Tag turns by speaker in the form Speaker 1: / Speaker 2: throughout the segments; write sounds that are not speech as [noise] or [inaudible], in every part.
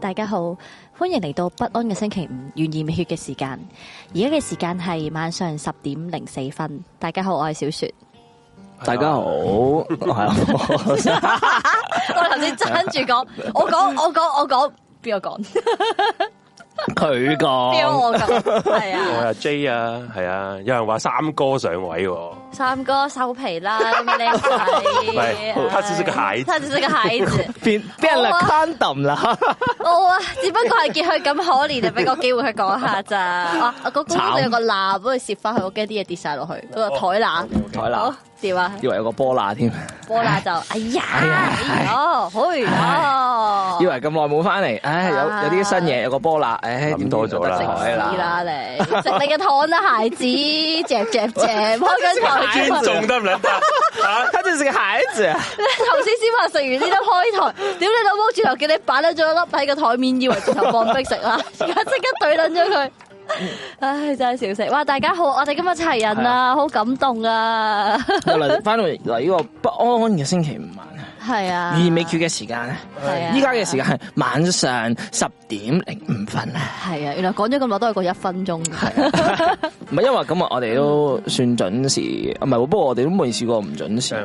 Speaker 1: 大家好，歡迎嚟到不安嘅星期五，懸疑未決嘅時間。而家嘅時間係晚上十點零四分。大家好，我係小
Speaker 2: [laughs]
Speaker 1: 雪。
Speaker 3: [laughs] 大家好，係啊，
Speaker 1: 我頭先爭住講，我講，我講，我講，邊個講？
Speaker 3: 佢
Speaker 1: 邊個
Speaker 3: 講
Speaker 1: 我講？係
Speaker 2: 我
Speaker 1: 啊，
Speaker 2: 係 J 啊，係啊，有人話三哥上
Speaker 3: [laughs]
Speaker 2: 位喎，
Speaker 1: 三哥收皮
Speaker 2: [laughs]
Speaker 1: 啦，咁靚
Speaker 2: 喂
Speaker 1: 仔，
Speaker 2: 他只是個孩子
Speaker 1: 他只是個孩子。
Speaker 3: 變變了
Speaker 1: 好啊
Speaker 3: condom
Speaker 1: [laughs]
Speaker 3: 啦，
Speaker 1: 冇啊，只不過係見佢咁可憐，就俾個機會佢講下咋。啊，我嗰公度有個罅，幫佢攝翻去，我驚啲嘢跌晒落去。嗰個
Speaker 2: 哦
Speaker 1: 台罅，
Speaker 3: 台
Speaker 1: 好
Speaker 3: 罅
Speaker 1: 點啊？
Speaker 3: 以為有個波罅添，
Speaker 1: 波罅就，哎呀，
Speaker 3: 哎呀
Speaker 1: 哎呀，好呀，
Speaker 3: 以為咁耐冇翻嚟，唉，有
Speaker 1: 啊
Speaker 3: 有啲新嘢，有個波罅，唉，
Speaker 2: 諗多咗啦
Speaker 3: 點
Speaker 1: 食
Speaker 3: 知
Speaker 1: 屎
Speaker 3: 原來得隻
Speaker 1: [laughs] 啦你，食你嘅糖啦，孩子，嚼嚼嚼，開緊台。
Speaker 2: 尊重得唔
Speaker 3: [laughs]
Speaker 2: 得
Speaker 3: 啦，他就是個孩子，
Speaker 1: [laughs]
Speaker 3: 啊
Speaker 1: 頭先先話食完呢粒開台，屌你老母！轉頭叫你擺甩咗粒喺個台面，以為轉頭放逼食啦，而家即刻懟撚咗佢。唉，真係小食！哇，大家好，我哋今日齊人啊，好感動啊，
Speaker 3: 又嚟翻到嚟呢個不安嘅星期五晚，
Speaker 1: 係啊，
Speaker 3: 而未決嘅時間咧
Speaker 1: 係啊，
Speaker 3: 依家嘅時間係晚上十點零五分啊。
Speaker 1: 係啊，原來講咗咁耐都係過一分鐘嘅，
Speaker 3: 唔係因為咁啊，我哋都算準時，啊唔係喎，不過我哋都未試過唔準時。
Speaker 2: 啊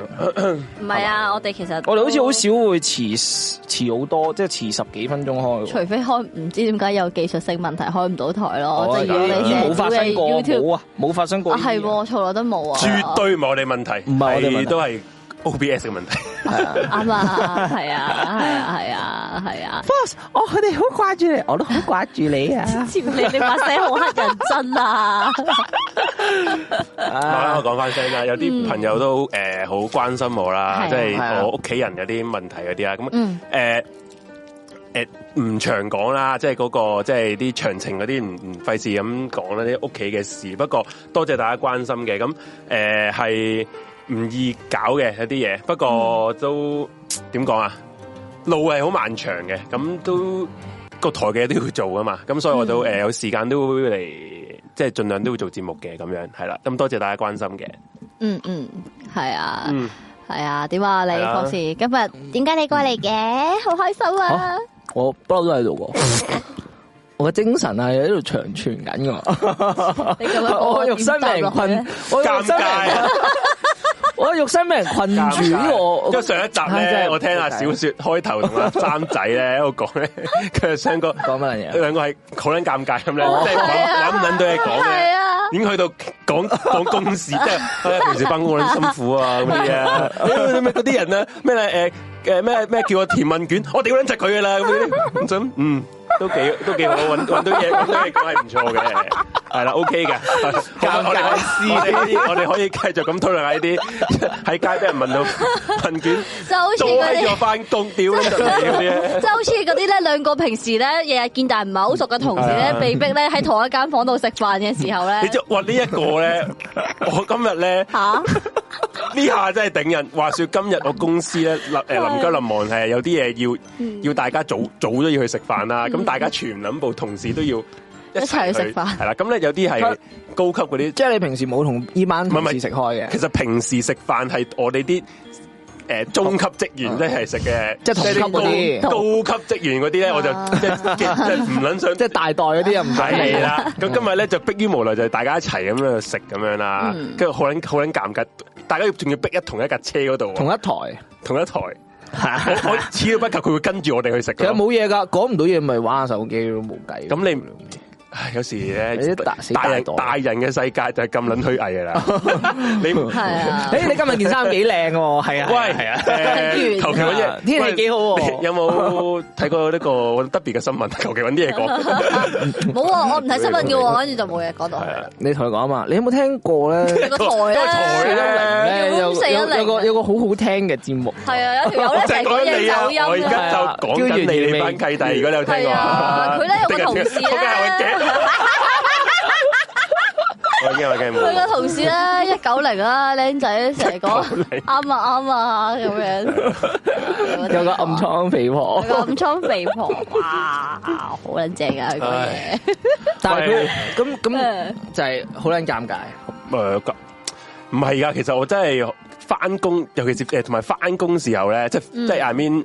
Speaker 1: 唔係啊，我哋其實
Speaker 3: 我哋好似好，少會遲遲好多，即係遲十幾分鐘開喎。
Speaker 1: 除非開唔知點解有技術性問題開唔到台咯，即係如果
Speaker 3: 哦已
Speaker 1: 你
Speaker 3: 經
Speaker 1: 成
Speaker 3: 冇
Speaker 1: 日
Speaker 3: 發
Speaker 1: 屌
Speaker 3: 生
Speaker 1: 你
Speaker 3: 過，
Speaker 1: YouTube
Speaker 3: 冇啊，冇發生過
Speaker 1: 啊，
Speaker 3: 呢啲嘢。
Speaker 1: 係喎，從來都冇啊，
Speaker 2: 絕對唔係我哋問題，
Speaker 3: 唔係我哋問題
Speaker 2: 係都係 OBS 嘅問
Speaker 3: [laughs]
Speaker 2: 題。
Speaker 1: 啱啊，係啊，係啊，係啊，係啊。
Speaker 3: Boss，我佢哋好掛住你，我都好掛住你 [laughs] 啊！
Speaker 1: 笑你你把聲好乞人憎啊！
Speaker 3: 啊
Speaker 2: 嗱 [laughs] 我講翻聲啦，有啲朋友都誒好關心我
Speaker 1: 係
Speaker 2: 啦
Speaker 1: 啊，
Speaker 2: 即
Speaker 3: 係嗯啊
Speaker 2: 係我屋企人有啲問題嗰啲啦，咁
Speaker 1: 嗯
Speaker 2: 誒誒唔長講啦，即係嗰個即係啲詳情嗰啲唔唔費事咁講啦，啲屋企嘅事。不過多謝大家關心嘅，咁誒係唔易搞嘅有啲嘢，不
Speaker 1: 嗯
Speaker 2: 過都點講啊？路係好漫長嘅，咁都個台嘅都要做噶嘛，咁所以我都誒、
Speaker 1: 嗯
Speaker 2: 呃有時間都會嚟，即係盡量都會做節目嘅咁樣，係啦。咁多謝大家關心嘅，
Speaker 1: 嗯嗯，係啊，
Speaker 2: 嗯，
Speaker 1: 係啊，點啊你
Speaker 2: 係啊
Speaker 1: 博士？今日點解你過嚟嘅？好開心啊！
Speaker 3: 我不嬲都喺度喎，我嘅精神係喺度長存緊噶。
Speaker 1: 你咁樣講
Speaker 3: [laughs] 哦我肉身俾人困，我肉
Speaker 2: 尷
Speaker 3: 身俾人
Speaker 2: 尬，
Speaker 3: 我肉身俾人困
Speaker 2: 尷
Speaker 3: 住
Speaker 2: 尬
Speaker 3: 嗯 [laughs] 我。
Speaker 2: 因為上一集
Speaker 3: 唉
Speaker 2: 咧
Speaker 3: 真，係
Speaker 2: 我聽阿小雪開頭同阿三仔咧喺度講咧，佢哋兩個
Speaker 3: 講乜嘢啊
Speaker 2: 兩個係好撚尷尬咁咧，即係
Speaker 1: 係
Speaker 2: 揾
Speaker 1: 啊
Speaker 2: 揾唔撚到嘢講
Speaker 1: 係
Speaker 2: 嘅。
Speaker 1: 啊，
Speaker 2: 已經去到講講公事，即係哎呀平時翻工好辛苦啊咁啲嘢啊，哎咩嗰啲人啊咩誒誒咩咩叫我填問卷，我屌撚窒佢噶啦咁啲，咁嗯都幾都幾好揾揾到嘢揾到嘢講係唔錯嘅，係啦 OK 嘅，我我哋可以我哋可以繼續咁討論下呢啲喺街俾人問到問卷，
Speaker 1: 就好似
Speaker 2: 做
Speaker 1: 嗰
Speaker 2: 喺咗
Speaker 1: 啲。
Speaker 2: 翻工屌撚窒你咁
Speaker 1: [laughs]
Speaker 2: 嘅。
Speaker 1: 即係好似嗰啲咧，兩個平時咧日日見但係唔係好熟嘅同事咧，被逼咧喺同一間房度食飯嘅時候咧
Speaker 2: [laughs] 你，知哇呢一個咧，我今日咧。
Speaker 1: 吓
Speaker 2: 呢下真係頂人。話說今日我公司
Speaker 1: [laughs]
Speaker 2: 咧，臨誒臨急臨忙係有啲嘢要要大家早早都要去食飯啦。咁大家全撚部同事都要一
Speaker 1: 一齊
Speaker 2: 齊
Speaker 1: 去
Speaker 2: 去
Speaker 1: 食飯
Speaker 2: 係啦。咁咧有啲係高級嗰啲，
Speaker 3: 即係你平時冇同呢班
Speaker 2: 唔係唔
Speaker 3: 同
Speaker 2: 係
Speaker 3: 事食開嘅
Speaker 2: 其，實平時食飯係我哋啲。誒中級職員即係食嘅，
Speaker 3: 即係同級嗰啲
Speaker 2: 高高級職員嗰啲咧，我就
Speaker 1: 啊
Speaker 2: 即係即係唔撚想
Speaker 3: [laughs] 即係大袋嗰啲又唔使理啊
Speaker 2: 係啦，咁今日咧就迫於無奈就大家一齊咁樣食咁樣啦
Speaker 1: 嗯，
Speaker 2: 跟住好撚好撚尷尬，大家仲要逼一同一架車嗰度喎，
Speaker 3: 同一台。
Speaker 2: 同一台，我我始料不及佢會跟住我哋去食
Speaker 3: 其實
Speaker 2: 㗎。
Speaker 3: 冇嘢㗎，講唔到嘢咪玩下手機咯，冇計。
Speaker 2: 咁你唉有時咧
Speaker 3: 你啲大死，
Speaker 2: 大人
Speaker 3: 大袋
Speaker 2: 大人嘅世界就係咁撚虛
Speaker 3: [laughs]
Speaker 2: 偽㗎啦。你
Speaker 1: 係啊，
Speaker 3: 誒，你今日件衫幾靚喎，
Speaker 2: [laughs]
Speaker 3: 係啊，
Speaker 2: 喂
Speaker 3: 係啊，
Speaker 2: 誒求其揾
Speaker 3: 係啊
Speaker 2: 嘢，
Speaker 3: 天氣幾好喎
Speaker 2: 喂你有冇睇過呢個特別嘅新聞？ [laughs] 求其揾啲嘢講。
Speaker 1: 冇啊，我唔睇新聞嘅喎，跟住就冇嘢講到去啦。
Speaker 3: 你同佢講啊嘛，你有冇聽過
Speaker 2: [laughs]
Speaker 3: 咧？
Speaker 1: 個台
Speaker 2: 個台
Speaker 1: 咧
Speaker 2: 呢。
Speaker 3: 咧有
Speaker 2: 啊
Speaker 1: 四一零
Speaker 3: 有啊有個有個好好聽嘅節
Speaker 2: [laughs]
Speaker 3: 目，
Speaker 1: 係啊，有條友咧成日講嘢走音啊
Speaker 2: 我而
Speaker 1: 㗎
Speaker 2: 家就講緊你你班契弟，如果你有聽
Speaker 1: 係
Speaker 2: 過
Speaker 1: 啊，佢咧
Speaker 2: [laughs]
Speaker 1: 有個同事
Speaker 2: 我梗係
Speaker 3: [laughs]
Speaker 2: 會
Speaker 1: 咧，
Speaker 2: 我驚我驚
Speaker 1: 佢個
Speaker 2: 冇。
Speaker 1: 同事咧一九零啦，僆仔成日講
Speaker 2: 190
Speaker 1: 啱啊啱啊咁樣，
Speaker 3: [laughs] 有個暗，瘡肥婆
Speaker 2: [laughs]
Speaker 1: 有，個暗瘡肥婆，哇，好撚正啊佢講嘢
Speaker 2: 唉，
Speaker 3: 但係佢
Speaker 2: 喂
Speaker 3: 咁
Speaker 1: 誒
Speaker 3: 咁就係好撚尷尬。
Speaker 2: 誒，呃咁唔係噶，其呃實我真係翻工，尤其是誒同埋翻工時候咧，即係即係 I mean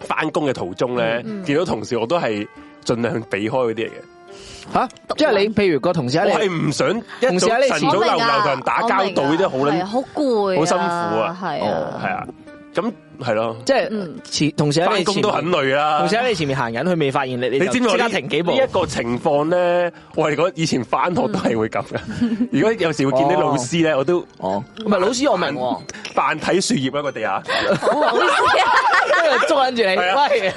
Speaker 2: 翻工嘅途中咧，見到同事我都係盡量避開嗰啲嚟嘅。
Speaker 3: 吓，即係你譬如個同事喺
Speaker 2: 我
Speaker 3: 啊你
Speaker 2: 係唔想一
Speaker 3: 同事
Speaker 2: 早
Speaker 3: 喺你
Speaker 2: 晨
Speaker 1: 我
Speaker 2: 早流
Speaker 1: 明
Speaker 2: 流
Speaker 1: 啊
Speaker 2: 同人打交道呢啲好
Speaker 1: 我明啊
Speaker 2: 撚
Speaker 1: 係啊好攰，
Speaker 2: 好辛苦啊
Speaker 1: 系
Speaker 3: 哦
Speaker 2: 係
Speaker 1: 啊，
Speaker 2: 啊，咁係咯，
Speaker 3: 即係
Speaker 1: 嗯
Speaker 3: 前同事喺
Speaker 2: 翻
Speaker 3: 你
Speaker 2: 工
Speaker 3: 前
Speaker 2: 都很
Speaker 3: 面，
Speaker 2: 累啦。
Speaker 3: 同事喺你前面行緊，佢未發現你，你
Speaker 2: 你
Speaker 3: 就
Speaker 2: 知唔知我
Speaker 3: 即
Speaker 2: 呢
Speaker 3: 刻停幾步
Speaker 2: 呢？一個情況咧，我係講以前翻學都係會咁嘅。如果有時會見啲老師咧，我都
Speaker 3: 哦，唔係老師，我明喎，
Speaker 2: 扮睇樹葉喺啊個地下。
Speaker 1: 好好笑啊
Speaker 3: 跟住捉緊住你，
Speaker 2: 係啊
Speaker 3: 喂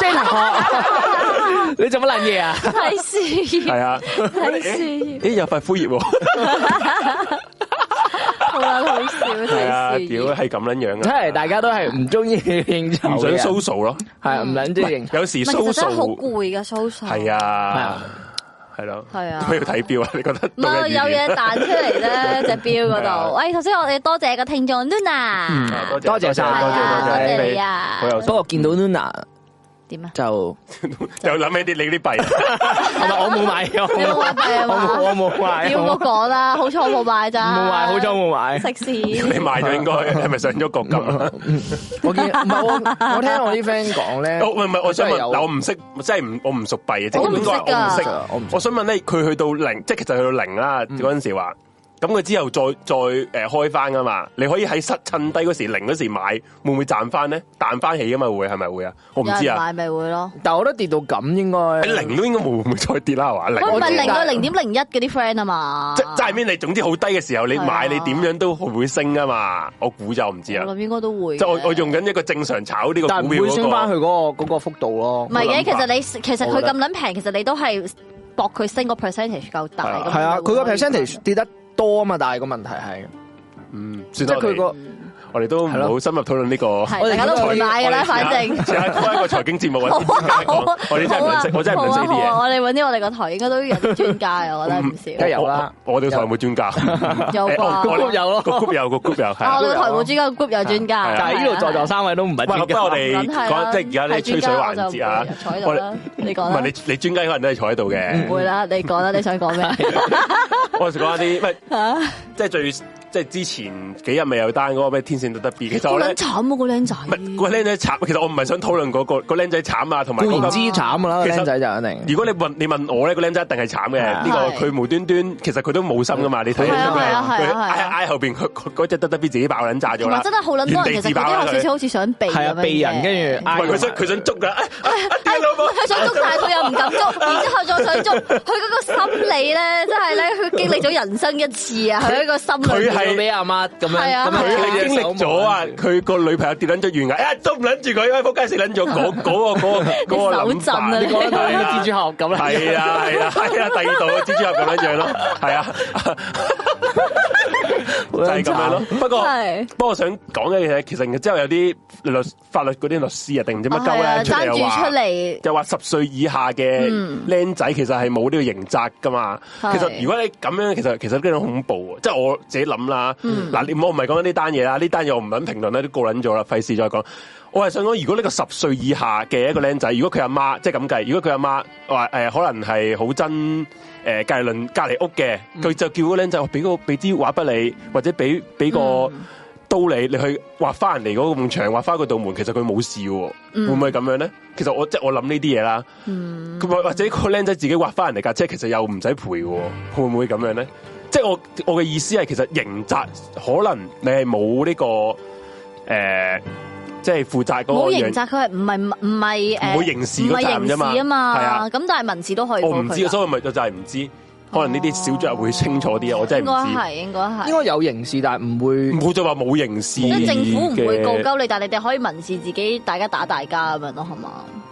Speaker 3: ，J 同學，你做乜撚嘢啊？
Speaker 1: 睇事
Speaker 2: 係
Speaker 1: 業，
Speaker 2: 啊，
Speaker 1: 睇事業，
Speaker 2: 咦有塊枯葉喎。
Speaker 1: 好啦，好笑啊
Speaker 2: 係啊，
Speaker 1: 睇事
Speaker 2: 屌
Speaker 1: 業，
Speaker 2: 係咁撚樣
Speaker 3: 睇
Speaker 2: 嘅，
Speaker 3: 嚟大家都係唔中意應酬
Speaker 2: 唔
Speaker 3: 嘅
Speaker 2: 想
Speaker 3: 人，
Speaker 2: social 咯。
Speaker 3: 係唔撚中意應酬。
Speaker 2: 有時
Speaker 1: 啊唔係其實真係好
Speaker 2: social
Speaker 1: 攰噶，so so
Speaker 2: 係。啊，係咯，
Speaker 1: 係啊
Speaker 2: 咁要睇表啊？你覺得
Speaker 1: 唔係有嘢彈出嚟咧，隻表
Speaker 2: 係啊嗯
Speaker 1: 嗰度。喂，頭先我哋多謝個聽眾 Luna，
Speaker 2: 多
Speaker 3: 多謝晒
Speaker 2: 多謝
Speaker 1: 係啊
Speaker 2: 多
Speaker 1: 多
Speaker 2: 謝
Speaker 1: 謝你啊
Speaker 2: 好有
Speaker 3: 不過見到 Luna
Speaker 1: 點啊？
Speaker 3: 就，
Speaker 2: [laughs] 又諗起啲你啲幣， [laughs]
Speaker 3: 係咪我冇買？我
Speaker 1: 你冇買幣啊嘛
Speaker 3: 我冇我冇買，
Speaker 1: 要
Speaker 3: 我
Speaker 1: 我講啦，好彩我冇買咋。
Speaker 3: 冇買，好彩冇買。
Speaker 1: [laughs] 食
Speaker 2: 你
Speaker 1: 屎。
Speaker 2: 賣咗應該係咪上咗國金啊？ [laughs]
Speaker 3: 我見唔係我，我聽我啲 friend 講咧，
Speaker 2: 我哦唔係唔係，我想
Speaker 3: 真係
Speaker 2: 問，
Speaker 3: 有
Speaker 2: 嗱我唔識，真係唔我唔熟幣嘅，即
Speaker 1: 我都唔
Speaker 2: 係應該
Speaker 1: 識㗎
Speaker 2: 我唔識。嗯
Speaker 3: 我唔識
Speaker 2: 我想問咧，佢去到零，即係其實去到零啦，嗰陣時話，咁佢之後再再誒呃開翻噶嘛？你可以喺失趁低嗰時零嗰時買，會唔會賺翻咧？彈翻起噶嘛會係咪會啊？我唔
Speaker 1: 有
Speaker 2: 知
Speaker 1: 人
Speaker 2: 啊，
Speaker 1: 買咪會咯。
Speaker 3: 但我覺得跌到咁應該
Speaker 2: [laughs] 喺零都應該冇會唔會再跌啦係嘛？
Speaker 1: [laughs] 佢
Speaker 2: 零
Speaker 1: 唔係零到
Speaker 3: 我知
Speaker 1: 零點零一嗰啲 friend 啊嘛。
Speaker 2: 即即係咩？你總之好低嘅時候你
Speaker 1: 係
Speaker 2: 買，
Speaker 1: 啊
Speaker 2: 你點樣都會升噶嘛？我估就唔知啊
Speaker 1: 我。諗應該都會嘅。
Speaker 2: 即係我我用緊一個正常炒呢個
Speaker 3: 但
Speaker 2: 股
Speaker 3: 唔
Speaker 2: 票
Speaker 3: 會升翻
Speaker 2: 嗰
Speaker 3: 去
Speaker 2: 個，
Speaker 3: 嗰個嗰個幅度咯
Speaker 1: 唔。係
Speaker 2: 我諗
Speaker 1: 嘅，其
Speaker 2: 法
Speaker 1: 實你其實
Speaker 3: 我
Speaker 1: 佢
Speaker 3: 覺得
Speaker 1: 咁撚平，其實你都係搏佢升個 percentage 夠大。
Speaker 2: 係啊
Speaker 1: 咁
Speaker 3: 係啊，
Speaker 1: 咪會
Speaker 3: 佢個
Speaker 1: 可以
Speaker 3: percentage 跌得多啊嘛，但係個問題係，
Speaker 2: 嗯，
Speaker 3: 即
Speaker 2: 算啦
Speaker 3: 係佢
Speaker 2: 我哋
Speaker 3: 個
Speaker 2: 我哋都唔
Speaker 3: 係
Speaker 2: 好深入討論呢個。
Speaker 1: 係
Speaker 3: 我
Speaker 1: 大
Speaker 3: 哋
Speaker 1: 家都唔會買㗎啦，反
Speaker 2: [laughs]
Speaker 1: 正。
Speaker 3: 啊
Speaker 2: 成日都係一個財經節目啊！我哋真係唔識，我真係唔識呢啲
Speaker 1: 好啊好啊
Speaker 2: 嘢。
Speaker 1: 我哋揾啲我哋個台應該都有啲專家嘅，我覺得唔
Speaker 2: [laughs]
Speaker 3: 梗係
Speaker 1: 少。
Speaker 3: 有啦
Speaker 2: 我我哋台冇專家，
Speaker 1: 有
Speaker 2: 哦誒
Speaker 1: 啩
Speaker 2: 我
Speaker 3: 個
Speaker 2: 我
Speaker 3: group 有咯
Speaker 2: 個 group 有個 group 有
Speaker 1: 啊，
Speaker 2: 係。
Speaker 1: 我哋個台冇專家個 group 有專家
Speaker 2: 係啊。
Speaker 3: [laughs] 但係呢度在座三位都唔係
Speaker 2: 喂，
Speaker 3: 專
Speaker 2: 不
Speaker 3: 家
Speaker 2: 過我哋講即係而家啲吹水環節啊，
Speaker 1: 我
Speaker 2: 我
Speaker 1: 哋
Speaker 2: 哋
Speaker 1: 你講
Speaker 2: 唔係
Speaker 1: 啦，
Speaker 2: 你你專家可能都係坐喺度嘅。
Speaker 1: 唔會
Speaker 2: [laughs]
Speaker 1: 啦，你講啦，你想講咩？
Speaker 2: 我哋講下
Speaker 1: [laughs]
Speaker 2: 啲咩，即係最即係之前幾日咪有單嗰個咩天線
Speaker 1: [laughs]
Speaker 2: 得得 [laughs] B，其實
Speaker 1: 好
Speaker 2: 我咧
Speaker 1: 撚慘啊，個僆仔
Speaker 2: 唔。係個僆仔慘，其實我唔係想討論嗰個個僆仔慘啊，同埋
Speaker 3: 固
Speaker 2: 嗰
Speaker 3: 然
Speaker 2: 個
Speaker 3: 之慘噶啦，
Speaker 2: 其實
Speaker 3: 僆仔就一定。
Speaker 2: 如果你問你問我咧，個僆仔一定係慘嘅。
Speaker 3: 係啊
Speaker 2: 呢個佢無端端，其實佢都冇心噶嘛。你睇
Speaker 1: 係啊
Speaker 2: 佢
Speaker 1: 係啊係啊
Speaker 2: 佢
Speaker 1: 係啊
Speaker 2: 挨挨後邊，佢佢嗰只得得 B 自己爆撚炸咗
Speaker 1: 同
Speaker 2: 啦
Speaker 1: 埋。真係好撚多
Speaker 2: 原
Speaker 1: 人，
Speaker 2: 地
Speaker 1: 其實
Speaker 2: 自爆
Speaker 1: 佢都有
Speaker 2: 啦
Speaker 1: 少少好似想避咁
Speaker 3: 係
Speaker 1: 樣
Speaker 3: 啊，
Speaker 1: 嘅
Speaker 3: 避人跟住
Speaker 2: 唔
Speaker 3: 挨
Speaker 2: 係佢
Speaker 3: 埋
Speaker 2: 想佢想捉㗎，哎哎哎屌老母！
Speaker 1: 佢想捉但係佢又唔
Speaker 2: [laughs]
Speaker 1: 敢捉，然之後再想捉，佢嗰個心理咧，真係咧，佢經歷咗人生一次啊！佢喺個心裏
Speaker 2: 佢
Speaker 1: 面
Speaker 2: 係
Speaker 3: 要俾阿媽咁樣，
Speaker 1: 係啊
Speaker 3: 咁樣
Speaker 2: 佢係
Speaker 3: 舉
Speaker 2: 經
Speaker 3: 隻手
Speaker 2: 歷咗啊！佢個女朋友跌撚咗懸崖，哎呀捉唔撚住佢，哎仆街死撚咗嗰嗰個嗰個嗰個
Speaker 1: 你手
Speaker 2: 諗
Speaker 1: 震啊
Speaker 2: 法。
Speaker 1: 你
Speaker 3: 望住，講到 [laughs] 好似蜘蛛俠咁啦。
Speaker 2: 係啊係啊係啊，第二度嘅蜘蛛俠咁樣 [laughs] 樣咯，係啊，就係咁樣咯。不過
Speaker 1: 係
Speaker 2: 不過我想講嘅嘢，其實之後有啲律法律嗰啲律師啊，定唔知乜鳩
Speaker 1: 係啊
Speaker 2: 咧出
Speaker 1: 爭
Speaker 2: 嚟
Speaker 1: 住
Speaker 2: 又話
Speaker 1: 出。嚟。嗯
Speaker 2: 又話十歲以下嘅僆仔其實係冇呢個刑責噶嘛。
Speaker 1: 係
Speaker 2: 其實如果你咁樣，其實其實呢種恐怖喎，即係我自己諗啦。嗱、你唔好唔係講緊呢單嘢啦，呢單嘢我唔撚評論啦，都過撚咗啦，費事再講。我係想講，如果呢個十歲以下嘅一個僆仔，如果佢阿媽即係咁計，如果佢阿媽話誒可能係好憎誒隔鄰隔離屋嘅，佢就叫個僆仔我俾個俾支畫筆你，或者俾俾個刀你，你去畫翻人哋嗰個埲牆，畫翻嗰道門，其實佢冇事嘅喎，會唔會咁樣咧？其實我即係我諗呢啲嘢啦。佢或或者個僆仔自己畫翻人哋架車，其實又唔使賠嘅喎，會唔會咁樣咧？即係我我嘅意思係，其實刑責可能你係冇呢個誒、呃即係負責嗰個
Speaker 1: 冇刑
Speaker 2: 樣，
Speaker 1: 責，佢係唔係唔係誒？
Speaker 2: 唔會刑事
Speaker 1: 唔係
Speaker 2: 嗰責
Speaker 1: 刑
Speaker 2: 任啫嘛
Speaker 1: 事啊
Speaker 2: 係啊哦
Speaker 1: 嘛。咁但係民事都可以。
Speaker 2: 我唔知，啊所
Speaker 1: 以
Speaker 2: 以咪就係唔知。可能呢啲小酌會清楚啲啊，我真
Speaker 1: 哦應該
Speaker 2: 係唔
Speaker 1: 係應該
Speaker 3: 應
Speaker 1: 係。
Speaker 3: 該有刑事，但係唔會
Speaker 2: 啊知。唔。好再話冇刑事
Speaker 1: 即係政府唔會告
Speaker 2: 嘅
Speaker 1: 鳩你，但係你哋可以民事自己大家打大家咁樣咯，係嘛？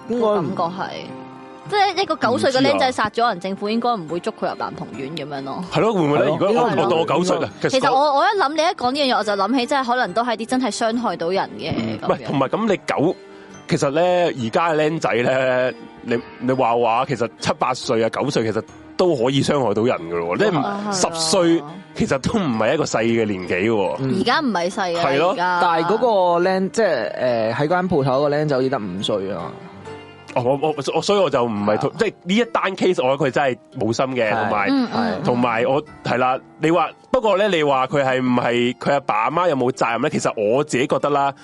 Speaker 3: 應該
Speaker 1: 我
Speaker 3: 唔
Speaker 1: 感覺係，即係一個九歲嘅
Speaker 2: 啊
Speaker 1: 僆仔殺咗人，政府應該唔會捉佢入男童院咁樣咯。
Speaker 2: 係咯，會唔會
Speaker 3: 係
Speaker 2: 咧？
Speaker 3: 咯
Speaker 2: 如果我
Speaker 3: 應該
Speaker 2: 我當我
Speaker 3: 係
Speaker 2: 九歲
Speaker 3: 應
Speaker 2: 啊，
Speaker 1: 其實我我一諗你一講呢樣嘢，我就諗起即係可能都係啲真係傷害到人嘅
Speaker 2: 唔
Speaker 1: 咁
Speaker 2: 嗯係同
Speaker 1: 樣。
Speaker 2: 埋咁你九，其實咧而家嘅僆仔咧，你你話話其實七八歲啊九歲其實都可以傷害到人噶咯喎，你唔
Speaker 1: 啊
Speaker 2: 十
Speaker 1: 係啊嗯
Speaker 2: 歲其實都唔係一個細嘅年紀嘅喎。
Speaker 1: 而家唔係細啊，
Speaker 2: 係咯
Speaker 1: 而家
Speaker 3: 嗯但係嗰個僆，即係誒喺間鋪頭個僆仔好似得五歲啊嘛。
Speaker 2: 哦我我我所以我就唔係同
Speaker 3: 係啊
Speaker 2: 即係呢一單 case，我覺得佢真係冇心嘅，
Speaker 3: 係
Speaker 2: 同埋。
Speaker 1: 嗯嗯
Speaker 3: 係
Speaker 2: 同埋我係啦，你話不過咧，你話佢係唔係佢阿爸阿媽有冇責任咧？其實我自己覺得啦，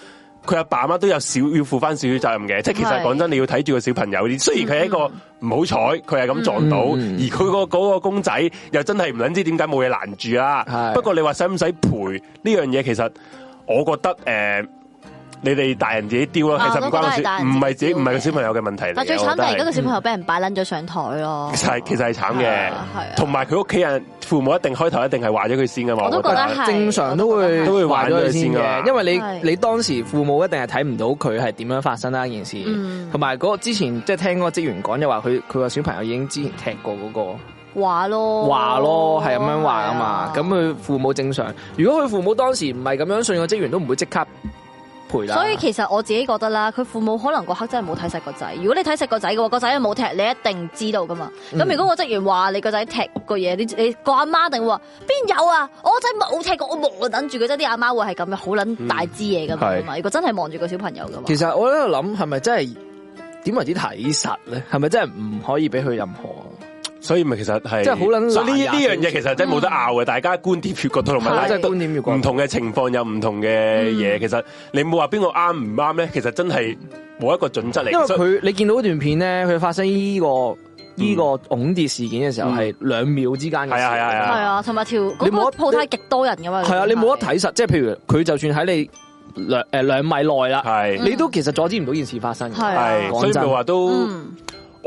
Speaker 2: 佢阿爸阿媽都有少要負翻少少責任嘅，即係其實
Speaker 1: 係嗯
Speaker 2: 講真，你要睇住個小朋友啲。雖然佢係一個唔好彩，佢係咁撞到，
Speaker 3: 嗯
Speaker 2: 而佢個嗰個公仔又真係唔撚知點解冇嘢攔住啦
Speaker 3: 係。
Speaker 2: 不過你話使唔使賠呢樣嘢，其實我覺得誒、呃你哋大人自己丟啦，
Speaker 1: 啊
Speaker 2: 其實唔關
Speaker 1: 我
Speaker 2: 個
Speaker 1: 都覺得係
Speaker 2: 小，
Speaker 1: 大人自
Speaker 2: 唔
Speaker 1: 己
Speaker 2: 係自己，
Speaker 1: 丟
Speaker 2: 唔係個
Speaker 1: 嘅
Speaker 2: 小朋友嘅問題嚟嘅。
Speaker 1: 但最
Speaker 2: 我
Speaker 1: 慘就係而
Speaker 2: 覺得
Speaker 1: 家
Speaker 2: 係嗯
Speaker 1: 個小朋友俾人擺撚咗上台
Speaker 2: [laughs]
Speaker 1: 咯。
Speaker 2: 其實係其實係慘
Speaker 1: 哦係
Speaker 2: 嘅
Speaker 1: 啊係啊，
Speaker 2: 同埋佢屋企人父母一定開頭一定係話咗佢先噶嘛，
Speaker 1: 我都覺得
Speaker 2: 覺得
Speaker 1: 係
Speaker 3: 正常都會
Speaker 1: 我都
Speaker 2: 覺得係
Speaker 3: 話咗佢先
Speaker 2: 都會話咗佢先
Speaker 3: 嘅，
Speaker 2: 㗎
Speaker 3: 因為
Speaker 1: 係
Speaker 3: 你你當時父母一定係睇唔到佢係點樣發生啦件事
Speaker 1: 嗯，
Speaker 3: 同埋嗰個之前即係聽嗰個職員講就話佢佢個小朋友已經之前踢過嗰個
Speaker 1: 話咯，
Speaker 3: 話咯，係咁樣話啊嘛，
Speaker 1: 係
Speaker 3: 咁
Speaker 1: 哦啊
Speaker 3: 佢父母正常，如果佢父母當時唔係咁樣信個職員，都唔會即刻賠啦。
Speaker 1: 所以其實我自己覺得啦，佢父母可能嗰刻真係冇睇實個仔。如果你睇實個仔嘅話，個仔又冇踢，你一定知道噶嘛。咁、
Speaker 3: 嗯
Speaker 1: 如果個職員話你個仔踢個嘢，你你個阿媽一定會話邊有啊？我仔冇踢過，我望等住佢啫。啲阿媽會係咁樣好撚大支嘢噶嘛
Speaker 2: 嗯
Speaker 1: 係嘛。如果真係望住個小朋友嘅話，
Speaker 3: 其實我喺度諗，係咪真係點為之睇實咧？係咪真係唔可以俾佢任何？
Speaker 2: 所以咪其實係
Speaker 3: 即係好撚難
Speaker 2: 所以呢
Speaker 3: 呀
Speaker 2: 呢樣嘢其實真係冇得拗嘅，大家觀點越角度同埋大
Speaker 3: 即
Speaker 2: 家
Speaker 3: 係嗯觀點要講
Speaker 2: 唔同嘅情況有唔同嘅嘢，其實你冇話邊個啱唔啱咧，其實真係冇一個準則嚟。
Speaker 3: 因為
Speaker 2: 所以
Speaker 3: 佢你見到嗰段片咧，佢發生呢、個呢、個拱跌事件嘅時候
Speaker 2: 嗯
Speaker 3: 係兩秒之間嘅事嚟㗎嘛，
Speaker 2: 係啊係啊係
Speaker 1: 係啊，同埋條嗰
Speaker 3: 你冇
Speaker 1: 個
Speaker 3: 得
Speaker 1: 鋪頭係極多人噶嘛。
Speaker 3: 係啊，你冇得睇實，即係譬如佢就算喺你兩誒兩米內啦，
Speaker 2: 係
Speaker 3: 你都其實阻止唔到件事發生嘅。
Speaker 1: 係啊
Speaker 2: 係，
Speaker 3: 講
Speaker 2: 所以
Speaker 3: 真
Speaker 2: 咪話都。
Speaker 1: 嗯。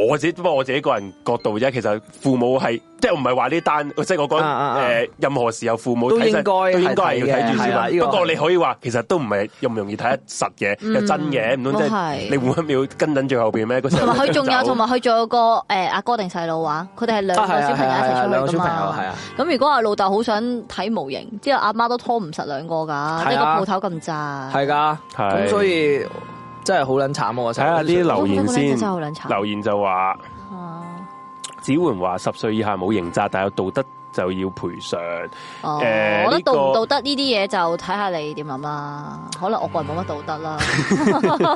Speaker 2: 我自己不過我自己個人角度啫，其實父母係即係我唔係話呢單，即係我講
Speaker 3: 啊啊啊
Speaker 2: 誒任何時候父母
Speaker 3: 都
Speaker 2: 睇
Speaker 3: 應該
Speaker 2: 實都應該係
Speaker 3: 係
Speaker 2: 要睇
Speaker 3: 嘅係啦
Speaker 2: 住先
Speaker 3: 呢
Speaker 2: 啦。
Speaker 3: 個
Speaker 2: 不過
Speaker 3: 係
Speaker 2: 你可以話其實都唔係容唔容易睇得實嘅，
Speaker 1: 嗯
Speaker 2: 又真嘅，唔通即
Speaker 1: 都
Speaker 2: 係
Speaker 1: 係
Speaker 2: 你換一秒跟緊最後邊咩？嗰時候
Speaker 1: 同埋佢仲
Speaker 3: [laughs]
Speaker 1: 有，
Speaker 2: 走
Speaker 1: 同埋佢仲有個誒阿哥定細佬話，佢哋係兩
Speaker 3: 啊
Speaker 1: 個小朋友一齊
Speaker 3: 兩
Speaker 1: 出
Speaker 3: 個
Speaker 1: 去
Speaker 3: 小
Speaker 1: 噶
Speaker 3: 朋友係
Speaker 1: 嘛。
Speaker 3: 啊，
Speaker 1: 咁如果阿老豆好想睇模型，之後阿媽都拖唔實兩個噶，
Speaker 3: 係啊
Speaker 1: 即係個鋪頭咁窄。
Speaker 3: 係噶，
Speaker 2: 係
Speaker 3: 咁所以真係好撚慘啊！我睇
Speaker 2: 睇下啲留言
Speaker 1: 我覺得個靚仔
Speaker 2: 先
Speaker 1: 真係好撚慘，
Speaker 2: 留言就話
Speaker 1: 哦
Speaker 2: 子桓話十歲以下冇刑責，但有道德就要賠償。
Speaker 1: 哦，
Speaker 2: 誒
Speaker 1: 我覺得道唔
Speaker 2: 呢個
Speaker 1: 道德呢啲嘢就睇下你點諗啦。可能我個人冇乜道德
Speaker 2: [laughs]
Speaker 1: 啦，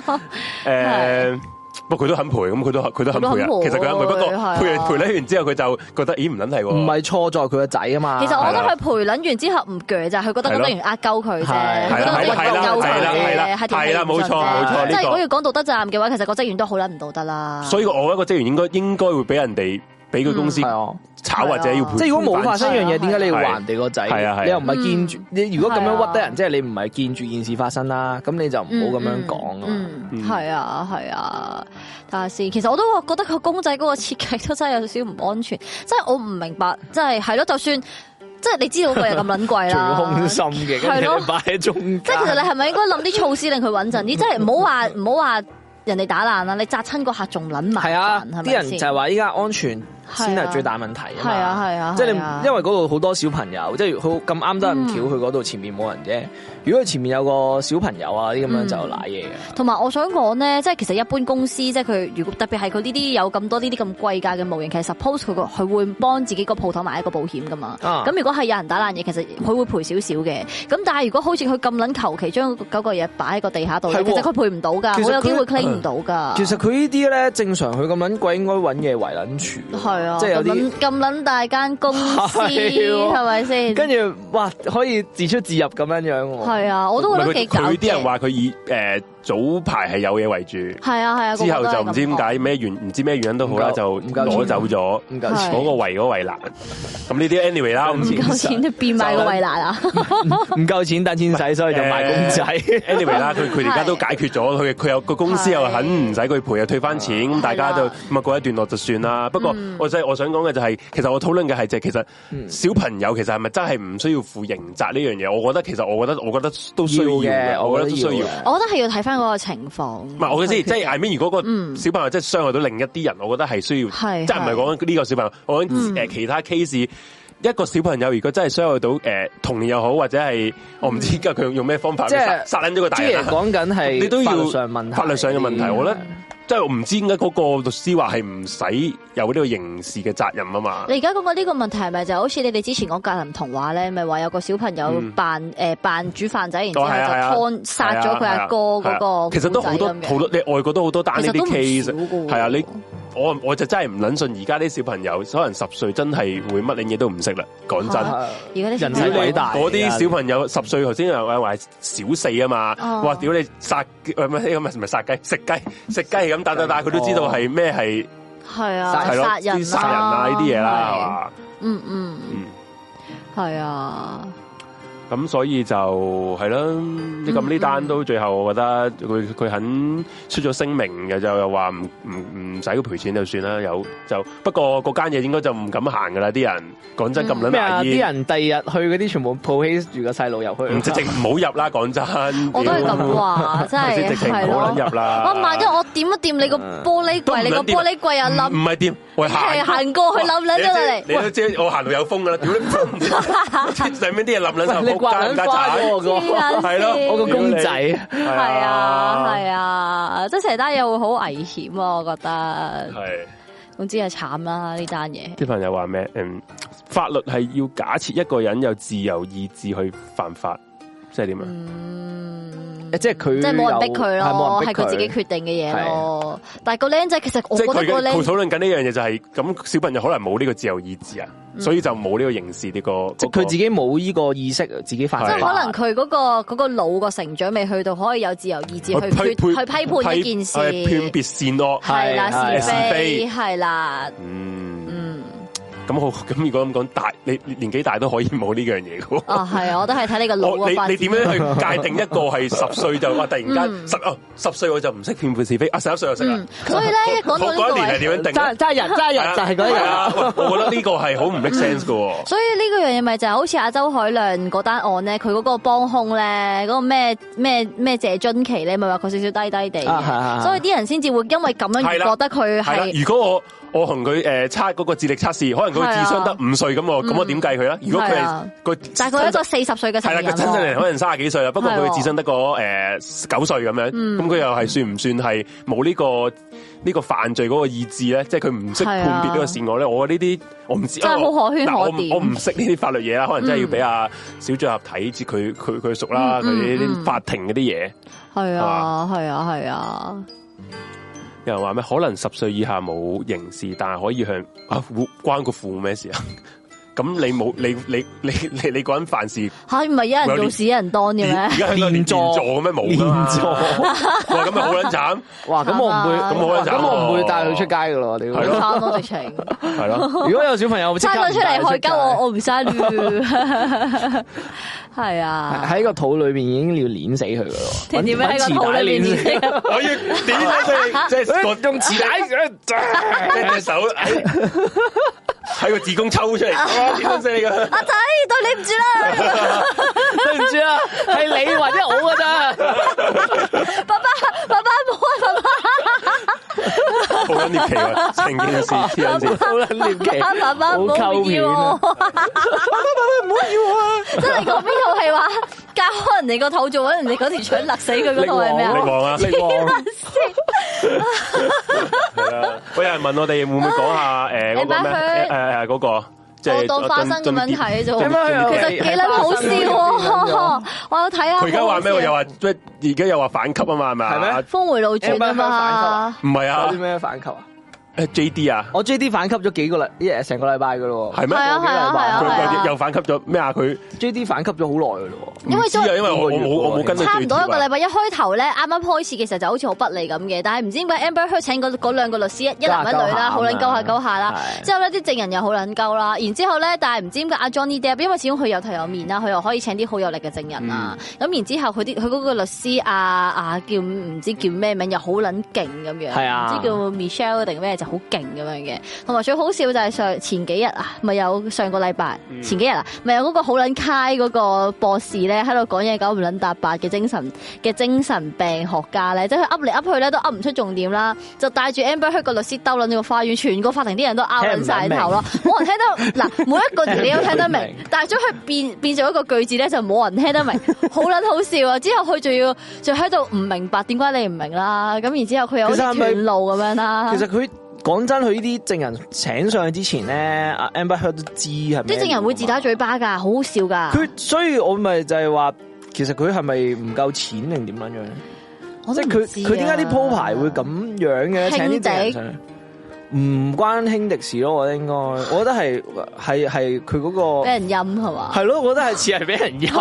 Speaker 2: 啊誒，不過佢都肯賠，咁佢都佢都肯賠啊
Speaker 1: 佢都。肯賠
Speaker 2: 其實佢肯賠，不過
Speaker 1: 係啊
Speaker 2: 賠賠咧完之後，佢就覺得咦唔撚係喎，
Speaker 3: 唔係錯在佢個仔啊嘛。
Speaker 1: 其實我覺得
Speaker 2: 係
Speaker 1: 佢
Speaker 2: 啦
Speaker 1: 賠撚完之後唔鋸咋，佢覺得
Speaker 2: 係
Speaker 1: 嗰
Speaker 2: 咯
Speaker 1: 啲人呃鳩佢啫，
Speaker 3: 係
Speaker 1: 佢覺得嗰啲人
Speaker 3: 係啦
Speaker 1: 鳩佢
Speaker 3: 係啦
Speaker 2: 係啦
Speaker 1: 啫，係條氣
Speaker 2: 係啦
Speaker 1: 唔
Speaker 2: 冇
Speaker 1: 順啫
Speaker 2: 錯冇錯呢個
Speaker 1: 即係如果要講道德責任嘅話，其實個職員都好撚唔道德啦。
Speaker 2: 所以我一個職員應該應該會俾人哋俾佢公司
Speaker 3: 啊係啊，
Speaker 2: 炒或者要賠。
Speaker 3: 即係如果冇發生一樣
Speaker 1: 係
Speaker 3: 嘢，
Speaker 1: 啊
Speaker 3: 點解你要還人哋個仔？
Speaker 2: 係啊係啊
Speaker 3: 你又唔係見住
Speaker 1: 嗯
Speaker 3: 你，如果咁樣屈得
Speaker 1: 係啊
Speaker 3: 人，即係你唔係見住件事發生啦。咁你就唔好咁樣講啊嘛。
Speaker 1: 嗯，
Speaker 2: 嗯
Speaker 1: 嗯係啊，係啊。睇下先，其實我都覺得個公仔嗰個設計都真係有少少唔安全，即係我唔明白，即係係咯，就算即係你知道個人咁撚貴
Speaker 3: 最空
Speaker 1: 啦。
Speaker 3: 心嘅，
Speaker 1: 嗯
Speaker 3: 跟
Speaker 1: 係
Speaker 3: 住
Speaker 1: 咯
Speaker 3: 你擺喺中間。
Speaker 1: 即係其實你係咪應該諗啲措施令佢穩陣啲？即係唔好話唔好話人哋打爛啦，你砸親個客仲撚麻
Speaker 3: 係啊
Speaker 1: 煩，，係咪
Speaker 3: 啲人就
Speaker 1: 先
Speaker 3: 係話依家安全先
Speaker 1: 係啊
Speaker 3: 係最大問題啊
Speaker 1: 係
Speaker 3: 嘛。
Speaker 1: 啊係啊，
Speaker 3: 即係你
Speaker 1: 係啊
Speaker 3: 因為嗰度好多小朋友，即係好咁啱得咁巧，佢嗰度前面冇人啫。如果佢前面有個小朋友啊啲咁樣
Speaker 1: 嗯
Speaker 3: 就賴嘢嘅。
Speaker 1: 同埋我想講咧，即係其實一般公司即係佢如果特別係佢呢啲有咁多呢啲咁貴價嘅模型，其實 suppose 佢個佢會幫自己個鋪頭買一個保險噶嘛。
Speaker 3: 啊
Speaker 1: 咁、如果係有人打爛嘢，其實佢會賠少少嘅。咁但係如果好似佢咁撚求其將嗰個嘢擺喺個地下度，
Speaker 3: 係喎
Speaker 1: 其實佢賠唔到㗎，
Speaker 3: 其實
Speaker 1: 好有機
Speaker 3: 佢嗯
Speaker 1: 會 claim 唔到㗎。
Speaker 3: 其實佢呢啲咧，正常佢咁撚貴，應該揾嘢圍撚住。
Speaker 1: 係啊，
Speaker 3: 即係
Speaker 1: 咁
Speaker 3: 有
Speaker 1: 撚。
Speaker 3: 啲
Speaker 1: 咁撚大間公司
Speaker 3: [laughs] 係喎
Speaker 1: 係咪先？
Speaker 3: 跟住哇，可以自出自入咁樣樣喎。
Speaker 1: 係啊，我都覺得幾
Speaker 2: 佢
Speaker 1: 搞
Speaker 2: 佢啲人
Speaker 1: 話
Speaker 2: 話佢以誒早排係有嘢圍住，
Speaker 1: 係啊係啊，
Speaker 2: 之
Speaker 1: 個個
Speaker 2: 後
Speaker 1: 都
Speaker 2: 就
Speaker 1: 係
Speaker 2: 唔知點
Speaker 1: 咁講
Speaker 2: 解咩原唔知咩原因都好啦，
Speaker 3: 唔夠
Speaker 2: 就
Speaker 3: 唔夠
Speaker 2: 攞走咗
Speaker 3: 唔
Speaker 1: 係
Speaker 3: 夠錢，
Speaker 2: 嗰個圍嗰圍欄。咁呢啲 anyway 啊啦，我唔
Speaker 1: 唔
Speaker 2: 知。
Speaker 1: 夠錢就 [laughs] 變賣個
Speaker 3: 就
Speaker 1: 圍欄啊！
Speaker 3: [laughs] 唔夠錢等錢使，所以就賣公仔。
Speaker 2: anyway 啦，佢佢而家都解決咗，佢佢有個公司又肯唔使佢賠，又退翻錢，咁大家就
Speaker 1: 係啦
Speaker 2: 咁啊過一段落就算啦。不過我想我想講嘅就係，其實我討論嘅係就係其實小朋友其實係咪真係唔需要負刑責呢樣嘢？我覺得其實我覺得我覺得都需要
Speaker 3: 要嘅
Speaker 2: 嘅，我覺得都需
Speaker 3: 我覺得
Speaker 2: 要
Speaker 3: 要。嘅
Speaker 1: 我覺得係要睇翻嗰個情況。
Speaker 2: 唔係我嘅意思，
Speaker 1: [laughs]
Speaker 2: 即係啊 I mean，如果個
Speaker 1: 嗯
Speaker 2: 小朋友真係傷害到另一啲人，我覺得係需要，
Speaker 1: 係
Speaker 2: 即係唔係講緊呢個小朋友，我講誒其他 case。一個小朋友如果真係傷害到誒、呃童年又好，或者係我唔知佢用咩方法
Speaker 3: 即係
Speaker 2: 殺殺撚咗個大
Speaker 3: 即
Speaker 2: 人
Speaker 3: 係
Speaker 2: 啊，
Speaker 3: 講緊係
Speaker 2: 你都要
Speaker 3: 法律上問題，啊
Speaker 2: 法律上嘅問題，
Speaker 3: 咧
Speaker 2: 我覺得即係我唔知點解嗰個律師話係唔使有呢個刑事嘅責任啊嘛。
Speaker 1: 你而家講緊呢個問題係咪就好似你哋之前講格林童話咧，咪話有個小朋友
Speaker 2: 嗯
Speaker 1: 扮誒扮煮飯仔，然之後
Speaker 2: 哦係啊係啊
Speaker 1: 就劏殺咗佢阿哥
Speaker 2: 係啊
Speaker 1: 嗰個
Speaker 2: 其實都好
Speaker 1: 故
Speaker 2: 多
Speaker 1: 仔咁樣
Speaker 2: 好多，你外國都好多單呢
Speaker 1: 其實都
Speaker 2: 啲
Speaker 1: 唔
Speaker 2: case，
Speaker 1: 少㗎喎
Speaker 2: 係啊，你我我就真係唔撚信而家啲小朋友，可能十歲真係會乜撚嘢都唔識啦。講真。
Speaker 1: 啊而家啲小
Speaker 3: 人
Speaker 1: 朋
Speaker 3: 世
Speaker 1: 友
Speaker 3: 偉大啊
Speaker 2: 嗰啲小朋友十歲，頭先又話小四啊嘛，
Speaker 1: 哦
Speaker 2: 哇！屌你殺呃誒唔係唔係唔係殺雞，食雞食雞咁打打
Speaker 3: 啊
Speaker 2: 打，佢都知道係咩係
Speaker 1: 係啊，
Speaker 2: 係咯
Speaker 1: 殺人
Speaker 2: 啲殺人啊呢啲嘢啦，
Speaker 1: 嗯
Speaker 2: 係
Speaker 1: 嗯，
Speaker 2: 嘛？
Speaker 1: 係啊，
Speaker 2: 嗯咁所以就係啦，呢咁呢單都最後，我覺得佢佢肯出咗聲明嘅，就又話唔唔唔使賠錢就算啦，有就不過嗰間嘢應該就唔敢行噶啦，啲人講真咁撚
Speaker 3: 咩啊？啲
Speaker 2: 大意，
Speaker 3: 人第二日去嗰啲全部抱起住個細路入去，
Speaker 2: 唔直直唔好入啦，講真，
Speaker 1: 我都係咁
Speaker 2: 屌 [laughs]
Speaker 1: 話，真
Speaker 2: 係先
Speaker 1: 係
Speaker 2: 直情
Speaker 1: 係
Speaker 2: 唔好
Speaker 1: 咯。
Speaker 2: 撚入啦。
Speaker 1: 我萬一我點一掂你個玻璃
Speaker 2: 都唔
Speaker 1: 櫃，你個
Speaker 2: 撚掂
Speaker 1: 玻璃櫃又
Speaker 2: 唔
Speaker 1: 冧，
Speaker 2: 唔係掂，喂
Speaker 1: 係
Speaker 2: 行
Speaker 1: 行過去冧撚咗落嚟。
Speaker 2: 你都知你都知我行路有風噶啦，屌你
Speaker 1: [laughs]
Speaker 2: 唔知上面啲嘢冧撚晒，
Speaker 3: [laughs] 喂你刮
Speaker 2: 仆街
Speaker 3: 緊花咗
Speaker 2: 唔
Speaker 3: 我個
Speaker 1: 黐撚線
Speaker 2: 係咯
Speaker 3: [laughs] 我個公仔，
Speaker 2: 得
Speaker 1: 係啊，係啊，即係成單嘢會好危險啊！我覺得，
Speaker 2: 係。
Speaker 1: 總之係慘啦呢單嘢。
Speaker 2: 啲朋友話咩？嗯，法律係要假設一個人有自由意志去犯法，即係點啊？
Speaker 1: 嗯，
Speaker 3: 即係佢
Speaker 1: 即係冇人逼佢
Speaker 3: 有係冇
Speaker 1: 咯，
Speaker 3: 人
Speaker 1: 係
Speaker 3: 逼
Speaker 1: 佢自己決定嘅嘢咯。但係個僆仔其實我
Speaker 2: 啊即
Speaker 1: 覺
Speaker 2: 係佢
Speaker 1: 得個
Speaker 2: 嘅佢
Speaker 1: 僆
Speaker 2: 討論緊呢樣嘢就係咁，小朋友可能冇呢個自由意志啊，所以就冇呢個刑事呢個。
Speaker 3: 即係佢自己冇呢個意識，自己發
Speaker 1: 即係
Speaker 3: 生
Speaker 2: 啊
Speaker 1: 可能佢嗰個嗰個腦個成長未去到可以有自由意志去
Speaker 2: 去
Speaker 1: 決去批判一件
Speaker 2: 去判
Speaker 1: 事，
Speaker 2: 別善惡。
Speaker 1: 係啦
Speaker 3: 係
Speaker 1: 是
Speaker 2: 啊是
Speaker 1: 非
Speaker 2: 非
Speaker 1: 係啦，
Speaker 2: 嗯，
Speaker 1: 嗯
Speaker 2: 咁好，咁如果咁講，大你你年紀大都可以冇呢樣嘢嘅喎。
Speaker 1: 啊係啊，我都係睇你個腦
Speaker 2: 我
Speaker 1: 個
Speaker 2: 你
Speaker 1: 發
Speaker 2: 你
Speaker 1: 展
Speaker 2: 點樣去界定一個係十歲就話突然
Speaker 1: 嗯
Speaker 2: 間十哦十歲我就唔識判別是非啊十一歲就識啦
Speaker 1: 嗯，所以咧一講到
Speaker 2: [laughs] 我
Speaker 1: 呢個
Speaker 2: 嗰一年係
Speaker 1: 位。
Speaker 2: 點樣定啊
Speaker 3: 揸？揸
Speaker 2: [laughs]
Speaker 3: 人揸人就係嗰啲
Speaker 2: 係
Speaker 3: 人。
Speaker 2: 啊喂我覺得呢個係好唔 make sense 噶。
Speaker 1: 所以呢個樣嘢咪就係好似阿周海亮嗰單案咧，佢嗰個幫兇咧，嗰、個咩咩咩謝津琪咧，咪話佢少少低低地嘅，
Speaker 3: 啊係係係
Speaker 1: 所以啲人先至會因為咁樣而
Speaker 2: 係啦
Speaker 1: 覺得佢
Speaker 2: 係啦，
Speaker 1: 係
Speaker 2: 如果我我同佢誒測嗰個智力測試，可能佢智商得五歲咁我，咁我點計佢啦？如果
Speaker 1: 啊嗯
Speaker 2: 佢
Speaker 1: 係
Speaker 2: 係
Speaker 1: 啊
Speaker 2: 個，
Speaker 1: 但係佢係一個四十歲嘅成
Speaker 2: 係
Speaker 1: 年
Speaker 2: 啦，佢
Speaker 1: 人
Speaker 2: 真正嚟
Speaker 1: 喎，
Speaker 2: 可能卅幾歲啦，不過
Speaker 1: 係喎嗯
Speaker 2: 佢智商得個誒九歲咁樣，咁佢又係算唔算係冇呢個呢個犯罪嗰個意志咧？即係佢唔識
Speaker 1: 係啊
Speaker 2: 判別呢個善惡咧？我呢啲我唔知，哦
Speaker 1: 真係好可圈
Speaker 2: 嗱我
Speaker 1: 可點
Speaker 2: 我唔識呢啲法律嘢啦，可能真係要俾阿小組合睇住佢佢佢熟啦，佢
Speaker 1: 嗯嗯嗯
Speaker 2: 呢啲法庭嗰啲嘢。
Speaker 1: 係啊係啊係啊，
Speaker 2: 有人話咩？可能十歲以下冇刑事，但係可以向啊 [laughs] 父關個父母咩事啊？ [laughs] 咁你冇你你你你你個人犯事，
Speaker 1: 嚇唔係有人做事有人當嘅
Speaker 2: 而
Speaker 1: 咩
Speaker 2: 而？家香港連
Speaker 3: 連坐
Speaker 2: 坐嘅咩冇㗎嘛
Speaker 3: 連坐 [laughs]
Speaker 2: 哇咁咪好撚慘，
Speaker 3: 哇！咁我唔會，
Speaker 1: 咁
Speaker 2: 我
Speaker 3: 咁我唔會帶佢出街噶咯，屌！
Speaker 1: 好慘咯直情，
Speaker 2: 係咯。
Speaker 3: [laughs] 如果有小朋友即
Speaker 1: 生
Speaker 3: 刻
Speaker 1: 咗出嚟害鳩我，
Speaker 3: 我，
Speaker 1: 我唔生啦，係啊，
Speaker 3: 喺個肚裏邊已經要碾死佢噶咯。
Speaker 1: [laughs] 點點樣喺個肚裏面
Speaker 3: 揾
Speaker 1: 先
Speaker 3: 匙帶
Speaker 2: 我要點 [laughs] 啊！即係即係個
Speaker 3: 攣死？用磁
Speaker 1: [laughs]
Speaker 3: [laughs] 帶哎
Speaker 2: 即係隻手喺喺個子宮抽 [laughs] 出嚟，哇點樣死你㗎？
Speaker 1: 阿仔對你唔住啦，
Speaker 3: 對唔住
Speaker 1: [laughs]
Speaker 3: 啊，係你或者我噶咋？
Speaker 1: 爸爸爸爸冇啊爸爸。
Speaker 2: 好撚獵奇啊！成件事黐撚線。
Speaker 3: [laughs] 好啦，獵奇，
Speaker 1: 爸 [laughs] 爸爸唔好
Speaker 3: 好
Speaker 1: 要 [laughs] 我，爸爸爸唔好要我啊！真係講邊套戲話隔開人哋個肚做緊人哋嗰條腸勒死佢嗰套係咩
Speaker 2: 力
Speaker 1: 啊？ [laughs]
Speaker 2: 王啊！力王。係啊！喂，有人問我哋會唔會
Speaker 1: [laughs]
Speaker 2: 講下誒嗰個咩？誒
Speaker 1: 你把
Speaker 2: 誒嗰個即係啊
Speaker 1: 我當花生咁樣睇啫喎
Speaker 2: 進進
Speaker 3: 咁樣
Speaker 1: 其
Speaker 3: 樣
Speaker 1: 實幾撚好笑喎！我有睇啊，
Speaker 2: 佢而家話咩？又
Speaker 1: 話
Speaker 2: 話即係而家又話反級啊嘛，係咪啊？
Speaker 3: 係咩
Speaker 1: 峰回路轉啊嘛，
Speaker 2: 唔係
Speaker 3: 有
Speaker 2: 啊
Speaker 3: 啲咩反級啊？
Speaker 2: 誒，J D 啊，
Speaker 3: 我 J D 反級咗幾個禮，一成個禮拜噶咯。
Speaker 2: 係咩？
Speaker 1: 係啊係啊係啊
Speaker 2: 佢
Speaker 1: 係啊
Speaker 2: 佢又反級咗咩啊？佢
Speaker 3: J D 反級咗好耐噶咯。
Speaker 1: 因為
Speaker 2: 唔知啊，
Speaker 1: 都
Speaker 2: 因為我我冇我冇跟到
Speaker 1: 差唔多一個禮
Speaker 2: 拜。
Speaker 1: 拜。一開頭咧，啱啱開始嘅時候就好似好不利咁嘅，但係唔知點解 Amber Heard 請嗰嗰兩個律師一一男一女啦，好撚鳩下鳩下啦。
Speaker 3: 係
Speaker 1: 之後呢啲證人又好撚鳩啦，然之後咧，但係唔知點解阿 Johnny Depp，因為始終佢有頭有面啦，啊佢又可以請啲好有力嘅證人啊。
Speaker 3: 嗯
Speaker 1: 咁、然之後佢啲佢嗰個律師啊啊叫唔知叫咩名，又好撚勁咁樣，
Speaker 3: 係
Speaker 1: 唔
Speaker 3: 啊
Speaker 1: 知叫 Michelle 定咩就好勁咁樣嘅。同埋最好笑就係上前幾日啊，咪有上個禮拜、
Speaker 3: 嗯
Speaker 1: 前幾日啊，咪有嗰個好撚 high 嗰個博士咧喺度講嘢搞唔撚搭八嘅精神嘅精神病學家咧，即係佢噏嚟噏去咧都噏唔出重點啦，就帶住 Amber Heard 個律師兜撚咗個花園，全個法庭啲人都拗撚晒頭咯，冇人聽
Speaker 3: [laughs]
Speaker 1: 得嗱，每一個字你都聽得明，但係將佢變變做一個句子咧就冇人聽得
Speaker 3: [laughs]
Speaker 1: 明，好撚好笑啊！之後佢仲要仲喺度唔明白點解你唔明啦，咁然之後佢有
Speaker 3: 其實係
Speaker 1: 啲
Speaker 3: 咪
Speaker 1: 斷路咁樣啦，
Speaker 3: 其實佢講真，佢呢啲證人請上去之前咧，阿 Amber Heard 都知係咩啊
Speaker 1: 啲證人會自打
Speaker 3: 料㗎嘛
Speaker 1: 嘴巴啊㗎，好好笑㗎，
Speaker 3: 佢所以我咪就係話，其實佢係咪唔夠錢定點樣樣咧？
Speaker 1: 我
Speaker 3: 即
Speaker 1: 都
Speaker 3: 係
Speaker 1: 唔
Speaker 3: 佢
Speaker 1: 知啊
Speaker 3: 佢點解啲鋪排會咁樣嘅？請啲
Speaker 1: 輕敵
Speaker 3: 證人上去唔關輕敵事咯，我覺得應該，我覺得係係係佢嗰
Speaker 1: 俾
Speaker 3: 個
Speaker 1: 人陰係嘛？
Speaker 3: 係咯，我覺得係似係俾人
Speaker 1: [laughs]
Speaker 3: 陰。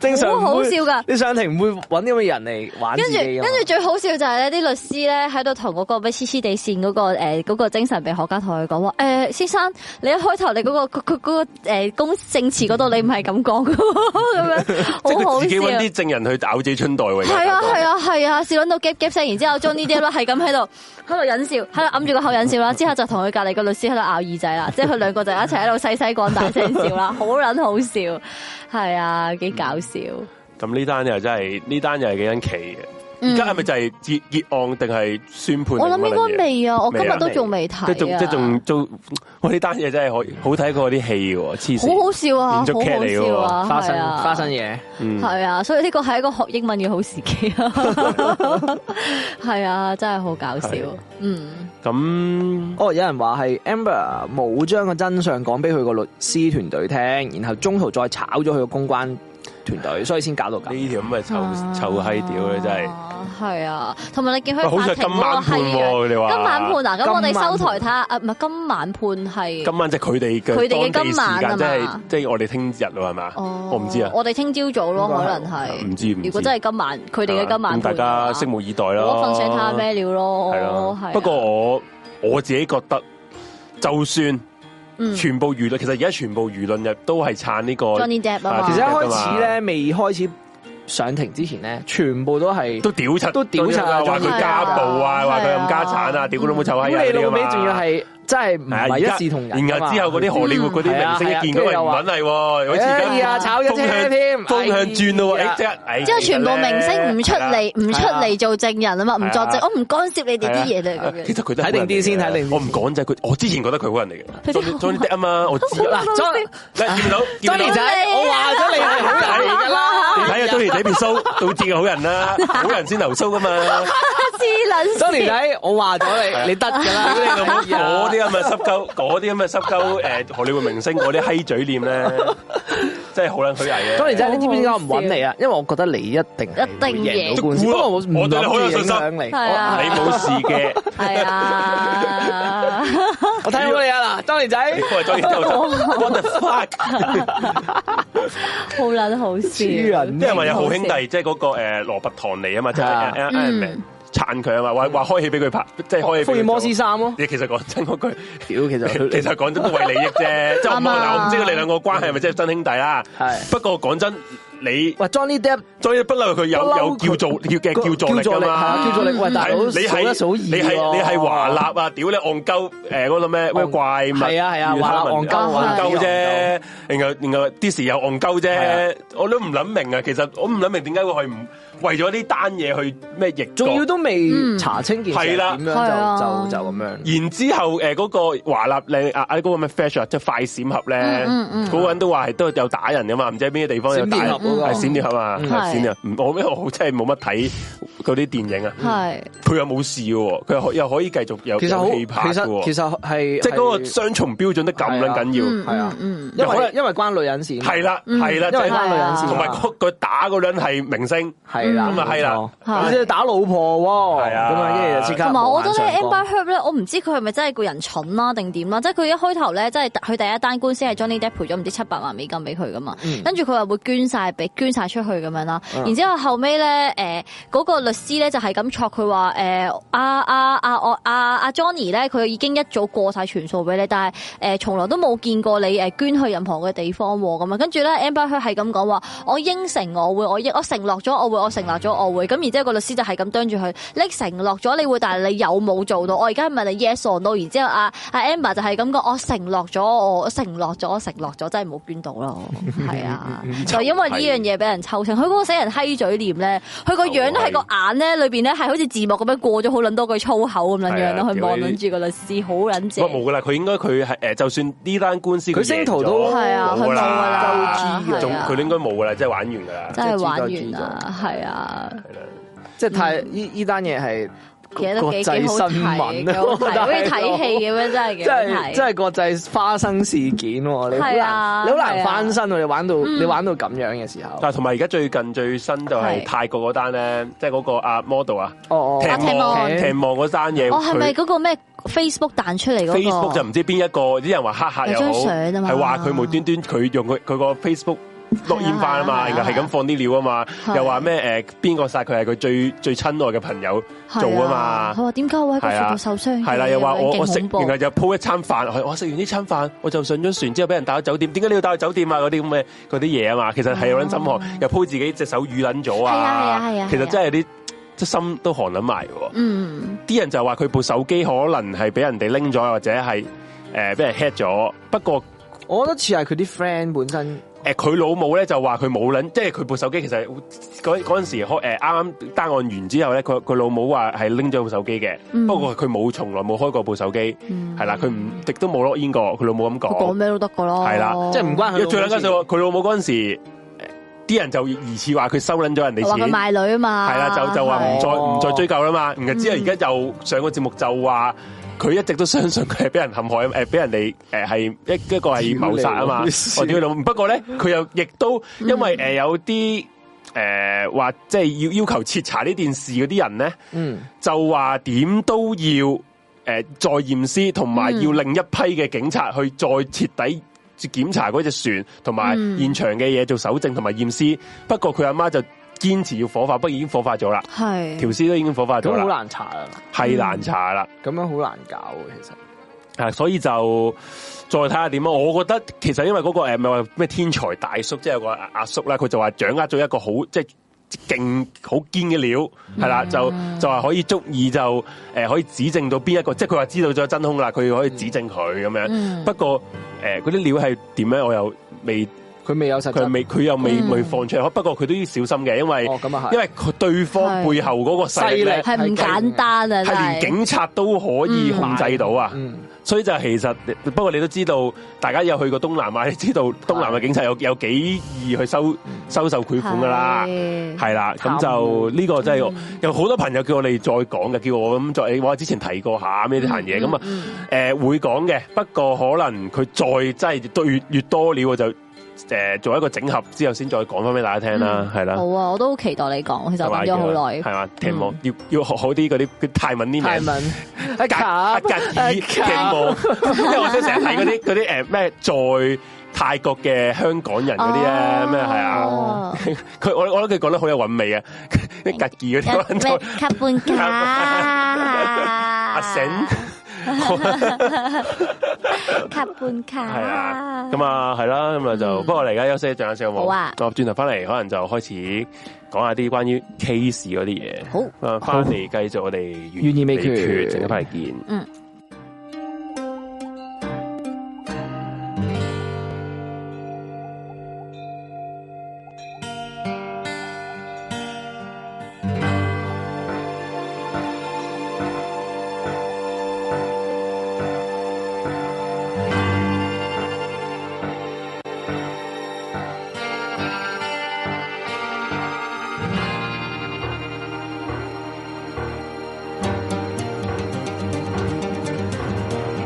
Speaker 3: 正常唔會
Speaker 1: 好好笑㗎
Speaker 3: 你上庭唔會揾啲咁嘅人嚟玩
Speaker 1: 跟
Speaker 3: 自
Speaker 1: 住
Speaker 3: 己㗎
Speaker 2: 啊
Speaker 3: 嘛
Speaker 1: 跟住最好笑就係咧，啲律師咧喺度同嗰個咩黐黐地線嗰、個诶嗰、個精神病學家同佢講話诶先生，你一開頭你嗰、個佢佢嗰個诶公證詞嗰度你唔係咁講嘅喎， [laughs] 咁樣
Speaker 2: [laughs] 即係
Speaker 1: 好
Speaker 2: 佢
Speaker 1: 好
Speaker 2: 自己揾
Speaker 1: 笑
Speaker 2: 啲。證人去咬自己春袋喎。
Speaker 1: 係啊係啊係啊，笑撚到 gap gap 聲，然之後 Johnny Depp 咧係咁喺度喺度忍笑，喺度揞住個口忍笑啦，之後就同佢隔離個律師喺度咬耳仔啦，即係
Speaker 2: [laughs]
Speaker 1: 佢兩個就一齊喺度細細講大聲笑啦，好撚好笑，係啊，幾搞笑。
Speaker 2: 咁呢單又真係呢單又係幾撚奇嘅。而家係咪就係結結案定係宣判定
Speaker 1: 我
Speaker 2: 乜撚
Speaker 1: 諗
Speaker 2: 嘢？
Speaker 1: 應該未啊，我今日
Speaker 2: 未
Speaker 1: 都
Speaker 2: 啊
Speaker 1: 仲未睇
Speaker 2: 即係仲
Speaker 1: 啊
Speaker 2: 即係仲做， [laughs] 我呢單嘢真係可以好睇過啲戲喎，黐
Speaker 1: 好好
Speaker 2: 線。
Speaker 1: 笑啊，
Speaker 2: 連
Speaker 1: 好
Speaker 2: 續劇
Speaker 1: 好
Speaker 2: 嚟㗎
Speaker 1: 笑
Speaker 2: 喎
Speaker 1: 啊，
Speaker 3: 花生
Speaker 1: 係啊
Speaker 3: 花生。嘢，
Speaker 2: 嗯
Speaker 1: 系啊，所以呢個係一個學英文嘅好時機啊，
Speaker 2: [laughs]
Speaker 1: 係啊，真係好搞笑
Speaker 2: 係，
Speaker 1: 嗯，
Speaker 2: 咁
Speaker 3: 哦，有人話係 Amber 冇將個真相講俾佢個律師團隊聽，然後中途再炒咗佢個公關團隊，所以先搞到咁。
Speaker 2: 呢條咁嘅臭
Speaker 1: 啊
Speaker 2: 臭閪屌咧，真係。，
Speaker 1: 係啊，同埋你見佢
Speaker 2: 喂好
Speaker 1: 法
Speaker 2: 似
Speaker 1: 庭
Speaker 2: 今
Speaker 1: 嗰個
Speaker 2: 晚判
Speaker 1: 閪樣
Speaker 2: 喎，你話？
Speaker 1: 今晚判啊，咁我哋
Speaker 3: 今晚
Speaker 1: 收台
Speaker 3: 判
Speaker 1: 睇下，啊，唔係今晚判係，
Speaker 2: 今晚即係佢哋嘅
Speaker 1: 佢哋嘅
Speaker 2: 當地
Speaker 1: 今晚
Speaker 2: 時間，即
Speaker 1: 啊
Speaker 2: 係
Speaker 1: 嘛
Speaker 2: 即係我哋聽日咯，係嘛？
Speaker 1: 哦，
Speaker 2: 我唔知啊，啊
Speaker 1: 我哋聽朝早咯，
Speaker 3: 應該係
Speaker 1: 可能係，
Speaker 2: 唔知唔知啊
Speaker 1: 如果真係今晚，佢哋嘅今晚
Speaker 2: 咁大
Speaker 1: 判嘅啊話，
Speaker 2: 家拭目以待啦。
Speaker 1: 我瞓醒睇下咩料咯，
Speaker 2: 係
Speaker 1: 係啊
Speaker 2: 啦。不過我我自己覺得，就算
Speaker 1: 嗯
Speaker 2: 全部輿論，其實而家全部輿論入都係撐呢個，
Speaker 1: Johnny Depp 啊嘛，
Speaker 2: 啊
Speaker 3: 其實一開始
Speaker 2: 係
Speaker 3: 咧，未開始上庭之前咧，全部都係
Speaker 2: 都屌柒，
Speaker 3: 都屌柒啊
Speaker 2: 啊，話佢家暴啊，
Speaker 1: 係啊
Speaker 2: 話佢冚家產
Speaker 1: 係啊
Speaker 2: 啊，屌佢老母臭閪啊
Speaker 3: 咁你
Speaker 2: 嗰啲
Speaker 3: 老
Speaker 2: 啊嘛
Speaker 3: 尾仲要係真係唔
Speaker 2: 係啊
Speaker 3: 係
Speaker 2: 而家
Speaker 3: 一視同仁㗎嘛
Speaker 2: 然後之後嗰啲荷里活嗰啲明星一見佢喂唔揾嚟喎，好似而
Speaker 3: 哎
Speaker 2: 家
Speaker 3: 呀炒咗車添，
Speaker 2: 風向轉咯
Speaker 3: 哎
Speaker 2: 喎，
Speaker 3: 呀
Speaker 2: 誒即係
Speaker 1: 之後全部明星唔出。
Speaker 2: 哎
Speaker 1: 嚟，唔出嚟做證人啊嘛，唔作證
Speaker 2: 係，啊
Speaker 1: 我唔干涉你哋啲嘢嚟
Speaker 2: 係啦
Speaker 1: 咁
Speaker 2: 其
Speaker 1: 樣。
Speaker 2: 實佢都係
Speaker 3: 睇定啲先
Speaker 2: 好人嚟
Speaker 3: 睇
Speaker 2: 嘅
Speaker 3: 定啲
Speaker 2: 我唔講就係佢，我之前覺得佢好人嚟嘅，Johnny Johnny Depp 啊嘛，我知啊
Speaker 3: 嗱。，John
Speaker 2: 嗱見唔到見唔到
Speaker 3: Johnny 仔，我話咗你係好人嚟㗎啦。
Speaker 2: 你睇下 Johnny 仔片鬚，導致嘅好人啦，好人先留鬚噶嘛。
Speaker 1: 黐撚
Speaker 3: Johnny
Speaker 1: 線，
Speaker 3: 仔，我話咗你，你得㗎啦。
Speaker 2: [laughs] 你老母
Speaker 3: 哎呀
Speaker 2: 嗰啲咁嘅
Speaker 3: [laughs]
Speaker 2: 濕鳩，嗰啲咁嘅濕鳩誒荷里活明星嗰啲閪嘴
Speaker 3: [laughs]
Speaker 2: 臉咧，真係好撚虛偽啊嘅。
Speaker 3: Johnny 仔，你知唔知點解我唔揾你啊？因為我覺得你一定係
Speaker 1: 一定
Speaker 3: 會贏
Speaker 1: 贏
Speaker 3: 到官司，不過我唔
Speaker 2: 啊我對你好有
Speaker 3: 諗住
Speaker 2: 信
Speaker 3: 影
Speaker 2: 心
Speaker 3: 響你。
Speaker 1: 係啊
Speaker 2: 你冇事嘅，
Speaker 3: [laughs]
Speaker 1: 係 [laughs] 啊，
Speaker 3: 我睇到你啊嗱，Johnny 仔
Speaker 2: 你，過嚟咗然之後就 [laughs] what the fuck？
Speaker 3: [laughs]
Speaker 1: 好撚啊好笑。
Speaker 3: 黐人
Speaker 2: 因為話有好兄弟，即係嗰個誒羅拔唐尼啊嘛，即係
Speaker 3: 啊
Speaker 2: Iron Iron Man 撐佢啊嘛，話話開戲俾佢拍，即係開戲俾佢做
Speaker 3: 福爾摩斯三咯。
Speaker 2: 你其實講真嗰句，
Speaker 3: 屌，
Speaker 2: [laughs]
Speaker 3: 其實佢
Speaker 2: 其實講真都為利益啫，即係我唔
Speaker 1: 啱啊
Speaker 2: 嗱，我唔知你兩個關係係咪真係真兄弟啦。
Speaker 3: 係
Speaker 2: 不過講真，你
Speaker 3: 喂 Johnny Depp
Speaker 2: 所以不嬲佢有
Speaker 3: 不嬲
Speaker 2: 有
Speaker 3: 佢
Speaker 2: 叫做叫嘅叫做力
Speaker 3: 叫
Speaker 2: 㗎
Speaker 3: 係啊
Speaker 2: 嘛。
Speaker 3: 叫做力。喂，大佬
Speaker 2: 係
Speaker 3: 數
Speaker 2: 你係
Speaker 3: 一數二
Speaker 2: 你係
Speaker 3: 喎
Speaker 2: 你係華納啊！屌你戇鳩誒嗰度咩咩怪物
Speaker 3: 係啊係啊
Speaker 2: 與
Speaker 3: 華納
Speaker 2: 他們
Speaker 3: 戇鳩
Speaker 1: 啊
Speaker 2: 戇鳩啫，嗯
Speaker 3: 戇
Speaker 2: 然後然後啲時又戇鳩
Speaker 3: 係
Speaker 2: 啫，我都唔諗明啊！其實我唔諗明點解會去唔為咗呢單嘢去咩逆角
Speaker 3: 仲要都未查清件事
Speaker 2: 係啦
Speaker 3: 點
Speaker 1: 係啊
Speaker 3: 樣就就就咁樣。
Speaker 2: 然之後誒嗰個華納靚啊啊嗰個咩 Flash 啊，即係快閃俠咧
Speaker 1: 嗯嗯，
Speaker 2: 嗰個人都話係都有打人噶嘛，唔知喺邊啲地方有打人，
Speaker 3: 閃電俠嗰個
Speaker 2: 係閃電俠啊，
Speaker 3: 嗯
Speaker 2: 係閃電俠。我咩我真係冇乜睇嗰啲電影啊，
Speaker 1: 係嗯
Speaker 2: 佢又冇事喎，佢又可又可以繼續有
Speaker 3: 其實好，
Speaker 2: 有戲拍
Speaker 3: 其
Speaker 2: 嘅
Speaker 3: 實其
Speaker 2: 喎，
Speaker 3: 實係
Speaker 2: 即係嗰個
Speaker 3: 係
Speaker 2: 雙重標準得咁撚緊
Speaker 1: 嗯
Speaker 3: 係啊
Speaker 1: 嗯
Speaker 3: 因
Speaker 2: 又可
Speaker 3: 為
Speaker 2: 以
Speaker 3: 因為關女人事，
Speaker 2: 要，係啦係啦，
Speaker 3: 嗯因為
Speaker 2: 即係
Speaker 3: 關女人事，
Speaker 2: 同埋
Speaker 1: 啊
Speaker 2: 嗰個打嗰個人係明星，
Speaker 3: 係啦，
Speaker 2: 咁啊係啦
Speaker 1: 係
Speaker 3: 你即係打老婆喎，
Speaker 2: 係啊
Speaker 3: 咁啊，跟住就即刻
Speaker 1: 同埋我覺
Speaker 3: 覺
Speaker 1: 得咧，Amber Heard 咧，我唔知佢係咪真係個人蠢啦，定點啦？即係佢一開頭咧，即係佢第一單官司係 Johnny Depp 賠咗唔知七百萬美金俾佢噶嘛，跟住佢話會捐晒俾捐晒出去咁樣啦。然之後後尾咧，誒嗰個律師咧就係咁戳佢話誒啊啊啊我啊啊 Johnny 咧，佢已經一早過晒全數俾你，但係誒從呃來都冇見過你誒呃捐去任何嘅地方喎咁啊。跟住咧，Amber Heard 係咁講話，我應承我會，我應我承諾咗我會，我承諾咗我會。咁然之後個律師就係咁啄住佢，你承諾咗你會，但係你有冇做到？我而家問你 yes or no，然之後啊阿 Amber 就係咁講，我承諾咗我，我承諾咗，我承諾咗，真係冇捐到
Speaker 2: [laughs]
Speaker 1: 咯。係啊，就因為呢樣嘢俾人抽成，佢嗰個死人閪嘴臉咧，佢個樣都係個眼咧裏邊咧係好似字幕咁樣過咗好撚多句粗口咁撚樣
Speaker 2: 係
Speaker 1: 咯，
Speaker 2: 啊
Speaker 1: 佢望撚住個律師好撚
Speaker 2: 不過
Speaker 1: 正。
Speaker 2: 冇噶啦，佢應該佢係誒，就算呢單官司
Speaker 3: 佢星途都
Speaker 2: 贏咗
Speaker 1: 係啊，佢
Speaker 2: 冇
Speaker 1: 冇
Speaker 2: 㗎
Speaker 1: 噶啦，
Speaker 2: 啦
Speaker 3: 周知嘅
Speaker 2: 仲
Speaker 1: 係啊
Speaker 2: 佢應該冇噶啦，即係玩完噶啦。
Speaker 1: 真係玩完啦，係啊。
Speaker 2: 係啦
Speaker 3: 即係太呢呢單嘢係
Speaker 1: 其實都幾
Speaker 3: 國際
Speaker 1: 幾好
Speaker 3: 新
Speaker 1: 睇，
Speaker 3: 聞啊 [laughs]
Speaker 1: 幾好睇，好似
Speaker 3: 大佬
Speaker 1: 睇戲咁樣，真係
Speaker 3: 即
Speaker 1: 幾好
Speaker 3: 係
Speaker 1: 睇。
Speaker 3: 即係國際花生事件喎，你好
Speaker 1: 係啊
Speaker 3: 難你好
Speaker 1: 係啊嗯
Speaker 3: 難翻身喎，你玩到你玩到咁樣嘅時候，
Speaker 2: 但係同埋而家最近最新就係
Speaker 1: 係
Speaker 2: 泰國嗰單咧，即係嗰個啊 model 啊，
Speaker 3: 哦哦
Speaker 2: 踢
Speaker 1: 啊踢
Speaker 2: 望
Speaker 1: 網
Speaker 2: 踢望嗰單嘢，
Speaker 1: 我係咪
Speaker 2: 佢
Speaker 1: 嗰個咩 Facebook 彈出嚟嗰個
Speaker 2: Facebook 就唔知邊一個啲人話黑客又
Speaker 1: 有
Speaker 2: 好，
Speaker 1: 張相啊嘛
Speaker 2: 係話佢無端端佢用佢佢個
Speaker 1: 係啊
Speaker 2: Facebook 落煙花啊嘛，
Speaker 1: 係啊
Speaker 2: 然後係咁放啲料啊
Speaker 1: 係
Speaker 2: 嘛，又話咩誒邊個殺佢係佢最最親愛嘅朋友做啊嘛
Speaker 1: 係佢。話點解我喺個
Speaker 2: 係啊
Speaker 1: 腹部受傷嘅？
Speaker 2: 係啦，又話我我食，
Speaker 1: 勁恐怖
Speaker 2: 然後就鋪一餐飯落去，我食完呢餐飯，我就上咗船之後俾人帶咗酒店，點解你要帶去酒店啊？嗰啲咁嘅嗰啲嘢啊嘛，其實係有撚心
Speaker 1: 哦
Speaker 2: 寒，又鋪自己隻手淤撚咗
Speaker 1: 係啊
Speaker 2: 啊
Speaker 1: 係啊係啊，
Speaker 2: 其
Speaker 1: 係
Speaker 2: 實
Speaker 1: 啊
Speaker 2: 真係有啲即係心都寒撚埋喎。
Speaker 1: 嗯，
Speaker 2: 啲人就話佢部手機可能係俾人哋拎咗，或者係誒俾人 hack 咗。不過
Speaker 3: 我覺得似係佢啲 friend 本身
Speaker 2: 誒佢、老母咧就話佢冇撚，即係佢部手機其實嗰嗰陣時開誒啱啱單案完之後咧，佢佢老母話係拎咗部手機嘅，
Speaker 1: 嗯
Speaker 2: 不過佢冇從來冇開過部手機，
Speaker 1: 嗯
Speaker 2: 係啦，佢唔亦都冇 login 過，佢老母
Speaker 1: 佢
Speaker 2: 咁
Speaker 1: 講
Speaker 2: 講。
Speaker 1: 咩都啊得噶咯，
Speaker 2: 哦係啦
Speaker 3: 即係唔關佢
Speaker 2: 最撚
Speaker 3: 老母
Speaker 2: 緊
Speaker 3: 事
Speaker 2: 就係佢老母嗰陣時，呃啲人就疑似話佢收撚咗人哋
Speaker 1: 話佢
Speaker 2: 錢。
Speaker 1: 賣女啊嘛，
Speaker 2: 系啦，就就话唔再
Speaker 3: 哦
Speaker 2: 唔再追究啦嘛。然後之後而家又上個節目就話佢一直都相信佢係俾人陷害，诶、俾人哋诶系一一個係謀殺啊嘛
Speaker 3: 屌你老。屎
Speaker 2: [laughs] 我屌你老母！不過咧，佢又亦都因為诶、呃有啲诶话即係要要求徹查呢件事嗰啲人咧，
Speaker 3: 嗯
Speaker 2: 就話點都要诶、呃再驗屍，同埋
Speaker 1: 嗯
Speaker 2: 要另一批嘅警察去再徹底。檢查嗰只船，同埋
Speaker 1: 嗯
Speaker 2: 現場嘅嘢做搜證同埋驗屍。不過佢阿媽就堅持要火化，不過已經火化咗啦。
Speaker 1: 係
Speaker 2: 條嗯屍都已經火化
Speaker 3: 咁
Speaker 2: 咗
Speaker 3: 好
Speaker 2: 啦，
Speaker 3: 難查啊，
Speaker 2: 係難查啦，
Speaker 3: 咁樣好難搞嘅其實。
Speaker 2: 啊，所以就再睇下點啊！我覺得其實因為嗰、個誒咪話咩天才大叔，即係有個阿阿叔啦，佢就話掌握咗一個好即係。勁好堅嘅料，係啦，就
Speaker 1: 嗯
Speaker 2: 就話可以足以就誒、呃可以指證到邊一個，即係佢話知道咗真兇啦，佢可以指證佢咁樣。
Speaker 1: 嗯
Speaker 2: 不過誒嗰啲料係點咧，我又未
Speaker 3: 佢未有實質
Speaker 2: 佢，未佢又未
Speaker 1: 嗯
Speaker 2: 未放出嚟，不過佢都要小心嘅，因為、
Speaker 3: 哦咁啊
Speaker 2: 因
Speaker 3: 係，
Speaker 2: 為佢對方背後嗰個勢
Speaker 3: 勢
Speaker 2: 力呢
Speaker 3: 力
Speaker 1: 係唔簡單啊，真
Speaker 2: 係連
Speaker 1: 係
Speaker 2: 警察都可以
Speaker 1: 嗯
Speaker 2: 控制到啊！
Speaker 3: 嗯，
Speaker 2: 所以就其實，不過你都知道，大家有去過東南亞，你知道東南亞警
Speaker 1: 嗯
Speaker 2: 察有有幾易去收收受賄款噶啦，
Speaker 1: 係
Speaker 2: 係啦，咁
Speaker 3: 貪
Speaker 2: 就
Speaker 3: 污
Speaker 2: 呢個真係我
Speaker 1: 嗯
Speaker 2: 有好多朋友叫我哋再講嘅，叫我咁再，我之前提過下咩啲行嘢咁啊，
Speaker 1: 嗯嗯
Speaker 2: 誒會講嘅，不過可能佢再真係對越越多料我就誒做一個整合之後先再講翻俾大家聽啦，係啦
Speaker 1: 好。啊，我都好期待你講，其實我等咗好耐
Speaker 2: 係。嘛？聽望
Speaker 1: 嗯
Speaker 2: 要要學好啲嗰啲啲泰文啲名
Speaker 3: 泰
Speaker 2: [laughs]
Speaker 3: 文一
Speaker 2: 格
Speaker 3: 卡
Speaker 2: 格爾鏡望，因為我都成日睇嗰啲嗰啲誒咩在泰國嘅香港人嗰啲咧咩係啊， [laughs]
Speaker 1: 哦
Speaker 2: 佢我我覺得佢講得好有韻味啊， [laughs] 啲格爾嗰啲可
Speaker 1: 咩
Speaker 2: 能就
Speaker 1: 卡
Speaker 2: [laughs]
Speaker 1: 半啊卡，
Speaker 2: 阿
Speaker 1: 阿 [laughs]
Speaker 2: 醒
Speaker 1: 卡半卡，
Speaker 2: 係啊，咁啊係啦，咁啊就不過我哋而家休息一陣間先好冇？
Speaker 1: 好啊
Speaker 2: 我轉頭翻嚟可能就開始講下啲關於 case 嗰啲嘢。
Speaker 1: 好。
Speaker 2: 啊，翻嚟繼續我哋懸
Speaker 3: 懸疑未決
Speaker 2: 陣間翻嚟見。
Speaker 4: Hãy subscribe cho kênh Ghiền Mì Gõ Để không bỏ lỡ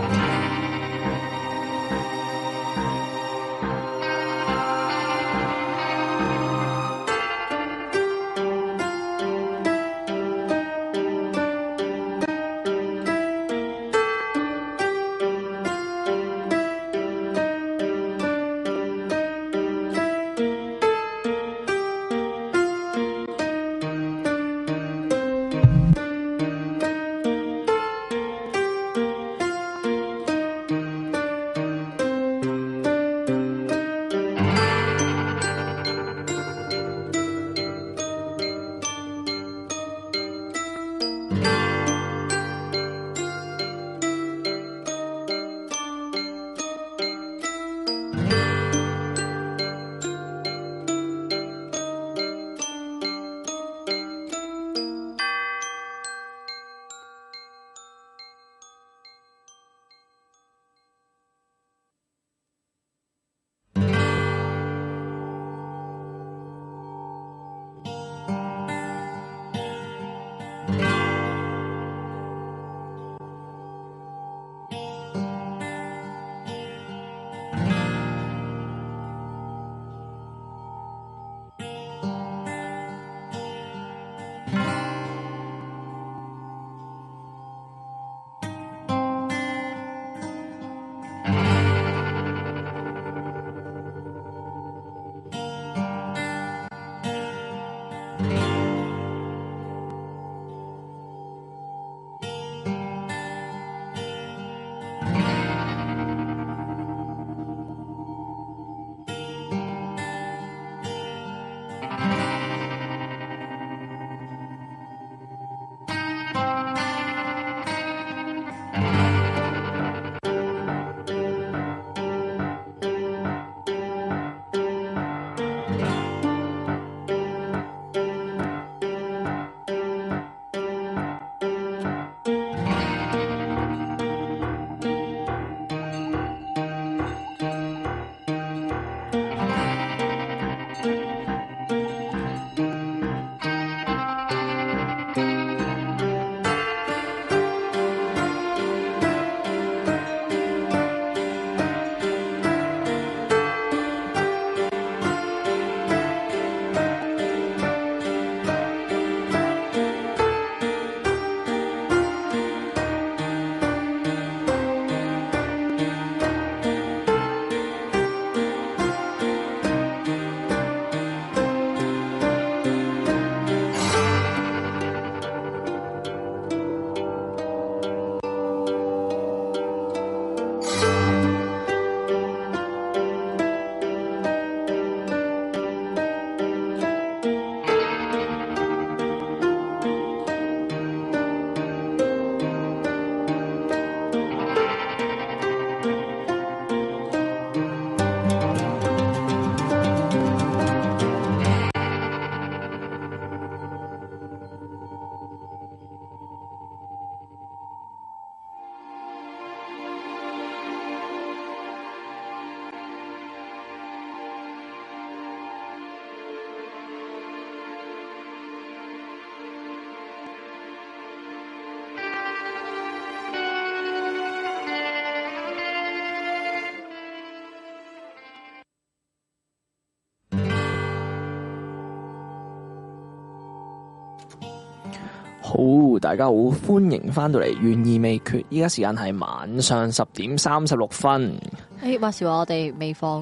Speaker 3: 好，大家好，歡迎翻到嚟，懸疑未決。依家時間係晚上十點三十六分。
Speaker 1: 诶，话时话我哋未放，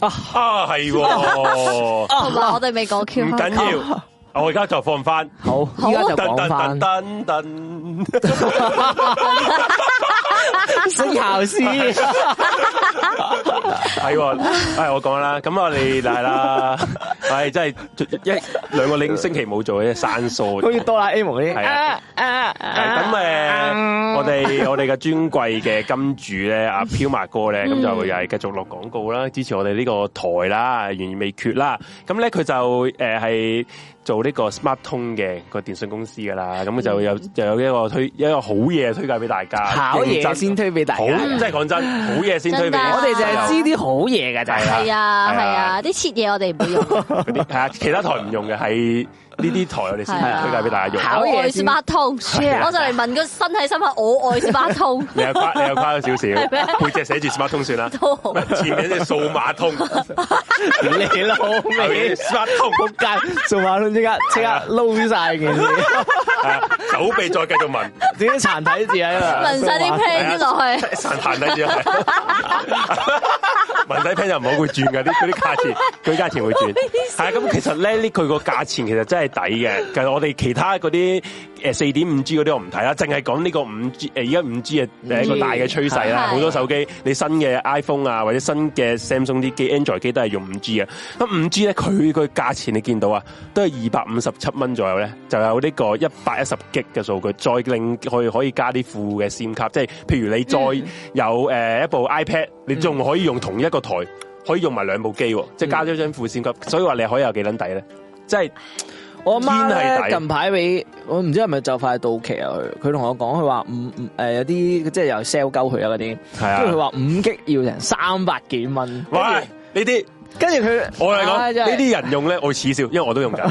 Speaker 2: 啊，係喎，
Speaker 1: 同埋我哋未講 Q
Speaker 2: [laughs] 唔緊要，我而家就放翻。
Speaker 3: 好，
Speaker 1: 好
Speaker 3: 依家就講翻
Speaker 2: 噔噔噔
Speaker 3: 識校師。
Speaker 2: 係喎，係我講啦，咁我哋嚟啦，係真係一兩個零星期冇做嘅生疏。
Speaker 3: [laughs] 好似哆啦 A 夢嗰啲。
Speaker 2: 係啊係咁诶，我哋我哋嘅尊貴嘅金主咧，阿飄麻哥咧，咁就又係繼續落廣告啦，支持我哋呢個台啦，懸而未決啦。咁咧佢就诶係做呢個 Smart 通嘅個電信公司噶啦，咁佢就有就有一個推一個好嘢推介俾大家，
Speaker 3: 考嘢
Speaker 2: 認
Speaker 3: 先
Speaker 2: 真
Speaker 3: 推俾大
Speaker 2: 好，
Speaker 3: 家。
Speaker 2: 真係講真，好嘢先推俾
Speaker 1: 真㗎
Speaker 3: 我哋就係知啲好嘢㗎咋。
Speaker 1: [laughs]
Speaker 2: 係
Speaker 1: 係啊
Speaker 2: 係啊
Speaker 1: 係啊，啲切嘢我哋唔
Speaker 2: [laughs]
Speaker 1: 會用，
Speaker 2: 嗰啲，係啊，其他台唔用嘅，係呢啲台我哋先
Speaker 1: 係啊
Speaker 2: 推介俾大家用。啊
Speaker 3: 考
Speaker 1: 我
Speaker 3: 嘢
Speaker 1: 愛
Speaker 3: 先
Speaker 1: smart 通，我就嚟問個身體深刻，我愛 smart
Speaker 2: [laughs]
Speaker 1: 通
Speaker 2: 你又夸你又夸咗少少，背脊寫住 Smart 通算啦。
Speaker 1: 都好。
Speaker 2: 前面只數碼通，後
Speaker 3: 你老
Speaker 2: 面
Speaker 3: 味，
Speaker 2: Smart
Speaker 3: [laughs]
Speaker 2: 通，
Speaker 3: 仆街！做馬論即刻即
Speaker 2: 啊
Speaker 3: 刻撈晒件事，
Speaker 2: 係啊手臂再繼續紋，
Speaker 3: 點啲殘體字喺度。
Speaker 1: 問晒啲
Speaker 2: 啊
Speaker 1: plan 啲落去，
Speaker 2: 神彈低咗係。文仔 pen 又唔好會轉嘅，啲嗰啲價錢，佢價錢會轉。係啊咁其實咧呢佢個價錢其實真係抵嘅。其實我哋其他嗰啲誒四點五 G 嗰啲我唔睇啦，淨係講呢個五 G 誒而家五 G 嘅一個大嘅趨勢
Speaker 1: 係
Speaker 2: 啦。啊好多手機你新嘅 iPhone 啊，或者新嘅 Samsung 啲機、Android 機都係用五 G 嘅。咁五 G 咧佢個價錢你見到啊，都係二百五十七蚊左右咧，就有呢個一百一十 G 嘅數據，再另佢可以加啲副嘅 SIM 卡，即係譬如你再有誒、呃一部 iPad，你仲可以用同一個台，可以用埋兩部機喎，即係加咗張副 SIM 卡，所以話你可以有幾撚抵咧？即係
Speaker 3: 我媽
Speaker 2: 天
Speaker 3: 咧
Speaker 2: 係抵
Speaker 3: 近排俾我唔知係咪就快到期啊！佢佢同我講，佢話五五誒有啲即係又 sell 鳩佢啊嗰啲，
Speaker 2: 係啊
Speaker 3: 跟住佢話五激要成三百幾蚊，
Speaker 2: 喂呢啲。
Speaker 3: 跟住佢
Speaker 2: 我嚟講
Speaker 3: 唉啊真
Speaker 2: 呢
Speaker 3: 係
Speaker 2: 啲人用咧，我會恥笑，因為我都用緊。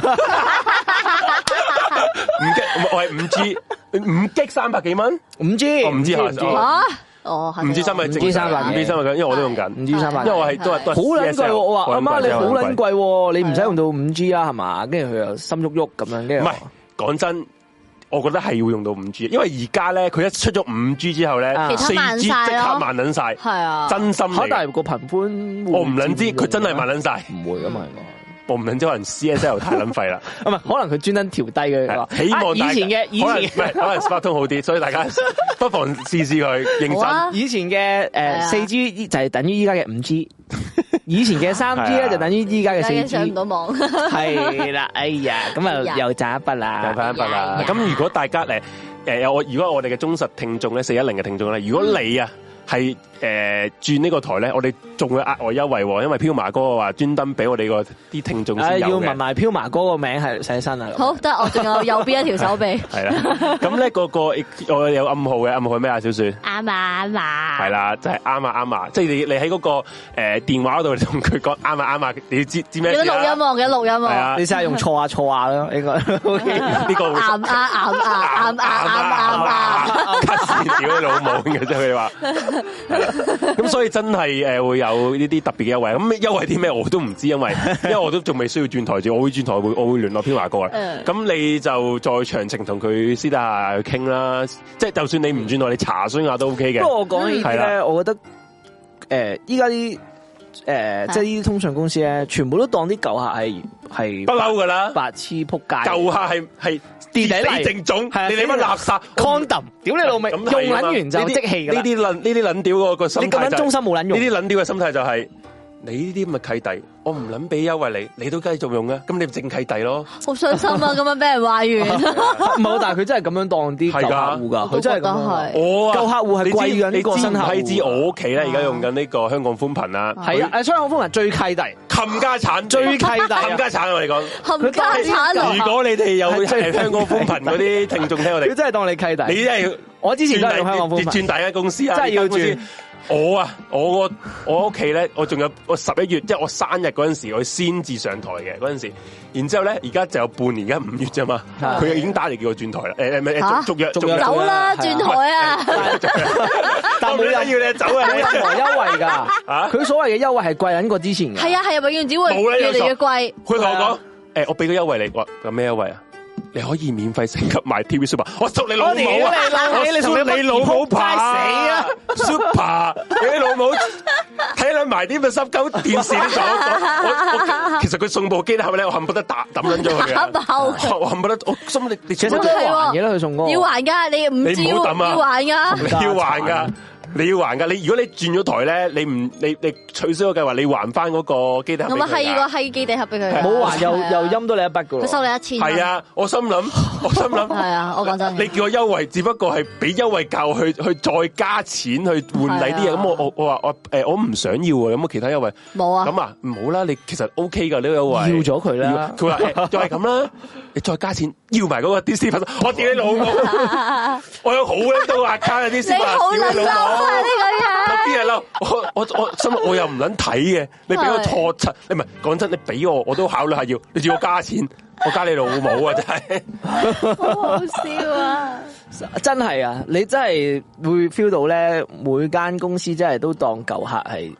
Speaker 2: 五 G，我係五 G，五 G 三百幾蚊，
Speaker 3: 五 G，
Speaker 2: 我唔知
Speaker 3: 唔
Speaker 2: 下
Speaker 3: 知
Speaker 2: 手
Speaker 1: 啊，哦，係啊
Speaker 2: 唔知三百，
Speaker 3: 唔知三百啊
Speaker 2: 唔知三百幾，因為我都用緊。
Speaker 3: 唔知三百
Speaker 2: 因為我係都係都
Speaker 3: [laughs]
Speaker 2: 係
Speaker 3: 好撚貴喎！我話阿媽你好撚貴喎，你唔使用到五 G 啊，係嘛？跟住佢又心喐喐咁樣，跟
Speaker 2: 唔
Speaker 3: 住
Speaker 2: 係講真，我覺得係要用到五 G，因為而家咧佢一出咗五 G 之後咧
Speaker 3: 啊，
Speaker 1: 其他
Speaker 2: 四 G
Speaker 1: 慢
Speaker 2: 即
Speaker 1: 晒
Speaker 2: 刻
Speaker 1: 咯
Speaker 2: 慢撚晒，
Speaker 1: 係啊，
Speaker 2: 真心
Speaker 3: 嚇，但
Speaker 2: 嚟。
Speaker 3: 係個頻寬會
Speaker 2: 我唔撚知，
Speaker 3: 佔
Speaker 2: 佢真係
Speaker 3: 用
Speaker 2: 慢撚晒，
Speaker 3: 唔會咁啊嘛？應該
Speaker 2: 我唔撚知可能 CSL 太
Speaker 3: [laughs]
Speaker 2: 撚廢啦。
Speaker 3: 唔係，可能佢專登調低佢話。
Speaker 2: 希
Speaker 3: 啊
Speaker 2: 望大家
Speaker 3: 以前嘅以前
Speaker 2: 可能唔係可能 Spark 通好啲，所以大家不妨試試
Speaker 3: [laughs]
Speaker 2: 佢認
Speaker 1: 好啊
Speaker 2: 真。
Speaker 3: 以前嘅
Speaker 1: 係啊
Speaker 3: 誒四 G 就係等於依家嘅五 G，以 [laughs] 前嘅三 G
Speaker 2: 係
Speaker 3: 咧
Speaker 2: 啊
Speaker 3: 就等於依家嘅
Speaker 1: 而
Speaker 3: 四
Speaker 1: 家
Speaker 3: G，
Speaker 1: 上唔到網， [laughs]
Speaker 3: 係啦，哎呀，咁
Speaker 1: 哎
Speaker 3: 啊
Speaker 1: 呀
Speaker 3: 又賺一筆啦，
Speaker 2: 有翻一筆啦
Speaker 1: 哎。呀
Speaker 2: 咁如果大家誒誒我如果我哋嘅忠實聽眾咧，四一零嘅聽眾咧，如果你啊係誒轉呢個台咧，我哋仲會額外優惠喎，因為飄麻哥話專登俾我哋個啲聽眾
Speaker 3: 唉
Speaker 2: 先
Speaker 3: 要
Speaker 2: 有
Speaker 3: 問
Speaker 2: 嘅。
Speaker 3: 埋飄麻哥個名係寫身啊，
Speaker 1: 好得我仲有右邊一條手臂，
Speaker 2: 系啦，咁咧個個我有暗號嘅，暗號係咩啊？小雪
Speaker 1: 啱啊啱啊，
Speaker 2: 係啦，就係啱啊啱啊，即係你你喺嗰個誒電話嗰度同佢講啱啊啱啊，你知知咩
Speaker 1: 記得
Speaker 2: 事啦？
Speaker 1: 錄音喎，記得錄音
Speaker 2: 係
Speaker 1: 喎，
Speaker 2: 啊，
Speaker 3: 你試下用錯下錯下
Speaker 1: [laughs]
Speaker 3: 咯，應該 OK。
Speaker 2: 呢個會
Speaker 1: 啱啊啱啊
Speaker 2: [laughs]
Speaker 1: 啱啊啱啊啱啊，
Speaker 3: [laughs]
Speaker 2: 咳屎屌你老母嘅啫，佢哋話。
Speaker 3: [laughs]
Speaker 2: 咁所以真係诶會有呢啲特別嘅優惠，咁優惠啲咩我都唔知，
Speaker 3: [laughs]
Speaker 2: 因為因為我都仲未需要轉台住，我會轉台會我會聯絡編華哥啦
Speaker 1: 嗯。
Speaker 2: 咁你就再詳情同佢私底下去傾啦，即係就算你唔轉台，你查詢下都 OK
Speaker 3: 不過
Speaker 2: 嘅。嗯
Speaker 3: 我講呢啲
Speaker 2: 係
Speaker 3: 咧，我覺得誒依家啲誒即係呢啲通訊公司咧，全部都當啲舊客係
Speaker 2: 不
Speaker 3: 係
Speaker 2: 嬲噶啦，
Speaker 3: 白痴撲街
Speaker 2: 舊客係係
Speaker 3: 地底
Speaker 2: 死
Speaker 3: 泥
Speaker 2: 正種，
Speaker 3: 係啊
Speaker 2: 你你乜垃圾
Speaker 3: condom，屌你老味，用
Speaker 2: 咁係
Speaker 3: 撚
Speaker 2: 啊嘛
Speaker 3: 完就
Speaker 2: 呢啲
Speaker 3: 即棄㗎
Speaker 2: 呢
Speaker 3: 啦。
Speaker 2: 啲撚呢啲撚屌個個心
Speaker 3: 你
Speaker 2: 態
Speaker 3: 咁
Speaker 2: 就
Speaker 3: 樣
Speaker 2: 係
Speaker 3: 忠心冇撚用
Speaker 2: 呢。啲撚屌嘅心態就係、你呢啲咁嘅契弟，我唔撚俾優惠你，你都繼續用啊，咁你咪正契弟咯。
Speaker 1: 好傷心啊！咁樣俾人話完。
Speaker 3: 唔係，但係佢真係咁樣當啲舊客戶㗎，佢真
Speaker 1: 我都覺得
Speaker 3: 係咁樣當
Speaker 1: 係。
Speaker 2: 我啊
Speaker 3: 舊客戶係
Speaker 2: 你知
Speaker 3: 貴緊
Speaker 2: 你
Speaker 3: 過新客戶
Speaker 2: 知唔知我屋企咧而家用緊呢個香港寬頻啊，
Speaker 3: 係啊，誒，雙口風雲最契弟，
Speaker 2: 冚家產
Speaker 3: 最契弟
Speaker 2: 冚
Speaker 3: 啊！
Speaker 2: 家產我哋講。
Speaker 1: 冚家產啊！
Speaker 2: 如 [laughs] 果你哋有
Speaker 3: 係
Speaker 2: 係
Speaker 3: 最
Speaker 2: 香港寬頻嗰啲聽眾聽我
Speaker 3: 佢 [laughs]
Speaker 2: 哋，
Speaker 3: 真係當你契弟。
Speaker 2: 你真係
Speaker 3: 我之前都係用香港
Speaker 2: 轉
Speaker 3: 風
Speaker 2: 大
Speaker 3: 雲，
Speaker 2: 轉大間公司啊，
Speaker 3: 真係要
Speaker 2: 呢間公司。我啊，我個我屋企咧，我仲有我十一月，即係我生日嗰陣時，我先至上台嘅嗰陣時。然之後咧，而家就有半年，而家五月啫嘛，
Speaker 3: 係
Speaker 2: 佢已經打嚟叫我轉台啦。誒誒唔係
Speaker 1: 嚇
Speaker 2: 誒，續續約
Speaker 3: 續
Speaker 2: 續
Speaker 3: 約
Speaker 2: 約，
Speaker 1: 走啦，轉台啊！
Speaker 3: 但
Speaker 2: 但
Speaker 3: 冇
Speaker 2: 冇
Speaker 3: 任
Speaker 2: 人要你走
Speaker 3: [laughs]
Speaker 2: 啊！
Speaker 3: 冇任
Speaker 2: 你
Speaker 3: 何優惠㗎。
Speaker 2: [laughs] 啊
Speaker 3: 佢所謂嘅優惠係貴緊過之前
Speaker 1: 啊
Speaker 3: 㗎。
Speaker 1: 係啊係啊，永遠只會
Speaker 2: 冇啦
Speaker 1: 越嚟越貴。
Speaker 2: 佢同我
Speaker 3: 係啊
Speaker 2: 講誒，我俾個優惠你，我話有咩優惠啊？你可以免費升級買 TV Super，我捉你老母
Speaker 3: 我屌
Speaker 2: 啊！
Speaker 3: 你老母你同
Speaker 2: 我捉
Speaker 3: 你
Speaker 2: 你老母
Speaker 3: 仆街死啊
Speaker 2: ！Super，你老母睇撚埋啲咁嘅濕鳩電視都撞到我我其實佢送部機咧，係咪咧？我恨不得打抌撚咗佢啊！
Speaker 1: 打爆佢
Speaker 2: 我恨不得我心你你
Speaker 3: 其實都
Speaker 1: 係喎
Speaker 3: 還嘅啦，佢送嗰個
Speaker 1: 要還噶，你五
Speaker 2: 你 [laughs] 唔好
Speaker 1: 招
Speaker 2: 抌啊
Speaker 1: 要還噶，
Speaker 2: 你要還噶，你要還噶。你如果你轉咗台咧，你唔你你取消個計劃，你還翻嗰個機頂盒
Speaker 1: 同
Speaker 2: 俾
Speaker 1: 埋
Speaker 2: 佢㗎
Speaker 1: 啊係個係基地盒俾佢㗎，
Speaker 3: [laughs] 冇還又
Speaker 1: 係啊
Speaker 3: 又陰到你一筆噶
Speaker 1: 佢
Speaker 3: 咯。
Speaker 1: 收你一千，
Speaker 2: 係，啊，我心諗，我心諗，
Speaker 1: 係啊我講真
Speaker 2: 你叫我優惠，只不過係俾優惠價去去再加錢去換第啲嘢，
Speaker 1: 係啊
Speaker 2: 咁我我我話我誒我唔想要啊，有冇其他優惠？
Speaker 1: 冇啊，
Speaker 2: 咁啊，唔好啦，你其實 O K 噶呢個優惠，
Speaker 3: 要咗佢啦
Speaker 2: 要佢 [laughs] 話誒就係咁啦，你再加錢要埋嗰個 D C 粉， [laughs] 我屌你老
Speaker 1: [laughs]
Speaker 2: 母，我有好撚多 account 嘅 D
Speaker 1: 你
Speaker 2: C 粉，
Speaker 1: 好
Speaker 2: 屌
Speaker 1: 撚
Speaker 2: 啊你
Speaker 1: 嬲
Speaker 2: 老
Speaker 1: 啊！
Speaker 2: 母
Speaker 1: 呢個
Speaker 2: 我
Speaker 1: 人。
Speaker 2: 啲人嬲，我我我心
Speaker 1: [laughs]
Speaker 2: 諗我又唔捻睇嘅，你俾我錯柒，你唔係講真，你俾我我都考慮下要，你叫我加錢，我加你老母啊真係，
Speaker 1: 好好笑啊！
Speaker 3: 真係啊！你真係會 feel 到咧，每間公司真係都當舊客係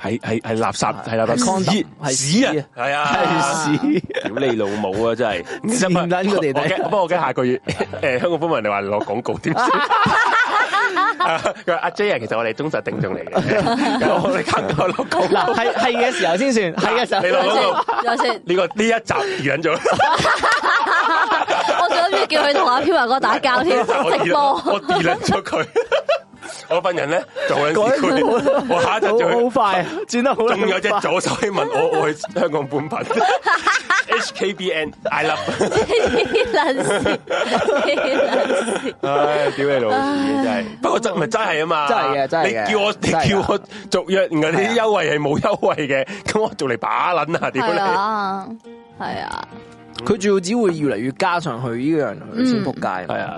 Speaker 2: 係係係垃圾係垃
Speaker 3: 係 condom，
Speaker 2: 圾
Speaker 3: 係
Speaker 2: 屎啊
Speaker 3: 屎啊
Speaker 2: 係啊 [laughs]
Speaker 3: 係屎。
Speaker 2: 屌你老母啊真係，
Speaker 3: [laughs] 賤撚個地底
Speaker 2: 我驚不過我驚下個
Speaker 3: [laughs]
Speaker 2: 月誒香港風雲你話落廣告點算？ [laughs] 佢話阿 J 啊，其實我哋忠實聽眾
Speaker 3: [laughs]
Speaker 2: 嚟嘅，我哋坑我落廣告
Speaker 3: 嗱，係係嘅時候先算，係嘅時候
Speaker 2: 你老母
Speaker 1: 等先，
Speaker 2: 呢個呢一集完咗。
Speaker 1: 我仲諗住叫佢同阿飄華哥打交添，直播。
Speaker 2: [laughs] 我 delete 咗佢， [laughs] 我份人咧就好撚市儈
Speaker 3: 改
Speaker 2: 我下一集就
Speaker 3: 好好
Speaker 2: 去
Speaker 3: 快，啊轉得好
Speaker 2: 啊仲有
Speaker 3: 撚
Speaker 2: 隻
Speaker 3: 快
Speaker 2: 左手喺問我，我去香港
Speaker 3: [laughs]
Speaker 2: 搬品 HKBN I love，
Speaker 1: 黐 [laughs] 撚線，黐撚線
Speaker 2: 唉，屌你老屎真係，不過真咪真係啊嘛，
Speaker 3: 真係嘅真係嘅
Speaker 2: 你叫我
Speaker 3: 真係
Speaker 2: 你
Speaker 3: 㗎
Speaker 2: 叫我續約，然後啲優惠係冇優惠嘅，咁我做嚟把撚啊，屌
Speaker 1: 係
Speaker 2: 你！
Speaker 1: 啊，係啊，
Speaker 3: 佢仲要只會越嚟越加上去呢樣，佢先仆街。
Speaker 2: 係啊，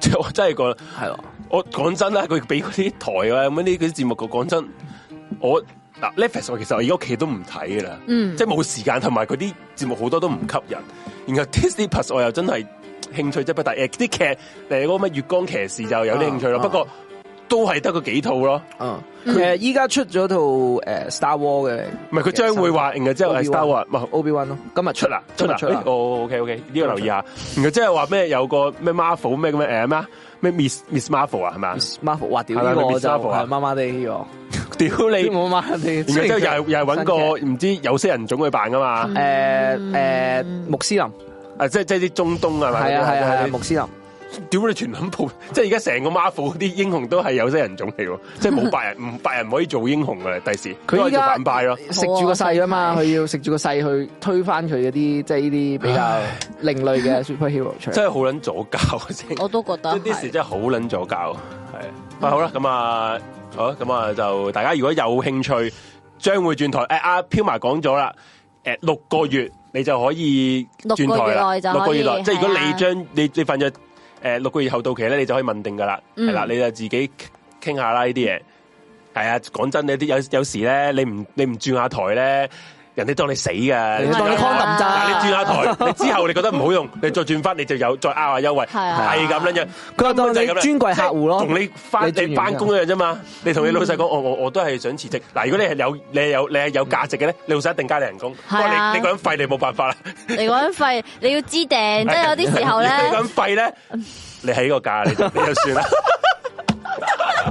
Speaker 2: 即係我真係覺得。
Speaker 3: 係咯，
Speaker 2: 我講真啦，佢俾嗰啲台啊咁樣呢啲節目，我講真，我嗱 Netflix 我其實我而家屋企都唔睇噶啦，
Speaker 1: 嗯
Speaker 2: 即係冇時間，同埋佢啲節目好多都唔吸引。然後 Disney Plus 我又真係興趣啫不大，誒啲劇誒嗰個咩月光騎士就有啲興趣咯，
Speaker 3: 啊
Speaker 2: 不過都係得嗰幾套咯。
Speaker 3: 嗯，誒，依家出咗套誒 Star War 嘅，
Speaker 2: 唔係佢將會話，然後之後係 Star War，唔係
Speaker 3: Obi Wan 咯，今日
Speaker 2: 出啦出
Speaker 3: 今
Speaker 2: 啦
Speaker 3: 日出啦，
Speaker 2: 哦 OK OK 呢個留意下。然後即係話咩有個咩 Marvel 咩咁樣誒咩啊咩 Miss Miss Marvel 啊係嘛？
Speaker 3: Marvel，哇屌
Speaker 2: 係啦
Speaker 3: 呢個我
Speaker 2: Miss
Speaker 3: 就
Speaker 2: Marvel 啊
Speaker 3: 係麻麻地呢個。
Speaker 2: 屌你！
Speaker 3: 冇嘛，你
Speaker 2: 然後之後又係又係揾個唔知有色人種去扮噶嘛？
Speaker 3: 嗯
Speaker 1: 嗯
Speaker 3: 誒誒穆斯林，
Speaker 2: 啊，即係即係啲中東啊，係咪
Speaker 3: 係啊係啊係啊
Speaker 2: 即係
Speaker 3: 穆斯林，
Speaker 2: 屌你全撚部， [laughs] 即係而家成個 Marvel 啲英雄都係有色人種嚟喎，即係冇白人，唔白人唔可以做英雄噶啦，第時
Speaker 3: 佢
Speaker 2: 都係
Speaker 3: 依
Speaker 2: 做
Speaker 3: 家
Speaker 2: 反派咯。
Speaker 3: 食住個勢啊嘛，佢要食住個勢去推翻佢嗰啲即係呢啲比較另類
Speaker 2: [laughs]
Speaker 3: 嘅 superhero 出嚟。
Speaker 2: 真係好撚左教啊真係
Speaker 1: 我都覺得
Speaker 2: 即係啲事
Speaker 1: 係。
Speaker 2: 真係好撚左教，係啊，好啦，咁啊，好啦，咁啊，就大家如果有興趣，將會轉台。誒、阿飄埋講咗啦，誒、六個月你就可以轉台啦，
Speaker 1: 六個月內就可以
Speaker 2: 即係如果
Speaker 1: 係
Speaker 2: 你
Speaker 1: 啊
Speaker 2: 將你你份約誒六個月後到期咧，你就可以問定噶啦，
Speaker 1: 嗯
Speaker 2: 係啦、你就自己傾下啦呢啲嘢。係啊，講真，你啲有有時咧，你唔你唔轉下台咧，人哋當你死噶，
Speaker 3: 你當
Speaker 1: 係
Speaker 3: 你
Speaker 1: 啊
Speaker 3: condom
Speaker 2: 嗱，你轉
Speaker 3: 咋？
Speaker 2: 下
Speaker 1: [laughs]
Speaker 2: 台，你之後你覺得唔好用，你再轉翻你就有再呃下優惠，
Speaker 1: 係啊
Speaker 2: 係咁樣樣。
Speaker 3: 佢話當你尊貴客戶咯
Speaker 2: 同你翻
Speaker 3: 你轉完
Speaker 2: 你翻工一樣啫嘛。你同你老細講，我我我都係想辭職。嗱，如果你係有你係有你係有價值嘅咧，你老細一定加你人工。不
Speaker 1: 係
Speaker 2: 過
Speaker 1: 啊
Speaker 2: 你你個人廢，你冇辦法啦。
Speaker 1: 你講緊廢，你要知定，即係
Speaker 2: [laughs]
Speaker 1: 有啲時候咧，
Speaker 2: 你個人廢咧，你起個
Speaker 1: [laughs]
Speaker 2: 價你就你就算啦。 [laughs]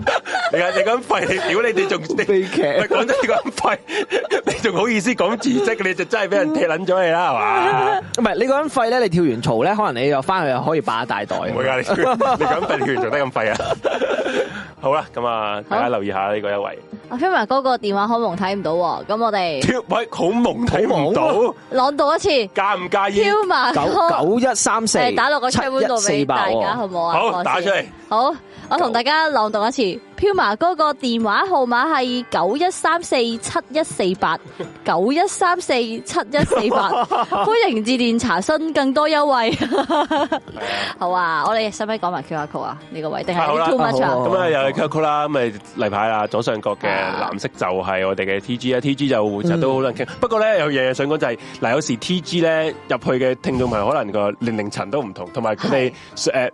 Speaker 2: 你個你個人廢，你屌你哋仲
Speaker 1: [laughs]
Speaker 2: 你
Speaker 3: 悲劇
Speaker 2: 唔係講真，你個人廢，你仲好意思講辭職，你就真係俾人踢撚咗你啦，係嘛？
Speaker 3: 唔係你嗰陣廢咧，你跳完槽咧，可能你又翻去又可以霸一大
Speaker 2: [laughs]
Speaker 3: 袋。
Speaker 1: [laughs]
Speaker 2: 唔會噶，你你咁廢，你完做得咁廢啊！ [laughs] 好啦，咁啊，大家留意下呢個優惠。
Speaker 1: 阿 p i m a 嗰個電話可能睇唔到喎，咁我
Speaker 2: [laughs]
Speaker 1: 哋
Speaker 2: 跳喂，好啊蒙睇唔到，
Speaker 1: 朗讀一次 p
Speaker 2: 介唔介
Speaker 1: i
Speaker 2: 意？
Speaker 1: m a
Speaker 3: 九九一三四
Speaker 1: 誒，打落個 c
Speaker 3: 七
Speaker 1: h 度
Speaker 3: 一
Speaker 1: 俾
Speaker 3: 四八哦
Speaker 1: 大家，好
Speaker 3: 喎，
Speaker 1: 唔好啊？
Speaker 2: 好
Speaker 1: 講先
Speaker 2: 打出嚟。
Speaker 1: 好，我同大家朗讀一次，Puma 嗰個電話號碼係九一三四七一四
Speaker 2: [laughs]
Speaker 1: 八九一三四七一四八，歡迎致電查詢更多優
Speaker 2: [laughs]
Speaker 1: 惠。好啊，我哋使唔使講埋 QR code 啊？呢個位定
Speaker 2: 啊好啦
Speaker 1: 係 too much
Speaker 3: 好
Speaker 1: 啊
Speaker 3: 好？
Speaker 2: 咁啊，又係 QQ 啦，咁咪例牌啦，左上角嘅藍色就係我哋嘅 TG 啊，TG 就成日都好多人傾。不過咧，有樣嘢想講就係，嗱，有時 TG 咧入去嘅聽眾朋友可能個年齡層都唔同，同埋佢哋誒。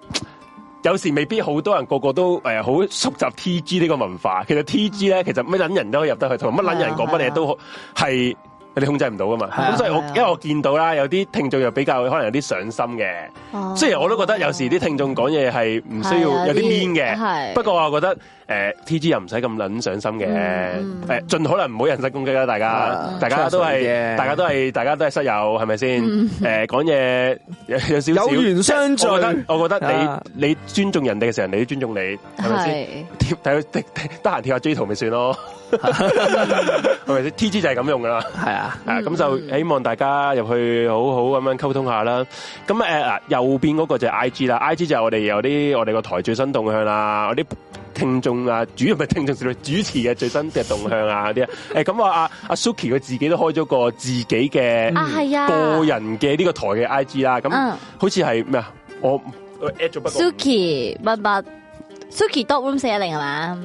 Speaker 2: 有時未必好多人個個都誒好熟習 T G 呢個文化，其實 T G 咧其實乜撚人都可以入得去，同埋乜撚人講乜嘢都好係你控制唔到噶嘛。
Speaker 3: 係啊
Speaker 2: 咁所以我因為我見到啦，有啲聽眾又比較可能有啲上心嘅。
Speaker 1: 哦
Speaker 2: 雖然我都覺得有時啲聽眾講嘢係唔需
Speaker 1: 係啊
Speaker 2: 要有啲
Speaker 1: 啲
Speaker 2: mean 嘅，
Speaker 1: 係
Speaker 2: 不過我覺得誒 T G 又唔使咁撚上心嘅，
Speaker 1: 嗯
Speaker 2: 誒盡可能唔好人身攻擊啦，大家
Speaker 3: 啊
Speaker 2: 大家都
Speaker 3: 吹下水
Speaker 2: 係
Speaker 3: 啫
Speaker 2: 大家都係大家都係室友係咪先？誒講嘢有有少少
Speaker 3: 有緣相聚
Speaker 2: 我覺得我覺得
Speaker 3: 啊
Speaker 2: 你你尊重人哋嘅時候，人哋都尊重你，係咪先？
Speaker 1: 係
Speaker 2: [laughs] 跳睇得得閒跳下 J 圖
Speaker 3: [laughs]
Speaker 2: 咪算咯，係咪先？T G 就係咁用噶啦。
Speaker 3: 系啊，
Speaker 1: 嗯
Speaker 2: 啊，咁就希望大家入去好好咁樣溝通下啦。咁誒嗱，右邊嗰個就係 I G 啦，I G 就係我哋有啲我哋個台最新動向啦，我啲聽眾啊，主要唔係聽眾，主持嘅最新嘅動
Speaker 1: [laughs]
Speaker 2: 向啊嗰啲啊。誒咁啊，阿阿 Suki 佢自己都開咗個自己嘅
Speaker 1: 啊係啊
Speaker 2: 個嗯人嘅呢個台嘅 I G 啦。咁
Speaker 1: 嗯
Speaker 2: 好似係咩啊？我我 at 咗不過
Speaker 1: Suki 密密 Suki dot room 四一零係嘛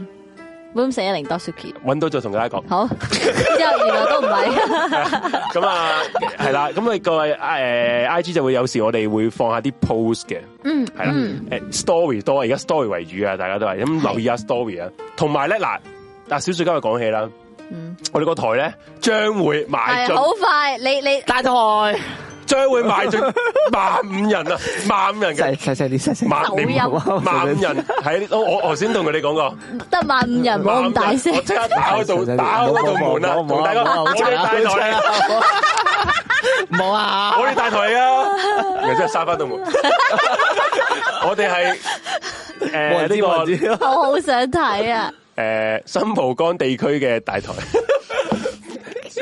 Speaker 1: ？room 四一零 dot Suki
Speaker 2: 揾到就同大家講。 [laughs]
Speaker 1: 好，之後原來都唔係，
Speaker 2: 咁啊，係啦，咁啊個誒 I G 就會有時我哋會放下啲 post 嘅。
Speaker 1: 嗯
Speaker 2: 系啦，诶、story 多，而家 story 為主啊，大家都係咁留意下 story 啊，同埋咧嗱，嗱小雪今日講起啦，
Speaker 1: 嗯
Speaker 2: 我哋個台咧將會邁
Speaker 1: 係
Speaker 2: 進，
Speaker 1: 好快，你你
Speaker 3: 大台
Speaker 2: 將會邁進萬五人啊，萬五人嘅。
Speaker 3: 細細細啲細細
Speaker 2: 萬
Speaker 1: 抖
Speaker 2: 你
Speaker 1: 音
Speaker 2: 唔好萬五人喺我我我頭先同佢哋講過，
Speaker 1: 得萬五
Speaker 2: [laughs]
Speaker 1: 人，冇咁大聲
Speaker 2: 萬五人我。即刻打開道打開道門啦，同大家講我哋大台啊，
Speaker 3: 冇
Speaker 2: [laughs]
Speaker 3: 啊，
Speaker 2: 我哋大台嚟噶，然後真係閂翻道門，我哋係
Speaker 3: 冇
Speaker 2: 誒
Speaker 3: 人知冇
Speaker 2: 呢
Speaker 3: 人
Speaker 2: 個
Speaker 3: 知啊，
Speaker 1: 我好想睇啊！
Speaker 2: 诶、呃新蒲崗地區嘅
Speaker 1: [laughs]
Speaker 2: 大台。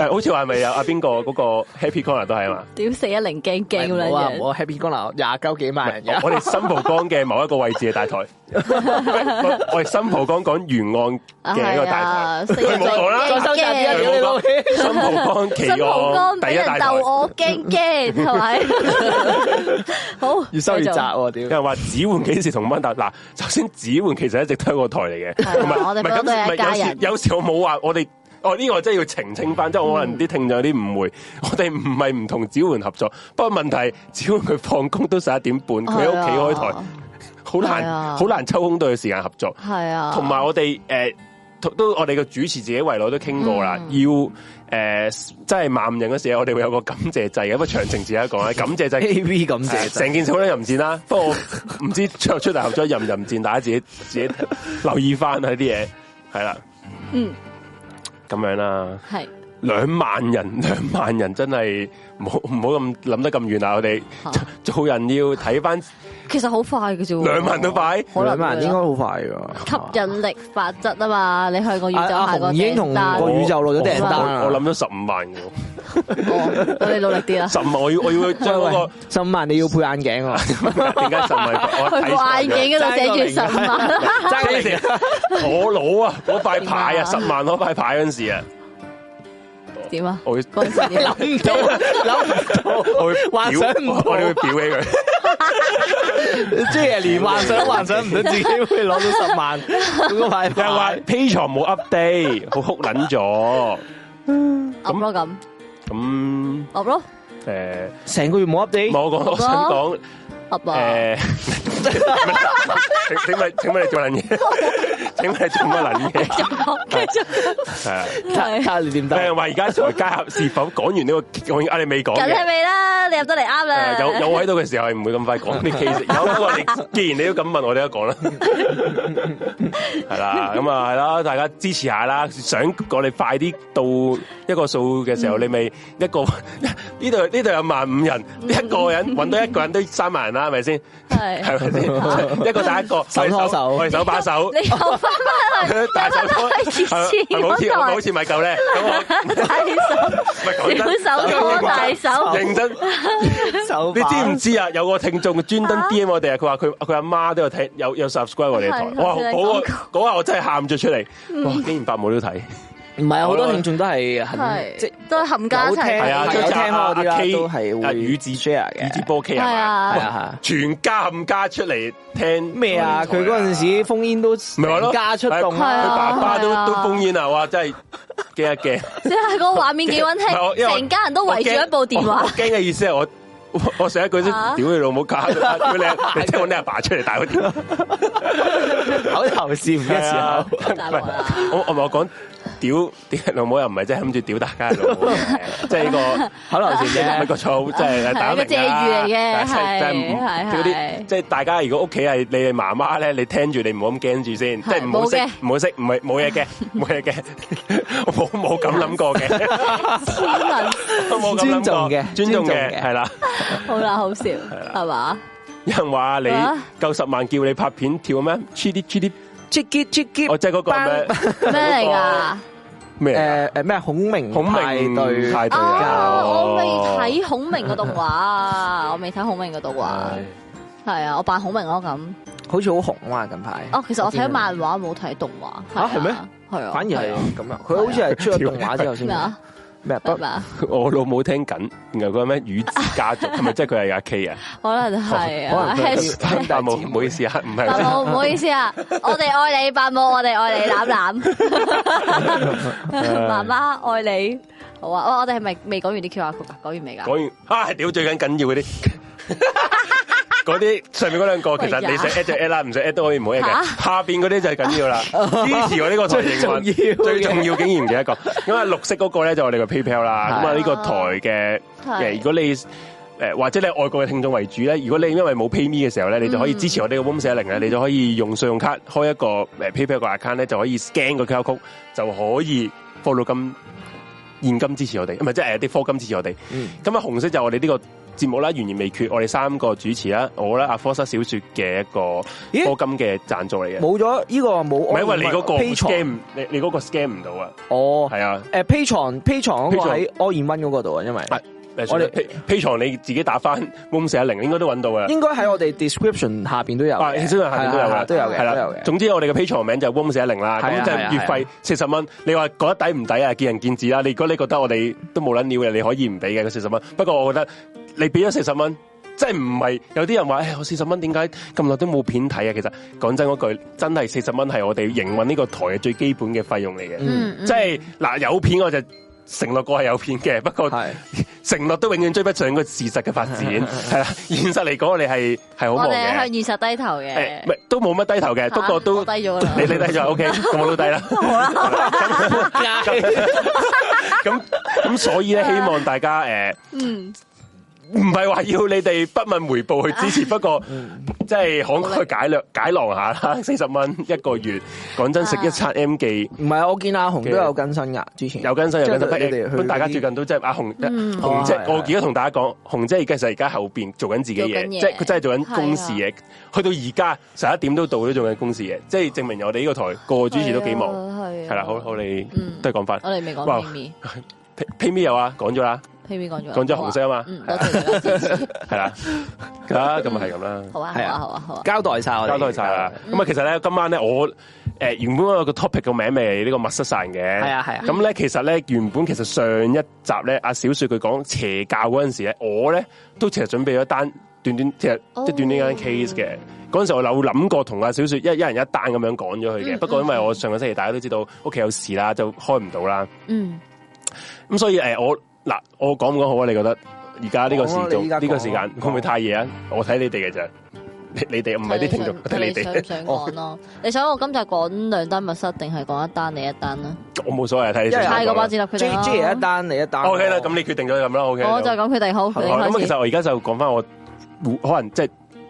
Speaker 2: 诶，好似話咪有阿邊個嗰個 Happy Corner 都係啊嘛？
Speaker 1: 屌四一零驚驚咁樣
Speaker 3: 冇啊，
Speaker 1: 樣，
Speaker 3: 我 Happy 光流廿九幾萬人
Speaker 2: 我哋新蒲崗嘅某一個位置嘅
Speaker 1: [laughs]
Speaker 2: 大台，我我哋新蒲崗講沿岸嘅一個大
Speaker 1: 係
Speaker 2: 台，
Speaker 1: 啊四一
Speaker 2: 佢
Speaker 1: 零
Speaker 2: 冇講啦，
Speaker 1: 再收集啲啊
Speaker 2: 佢冇講
Speaker 3: [laughs]
Speaker 2: 新蒲崗
Speaker 1: 新蒲崗
Speaker 2: 奇岸
Speaker 1: 俾
Speaker 2: 第一
Speaker 1: 人
Speaker 2: 大
Speaker 1: 鬥
Speaker 2: 台。
Speaker 1: 我驚驚係咪？
Speaker 2: [laughs]
Speaker 1: 好，
Speaker 3: 越收越窄喎，屌
Speaker 2: 有！
Speaker 3: [laughs]
Speaker 2: 人話子焕幾時同班達嗱，首先子焕其實一直都係個台嚟
Speaker 1: 係啊
Speaker 2: 嘅，同埋
Speaker 1: 我哋
Speaker 2: 唔係
Speaker 1: 覺得
Speaker 2: 咁
Speaker 1: 佢係一家
Speaker 2: 唔係有時
Speaker 1: 人
Speaker 2: 有時我冇話我哋。哦，呢、個真係要澄清翻，即係我
Speaker 1: 嗯
Speaker 2: 可能啲聽眾有啲誤會， [laughs] 我哋唔係唔同子焕合作，不過問題子焕佢放工都十一點半，佢喺屋企開台，
Speaker 1: 啊
Speaker 2: 好
Speaker 1: 哦係啊
Speaker 2: 難好難抽空對佢時間合作。
Speaker 1: 係啊，
Speaker 2: 同埋我哋誒、都都我哋嘅主持自己圍內都傾過啦，
Speaker 1: 嗯
Speaker 2: 要誒、真係萬人嗰時候，我哋會有個感謝祭嘅，不過詳情自己講
Speaker 1: [laughs]
Speaker 2: 啦。感謝祭
Speaker 3: A V 咁謝
Speaker 2: 成件事好撚淫戰啦，不過我唔知出出大合咗淫唔淫戰，大家自己自己留意翻啊啲嘢，係啦，
Speaker 1: 嗯，
Speaker 2: 咁樣啦，
Speaker 1: 係
Speaker 2: 兩萬人， [laughs] 兩萬人真係唔好唔好咁諗得咁遠啦，我哋
Speaker 1: 嚇
Speaker 2: 做人要睇翻
Speaker 1: 其實好快嘅啫喎，
Speaker 2: 兩萬都快，
Speaker 1: 可能
Speaker 3: 兩萬
Speaker 1: 會
Speaker 3: 應該
Speaker 1: 咯
Speaker 3: 好快噶，
Speaker 1: 吸引力法則啊嘛，你去個宇宙
Speaker 3: 阿阿
Speaker 1: 下個
Speaker 3: 啊紅已經同
Speaker 1: 訂單 [laughs]
Speaker 3: 個宇宙落咗訂單啊啦
Speaker 2: 我我諗咗十五萬嘅喎，
Speaker 1: 哦咁你努力啲
Speaker 2: [laughs]
Speaker 1: 啦。
Speaker 2: 十五萬我要我要將
Speaker 3: [laughs]
Speaker 2: 嗰個。
Speaker 3: 十五萬你要配眼鏡啊！ [laughs]
Speaker 2: 点解十米？我
Speaker 1: 佢
Speaker 2: 睇錯
Speaker 1: 眼鏡
Speaker 2: 咗
Speaker 1: 嗰度寫住十五
Speaker 2: 啊
Speaker 1: 萬，
Speaker 3: 爭
Speaker 2: 黐
Speaker 3: 嚟
Speaker 2: 線我攞啊！嗰塊牌
Speaker 3: [laughs]
Speaker 1: 點
Speaker 2: 啊，
Speaker 1: 啊
Speaker 2: 十萬嗰塊牌嗰陣時啊，
Speaker 1: 點
Speaker 2: [laughs]
Speaker 1: 啊？
Speaker 2: 我會
Speaker 1: 嗰陣時點啊
Speaker 3: 諗唔到，諗唔
Speaker 2: 我會
Speaker 3: 幻
Speaker 2: 表
Speaker 3: 想唔到
Speaker 2: 我哋會表起佢。
Speaker 3: 到，即係連幻想都幻想唔到自己會攞到十萬嗰個牌
Speaker 2: 又係話
Speaker 3: 牌。
Speaker 2: P 床冇 update，好哭撚咗。
Speaker 1: 噏咯咁，
Speaker 2: 咁
Speaker 1: 噏咯，
Speaker 2: 誒，
Speaker 3: 成個月冇 update，
Speaker 2: 我講我想
Speaker 1: 噏
Speaker 2: 講 [laughs]
Speaker 1: 啊！
Speaker 2: 誒，請請 [laughs] 問請問你做撚嘢？請問你做乜 [laughs] 撚嘢？
Speaker 1: 繼續講，繼續講，
Speaker 2: 係啊。
Speaker 1: 係
Speaker 3: 睇下你點
Speaker 2: 有人
Speaker 3: 得。
Speaker 2: 話而家在家合是否講完呢個？我啊，你未
Speaker 1: 梗
Speaker 2: 講嘅。
Speaker 1: 係未啦？你入得嚟 [laughs] 啱啦。
Speaker 2: 誒有有我喺度嘅時候係唔會咁快講啲 case，有不過你既然你都咁問，我哋都講啦，係啦，咁啊係啦，大家支持下啦，想我哋快啲到一個數嘅時候，你咪一個 [laughs] 呢度呢度有萬五人，一
Speaker 1: [laughs]
Speaker 2: 個人揾到一個人都三萬人啦，係咪先？
Speaker 1: 係
Speaker 2: 係咪先？一個打一個，
Speaker 3: 手拖手
Speaker 2: 我哋手把手。
Speaker 1: 你又翻返
Speaker 2: [laughs]
Speaker 1: 去
Speaker 2: 大手拖，
Speaker 1: [laughs] 你以前
Speaker 2: 係咪係咪好似
Speaker 1: 嗰
Speaker 2: 我
Speaker 1: 代
Speaker 2: 好似咪夠咧，咁我
Speaker 1: 大手
Speaker 2: 唔
Speaker 1: 小手
Speaker 2: 係講真
Speaker 1: 拖大手，
Speaker 2: 認真。
Speaker 3: 手
Speaker 2: 你
Speaker 3: 把
Speaker 2: 知唔知啊？有個聽眾專登 D M 我哋啊，佢話佢佢阿媽都有睇，有有 subscribe 我哋台。
Speaker 1: 係
Speaker 2: 哇！
Speaker 1: 頭先你
Speaker 2: 嗰
Speaker 1: 講嗯
Speaker 2: 個嗰下我真係喊咗出嚟，哇！竟然百母都睇，
Speaker 3: 唔係啊好多聽眾都係很
Speaker 1: 係
Speaker 3: 即係
Speaker 1: 都係冚家一
Speaker 3: 有聽
Speaker 1: 齊，
Speaker 2: 係啊
Speaker 3: 有
Speaker 2: 即係
Speaker 3: 聽開嗰啲啦，
Speaker 2: 阿 K，
Speaker 3: 都係
Speaker 2: 阿
Speaker 3: 會
Speaker 2: 宇智
Speaker 3: share
Speaker 2: 宇智
Speaker 3: 嘅。
Speaker 2: 波 K 係
Speaker 1: 係
Speaker 2: 嘛？
Speaker 1: 啊
Speaker 3: 係啊
Speaker 2: 全家冚家出嚟聽
Speaker 3: 咩啊？佢嗰陣時封煙都
Speaker 2: 咪係咯
Speaker 3: 成家出動
Speaker 1: 係
Speaker 2: 佢
Speaker 1: 啊
Speaker 3: 啦，
Speaker 2: 爸爸都
Speaker 1: 係啊
Speaker 2: 都封煙啊！哇！真係驚一驚，
Speaker 1: 即係個畫面幾溫
Speaker 2: 唔係我因
Speaker 1: 馨，
Speaker 2: 為我
Speaker 1: 成家人都圍住一部電
Speaker 2: 我
Speaker 1: 話
Speaker 2: 我。驚嘅意思係我。 [laughs] 我我上一句都
Speaker 1: 啊
Speaker 2: 屌你老母假，屌你阿你聽我你阿爸出嚟大嗰
Speaker 3: [laughs]
Speaker 2: 啲，
Speaker 3: 口頭禪嘅時候。
Speaker 2: 唔
Speaker 1: 大鑊啦啊
Speaker 2: 係我我咪我講屌屌老母又唔係真係諗住屌大家老
Speaker 1: [laughs]
Speaker 2: 母嘅，即係呢個
Speaker 3: 可能先
Speaker 2: 呢
Speaker 3: 啫
Speaker 2: 個。個錯即係
Speaker 1: 係
Speaker 2: 打明
Speaker 1: 一個借喻嚟嘅係
Speaker 2: 即係唔
Speaker 1: 係
Speaker 2: 即係嗰
Speaker 1: 係
Speaker 2: 啲即係大家如果屋企係你哋媽媽咧，你聽住你唔好咁驚住先，即係唔好識
Speaker 1: [laughs] 冇嘅
Speaker 2: 唔好識唔係冇嘢嘅 [laughs] 冇嘢嘅，我冇冇咁諗
Speaker 1: [laughs]
Speaker 2: 過嘅，
Speaker 1: 天文
Speaker 2: 我冇咁諗
Speaker 3: 尊重
Speaker 2: 過
Speaker 3: 嘅
Speaker 2: 尊
Speaker 3: 尊重
Speaker 2: 重嘅
Speaker 3: 嘅
Speaker 2: 係啦。
Speaker 1: 好啦，好笑係嘛？
Speaker 2: 有人話你
Speaker 1: 啊
Speaker 2: 夠十萬叫你拍片跳咩？G D G D，
Speaker 3: Chicky Chicky，
Speaker 2: 我即係嗰個
Speaker 1: [laughs]
Speaker 2: 咩
Speaker 1: 咩嚟㗎？
Speaker 2: 咩啊？
Speaker 3: 诶诶咩孔明
Speaker 2: 孔明
Speaker 3: 對
Speaker 2: 派對
Speaker 1: 啊！
Speaker 2: 啊！
Speaker 1: 我未睇孔明嘅動畫，我未睇孔明嘅動畫，係啊，我扮孔明咯咁。
Speaker 3: 好似好紅啊近排。
Speaker 1: 哦，其實我睇漫畫冇睇動畫。
Speaker 3: 嚇係咩？
Speaker 1: 係啊，
Speaker 3: 反而
Speaker 1: 係啊
Speaker 3: 係咁啊！佢好似係出咗動畫之後先
Speaker 1: 咩啊？
Speaker 3: 咩不
Speaker 1: 係咪啊？
Speaker 2: [laughs] 我老母聽緊，然後佢話咩與子家
Speaker 3: [laughs]
Speaker 2: 族，係咪即係佢係阿 K 啊？
Speaker 1: 可能係啊
Speaker 3: 可能佢
Speaker 2: [laughs]
Speaker 1: hashtag
Speaker 2: 但冇唔好意思
Speaker 3: [laughs]
Speaker 2: 啊，唔係
Speaker 1: 伯母唔好意思啊，我哋愛你，伯母，我哋愛你，攬攬，媽媽愛你，好啊！哇我哋係咪未講完啲 Q R code 噶？講完未㗎？
Speaker 2: 講完啊，屌最緊
Speaker 3: [laughs]
Speaker 2: 緊要嗰啲，嗰啲上面嗰兩個其實
Speaker 1: 哎呀
Speaker 2: 你想 at 就 at 啦，唔想 at 都可以唔好 at 嘅。下邊嗰啲就係緊要
Speaker 3: [laughs]
Speaker 2: 啦，支持我呢個台營運
Speaker 3: 哦最重要嘅
Speaker 2: 最重要竟然唔記得講。咁啊，綠色嗰個咧就我哋嘅 PayPal 啦。咁啊，呢個台嘅
Speaker 1: 係
Speaker 2: 誒，如果你誒或者你係外國嘅聽眾為主咧，如果你因為冇 PayMe 嘅時候咧，你就可
Speaker 3: 嗯
Speaker 2: 以支持我哋嘅 Room 四零咧，你就可以用信用卡開一個誒 PayPal 個 account 咧，就可以 scan 個 QR code 就可以 follow 金現金支持我哋，唔係即係誒啲課金支持我哋。咁啊，紅色就我哋呢個節目啦，懸而未決，我哋三個主持啦，我啦，阿科室小說嘅一個
Speaker 3: 咦
Speaker 2: 課金嘅贊助嚟嘅，
Speaker 3: 冇咗呢個冇，
Speaker 2: 唔係因為你嗰個
Speaker 3: P 床
Speaker 2: scam，你你嗰個 scam 唔到啊，
Speaker 3: 哦，
Speaker 2: 係啊，
Speaker 3: 誒 P 床 P 床嗰個
Speaker 2: Patreon
Speaker 3: 喺 All in One 嗰個度啊，因為
Speaker 2: 係
Speaker 3: 我
Speaker 2: 我
Speaker 3: 哋
Speaker 2: 哋 P P 床你自己打翻 room 四一零應該都揾到嘅。
Speaker 3: 應該喺我哋 description 下邊都有嘅，
Speaker 2: 啊，先生下面都有
Speaker 3: 係
Speaker 2: 嘅
Speaker 3: 啦，都有嘅，
Speaker 2: 係
Speaker 3: 都有
Speaker 2: 啦。
Speaker 3: 嘅。
Speaker 2: 總之我哋嘅 p a t r o n 名就係 Room 四一零啦，
Speaker 3: 係
Speaker 2: 咁
Speaker 3: 啊
Speaker 2: 就
Speaker 3: 係啊
Speaker 2: 月費四十蚊。你話覺得抵唔抵啊？見仁見智啦。你如果你覺得我哋都冇撚料嘅，你可以唔俾嘅嗰四十蚊。不過我覺得你俾咗四十蚊。即係唔係有啲人話，哎誒我四十蚊點解咁耐都冇片睇啊？其實講真嗰句，真係四十蚊係我哋營運呢個台嘅最基本嘅費用嚟嘅。
Speaker 1: 嗯，嗯
Speaker 2: 即係嗱，有片我就承諾過係有片嘅，不過
Speaker 3: 係
Speaker 2: 承諾都永遠追不上個事實嘅發展，係啦。現實嚟講，我哋係係好
Speaker 1: 我
Speaker 2: 忙
Speaker 1: 哋
Speaker 2: 嘅
Speaker 1: 向。現實低頭
Speaker 2: 诶，
Speaker 1: 嘅
Speaker 2: 唔，係都冇乜低頭嘅，不過
Speaker 1: 嚇我
Speaker 2: 都
Speaker 1: 低咗啦
Speaker 2: [laughs] 你你低
Speaker 3: [laughs]
Speaker 2: 咗，OK，咁我都低啦。 [laughs] 咁咁所以咧，希
Speaker 3: 啊
Speaker 2: 望大家诶，
Speaker 1: 嗯，
Speaker 2: 唔係話要你哋不問回報去支
Speaker 3: 啊
Speaker 2: 持，不過
Speaker 3: 嗯
Speaker 2: 即係慷慨解略解囊下啦，四十蚊一個月，講真食
Speaker 3: 啊
Speaker 2: 一餐 M 記。
Speaker 3: 唔係我見阿紅都有更新噶，之前
Speaker 2: 有更新有更新，
Speaker 3: 即係你哋去嗰
Speaker 2: 不
Speaker 3: 啲
Speaker 2: 大家最近都真係阿紅
Speaker 1: 嗯
Speaker 2: 紅姐
Speaker 3: 哦，係
Speaker 2: 我而家同大家講，紅姐而家其實而家後邊做緊自己
Speaker 1: 做緊
Speaker 2: 嘢，
Speaker 1: 嘢
Speaker 2: 即係佢真係做緊公事
Speaker 3: 啊
Speaker 2: 嘢。去到而家十一點都到都做緊公事嘢，即係證明我哋呢個台個個主持都幾忙。
Speaker 1: 係啊
Speaker 2: 係啦，好好你
Speaker 1: 嗯
Speaker 2: 都係講翻
Speaker 1: 我哋未講
Speaker 2: 哇
Speaker 1: Payme，Payme
Speaker 3: 嗯
Speaker 2: Pay- PayMe 有啊，講咗啦，
Speaker 1: 講咗，
Speaker 2: 講咗紅色啊嘛
Speaker 1: 嗯，多謝你嘅支持
Speaker 3: [laughs]
Speaker 2: 係啦，啊咁啊係咁啦，
Speaker 1: 好啊，好
Speaker 3: 係
Speaker 1: 啊，
Speaker 3: 啊
Speaker 1: 好啊，好啊，
Speaker 3: 交代晒我哋，嗯
Speaker 2: 交代晒啦。咁啊，其實咧今晚咧我誒原本我個 topic 個名咪係呢個密室散嘅，
Speaker 3: 係啊係啊
Speaker 2: 咁咧，其實咧原本其實上一集咧，阿小雪佢講邪教嗰陣時咧，我咧都其實準備咗單短短，其實
Speaker 1: 哦
Speaker 2: 即係短短間 case 嘅。嗰陣時我有諗過同阿小雪一一人一單咁樣講咗佢
Speaker 3: 嗯
Speaker 2: 嘅，不過因為我上個星期大家都知道屋企有事啦，就開唔到啦。
Speaker 1: 嗯，
Speaker 2: 咁所以誒、呃我嗱我講唔講好啊？你覺得而家呢個時
Speaker 3: 講啊
Speaker 2: 做
Speaker 3: 你依家
Speaker 2: 呢個
Speaker 3: 講
Speaker 2: 時間
Speaker 3: 講
Speaker 2: 會唔會太夜啊？我睇你哋嘅咋，你你哋唔係啲聽眾，睇
Speaker 1: 睇
Speaker 2: 你
Speaker 1: 你想
Speaker 2: 哋
Speaker 1: 唔，想講咯？你想我今集講兩單密室，定係講一單你一單咧？
Speaker 2: 我冇所謂，睇你
Speaker 3: 因
Speaker 2: 想
Speaker 3: 為
Speaker 2: 唔想
Speaker 1: 太
Speaker 2: 講
Speaker 1: 個
Speaker 2: 啦
Speaker 1: 巴。字立佢
Speaker 3: J
Speaker 1: 哋啊
Speaker 3: J 一單你一單
Speaker 2: O K 啦，咁你決定咗咁啦，O K。
Speaker 1: 我就咁佢哋好，
Speaker 2: 好
Speaker 1: 佢哋
Speaker 2: 咁
Speaker 1: 開
Speaker 2: 其
Speaker 1: 始
Speaker 2: 實我而家就講翻我可能即係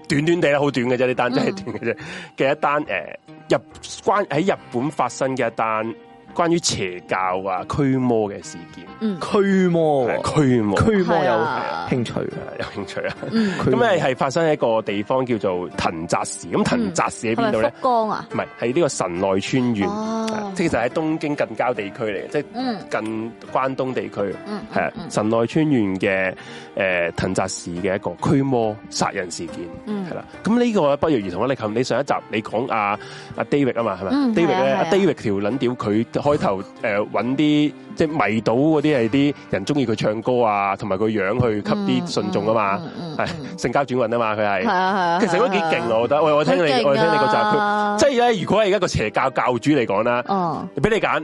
Speaker 2: 短短地啦，好短嘅啫，呢單真
Speaker 1: 嗯
Speaker 2: 係短嘅啫嘅一單诶、呃日關喺日本發生嘅一單關於邪教啊驅魔嘅事件，
Speaker 1: 嗯
Speaker 3: 驅魔
Speaker 2: 係
Speaker 3: 喎，
Speaker 2: 驅魔
Speaker 3: 哦驅魔
Speaker 1: 係
Speaker 3: 有
Speaker 1: 啊
Speaker 3: 興趣啊，
Speaker 2: 呃有興趣啊？
Speaker 1: 嗯，
Speaker 3: 咁
Speaker 2: 咁咧係發生喺一個地方叫做藤澤市，咁藤澤市喺邊
Speaker 1: 係
Speaker 2: 度
Speaker 1: 咪
Speaker 2: 咧
Speaker 1: 福？江啊？
Speaker 2: 唔係喺呢個神奈川縣，
Speaker 1: 哦
Speaker 2: 即係其實喺東京近郊地區嚟嘅，即係
Speaker 1: 嗯
Speaker 2: 近關東地區。
Speaker 1: 嗯，
Speaker 2: 係啊
Speaker 1: 嗯，
Speaker 2: 神奈川縣嘅誒藤澤市嘅一個驅魔殺人事件，
Speaker 1: 嗯
Speaker 2: 係啦。咁呢個不約而同啊！你琴你上一集你講阿阿 David 啊嘛，係咪
Speaker 1: 嗯係啊
Speaker 2: ？David 咧，
Speaker 1: 係
Speaker 2: 阿
Speaker 1: 啊
Speaker 2: David 條撚屌佢開頭誒揾啲即係迷倒嗰啲係啲人中意佢唱歌啊，同埋個樣去吸啲信眾啊嘛
Speaker 1: 嗯嗯嗯，嗯嗯
Speaker 2: 係性交轉運啊嘛，佢
Speaker 1: 係
Speaker 2: 係。
Speaker 1: 啊係啊，
Speaker 2: 其實都幾勁啊！我覺得，我我聽你
Speaker 1: 好勁啊
Speaker 2: 我聽你個集，佢即係咧，如果係一個邪教教主嚟講啦，
Speaker 1: 哦，
Speaker 2: 俾你揀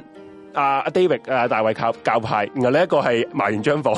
Speaker 2: 阿阿 David 啊大衛教教派，然後呢一個係
Speaker 3: [laughs]
Speaker 2: 埋完張房。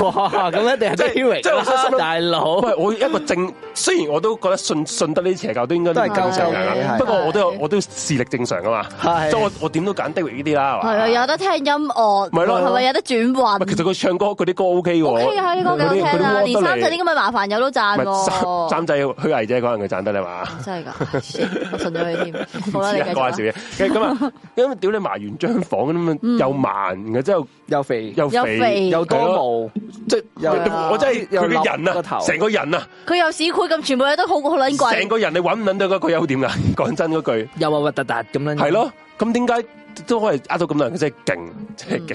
Speaker 3: 哇，咁一定係
Speaker 2: 即係
Speaker 3: David
Speaker 2: 即係我想
Speaker 3: 啦，
Speaker 2: 心諗
Speaker 3: 大佬
Speaker 2: 喂，我一個正雖然我都覺得信信得呢啲邪教都應該
Speaker 3: 都係
Speaker 1: 鳩
Speaker 2: 正常
Speaker 1: 鳩嘅
Speaker 2: 嘅，
Speaker 1: 係
Speaker 2: 不過我都有
Speaker 1: 係
Speaker 2: 我都視力正常噶啊嘛，
Speaker 3: 係
Speaker 2: 即係我我點都揀 David 呢啲啦，係
Speaker 1: 係
Speaker 2: 嘛
Speaker 1: 啊，有得聽音樂，
Speaker 2: 咪咯
Speaker 1: 係咪有得轉
Speaker 2: 唔係其
Speaker 1: 運
Speaker 2: 實佢唱歌佢啲歌 O K 喎
Speaker 1: ？O K 啊，呢歌幾好
Speaker 2: 佢啲
Speaker 1: 聽啊，連
Speaker 2: 佢啲歌得
Speaker 1: 三
Speaker 2: 嚟
Speaker 1: 仔啲咁嘅麻煩友都讚
Speaker 2: 唔係三
Speaker 1: 喎，
Speaker 2: 三仔虛偽啫，可能佢賺得你嘛。
Speaker 1: 真係㗎，唉 shit，我信咗
Speaker 2: [laughs]
Speaker 1: 佢添，好啦，你
Speaker 2: 知
Speaker 1: 繼
Speaker 2: 啊講下笑
Speaker 1: 續啦。
Speaker 2: 嘢，跟住
Speaker 1: [laughs]
Speaker 2: 咁啊，咁屌你埋完張房咁樣又慢，然後之後
Speaker 3: 又肥
Speaker 2: 又
Speaker 1: 又肥
Speaker 2: 肥
Speaker 3: 又多毛，
Speaker 2: 即係
Speaker 3: 又
Speaker 2: 我我真係
Speaker 3: 又
Speaker 2: 佢嘅
Speaker 3: 立個
Speaker 2: 人
Speaker 3: 頭
Speaker 2: 啊，成個人啊，
Speaker 1: 佢又市儈咁，全部嘢都好好撚貴
Speaker 2: 成。個人你揾唔揾到佢優點噶？ [laughs] 講真嗰句
Speaker 3: 又核核突突咁樣。
Speaker 2: 係，咯，咁點解都可以呃到咁多人？佢真係勁，
Speaker 3: 嗯
Speaker 2: 真係勁，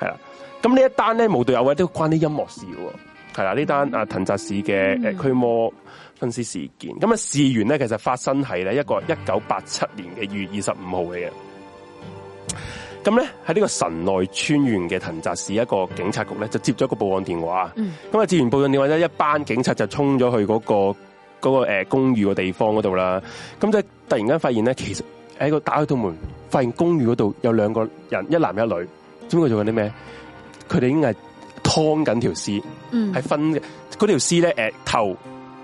Speaker 2: 係啦。咁呢一單咧無隊友位都關啲音樂事喎，係啦。呢
Speaker 3: 嗯
Speaker 2: 單啊藤澤市嘅誒驅魔分屍事件，咁啊事源咧其實發生喺咧一
Speaker 3: 嗯
Speaker 2: 個一九八七年嘅二月二十五號嚟嘅。咁咧喺呢個神奈川縣嘅藤澤市一個警察局咧，就接咗一個報案電話。
Speaker 3: 嗯
Speaker 2: 咁啊，接完報案電話咧，一班警察就衝咗去嗰、個嗰、個呃公寓個地方嗰度啦。咁就突然間發現咧，其實喺個打開道門，發現公寓嗰度有兩個人，一男一女。知唔知佢做緊啲咩？佢哋已經係劏緊條屍，
Speaker 1: 嗯
Speaker 2: 係分嘅。嗰條屍咧，誒、頭、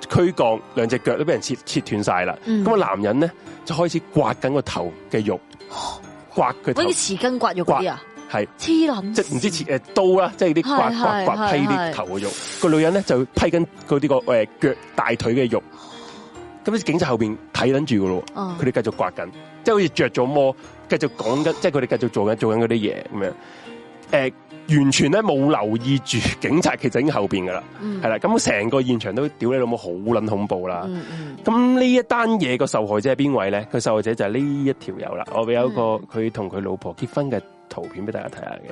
Speaker 2: 軀幹、兩隻腳都俾人切切斷晒啦。咁、
Speaker 1: 嗯
Speaker 2: 個男人咧就開始刮緊個頭嘅肉，刮佢頭
Speaker 1: 嗰啲匙羹刮肉嗰啲啊，
Speaker 2: 係。
Speaker 1: 黐撚線，
Speaker 2: 即係唔知切誒刀啦，即係啲刮
Speaker 1: 係
Speaker 2: 刮
Speaker 1: 係
Speaker 2: 刮
Speaker 1: 係
Speaker 2: 批
Speaker 1: 係
Speaker 2: 啲頭嘅肉。個女人咧就批緊佢呢個誒腳大腿嘅肉。咁啲警察後邊睇緊住噶咯
Speaker 1: 哦
Speaker 2: 喎，佢哋繼續刮緊，即係好似着咗魔，繼續講緊，即係佢哋繼續做緊做緊嗰啲嘢咁樣。誒、完全咧冇留意住警察其實已經後邊噶啦，係啦、咁成個現場都屌你老母好撚恐怖啦。
Speaker 1: 嗯嗯
Speaker 2: 咁呢一單嘢個受害者係邊位咧？佢受害者就係呢一條友啦。我俾有一個
Speaker 1: 嗯
Speaker 2: 佢同佢老婆結婚嘅圖片俾大家睇下嘅。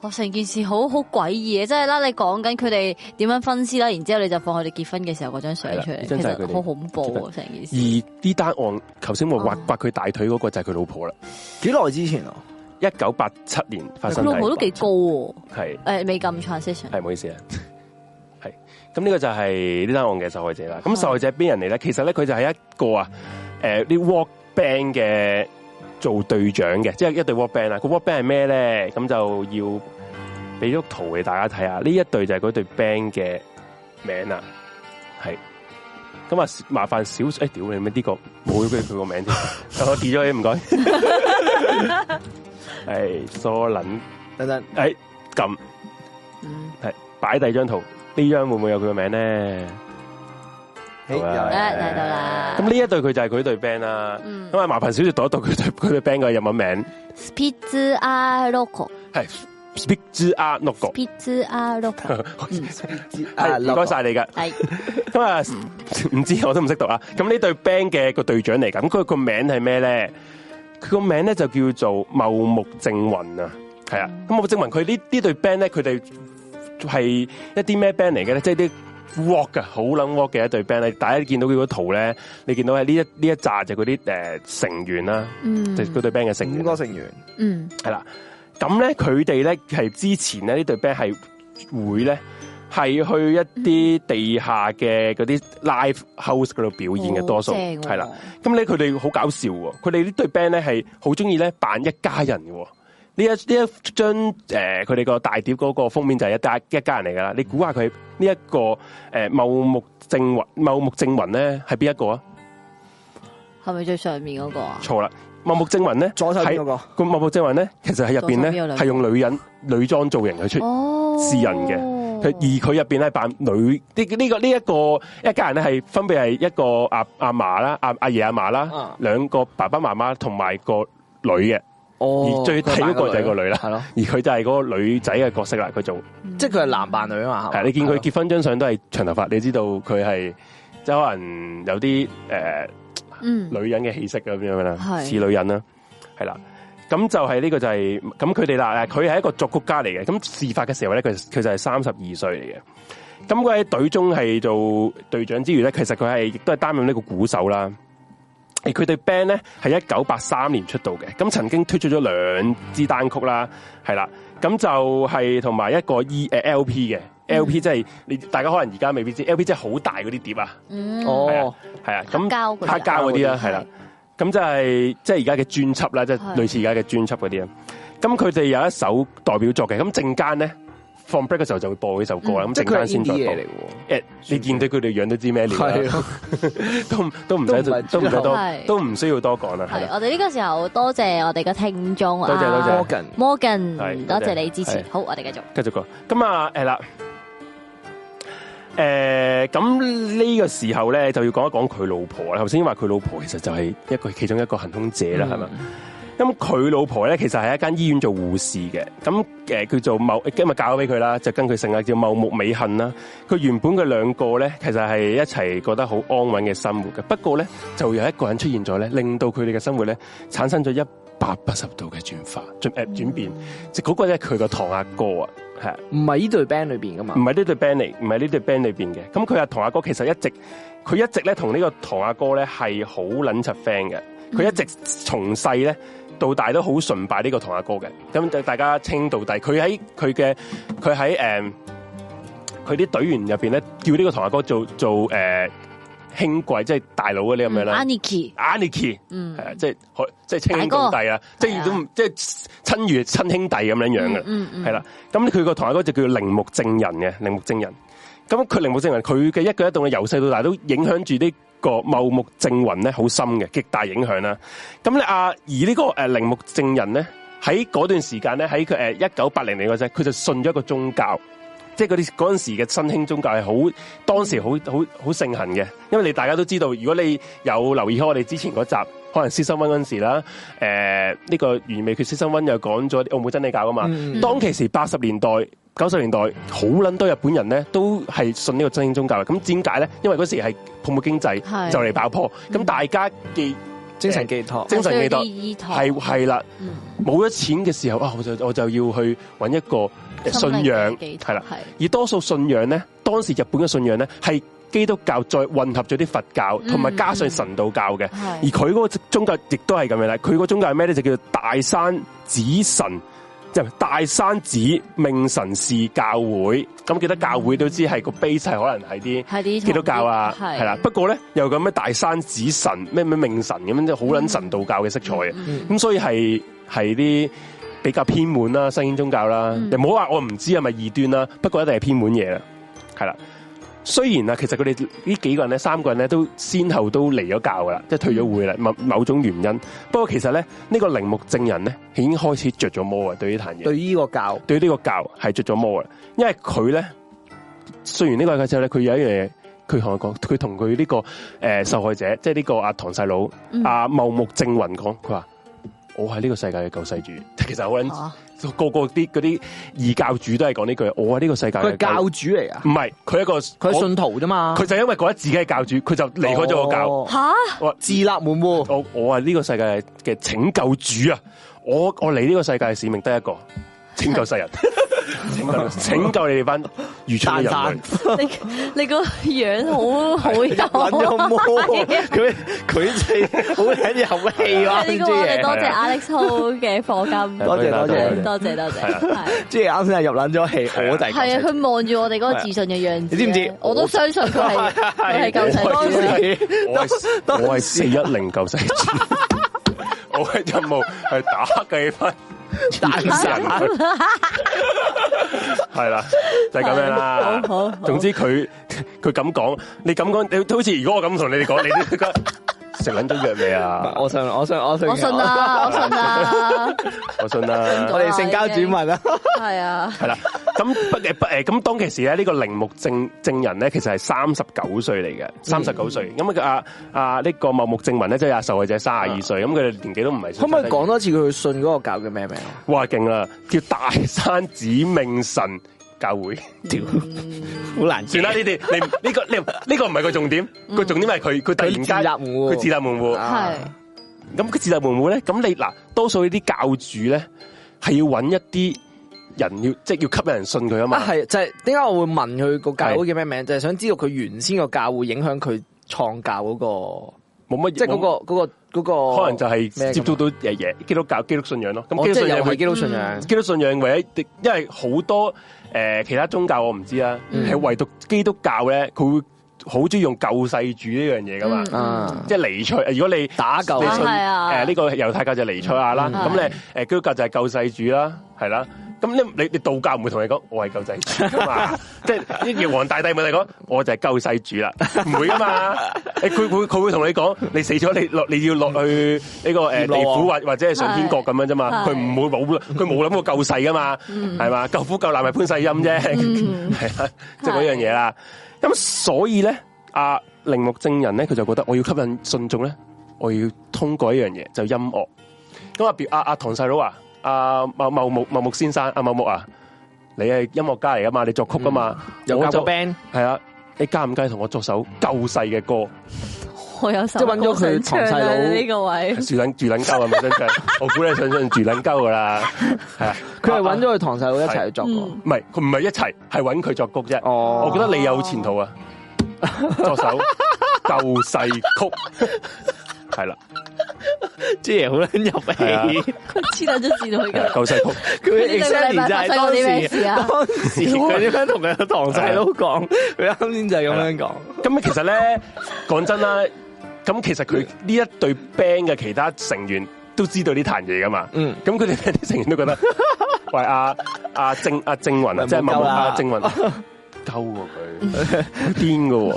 Speaker 1: 我成件事好好詭異嘅，啊即係啦，你講緊佢哋點樣分屍啦，然之後你就放佢哋結婚嘅時候嗰張相出
Speaker 2: 係啦
Speaker 1: 嚟，
Speaker 2: 呢
Speaker 1: 其
Speaker 2: 張就係佢哋
Speaker 1: 實好恐怖啊！成件
Speaker 2: 而
Speaker 1: 事
Speaker 2: 呢單案，頭先我挖
Speaker 1: 哦
Speaker 2: 挖佢大腿嗰個就係佢老婆啦，
Speaker 3: 幾耐之前啊？
Speaker 2: 一九八七年發
Speaker 1: 佢
Speaker 2: 生。
Speaker 1: 老婆都幾高，喎，
Speaker 2: 係
Speaker 1: 誒未撳 transition，
Speaker 2: 係唔好意思啊， [laughs] 係咁呢個就係呢單案嘅受害者啦。咁受害者係邊人嚟咧？其實咧佢就係一個啊，誒啲 walk band 嘅做隊長嘅，即係一隊 walk band 啦。個 walk band 係咩咧？咁就要俾咗圖俾大家睇下，呢一隊就係嗰隊 band 嘅名啦，係。咁啊，麻煩小誒、屌你咩？呢、個冇咗佢佢個名添，我跌咗佢唔該。 [laughs] 係疏捻，
Speaker 3: 等等，
Speaker 2: 誒撳
Speaker 1: 嗯
Speaker 2: 擺第二張圖，呢張會唔會有佢個名咧？
Speaker 3: 誒
Speaker 2: 好啊
Speaker 3: 又
Speaker 1: 誒
Speaker 3: 係
Speaker 1: 嚟到啦，
Speaker 2: 咁呢啊一隊佢就係佢隊 band 啦。
Speaker 1: 嗯
Speaker 2: 咁啊，麻煩小姐讀一讀佢隊佢隊 band 嘅日文名
Speaker 1: Spitz a loco，Spitz
Speaker 2: 係 Speak to a n o g o
Speaker 1: a
Speaker 2: [laughs]
Speaker 1: loco，
Speaker 3: 啊
Speaker 2: 係唔該晒你噶。
Speaker 1: 係
Speaker 2: 咁啊，唔知我都唔識讀啊。咁呢隊 band 嘅個隊長嚟㗎，咁佢個名係咩咧？佢個名咧就叫做茂木正雲啊，係啊。咁茂木正雲佢呢呢隊 band 咧，佢哋係一啲咩 band 嚟嘅咧？即係啲 rock 啊，好撚 rock 嘅一隊 band 咧。大家見到佢個圖咧，你見到係呢一呢一紮就嗰啲誒成員啦，
Speaker 1: 嗯
Speaker 2: 就嗰隊 band 嘅成
Speaker 3: 五
Speaker 2: 員
Speaker 3: 個成員，
Speaker 1: 嗯
Speaker 2: 係啦。咁咧佢哋咧係之前咧呢隊 band 係會咧係去一啲
Speaker 1: 嗯
Speaker 2: 地下嘅嗰啲 live house 嗰度表演嘅，
Speaker 1: 哦
Speaker 2: 多數
Speaker 1: 正喎
Speaker 2: 係啦。咁咧佢哋好搞笑喎，佢哋呢隊 band 咧係好中意咧扮一家人嘅喎。呢一呢一張誒佢哋個大碟嗰個封面就係一家一家人嚟
Speaker 1: 嗯
Speaker 2: 㗎啦。你估下佢呢一個誒、呃、茂木正雲茂木正雲咧係邊一個啊？
Speaker 1: 係咪最上面嗰個啊？
Speaker 2: 錯啦，茂木正雲咧
Speaker 3: 左手邊嗰
Speaker 2: 係
Speaker 3: 個
Speaker 2: 個茂木正雲咧，其實喺入邊
Speaker 1: 左手邊有
Speaker 2: 咧
Speaker 1: 兩個
Speaker 2: 係用女人女裝造型去出
Speaker 1: 哦，
Speaker 2: [laughs] 私人嘅，佢而佢入邊咧扮女呢呢、個呢一、個一家人咧係分別係一個阿阿嫲啦、阿阿爺阿嫲啦
Speaker 3: 啊，
Speaker 2: 兩個爸爸媽媽同埋個女嘅，
Speaker 3: 哦
Speaker 2: 而最睇嗰個就係個女啦
Speaker 3: 係咯，
Speaker 2: 而佢就係嗰個女仔嘅角色啦，佢做
Speaker 1: 嗯
Speaker 3: 即係佢係男扮女啊嘛係
Speaker 2: 係
Speaker 3: 嘛，
Speaker 2: 你見佢
Speaker 3: 係咯
Speaker 2: 結婚張相都係長頭髮，你知道佢係即係可能有啲誒。呃
Speaker 1: 嗯
Speaker 2: 女人嘅氣息咁樣啦，
Speaker 1: 係
Speaker 2: 似女人啦，係啦。咁就係呢個就係咁佢
Speaker 1: 嗯
Speaker 2: 哋啦，佢係一個作曲家嚟嘅。咁事發嘅時候咧，佢佢就係三十二歲嚟嘅。咁佢喺隊中係做隊長之餘咧，其實佢係亦都係擔任呢個鼓手啦。而佢哋 band 咧係一九八三年出道嘅，咁曾經推出咗兩支單曲啦，係啦，咁就係同埋一個 E 誒 LP 嘅 LP，即係你大家可能而家未必知 LP 即係好大嗰啲碟啊，
Speaker 1: 嗯
Speaker 2: 係
Speaker 3: 哦
Speaker 2: 啊，係啊，
Speaker 1: 黑
Speaker 2: 咁
Speaker 1: 膠嗰啲啊
Speaker 2: 黑膠嗰啲啦，係啦，咁就係即係而家嘅專輯啦，即係
Speaker 1: 係
Speaker 2: 類似而家嘅專輯嗰啲啊。咁佢哋有一首代表作嘅，咁陣間咧放 break 嘅時候就會播呢首歌啦。咁
Speaker 3: 嗯即係
Speaker 2: 陣
Speaker 3: 佢
Speaker 2: 間
Speaker 3: 係
Speaker 2: 先
Speaker 3: indie
Speaker 2: 再
Speaker 3: 嘢
Speaker 2: 播
Speaker 3: 嚟。嘅
Speaker 2: 誒，你見到佢哋樣都知咩料
Speaker 3: 喎，
Speaker 2: 啦，
Speaker 3: 係啊
Speaker 2: [laughs] 都唔都唔使
Speaker 3: 都唔係
Speaker 2: 都唔使多
Speaker 1: 係
Speaker 2: 都唔需要多講啦，係
Speaker 1: 係
Speaker 2: 啦。
Speaker 1: 我哋呢個時候多謝我哋嘅聽眾
Speaker 2: 多謝多謝
Speaker 1: 啊
Speaker 3: Morgan，
Speaker 1: Morgan，
Speaker 2: 係
Speaker 1: 多
Speaker 2: 多謝
Speaker 1: 謝你支持
Speaker 2: 係。
Speaker 1: 好，我哋繼續。
Speaker 2: 繼續講，咁啊，誒啦，誒，咁呢個時候咧就要講一講佢老婆啦。頭先話佢老婆其實就係一個其中一個行凶者啦，係咪、咁佢老婆咧，其實係一間醫院做護士嘅。咁誒，佢做茂，呃今日嫁咗俾佢啦，就跟佢姓啊叫茂木美幸啦。佢原本佢兩個咧，其實係一齊覺得好安穩嘅生活嘅。不過咧，就有一個人出現咗咧，令到佢哋嘅生活咧產生咗一百八十度嘅轉化，轉誒、轉變。即係嗰個咧，佢個堂阿哥啊，係啊
Speaker 3: 唔係呢隊 band 裏邊噶嘛
Speaker 2: 唔？係呢對 band 嚟，唔係呢對 band 裏邊嘅。咁佢阿堂阿哥其實一直，佢一直咧同呢個堂阿哥咧係好撚柒 friend 嘅。
Speaker 1: 嗯
Speaker 2: 佢一直從細咧到大都好崇拜呢個堂阿哥嘅。咁就大家稱到底，佢喺佢嘅佢喺誒佢啲隊員入邊咧，叫呢個堂阿哥做做誒、呃兄貴，即係大佬嗰啲咁樣啦。
Speaker 1: 嗯 Aniki，
Speaker 2: Aniki，
Speaker 1: 嗯
Speaker 2: 係啊，即係可即係稱兄
Speaker 1: 大哥
Speaker 2: 道弟啊，即
Speaker 1: 係
Speaker 2: 係
Speaker 1: 啊
Speaker 2: 都唔即係親如親兄弟咁樣樣嘅。
Speaker 1: 嗯嗯，
Speaker 2: 系啦，咁佢個堂阿哥就叫鈴木正人嘅，鈴木正人。咁佢鈴木正人佢嘅一舉一動咧，由細到大都影響住呢個茂木正雲咧，好深嘅，極大影響啦。咁咧啊，而呢個诶鈴木正人咧，喺嗰段時間咧，喺佢诶一九八零年嗰陣，佢就信咗一個宗教。即係嗰啲嗰陣時嘅新興宗教係好當時好好好盛行嘅，因為你大家都知道，如果你有留意開我哋之前嗰集，可能師生温嗰陣時啦，誒、呢、個完美缺師生温又講咗啲澳門真理教噶嘛，
Speaker 3: 嗯
Speaker 2: 當其時八十年代、九十年代，好撚多日本人咧都係信呢個真英宗教嘅。咁點解咧？因為嗰時係泡沫經濟
Speaker 1: 係
Speaker 2: 就嚟爆破，
Speaker 1: 嗯
Speaker 2: 咁大家嘅
Speaker 3: 精神寄託
Speaker 2: 精神寄託
Speaker 1: 依托
Speaker 2: 係係啦，
Speaker 1: 嗯
Speaker 2: 冇咗錢嘅時候啊，我就我就要去揾一個呃
Speaker 1: 心靈
Speaker 2: 信仰
Speaker 1: 嘅寄託
Speaker 2: 係啦。
Speaker 1: 係
Speaker 2: 而多數信仰咧，當時日本嘅信仰咧係基督教再混合咗啲佛教，
Speaker 1: 嗯
Speaker 2: 同埋加上神道教嘅。而
Speaker 1: 係
Speaker 2: 佢嗰個宗教亦都係咁樣啦。佢個宗教係咩咧？就叫做大山子神，即係大山子命神士教會。咁記得教會都知係個 base 係可能係啲
Speaker 1: 係啲
Speaker 2: 基督教啊，
Speaker 1: 嗯係
Speaker 2: 係啦。不過咧又咁咩大山子神咩咩命神咁樣，即係好撚神道教嘅色彩啊嘅。
Speaker 1: 嗯
Speaker 2: 咁所以係係啲比較偏門啦，新興宗教啦，
Speaker 1: 嗯
Speaker 2: 你唔好話我唔知係咪異端啦，不過一定係偏門嘢啦，係啦。雖然啊，其實佢哋呢幾個人咧，三個人咧都先後都離咗教噶啦，即係退咗會啦，某某種原因。不過其實咧，呢、個陵木證人咧已經開始着咗魔啊，對呢壇嘢。
Speaker 3: 對呢個教
Speaker 2: 對呢個教係着咗魔嘅，因為佢咧，雖然呢個嘅之後咧，佢有一樣嘢，佢同我講，佢同佢呢個诶、呃受害者，即係呢個阿唐細佬
Speaker 1: 嗯
Speaker 2: 阿茂木正雲講，佢話我係呢個世界嘅救世主， [laughs] 其實好捻
Speaker 3: 哦
Speaker 1: 啊
Speaker 2: 個個啲嗰啲異教主都係講呢句，我係呢個世界
Speaker 3: 佢
Speaker 2: 嘅
Speaker 3: 係教主嚟啊噶
Speaker 2: 唔，係佢一個
Speaker 3: 佢係
Speaker 2: 我
Speaker 3: 信徒啫嘛，
Speaker 2: 佢就因為覺得自己係教主，佢就離開咗個教。
Speaker 3: 哦
Speaker 1: 吓
Speaker 2: 我
Speaker 3: 自立門户，
Speaker 2: 我我係呢個世界嘅拯救主啊！我我嚟呢個世界嘅使命得一個，拯救
Speaker 1: [laughs]
Speaker 2: 世人，拯救拯救你哋班愚蠢嘅人類
Speaker 3: 蛋。
Speaker 1: 你你個樣好好
Speaker 3: 揾
Speaker 1: [laughs]
Speaker 3: 咗 [laughs] 魔，佢佢真係好睇入戲啊！
Speaker 1: 呢
Speaker 3: [laughs] 呢
Speaker 1: 個
Speaker 3: 啲
Speaker 1: 我哋
Speaker 3: 嘢
Speaker 1: 多。謝 Alex Ho 嘅課金，
Speaker 3: 多謝多謝
Speaker 1: 多謝多謝，
Speaker 2: 啊
Speaker 1: 係
Speaker 3: 即系啱先系入捻咗氣，
Speaker 2: 係啊
Speaker 3: 我第
Speaker 1: 係啊！佢望住我哋嗰個自信嘅樣子，
Speaker 3: 你知唔知
Speaker 1: 我都相信佢係佢係
Speaker 3: 哎
Speaker 1: 救世
Speaker 3: 當
Speaker 1: 主啦。
Speaker 3: 時
Speaker 2: 我係
Speaker 3: 當
Speaker 2: 我係四一零救世
Speaker 1: [laughs]
Speaker 2: 主，我嘅任務係打計翻
Speaker 3: 大神
Speaker 2: 人類，係啦，就係咁樣啦
Speaker 1: 好好好。
Speaker 2: 總之佢佢咁講，你咁講，你好似如果我咁同你哋講，你
Speaker 1: [laughs]
Speaker 2: 都覺得食撚咗藥未啊？
Speaker 3: 我信我信我信啊
Speaker 1: 我信啦，我信啦，
Speaker 2: 我信啦。
Speaker 3: 我哋性交轉運啦，
Speaker 1: 係啊，
Speaker 2: 系啦，咁不誒不誒，咁當其時咧，呢、個陵木正正人咧，其實係三十九歲嚟嘅，
Speaker 3: 嗯
Speaker 2: 三十九歲。咁啊啊呢個茂木正文咧，即係阿受害者三十二歲，咁佢哋年紀都唔係。
Speaker 3: 啊可唔可以講？多次佢信嗰個教叫咩名？啊
Speaker 2: 哇，勁啦，叫大山指命神
Speaker 3: [laughs]
Speaker 2: 教會。
Speaker 3: 屌，好難
Speaker 2: 算啦，呢啲你唔呢、個呢呢、個唔係個重點，個重點係佢佢突然
Speaker 3: 嗯佢自立
Speaker 2: 間
Speaker 3: 門户，
Speaker 2: 佢自立門户。
Speaker 1: 係
Speaker 3: 啊
Speaker 2: 咁佢自立門户咧，咁你嗱，多數呢啲教主咧係要揾一啲人要即係要吸引人信佢啊嘛
Speaker 3: 啊。係，就係點解我會問佢個教會叫咩名？就係想知道佢原先個教會影響佢創教嗰個，
Speaker 2: 冇乜
Speaker 3: 即係嗰個嗰個嗰個，
Speaker 2: 可能就係
Speaker 3: 咩咁啊
Speaker 2: 接觸到誒嘢基督教基督信仰咯。咁
Speaker 3: 哦
Speaker 2: 基
Speaker 3: 即
Speaker 2: 督
Speaker 3: 係
Speaker 2: 信仰
Speaker 3: 又係
Speaker 2: 係
Speaker 3: 基督信仰，
Speaker 2: 基督信仰唯一的，因為好多誒、呃其他宗教我唔知啦，
Speaker 3: 嗯
Speaker 2: 係、唯獨基督教咧，佢會好中意用救世主呢樣嘢噶嘛，
Speaker 1: 嗯
Speaker 3: 啊，
Speaker 2: 即係尼賽。如果你
Speaker 3: 打救
Speaker 2: 你
Speaker 1: 啊
Speaker 2: 信
Speaker 1: 係啊
Speaker 2: 誒呢個猶太教就尼賽亞啦，
Speaker 3: 嗯
Speaker 2: 咁你誒基督教就係救世主啦，係啦。咁你你你道教唔會同你講我係救世
Speaker 3: [laughs]
Speaker 2: 主㗎嘛，即係啲玉皇大帝咪同你講我就係救世
Speaker 3: [laughs]
Speaker 2: 主啦，唔會噶嘛。誒佢會佢會同你講你死咗你落你要落去呢個
Speaker 3: 閻
Speaker 2: 誒地
Speaker 3: 羅
Speaker 2: 府
Speaker 3: 王
Speaker 2: 或或者係上天國咁樣啫嘛，
Speaker 1: 係
Speaker 2: 佢唔會冇佢冇諗過救世噶嘛，
Speaker 3: 嗯
Speaker 2: 係嘛？救苦救難咪潘世音啫，係啊，即係嗰樣嘢啦。咁所以咧，阿鈴木正人咧，佢就覺得我要吸引信眾咧，我要通過一樣嘢就音樂。咁阿表阿阿唐細佬啊，阿茂茂木茂木先生，阿茂木啊，你係音樂家嚟噶嘛？你作曲噶嘛？
Speaker 3: 又
Speaker 2: 我
Speaker 3: 搞個
Speaker 2: 就
Speaker 3: band，
Speaker 2: 係啊，你介唔介意同我作首救世嘅歌？
Speaker 1: 我有首
Speaker 3: 即係揾咗佢
Speaker 1: 歌想唱啊
Speaker 3: 堂細佬
Speaker 1: 呢個位，
Speaker 2: 住撚住撚鳩啊！咪想唱，我估你想唱住撚鳩噶啦，係啊，
Speaker 3: 佢係揾咗佢堂細佬一齊去作過。
Speaker 1: 嗯
Speaker 2: 唔係佢唔係一齊，係揾佢作曲啫。
Speaker 3: 哦，
Speaker 2: 我覺得你有前途啊，
Speaker 3: [laughs]
Speaker 2: 作首救世曲係啦，
Speaker 3: 朱爺好撚入
Speaker 2: 係
Speaker 3: 戲，
Speaker 1: 佢黐撚咗字落去
Speaker 2: 係啦
Speaker 1: 㗎。
Speaker 2: 救世曲
Speaker 3: 佢
Speaker 1: 你兩
Speaker 3: exactly
Speaker 1: 個禮拜發生
Speaker 3: 就係
Speaker 1: 過
Speaker 3: 當
Speaker 1: 啲咩
Speaker 3: 時
Speaker 1: 事啊
Speaker 3: 當時佢點樣同佢個堂細佬講，佢啱先就係咁樣講。
Speaker 2: 咁其實咧，講真啦，咁其實佢呢一隊 band 嘅其他成員都知道呢壇嘢噶嘛。
Speaker 3: 嗯
Speaker 2: 咁佢哋 [laughs] band 啲成員
Speaker 3: [laughs]
Speaker 2: 都覺得，喂阿阿正阿正雲啊，
Speaker 3: 喂
Speaker 2: 即係
Speaker 3: 冇鳩
Speaker 2: 文文
Speaker 3: 啦
Speaker 2: 阿正雲，
Speaker 3: [laughs]
Speaker 2: 鳩喎佢，癲噶喎，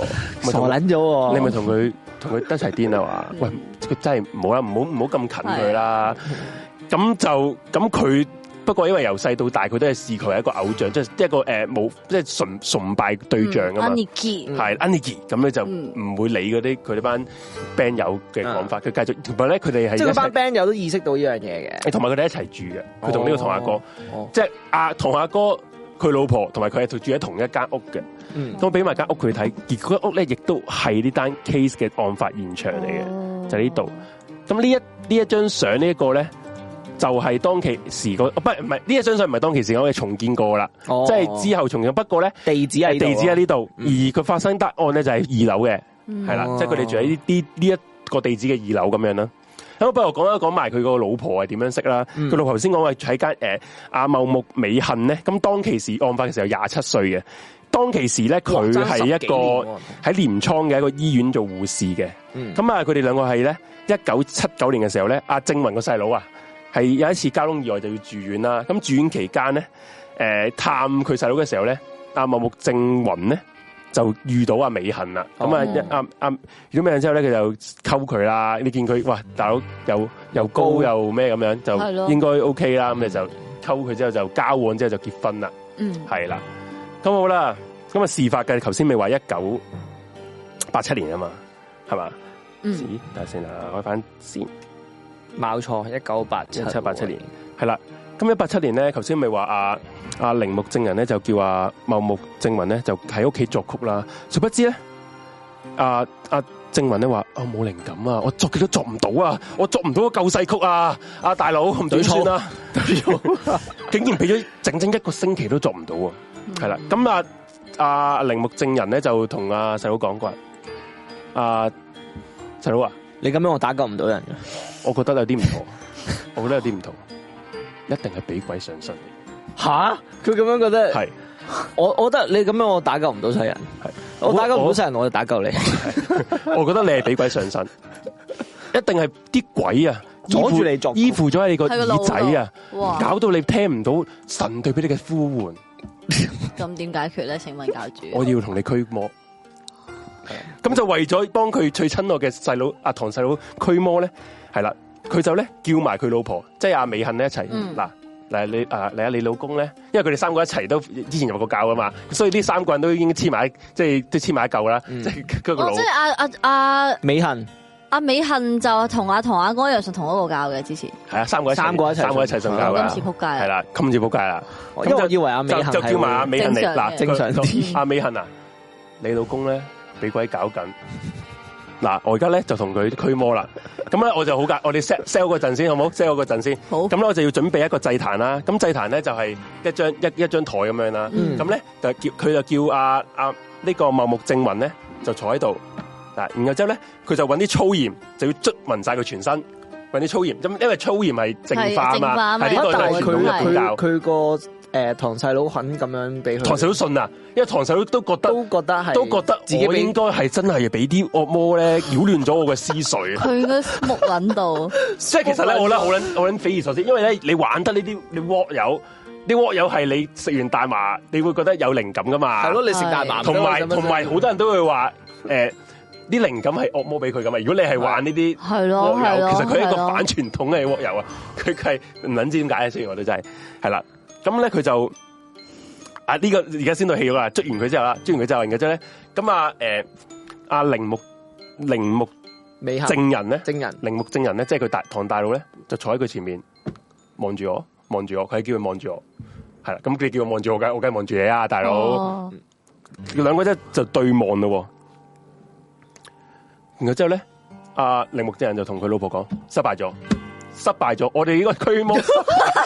Speaker 3: 傻
Speaker 2: 咪同
Speaker 3: 撚咗喎！
Speaker 2: 你咪同佢同佢一齊癲啊
Speaker 3: 嗯
Speaker 2: 嘛？喂，佢真係唔好啦，唔好唔好咁近佢啦。咁就咁佢，不過因為由細到大佢都係視佢係一個偶像，即係一個誒冇即係崇崇拜對象啊噶嘛。
Speaker 3: 嗯
Speaker 1: Aniki，
Speaker 2: 系 a n i k i 咁咧就
Speaker 1: 嗯
Speaker 2: 唔會理嗰啲佢哋班 band 友嘅講法，佢繼續同埋咧佢哋係
Speaker 3: 啊即係
Speaker 2: 一
Speaker 3: 佢班
Speaker 2: 齊，
Speaker 3: band 友都意識到呢樣嘢嘅。
Speaker 2: 同埋佢哋一齊住嘅。佢同呢個堂阿哥
Speaker 3: 哦，哦，
Speaker 2: 即係阿堂阿哥佢老婆同埋佢係住喺同一間屋嘅。
Speaker 3: 嗯，
Speaker 2: 咁我俾埋間屋佢睇，而嗰間屋咧亦都係呢單 case 嘅案發現場嚟嘅。
Speaker 1: 嘅
Speaker 2: 就呢度。咁呢一呢一張相呢一個咧，就係、當其時個，哦不唔係呢一張相唔係當其時我哋重建過啦，
Speaker 3: 哦
Speaker 2: 即係之後重建。不過咧，
Speaker 3: 地址喺啊嗯
Speaker 2: 地址喺
Speaker 3: 呢
Speaker 2: 呢度，而佢發生得案咧就係二樓嘅，係啦、
Speaker 3: 哦
Speaker 2: 即係佢哋住喺呢啲呢一個地址嘅二樓咁樣啦。咁不如我講一講埋佢個老婆係點樣識啦。佢、
Speaker 3: 嗯
Speaker 2: 老婆頭先講話喺間誒阿茂木美幸咧，咁當其時案發嘅時候廿七歲嘅，當其時咧
Speaker 3: 哇
Speaker 2: 佢
Speaker 3: 爭
Speaker 2: 係
Speaker 3: 十
Speaker 2: 一
Speaker 3: 幾
Speaker 2: 個
Speaker 3: 年喎
Speaker 2: 喺鎌倉嘅一個醫院做護士嘅。
Speaker 3: 嗯
Speaker 2: 咁啊，佢哋兩個係咧一九七九年嘅時候咧，阿正雲個細佬啊，係有一次交通意外就要住院啦。咁住院期間咧，诶、呃探佢細佬嘅時候咧，阿茂木正雲咧就遇到阿美恒啦。咁啊，
Speaker 3: 哦
Speaker 2: 一阿阿遇到美恒之後咧，佢就溝佢啦。你見佢哇，大佬又又高
Speaker 3: 高
Speaker 2: 又咩咁樣，
Speaker 1: 係
Speaker 2: 就
Speaker 1: 咯
Speaker 2: 應該 OK 啦。咁你就溝佢之後就交往之後就結婚啦。
Speaker 1: 嗯，
Speaker 2: 係啦，咁好啦，咁啊事發嘅頭先咪話一九八七年啊嘛，係嘛？
Speaker 1: 嗯
Speaker 2: 咦，等下先啊，開翻先，
Speaker 3: 冇錯，一九八七
Speaker 2: 一七八七年係啦。咁一八七年咧，頭先咪話阿阿鈴木正人咧就叫阿茂木正文咧就喺屋企作曲啦。殊不知咧，阿阿正文咧話：我冇靈感啊，我作極都作唔到啊，我作唔到個救世曲啊！阿大佬唔點算啊？竟然俾咗整整一個星期都作唔到啊！係啦，咁啊阿鈴木正人咧就同阿細佬講過，阿細佬啊。
Speaker 3: 你咁樣我打救唔到人嘅。
Speaker 2: 我覺得有啲唔同，我覺得有啲唔同，一定係俾鬼上身嘅。
Speaker 3: 吓？佢咁樣覺得，
Speaker 2: 係
Speaker 3: 我我覺得你咁樣我打救唔到世人，
Speaker 2: 係，
Speaker 3: 我打救唔到
Speaker 2: 我
Speaker 3: 世人我就打救你， [laughs]
Speaker 2: 我覺得你係俾鬼上身，一定係啲鬼啊
Speaker 3: 阻住你作
Speaker 2: 依附咗喺你個
Speaker 1: 喺個腦
Speaker 2: 耳
Speaker 1: 度
Speaker 2: 仔啊，
Speaker 1: 哇，
Speaker 2: 搞到你聽唔到神對俾你嘅呼喚。
Speaker 1: 咁點解決咧？請問教主，
Speaker 2: 我要同你驅魔。咁就為咗幫佢最親愛嘅細佬阿堂細佬驅魔咧，係啦，佢就咧叫埋佢老婆，即係阿美幸咧一齊
Speaker 1: 嗯
Speaker 2: 嗱。嗱你啊你啊你老公咧，因為佢哋三個一齊都之前入過教噶嘛，所以呢三個人都已經黐埋一，即係都黐埋一嚿啦，
Speaker 3: 嗯
Speaker 2: 即係佢個
Speaker 1: 哦，
Speaker 2: 腦
Speaker 1: 即係阿阿阿
Speaker 3: 美幸
Speaker 1: 阿美幸就同阿同阿哥一樣信同一個教嘅之前，
Speaker 2: 係啊，三個一齊
Speaker 3: 三個一齊
Speaker 2: 三個一齊上教
Speaker 1: 今
Speaker 2: 噶
Speaker 1: 次，仆街啦，
Speaker 2: 係啦，今次仆街啦，
Speaker 3: 因為我
Speaker 2: 咁就
Speaker 3: 以為阿美
Speaker 2: 就
Speaker 3: 幸
Speaker 2: 就
Speaker 3: 係
Speaker 2: 叫埋阿
Speaker 3: 會
Speaker 2: 美幸嚟
Speaker 1: 正常
Speaker 2: 嗱，
Speaker 1: 嘅
Speaker 3: 正常啲
Speaker 2: 阿美恒啊，你老公咧俾鬼搞緊。嗱，我而家咧就同佢驅魔啦。咁咧我就好噶，我哋 sell sell 嗰陣先，好唔好？sell 嗰陣先。
Speaker 1: 好
Speaker 2: 咁咧我就要準備一個祭壇啦。咁祭壇咧就係一張一一張台咁樣啦。
Speaker 1: 嗯
Speaker 2: 咁咧就叫佢就叫阿阿呢個茂木正雲咧就坐喺度。嗱，然後之後咧佢就揾啲粗鹽，就要捽勻晒佢全身。揾啲粗鹽，咁因為粗鹽係淨化啊
Speaker 1: 係淨化啊
Speaker 2: 嘛，
Speaker 1: 嘛
Speaker 2: 係呢
Speaker 3: 啊
Speaker 2: 個就
Speaker 3: 但
Speaker 2: 係
Speaker 3: 係佢
Speaker 2: 傳統嘅
Speaker 1: 係。
Speaker 2: 宗
Speaker 3: 佢。
Speaker 2: 教
Speaker 3: 佢個诶堂細佬肯咁樣俾佢，
Speaker 2: 唐細佬信啊，因為唐細佬都覺得
Speaker 3: 都覺得係
Speaker 2: 都覺得
Speaker 3: 自己
Speaker 2: 我
Speaker 3: 俾
Speaker 2: 應該係真係俾啲惡
Speaker 3: [laughs]
Speaker 2: 魔咧擾亂咗我嘅思緒
Speaker 1: 佢個木撚度，
Speaker 2: [laughs] 即係其實咧，我咧好撚好撚匪夷所思，因為咧你玩得呢啲你 walk 友，啲鍋友係你食完大麻，你會覺得有靈感噶嘛？
Speaker 3: 係咯，你食大麻唔得
Speaker 2: 同埋
Speaker 3: 咁樣
Speaker 2: 同埋
Speaker 3: 啫
Speaker 2: 好多人都會話誒啲靈感係惡魔俾佢噶嘛。如果你係玩呢啲
Speaker 1: 係咯
Speaker 2: 鍋
Speaker 1: 係
Speaker 2: 油，
Speaker 1: 咯
Speaker 2: 其實佢係一個
Speaker 1: 係咯
Speaker 2: 反傳統嘅鍋油啊。 [laughs] 佢佢係唔撚知點解啊！雖然我哋真係係啦，咁咧佢就啊呢、個而家先到戲肉啦，捉完佢之後啦，捉完佢之後，然後之後咧，咁啊誒阿鈴木鈴木
Speaker 3: 尾行
Speaker 2: 證人咧。
Speaker 3: 證
Speaker 2: [laughs]
Speaker 3: 人
Speaker 2: 鈴木證人咧，即係佢大唐大佬咧，就坐喺佢前面望住我，望住我，佢係叫佢望住我，係啦。咁佢叫我望住我，梗我梗係望住你啊，大佬。
Speaker 1: 哦
Speaker 2: 兩個咧就對望咯喎。然後之後咧，阿鈴木證人就同佢老婆講：失敗咗，失敗咗，我哋呢個
Speaker 1: [laughs]
Speaker 2: 驅魔失敗，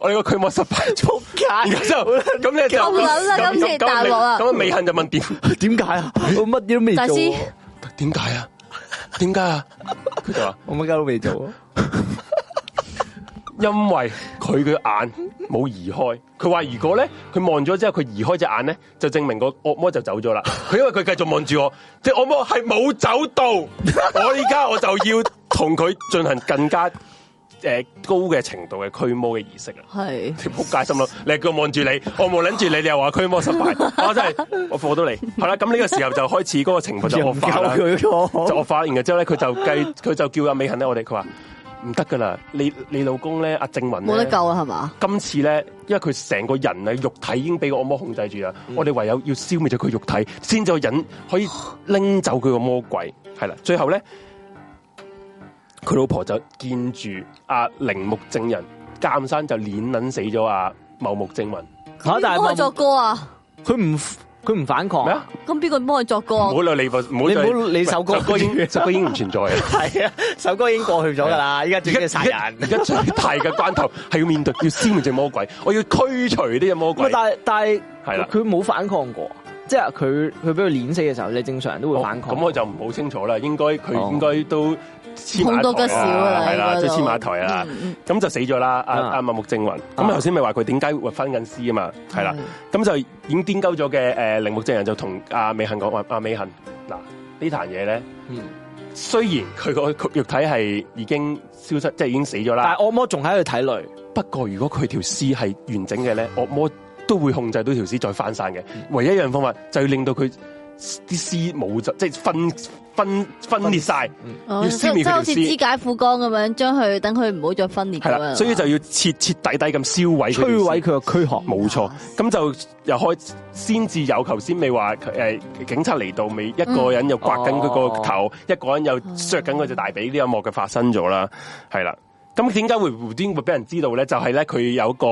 Speaker 2: 我哋個驅魔失敗咗。然後之後咁咧就
Speaker 1: 咁撚啦今次
Speaker 2: 咁
Speaker 1: 大鑊啦
Speaker 2: 咁美幸就問點？
Speaker 3: 點解啊？我乜嘢都未
Speaker 1: 大
Speaker 3: 做
Speaker 1: 師
Speaker 3: 喎，
Speaker 2: 點解啊？點解啊？佢就話。
Speaker 3: 我乜嘢都未做啊。
Speaker 2: 因为佢嘅眼冇移开，佢话如果咧佢望咗之后佢移开只眼咧，就证明个恶魔就
Speaker 3: [laughs]
Speaker 2: 走咗啦。佢因为佢继续望住我，只恶魔系冇走到。我而家我就要同佢进行更加诶、呃高嘅程度嘅驱魔嘅仪式啦。
Speaker 3: [laughs]
Speaker 1: 係
Speaker 2: 仆街心谂，你叫我望住你，我冇捻住你，你又话驱魔失
Speaker 3: [laughs]
Speaker 2: 败，我真系我火到你。系啦，咁呢个时候就开始嗰个情况就恶化啦。
Speaker 3: 又唔夠佢喎
Speaker 2: 就我發完嘅之後咧，佢
Speaker 3: [laughs]
Speaker 2: 就計，佢就叫阿美恒咧，我哋佢話唔得噶啦，你你老公咧，阿正雲呢
Speaker 1: 冇得。救啦係嘛？
Speaker 2: 今次咧，因為佢成個人啊肉體已經俾個惡魔控制住啦，
Speaker 3: 嗯
Speaker 2: 我哋唯有要消滅咗佢肉體，先至引
Speaker 3: [laughs]
Speaker 2: 可以拎走佢個魔鬼。係啦，最後咧，佢老婆就見住阿鈴木正人監生就碾撚死咗阿茂木正雲
Speaker 3: 嚇但
Speaker 1: 幫佢作
Speaker 3: 係
Speaker 1: 歌啊？
Speaker 3: 佢唔佢唔反抗
Speaker 2: 咩啊？
Speaker 1: 咁邊個幫佢作歌
Speaker 2: 唔
Speaker 1: 啊
Speaker 2: 好？理你個，唔好
Speaker 3: 哦你唔好
Speaker 2: 再
Speaker 3: 理首歌
Speaker 2: 首歌已經首歌已經唔存在啦。 [laughs]
Speaker 3: 系啊，首歌已經過去咗㗎啦，依啊家最緊要殺人。
Speaker 2: 而家最大嘅
Speaker 3: [laughs]
Speaker 2: 關頭係要面對，要消滅只魔鬼，我要驅除呢只魔
Speaker 3: 咁啊
Speaker 2: 鬼。
Speaker 3: 但係但係
Speaker 2: 係啦
Speaker 3: 佢冇反抗過，即係佢佢俾佢碾死嘅時候，你正常人都會反抗。
Speaker 2: 哦咁我就唔好清楚啦，應該佢
Speaker 3: 哦
Speaker 2: 應該都黐埋
Speaker 1: 碰
Speaker 2: 一
Speaker 1: 到
Speaker 2: 台
Speaker 1: 個少啊，
Speaker 2: 係
Speaker 1: 你
Speaker 2: 啦，
Speaker 1: 嗰
Speaker 2: 即
Speaker 1: 度
Speaker 2: 係黐埋一台啊啦。
Speaker 1: 嗯嗯
Speaker 2: 咁就死咗啦，阿
Speaker 3: 啊
Speaker 2: 阿麥木正雲。咁頭先咪話佢點解會分緊屍啊嘛，係啦。
Speaker 1: 嗯
Speaker 2: 咁就已經癲鳩咗嘅誒鈴木正人就同阿美恒講話，阿美恒嗱呢壇嘢咧，
Speaker 3: 嗯
Speaker 2: 雖然佢個肉體係已經消失，即係已經死咗啦
Speaker 3: 但。係惡魔仲喺度睇淚，
Speaker 2: 不過如果佢條屍係完整嘅咧，惡魔都會控制到條屍再翻生嘅。唯一一樣方法就要令到佢啲屍冇咗，即係分分分裂晒，
Speaker 1: 哦
Speaker 2: 要
Speaker 1: 即
Speaker 2: 消滅佢
Speaker 1: 即係
Speaker 2: 條
Speaker 1: 好似肢
Speaker 2: 屍。
Speaker 1: 解副光咁樣，將佢等佢唔好再分裂
Speaker 2: 係
Speaker 1: 咁
Speaker 2: 啦，
Speaker 1: 樣。
Speaker 2: 所以就要徹徹底底咁燒毀佢條
Speaker 3: 摧
Speaker 2: 屍
Speaker 3: 毀佢個軀殼。
Speaker 2: 冇錯，咁就又開先至有，頭先未話誒警察嚟到未，一個人又刮緊佢個頭，一個人又削緊佢隻大髀，呢一幕嘅發生咗啦，係啦。咁點解會無端會俾人知道咧？就係咧佢有個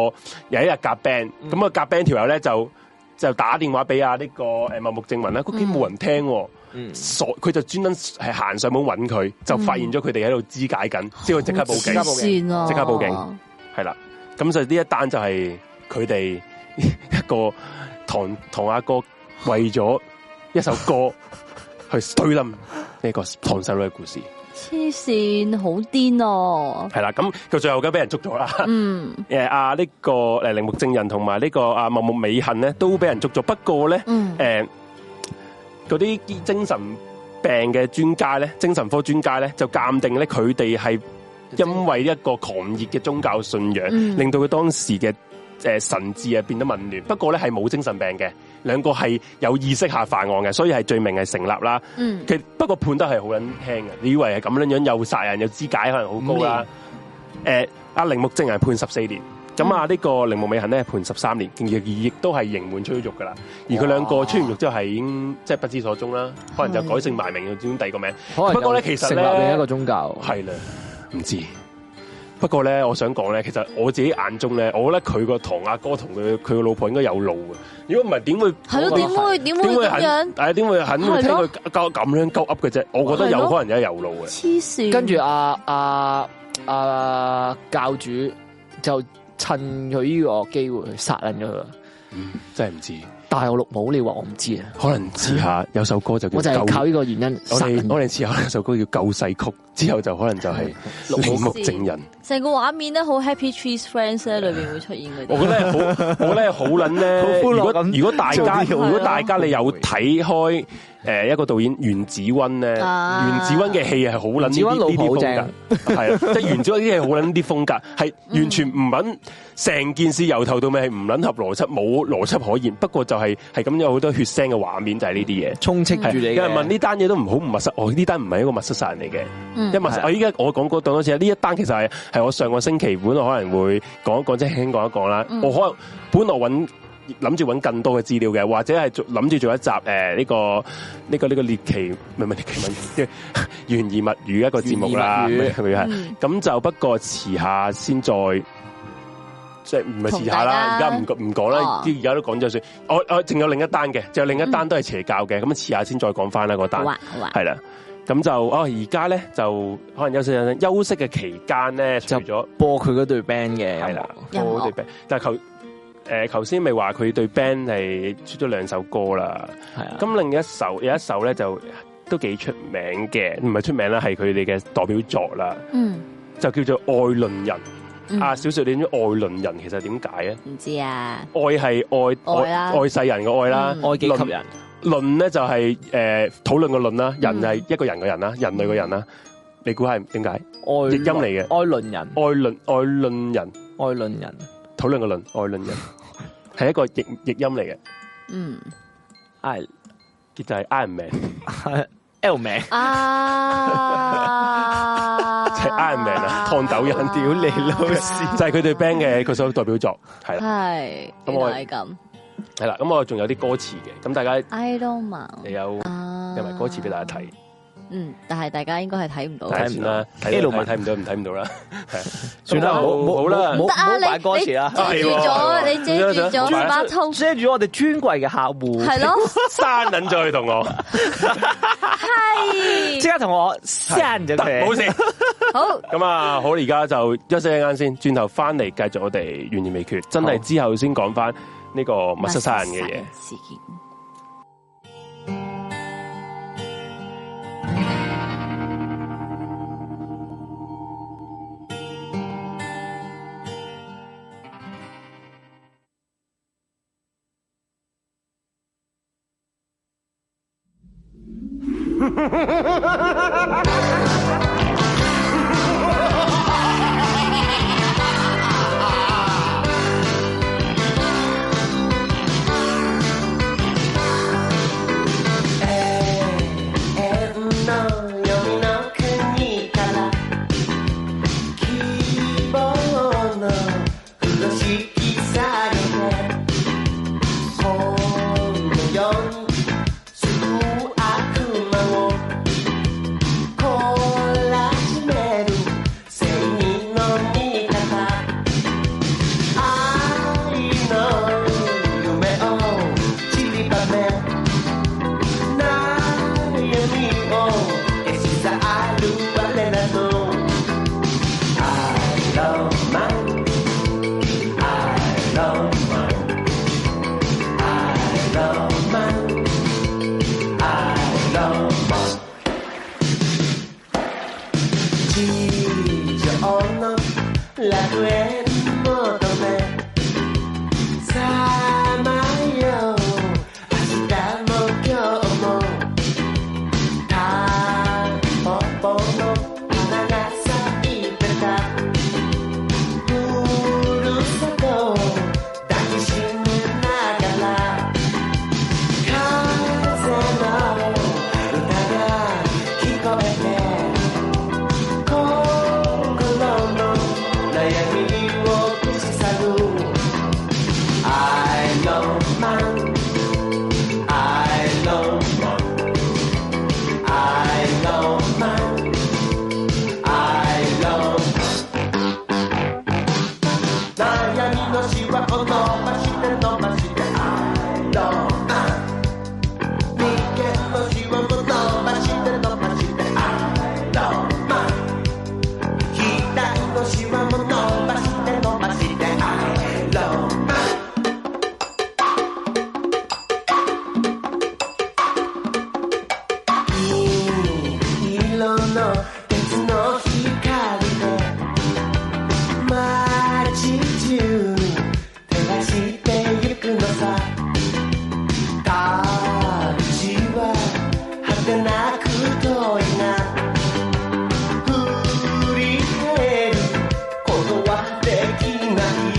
Speaker 2: 有一日夾 band，咁啊夾 band 條友咧就就打電話俾啊呢個誒茂木正文啦，屋企冇人聽喎。傻佢就專登係行上門揾佢，就發現咗佢哋喺度肢解緊，之後即刻報警。
Speaker 1: 好黐線啊！
Speaker 2: 即刻報警系啦，咁所以呢一單就係佢哋一個堂 [laughs] 堂阿哥為咗一首歌去推冧呢個堂細佬嘅故事，
Speaker 1: 黐線，好癲哦！
Speaker 2: 係啦，咁佢最後梗係俾人捉咗啦。
Speaker 1: 嗯
Speaker 2: 诶、啊呢、個个诶铃木正人同埋呢個啊茂木美幸咧都俾人捉咗，不過咧
Speaker 1: 嗯，
Speaker 2: 诶嗰啲精神病嘅專家咧，精神科專家咧就鑑定咧佢哋係因為一個狂熱嘅宗教信仰，
Speaker 1: 嗯
Speaker 2: 令到佢當時嘅诶神智啊變得混亂。不過咧係冇精神病嘅，兩個係有意識下犯案嘅，所以係罪名係成立啦。
Speaker 1: 嗯
Speaker 2: 佢不過判得係好撚輕嘅，你以為係咁樣樣又殺人又肢解，可能好高啦。誒，阿鈴木正人判十四年，咁啊呢個鈴木美行咧判十三年，亦亦都係刑滿出獄噶啦。而佢兩個出完獄之後係已經即係不知所蹤啦，可能就改姓埋名，又轉第二個名。
Speaker 3: 可能
Speaker 2: 不過咧
Speaker 3: 就
Speaker 2: 其實
Speaker 3: 成立
Speaker 2: 咧
Speaker 3: 另一個宗教。
Speaker 2: 係啦，唔知。不過咧，我想講咧，其實我自己眼中咧，我覺得佢個堂阿哥同佢佢個老婆應該有路嘅。如果唔係點會
Speaker 1: 係咯，點會點會
Speaker 2: 啊點會
Speaker 1: 咁樣
Speaker 2: 肯？係點會肯
Speaker 1: 係咯
Speaker 2: 聽佢鳩咁樣鳩噏嘅啫？我覺得
Speaker 1: 係咯
Speaker 2: 有可能有有路嘅，
Speaker 1: 黐線，
Speaker 3: 跟住啊阿阿阿教主就趁佢呢個機會去殺人咗佢啦。
Speaker 2: 真係唔知。
Speaker 3: 但係我綠帽，你話我唔知啊，
Speaker 2: 可能遲下有首歌就叫
Speaker 3: 我就係
Speaker 2: 救
Speaker 3: 靠呢個原因
Speaker 2: 我
Speaker 3: 殺人
Speaker 2: 哋。我哋遲下有首歌叫《救世曲》，之後就可能就係
Speaker 1: 綠
Speaker 2: 鈴
Speaker 1: 帽
Speaker 2: 木證人。
Speaker 1: 成個畫面咧，好 Happy Trees Friends 咧，裏邊會出現嗰
Speaker 2: 我
Speaker 1: 啲。
Speaker 2: 覺得係
Speaker 3: [laughs]
Speaker 2: 好，我覺得係好撚咧。
Speaker 3: 好歡樂
Speaker 2: 如果
Speaker 3: 咁
Speaker 2: 如果大家
Speaker 1: 做啲
Speaker 2: 如
Speaker 1: 好
Speaker 2: 果大家你有睇開诶一個導演袁子温咧，
Speaker 1: 啊
Speaker 2: 袁子温嘅戲係好撚呢
Speaker 3: 袁子
Speaker 2: 啲
Speaker 3: 溫老
Speaker 2: 呢
Speaker 3: 婆
Speaker 2: 啲
Speaker 3: 好
Speaker 2: 風格，係啊，即係袁子温啲戲好撚啲風格，係完全唔撚成件事由頭到尾係唔撚合邏輯，冇邏輯可言。不過就係係咁有好多血腥嘅畫面，就係呢啲嘢。
Speaker 3: 充斥住
Speaker 2: 係
Speaker 3: 你嘅。
Speaker 2: 有人問呢單嘢都唔好唔密室，我呢單唔係一個密室殺人嚟嘅，
Speaker 1: 嗯
Speaker 2: 因為密室
Speaker 3: 係啊
Speaker 2: 我依家我講嗰檔多次，呢一單其實係係我上個星期本來可能會講一講，即係輕輕講一講啦。
Speaker 1: 嗯
Speaker 2: 我可能本來揾諗住揾更多嘅資料嘅，或者係做諗住做一集誒呢、個呢、個呢、個獵奇唔係唔係獵 [laughs] 奇物語懸疑物語一個節目啦，
Speaker 3: 懸疑物語
Speaker 2: 係咪係？
Speaker 1: 嗯
Speaker 2: 咁就不過遲下先再。即係唔係遲下啦，而
Speaker 1: 同大家
Speaker 2: 家唔唔講啦
Speaker 1: 哦，
Speaker 2: 啲而家都講咗算。我我仲有另一單嘅，仲有另一單都係邪教嘅，咁啊遲下先再講翻啦嗰單
Speaker 1: 好。啊，好啊，
Speaker 2: 系啦，咁就哦，而家咧就可能休息陣休息嘅期間咧，除
Speaker 3: 就
Speaker 2: 咗
Speaker 3: 播佢嗰對 band 嘅，
Speaker 2: 係啦，
Speaker 1: 音樂
Speaker 2: 我對 band，但係頭誒頭先咪話佢對 band 係出咗兩首歌啦，
Speaker 3: 係啊。
Speaker 2: 咁另一首有一首咧就都幾出名嘅，唔係出名啦，係佢哋嘅代表作啦，
Speaker 1: 嗯，
Speaker 2: 就叫做《愛鄰人》。
Speaker 1: 嗯
Speaker 2: 啊，小雪，你知唔知《愛鄰人》其實點解咧？
Speaker 1: 唔知啊，
Speaker 2: [laughs] 愛係愛
Speaker 1: 愛啦
Speaker 2: 愛世人嘅愛啦，
Speaker 1: 嗯
Speaker 3: 愛幾
Speaker 2: 鄰
Speaker 3: 吸人，
Speaker 2: 論咧就係呃誒討論個論啦，人
Speaker 1: 嗯
Speaker 2: 係一個人嘅人啦，人類嘅人啦。你估係點解？
Speaker 3: 愛
Speaker 2: 譯音嚟嘅
Speaker 3: 愛鄰人，
Speaker 2: 愛論愛論人，
Speaker 3: 愛鄰人，
Speaker 2: 討論個論，愛論人係一個譯譯音嚟嘅，
Speaker 1: 嗯
Speaker 3: 係
Speaker 2: 就係 Iron Man，
Speaker 3: L 名，
Speaker 1: 啊，
Speaker 2: 即係 Iron Man 啊，燙斗
Speaker 1: [laughs]
Speaker 2: 人，屌你老屎，就係佢哋 band 嘅佢首代表作，係啦，
Speaker 1: 系，
Speaker 2: 咁
Speaker 1: 原
Speaker 2: 我
Speaker 1: 來係咁
Speaker 2: 係啦。咁我仲有啲歌詞嘅，咁大家
Speaker 1: ，Iron Man
Speaker 2: 你有
Speaker 1: 啊，
Speaker 2: 有埋歌詞俾大家睇，
Speaker 1: 嗯，但係大家應該係睇唔到。
Speaker 2: 睇下先啦，睇
Speaker 3: 呢
Speaker 2: 到
Speaker 3: 度咪
Speaker 2: 睇睇唔到唔睇唔到啦，
Speaker 3: 算啦，
Speaker 2: 好
Speaker 3: 冇冇
Speaker 2: 好啦
Speaker 3: 冇
Speaker 1: 得啊
Speaker 3: 冇
Speaker 1: 你
Speaker 3: 擺歌詞啦
Speaker 1: 你。遮住
Speaker 2: 係
Speaker 1: 咗，
Speaker 2: 喎
Speaker 1: 你遮住
Speaker 2: 係喎
Speaker 1: 咗把通，
Speaker 3: 遮住我哋尊貴嘅客户，
Speaker 1: 係咯，
Speaker 2: 刪撚咗佢同我，
Speaker 3: 即
Speaker 1: 係
Speaker 3: 刻同我 send 咗
Speaker 2: 得冇
Speaker 3: 佢。
Speaker 2: 事。
Speaker 1: 好，
Speaker 2: 咁啊，好，而家就休息一間先，轉頭翻嚟繼續我哋懸而未決，真
Speaker 3: 好
Speaker 2: 係之後先講翻呢個密室殺人嘅嘢。
Speaker 1: 事件。
Speaker 4: 「円の夜の国から」「希望の風呂敷されて」「このようにすぐ悪魔を懲らしめる正義の味方」「愛の夢を散りばめ」「悩みを消し去る我らの」「アロマアロマアロマアロマ」「地上の楽園求め」「さまよう明日も今日も」「てなく遠いな振り返ることはできない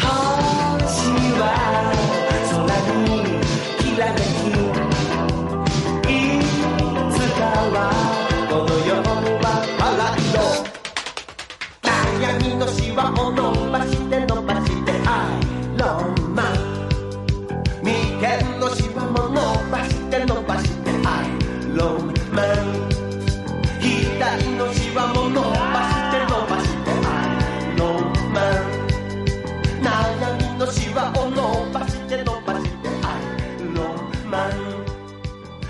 Speaker 4: 星は空にきらめきいつかはこの世は笑いの悩みのシワを伸ばして伸ばしてアイロンマン眉間のシワも伸ばして伸ばしてアイロンマン左のシワも伸ばして伸ばしてアイロンマン悩みのシワを伸ばして伸ばしてアイロンマン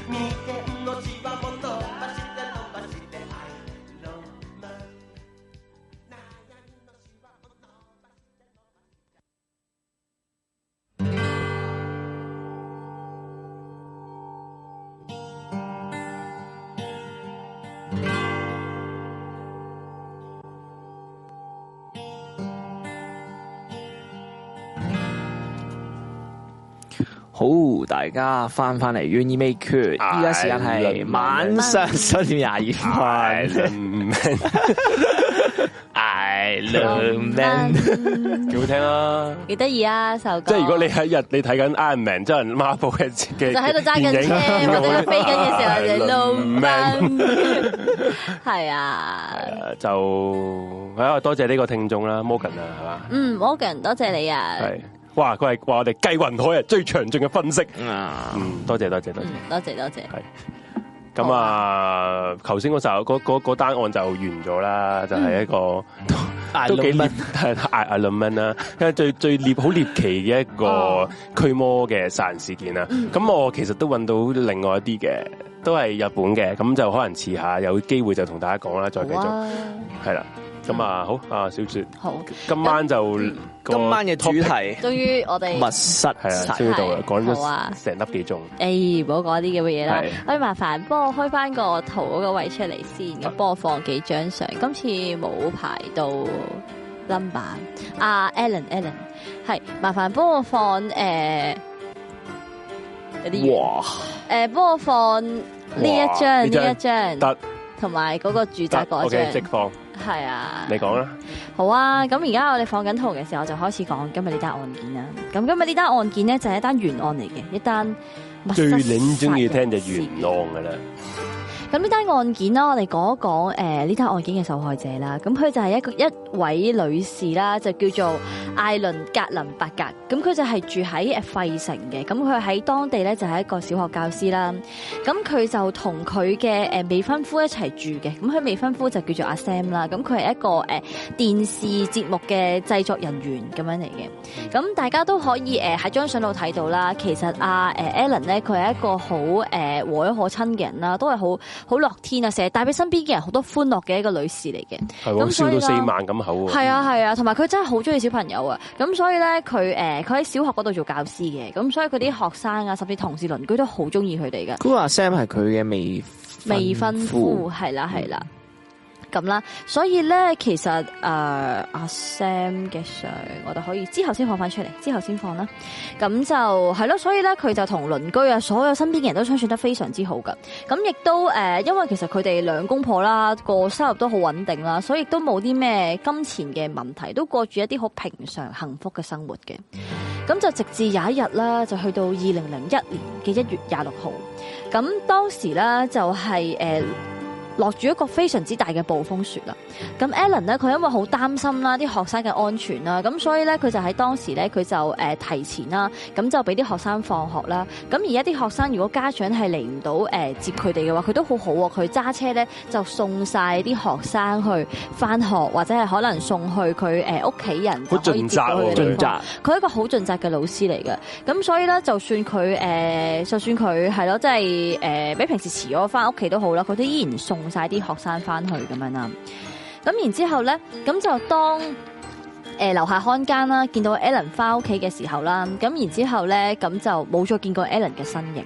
Speaker 4: 眉間のシワも伸ばして伸ばしてアイロンマン
Speaker 3: 好，大家翻翻嚟，懸意未決。依家時間係晚上十點廿二
Speaker 2: I
Speaker 3: 分。I love man。
Speaker 2: 幾好聽啊！
Speaker 1: 幾得意啊！首歌
Speaker 2: 即係如果你喺日你睇緊 Iron Man 真人 Marvel 嘅嘅
Speaker 1: 就喺度揸緊車或者飛緊嘅時候就 low man，係啊，
Speaker 2: 誒就係啊，多謝呢個聽眾啦，Morgan 啊，係嘛？
Speaker 1: 嗯，Morgan 多謝你啊，
Speaker 2: 係，哇！佢係話我哋計雲海啊，最詳盡嘅分析。
Speaker 3: 啊
Speaker 2: 嗯，多謝多謝多謝
Speaker 1: 嗯。多謝多謝，
Speaker 2: 係。咁啊，頭先嗰首嗰嗰嗰單案就完咗啦，就
Speaker 1: 嗯
Speaker 2: 係、一個、
Speaker 3: I
Speaker 2: 都
Speaker 1: [laughs]
Speaker 3: love
Speaker 2: 幾
Speaker 3: man
Speaker 2: 獵係嗌阿倫蚊啦，因為最最獵好獵奇嘅一個
Speaker 1: 哦嗯
Speaker 2: 驅魔嘅殺人事件啦。啊咁、我其實都揾到另外一啲嘅，都係日本嘅，咁就可能遲下有機會就同大家講啦，再繼
Speaker 1: 好
Speaker 2: 續
Speaker 1: 啊，嗯
Speaker 2: 係啦。咁啊，好啊，小雪，
Speaker 1: 好，
Speaker 2: 今晚就、個
Speaker 3: 今晚嘅主
Speaker 2: topic
Speaker 3: 題
Speaker 1: 終於我哋
Speaker 3: 密室
Speaker 2: 係啊，
Speaker 3: 殺
Speaker 2: 先到啦，
Speaker 1: 係
Speaker 2: 講
Speaker 1: 好啊
Speaker 2: 咗成粒幾鐘。
Speaker 1: 誒，唔好講啲咁嘅嘢啦
Speaker 2: 係。
Speaker 1: 喂，麻煩幫我開翻個圖嗰個位出嚟先，咁幫我放幾張相。今次冇排到 number。阿 Alan，Alan，係麻煩幫我放誒有啲遠
Speaker 3: 哇！
Speaker 1: 誒，幫我放呃呢一
Speaker 2: 哇
Speaker 1: 張
Speaker 2: 呢張
Speaker 1: 呢一張，
Speaker 2: 得
Speaker 1: 同埋嗰個住宅
Speaker 2: 得
Speaker 1: 嗰
Speaker 2: ，OK，即
Speaker 1: 張，
Speaker 2: 放，
Speaker 1: 係啊
Speaker 2: 你。講啦。
Speaker 1: 好啊，咁而家我哋放緊圖嘅時候，就開始講今日呢單案件啦。咁今日呢單案件咧就係一單懸案嚟嘅，一單密室
Speaker 2: 最撚中意聽就
Speaker 1: 殺人
Speaker 2: 元
Speaker 1: 事件
Speaker 2: 朗噶啦，
Speaker 1: 咁呢單案件啦，我哋講一講誒呢單案件嘅受害者啦。咁佢就係一個一位女士啦，就叫做艾倫格林伯格。咁佢就係住喺誒費城嘅。咁佢喺當地咧就係一個小學教師啦。咁佢就同佢嘅誒未婚夫一齊住嘅。咁佢未婚夫就叫做阿 Sam 啦。咁佢係一個誒電視節目嘅製作人員咁樣嚟嘅。咁大家都可以誒喺張相度睇到啦。其實阿誒 Alan 咧，佢係一個好誒和藹可親嘅人啦，都係好好樂天啊，成日帶俾身邊嘅人好多歡樂嘅一個女士嚟嘅。
Speaker 2: 係喎，
Speaker 1: 咁所
Speaker 2: 笑
Speaker 1: 以啦
Speaker 2: 到四萬咁口喎。
Speaker 1: 係啊係啊，同埋佢真係好中意小朋友啊，咁所以咧佢誒佢喺小學嗰度做教師嘅，咁所以佢啲學生啊，甚至同事鄰居都好中意佢哋嘅。
Speaker 3: 嗰個阿 Sam 係佢嘅未
Speaker 1: 未婚夫，嗯係啦係啦，咁啦，所以咧其實诶、呃阿 Sam 嘅相我哋可以之後先放翻出嚟，之後先放啦。咁就係咯，所以咧佢就同鄰居啊，所有身邊嘅人都相處得非常之好噶。咁亦都诶、呃因為其實佢哋兩公婆啦個收入都好穩定啦，所以亦都冇啲咩金錢嘅問題，都過住一啲好平常幸福嘅生活嘅。咁就直至有一日啦，就去到二零零一年嘅一月廿六號。咁當時咧就係、呃落住一個非常之大嘅暴風雪啦。咁 Alan 咧，佢因為好擔心啦，啲學生嘅安全啦，咁所以咧佢就喺當時咧佢就誒提前啦，咁就俾啲學生放學啦。咁而家啲學生如果家長係嚟唔到誒接佢哋嘅話，佢都好好喎，佢揸車咧就送晒啲學生去翻學，或者係可能送去佢誒屋企人
Speaker 2: 好
Speaker 1: 就可以接
Speaker 2: 盡責
Speaker 1: 到佢
Speaker 2: 喎
Speaker 1: 哋放
Speaker 3: 盡責
Speaker 1: 佢係一個好盡責嘅老師嚟嘅，咁所以咧，就算佢誒、呃就算佢係咯，即係誒，比平時遲咗翻屋企都好啦，佢都依然送晒啲學生翻去咁樣啦。咁然之後咧，咁就當誒、呃、樓下看更啦，見到 Alan 翻屋企嘅時候啦，咁然之後咧，咁就冇再見過 Alan 嘅身影。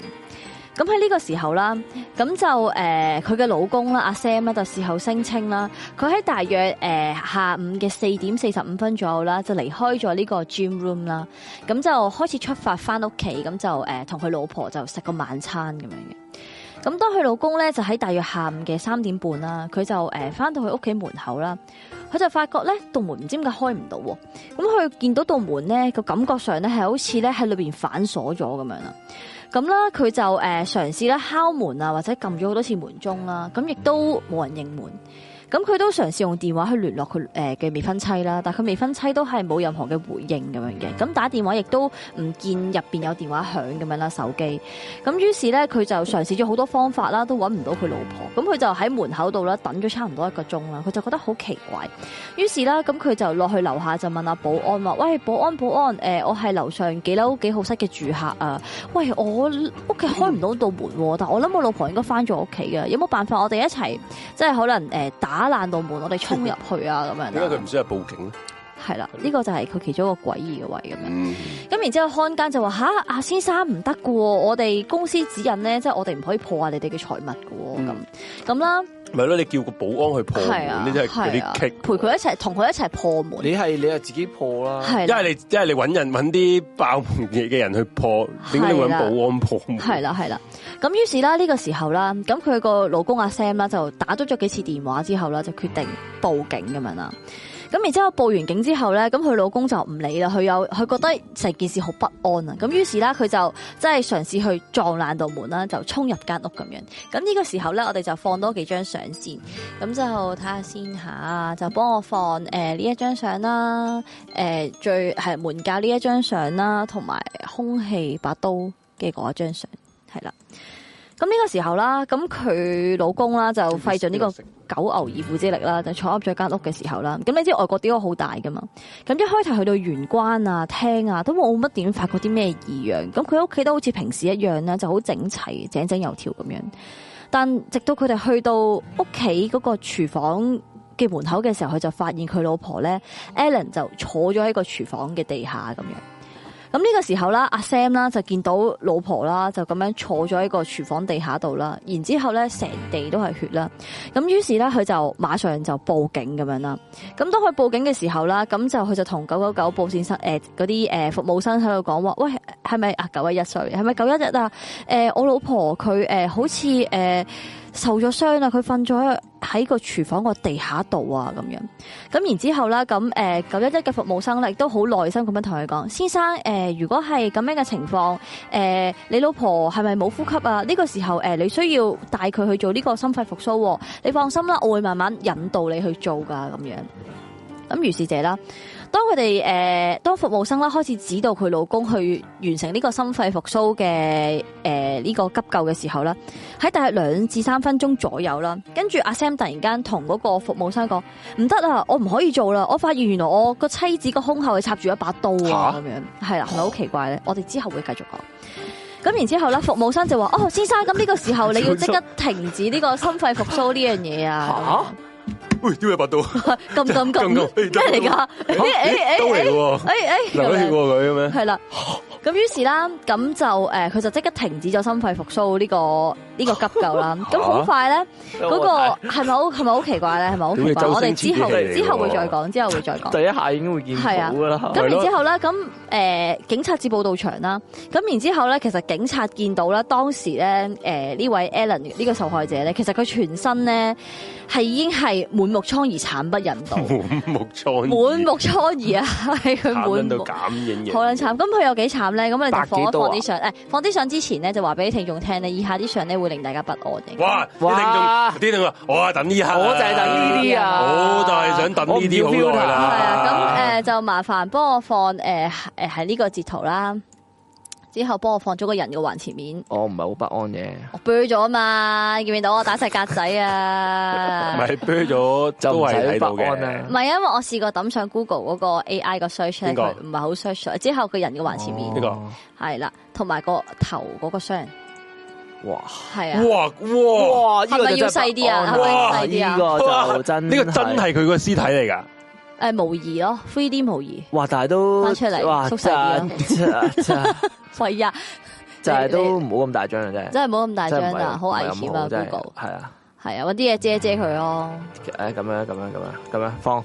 Speaker 1: 咁喺呢個時候啦，咁就誒佢嘅老公啦，阿 Sam 咧就事後聲稱啦，佢喺大約誒、呃下午嘅四點四十五分左右啦，就離開咗呢個 gym room 啦，呃咁就開始出發翻屋企，咁就誒同佢老婆就食個晚餐咁樣嘅。咁當佢老公咧就喺大約下午嘅三點半啦，佢就誒翻到佢屋企門口啦，佢就發覺咧道門唔知點解開唔到喎，咁佢見到道門咧個感覺上咧係好似咧喺裏邊反鎖咗咁樣啦。咁啦，佢就誒、呃、嘗試咧敲門啊，或者撳咗好多次門鐘啦，咁亦都冇人應門。咁佢都嘗試用電話去聯絡佢誒嘅未婚妻啦，但係佢未婚妻都係冇任何嘅回應咁樣嘅。咁打電話亦都唔嗯見入邊有電話響咁樣啦，手機。咁於是咧，佢就嘗試咗好多方法啦，都揾唔到佢老婆。咁佢就喺門口度啦，等咗差唔多一個鐘啦，佢就覺得好奇怪。於是啦，咁佢就落去樓下就問阿保安話：，喂，保安，保安，誒、我係樓上幾樓幾號室嘅住客啊！喂，我屋企開唔到道門喎，但我諗我老婆應該翻咗屋企嘅，有冇辦法我哋一齊即係可能誒、打爛道門，我哋衝入去啊咁
Speaker 2: 點解
Speaker 1: 樣
Speaker 2: 佢
Speaker 1: 啦
Speaker 2: 唔？需要報警咧？
Speaker 1: 係啦，呢個就係佢其中一個詭異嘅位咁樣。
Speaker 2: 嗯，
Speaker 1: 咁然之後，看更就話：吓，阿先生唔得嘅喎，我哋公司指引咧，即係我哋唔可以破壞你哋嘅財物嘅喎，咁咁啦，
Speaker 2: 咪咯，你叫個保安去嗯破門，
Speaker 1: 係啊，
Speaker 2: 呢真係有
Speaker 1: 係啊
Speaker 2: 啲棘
Speaker 1: 陪。佢一齊，同佢一齊破門，
Speaker 3: 你係你係自己破啦，
Speaker 1: 係
Speaker 2: 因
Speaker 1: 啦
Speaker 2: 為，你因為你揾人揾啲爆門嘅嘅人去破，點解你揾
Speaker 1: 係啦
Speaker 2: 保安破門？
Speaker 1: 係啦，係啦。咁於是啦，呢個時候啦，咁佢個老公阿 Sam 啦，就打咗咗幾次電話之後啦，就決定報警咁樣啦。咁然之後報完警之後咧，咁佢老公就唔理啦，佢有佢覺得成件事好不安啊。咁於是啦，佢就即係嘗試去撞爛道門啦，就衝入間屋咁樣。咁呢個時候咧，我哋就放多幾張相先，咁就睇下先吓，就幫我放呃誒呢、一張相啦，誒、呃最係門架呢一張相啦，同埋空氣把刀嘅嗰一張相，係啦。咁呢個時候啦，咁佢老公啦就費盡呢個九牛二虎之力啦，就坐入咗間屋嘅時候啦。咁你知外國啲屋好大噶嘛？咁一開頭去到玄關啊、廳啊，都冇乜點發覺啲咩異樣。咁佢屋企都好似平時一樣啦，就好整齊、井井有條咁樣。但直到佢哋去到屋企嗰個廚房嘅門口嘅時候，佢就發現佢老婆咧 a l a n 就坐咗喺個廚房嘅地下咁樣。咁呢個時候啦，阿 Sam 啦就見到老婆啦，就咁樣坐咗喺個廚房地下度啦，然之後咧成地都係血啦。咁於是咧佢就馬上就報警咁樣啦。咁當佢報警嘅時候啦，咁就佢就同九九九報線生誒嗰啲誒服務生喺度講話，喂係咪啊九一一 sorry 係咪九一一啊？誒、我老婆佢誒、呃好似誒、受咗傷啊啦，佢瞓咗喺個廚房個地下度啊咁樣。咁然之後啦，咁誒九一一嘅服務生咧亦都好耐心咁樣同佢講，先生誒、呃如果係咁樣嘅情況，誒、你老婆係咪冇呼吸啊？呢、個時候誒、你需要帶佢去做呢個心肺復甦喎。你放心啦，我會慢慢引導你去做噶咁樣。咁如是者啦，當佢哋誒，當服務生啦開始指導佢老公去完成呢個心肺復甦嘅誒呢個急救嘅時候啦，喺大約兩至三分鐘左右啦，跟住阿 Sam 突然間同嗰個服務生講：唔得啊，我唔可以做啦！我發現原來我個妻子個胸口係插住一把刀啊，咁樣係啦，係咪好奇怪咧？我哋之後會繼續講。咁然之後咧，服務生就話：哦，先生，咁呢個時候你要即刻停止呢個心肺復甦呢樣嘢啊！
Speaker 3: 吓
Speaker 2: 喂，丟
Speaker 1: [laughs]
Speaker 2: 嘢拔刀， [laughs]
Speaker 1: 咁咁咁
Speaker 2: 撳撳
Speaker 1: 咩嚟㗎？誒誒
Speaker 2: 刀嚟喎
Speaker 1: 誒，誒
Speaker 2: 流咗血喎佢咁樣。
Speaker 1: 係啦。咁於是啦，咁就誒，呃佢就即刻停止咗心肺復甦呢個呢個急救啦。咁好快咧，嗰個係咪好係咪好奇怪咧？係咪好奇怪？
Speaker 2: 屌你周星馳
Speaker 1: 我哋之後
Speaker 2: 嚟嘅喎
Speaker 1: 之後會再講，之後會再講。
Speaker 3: 第一下已經會見到噶啦，
Speaker 1: 咁
Speaker 2: 係
Speaker 1: 然
Speaker 2: 咯
Speaker 1: 之後咧，咁誒、呃警察至報到場啦。咁然之後咧，其實警察見到啦，當時咧誒呢位 Alan 呢個受害者咧，其實佢全身咧係已經係滿目瘡痍、慘不忍睹。
Speaker 2: [laughs] 滿目瘡痍，
Speaker 1: 滿目瘡痍
Speaker 2: [laughs]
Speaker 1: 啊，係佢
Speaker 2: 慘
Speaker 1: 滿
Speaker 2: 撚到
Speaker 1: 目。
Speaker 2: 咁影
Speaker 1: 好撚慘，咁佢有幾慘咧？咁我哋就
Speaker 3: 百幾
Speaker 1: 放一
Speaker 3: 刀
Speaker 1: 放
Speaker 3: 啊
Speaker 1: 啲相，誒放啲相之前咧，就話俾聽眾聽咧，以下啲相咧會令大家不安嘅。
Speaker 2: 哇！
Speaker 3: 哇
Speaker 2: 啲聽眾，啲聽眾話，我啊等呢下，
Speaker 3: 我就係等呢啲啊，
Speaker 2: 好就係想等呢啲好耐
Speaker 1: 係
Speaker 2: 啦
Speaker 1: 啊，咁誒就麻煩幫我放誒誒喺呢個截圖啦，之後幫我放咗個人嘅環前面，
Speaker 3: 我唔係好不安嘅，
Speaker 1: 我 blur 咗啊嘛，見唔見到我打晒格仔
Speaker 2: [laughs] 唔
Speaker 1: 啊？
Speaker 2: 係 blur 咗，
Speaker 3: 就
Speaker 2: 都
Speaker 3: 唔使
Speaker 2: 係睇到
Speaker 3: 不安啊
Speaker 2: 嘅
Speaker 1: 唔。係，因為我試過抌上 Google 嗰個 AI 個 search 咧，
Speaker 2: 邊個
Speaker 1: 佢唔係好 search 到之後個人嘅環前
Speaker 2: 呢
Speaker 1: 面
Speaker 2: 個
Speaker 1: 係啦，同埋個頭嗰個箱
Speaker 3: 個哇
Speaker 1: 係啊。
Speaker 2: 哇哇！
Speaker 3: 哇，呢個就真
Speaker 1: 係咪要細啲啊
Speaker 3: 不安
Speaker 1: 係咪要細啲啊 [laughs]
Speaker 3: 哇呢個就
Speaker 2: 哇
Speaker 3: 真
Speaker 2: 呢個真係佢個屍體嚟㗎，
Speaker 1: 诶、呃模擬咯，three D 模擬。
Speaker 3: 哇，但係都
Speaker 1: 翻出嚟
Speaker 3: 哇，
Speaker 1: 縮
Speaker 3: 真
Speaker 1: 細啲啊
Speaker 3: 係
Speaker 1: [laughs]
Speaker 3: 真係
Speaker 1: 喂呀，
Speaker 3: 就係都唔好咁大張啦，真係。
Speaker 1: 真係唔好咁大張啦，好危險啊！Google
Speaker 3: 系啊，
Speaker 1: 係啊，搵啲嘢遮遮佢咯，
Speaker 3: 诶咁樣咁樣咁樣咁樣放，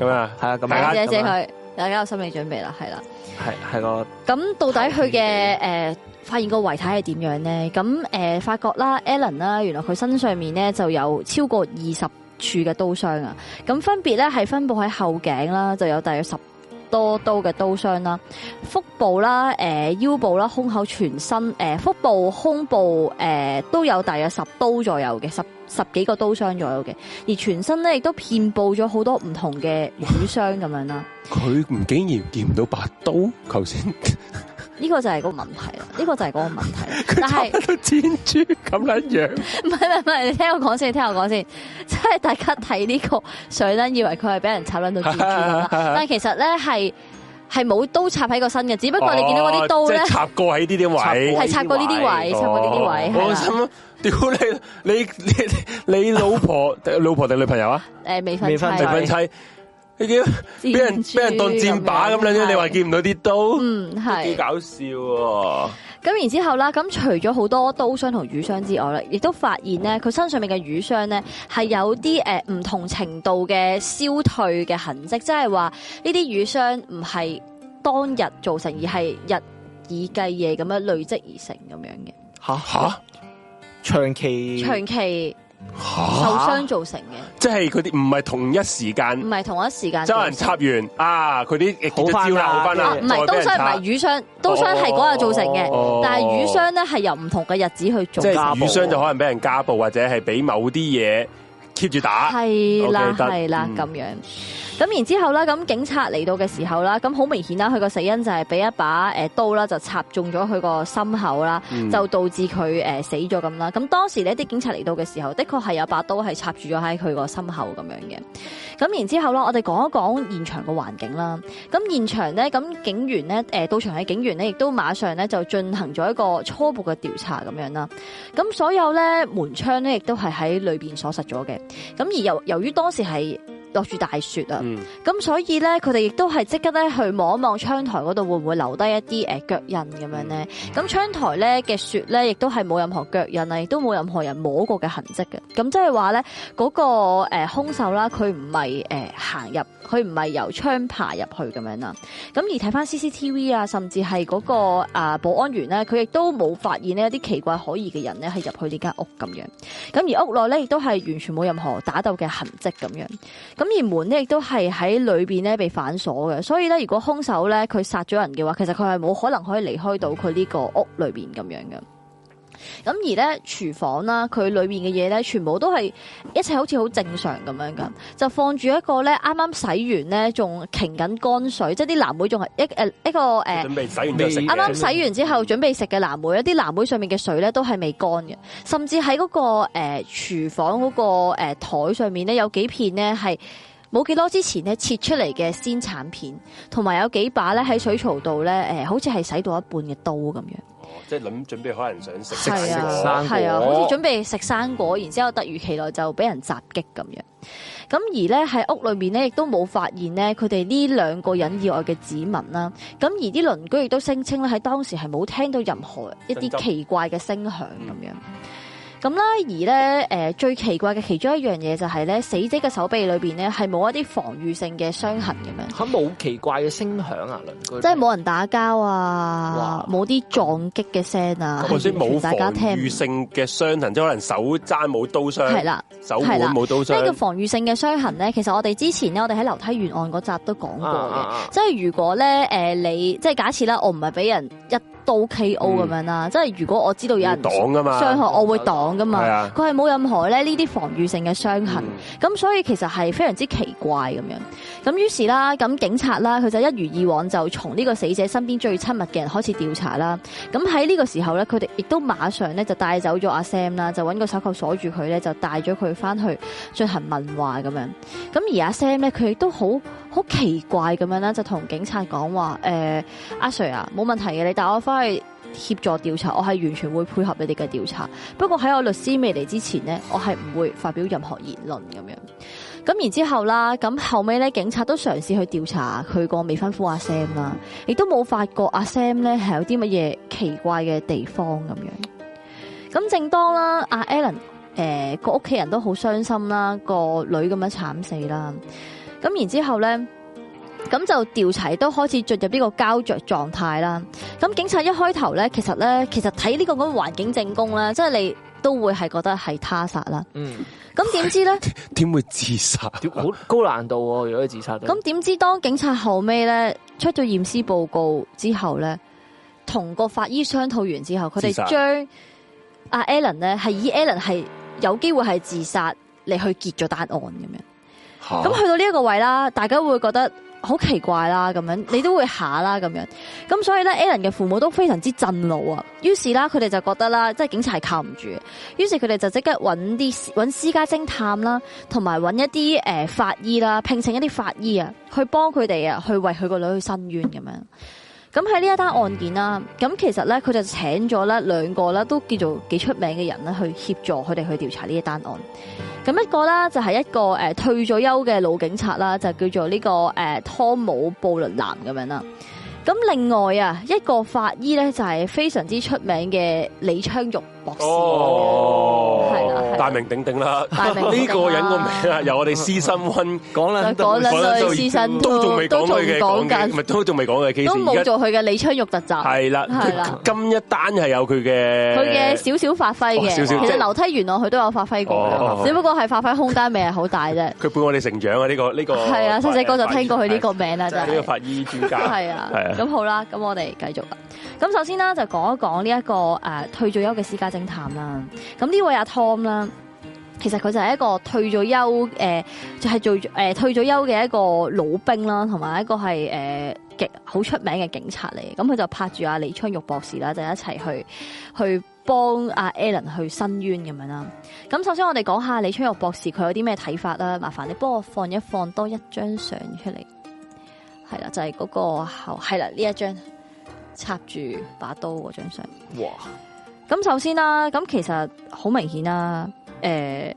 Speaker 2: 咁啊，
Speaker 3: 係啊咁樣
Speaker 1: 遮遮
Speaker 3: 咁樣
Speaker 1: 佢，大家有心理準備啦，係啦。
Speaker 3: 係係個
Speaker 1: 咁到底佢嘅誒發現個遺體係點樣咧？咁誒、呃、發覺啦，Alan 啦，原來佢身上面咧就有超過二十處嘅刀傷啊！咁分別咧係分布喺後頸啦，就有大約十多刀嘅刀傷啦，腹部啦、誒、腰部啦、胸口、全身、誒、腹部、胸部誒、呃都有大約十刀左右嘅，十十幾個刀傷左右嘅，而全身咧亦都遍佈咗好多唔同嘅瘀傷咁樣啦。
Speaker 2: 佢唔竟然見唔到把刀，頭先
Speaker 1: 呢個就係嗰個問題啦，呢個就係嗰個問 [laughs] 題。但係
Speaker 2: 都箭豬咁樣樣，
Speaker 1: 唔係唔係唔係，你聽我講先，你聽我講
Speaker 2: [laughs]
Speaker 1: 先。即係大家睇呢個相咧，以為佢係俾人插撚到蜘蛛咁
Speaker 2: [laughs]
Speaker 1: 啦，但係其實咧係係冇刀插喺個身嘅，只不過你見到嗰啲刀咧
Speaker 2: 哦即係插過喺呢啲位，
Speaker 1: 係插過呢啲位，插過呢啲位
Speaker 2: 我
Speaker 1: 係
Speaker 2: 心
Speaker 1: 啦。
Speaker 2: 諗屌你你你你老婆老婆定女朋友啊？
Speaker 1: 誒未
Speaker 3: 未
Speaker 1: 婚
Speaker 3: 婚
Speaker 1: 妻
Speaker 2: 未
Speaker 1: [laughs]
Speaker 2: 婚妻，你見俾人俾人當箭靶咁樣樣，你話見唔到啲刀，
Speaker 1: 嗯
Speaker 2: 幾
Speaker 1: 係。
Speaker 2: 搞笑喎！
Speaker 1: 咁然之後啦，咁除咗好多刀傷同瘀傷之外咧，亦都發現咧佢身上面嘅瘀傷咧係有啲誒唔同程度嘅消退嘅痕跡，即係話呢啲瘀傷唔係當日造成，而係日以繼夜咁樣累積而成咁樣嘅。
Speaker 2: 吓吓
Speaker 3: 長
Speaker 2: 嗯
Speaker 3: 期
Speaker 1: 長期受
Speaker 2: 吓，
Speaker 1: 傷造成嘅，
Speaker 2: 即係佢哋唔係同一時
Speaker 1: 唔
Speaker 2: 間，
Speaker 1: 係同一時間
Speaker 2: 周
Speaker 1: 造
Speaker 2: 人
Speaker 1: 成。
Speaker 2: 插完啊，佢啲
Speaker 3: 好
Speaker 2: 結咗
Speaker 3: 返
Speaker 2: 招啦，
Speaker 3: 啦
Speaker 2: 好翻啦
Speaker 1: 啊，唔係刀傷，唔係瘀傷，刀傷係嗰日造成嘅，
Speaker 2: 哦
Speaker 1: 但係瘀傷咧係由唔同嘅日子去
Speaker 2: 即
Speaker 1: 做
Speaker 2: 係啊
Speaker 1: 嘅。
Speaker 3: 加
Speaker 2: 瘀
Speaker 3: 暴
Speaker 2: 傷就可能俾人家暴，或者係俾某啲嘢 keep 住打。
Speaker 1: 係啦
Speaker 2: OK，，得
Speaker 1: 係啦
Speaker 2: 嗯，
Speaker 1: 咁樣。咁然之後啦，咁警察嚟到嘅時候啦，咁好明顯啦，佢個死因就係俾一把誒刀啦，就插中咗佢個心口啦，
Speaker 2: 嗯
Speaker 1: 就導致佢誒死咗咁啦。咁當時呢啲警察嚟到嘅時候，的確係有把刀係插住咗喺佢個心口咁樣嘅。咁然之後啦，我哋講一講現場嘅環境啦。咁現場咧，咁警員咧，誒到場嘅警員咧，亦都馬上咧就進行咗一個初步嘅調查咁樣啦。咁所有咧門窗咧，亦都係喺裏邊鎖實咗嘅。咁而由由於當時係落住大雪啊，
Speaker 2: 嗯
Speaker 1: 咁、所以咧佢哋亦都係即刻咧去望一望窗台嗰度會唔會留低一啲誒腳印咁樣咧。咁窗台咧嘅雪咧，亦都係冇任何腳印啊，亦都冇任何人摸過嘅痕跡嘅。咁即係話咧，嗰、個誒兇手啦，佢唔係誒行入，佢唔係由窗爬入去咁樣啦。咁而睇翻 CCTV 啊，甚至係嗰、個啊保安員咧，佢亦都冇發現呢一啲奇怪可疑嘅人咧係入去呢間屋咁樣。咁而屋內咧亦都係完全冇任何打鬥嘅痕跡咁樣。咁而門咧亦都係喺裏邊咧被反鎖嘅，所以咧如果兇手咧佢殺咗人嘅話，其實佢係冇可能可以離開到佢呢個屋裏邊咁樣嘅。咁而咧廚房啦，佢裏面嘅嘢咧，全部都係一切好似好正常咁樣噶，就放住一個咧啱啱洗完咧，仲擎緊乾水，即係啲藍莓仲係一誒一個呃誒。
Speaker 2: 準備洗完就食嘅。
Speaker 1: 啱啱洗完之後準備食嘅藍莓，一啲藍莓上面嘅水咧都係未乾嘅，甚至喺嗰、個誒、呃、廚房嗰、個誒台、上面咧有幾片咧係冇幾多之前咧切出嚟嘅鮮橙片，同埋有幾把咧喺水槽度咧誒好似係洗到一半嘅刀咁樣。
Speaker 2: 哦即係諗準備可能想食
Speaker 1: 係
Speaker 2: 食
Speaker 3: 生
Speaker 1: 啊，
Speaker 3: 果
Speaker 1: 係啊，好似準備食生果，然之後突如其來就俾人襲擊咁樣。咁而咧喺屋裏面咧，亦都冇發現咧佢哋呢兩個人以外嘅指紋啦。咁而啲鄰居亦都聲稱咧喺當時係冇聽到任何一
Speaker 2: 爭
Speaker 1: 啲
Speaker 2: 執
Speaker 1: 奇怪嘅聲響咁樣。
Speaker 2: 嗯
Speaker 1: 咁啦，而咧誒最奇怪嘅其中一樣嘢就係咧，死者嘅手臂裏邊咧係冇一啲防禦性嘅傷痕咁
Speaker 2: 嗯
Speaker 1: 樣。
Speaker 3: 嚇冇奇怪嘅聲響啊，鄰居
Speaker 1: 即係冇人打交啊，
Speaker 3: 哇
Speaker 1: 冇啲撞擊嘅聲啊，
Speaker 2: 或者
Speaker 1: 係完
Speaker 2: 冇
Speaker 1: 全大
Speaker 2: 防
Speaker 1: 家聽唔
Speaker 2: 禦性嘅傷痕，即係可能手踭冇刀傷，
Speaker 1: 係啦，
Speaker 2: 手腕冇刀
Speaker 1: 呢個
Speaker 2: 傷，
Speaker 1: 防禦性嘅傷痕咧，其實我哋之前咧，我哋喺樓梯沿岸嗰集都講過嘅，
Speaker 3: 啊啊啊
Speaker 1: 即係如果咧誒、呃你即係假設啦，我唔係俾人一刀 K.O. 咁樣啦，即係如果我知道有
Speaker 2: 要
Speaker 1: 人
Speaker 2: 擋啊噶嘛，
Speaker 1: 傷害，我會擋噶嘛
Speaker 2: 係啊，
Speaker 1: 佢係冇任何咧呢啲防禦性嘅傷痕。
Speaker 2: 嗯
Speaker 1: 咁所以其實係非常之奇怪咁樣。咁於是啦，咁警察啦，佢就一如以往就從呢個死者身邊最親密嘅人開始調查啦。咁喺呢個時候咧，佢哋亦都馬上咧就帶走咗阿 Sam 啦，就揾個手銬鎖住佢咧，就帶咗佢翻去進行問話咁樣。咁而阿 Sam 咧，佢亦都好好奇怪咁樣啦，就同警察講話：誒、阿 Sir 啊，冇問題嘅，你帶我翻去。協助調查，我係完全會配合你哋嘅調查。不過喺我律師未嚟之前呢，我係唔會發表任何言論咁樣。咁然之後啦，咁後尾咧，警察都嘗試去調查佢個未婚夫阿 Sam 啦，亦都冇發覺阿 Sam 咧係有啲乜嘢奇怪嘅地方咁樣。咁正當啦，阿 Alan 誒個屋企人都好傷心啦，個女咁樣慘死啦。咁然之後咧，咁就調查都開始進入呢個膠着狀態啦。咁警察一開頭咧，其實咧，其實睇呢個咁嘅環境證供啦，即係你都會係覺得係他殺啦。
Speaker 3: 嗯，
Speaker 1: 咁點知咧？
Speaker 2: 點會自殺？啊
Speaker 5: 好高難度喎！如果佢自殺都，
Speaker 1: 咁點知當警察後尾咧出咗驗屍報告之後咧，同個法醫商討完之後，佢
Speaker 2: 自殺
Speaker 1: 哋將阿 Alan 咧係以 Alan 係有機會係自殺嚟去結咗單案咁樣。咁去到呢一個位啦，大家會覺得好奇怪啦，咁樣你都會下啦，咁樣。咁所以咧，Alan 嘅父母都非常之震怒啊。於是啦，佢哋就覺得啦，即係警察係靠唔住，於是佢哋就即刻揾啲揾私家偵探啦，同埋揾一啲誒、呃法醫啦，聘請一啲法醫啊，去幫佢哋啊，去為佢個女去申冤咁樣。咁喺呢一單案件啦，咁其實咧佢就請咗咧兩個啦，都叫做幾出名嘅人啦，去協助佢哋去調查呢一單案。咁一個啦，就係一個誒退咗休嘅老警察啦，就叫做呢、個呃誒湯姆布倫南咁樣啦。咁另外啊，一個法醫咧就係非常之出名嘅李昌鈺博士。
Speaker 2: 哦，
Speaker 1: 係啦係啦
Speaker 2: 大名鼎鼎啦，
Speaker 1: 大名
Speaker 2: 呢
Speaker 1: 鼎鼎啦
Speaker 2: 個人個名啊，由我哋私生温
Speaker 3: 讲啦，
Speaker 1: 講啦
Speaker 2: 講
Speaker 1: 對
Speaker 2: 到
Speaker 1: 私生
Speaker 2: 都仲未講佢嘅
Speaker 1: 都
Speaker 2: 講
Speaker 1: 仲講
Speaker 2: 嘅，
Speaker 1: 緊
Speaker 2: 咪都仲未講佢嘅 case，
Speaker 1: 都冇
Speaker 2: 而家
Speaker 1: 做佢嘅李昌鈺特集，
Speaker 2: 係啦，
Speaker 1: 係啦
Speaker 2: 今一單係有佢嘅
Speaker 1: 佢嘅少少發揮
Speaker 2: 哦
Speaker 1: 嘅。
Speaker 2: 少少
Speaker 1: 其
Speaker 2: 即
Speaker 1: 實
Speaker 2: 係
Speaker 1: 樓梯原來佢都有發揮過嘅，
Speaker 2: 哦
Speaker 1: 只不過係發揮空間未係好大啫。
Speaker 2: 佢伴我哋成長啊！呢個呢個
Speaker 1: 係啊，細細個就聽過佢呢個名啦，真
Speaker 2: 呢個
Speaker 1: 係。
Speaker 2: 法醫專家，
Speaker 1: [laughs] 係啊
Speaker 2: 係啊，
Speaker 1: 咁好啦，咁我哋繼續啦。咁首先啦，就講一講呢一個誒退咗休嘅私家偵探啦。咁呢位阿 Tom 啦，其實佢就係一個退咗休誒，就係做誒退咗休嘅一個老兵啦，同埋一個係誒極好出名嘅警察嚟嘅。咁佢就拍住阿李昌鈺博士啦，就一齊去去幫阿 Alan 去申冤咁樣啦。咁首先我哋講下李昌鈺博士佢有啲咩睇法啦。麻煩你幫我放一放多一張相出嚟。係啦，就係嗰、個後係啦呢一張插住把刀嗰張相。
Speaker 3: 哇！
Speaker 1: 咁首先啦，咁其實好明顯啦，诶、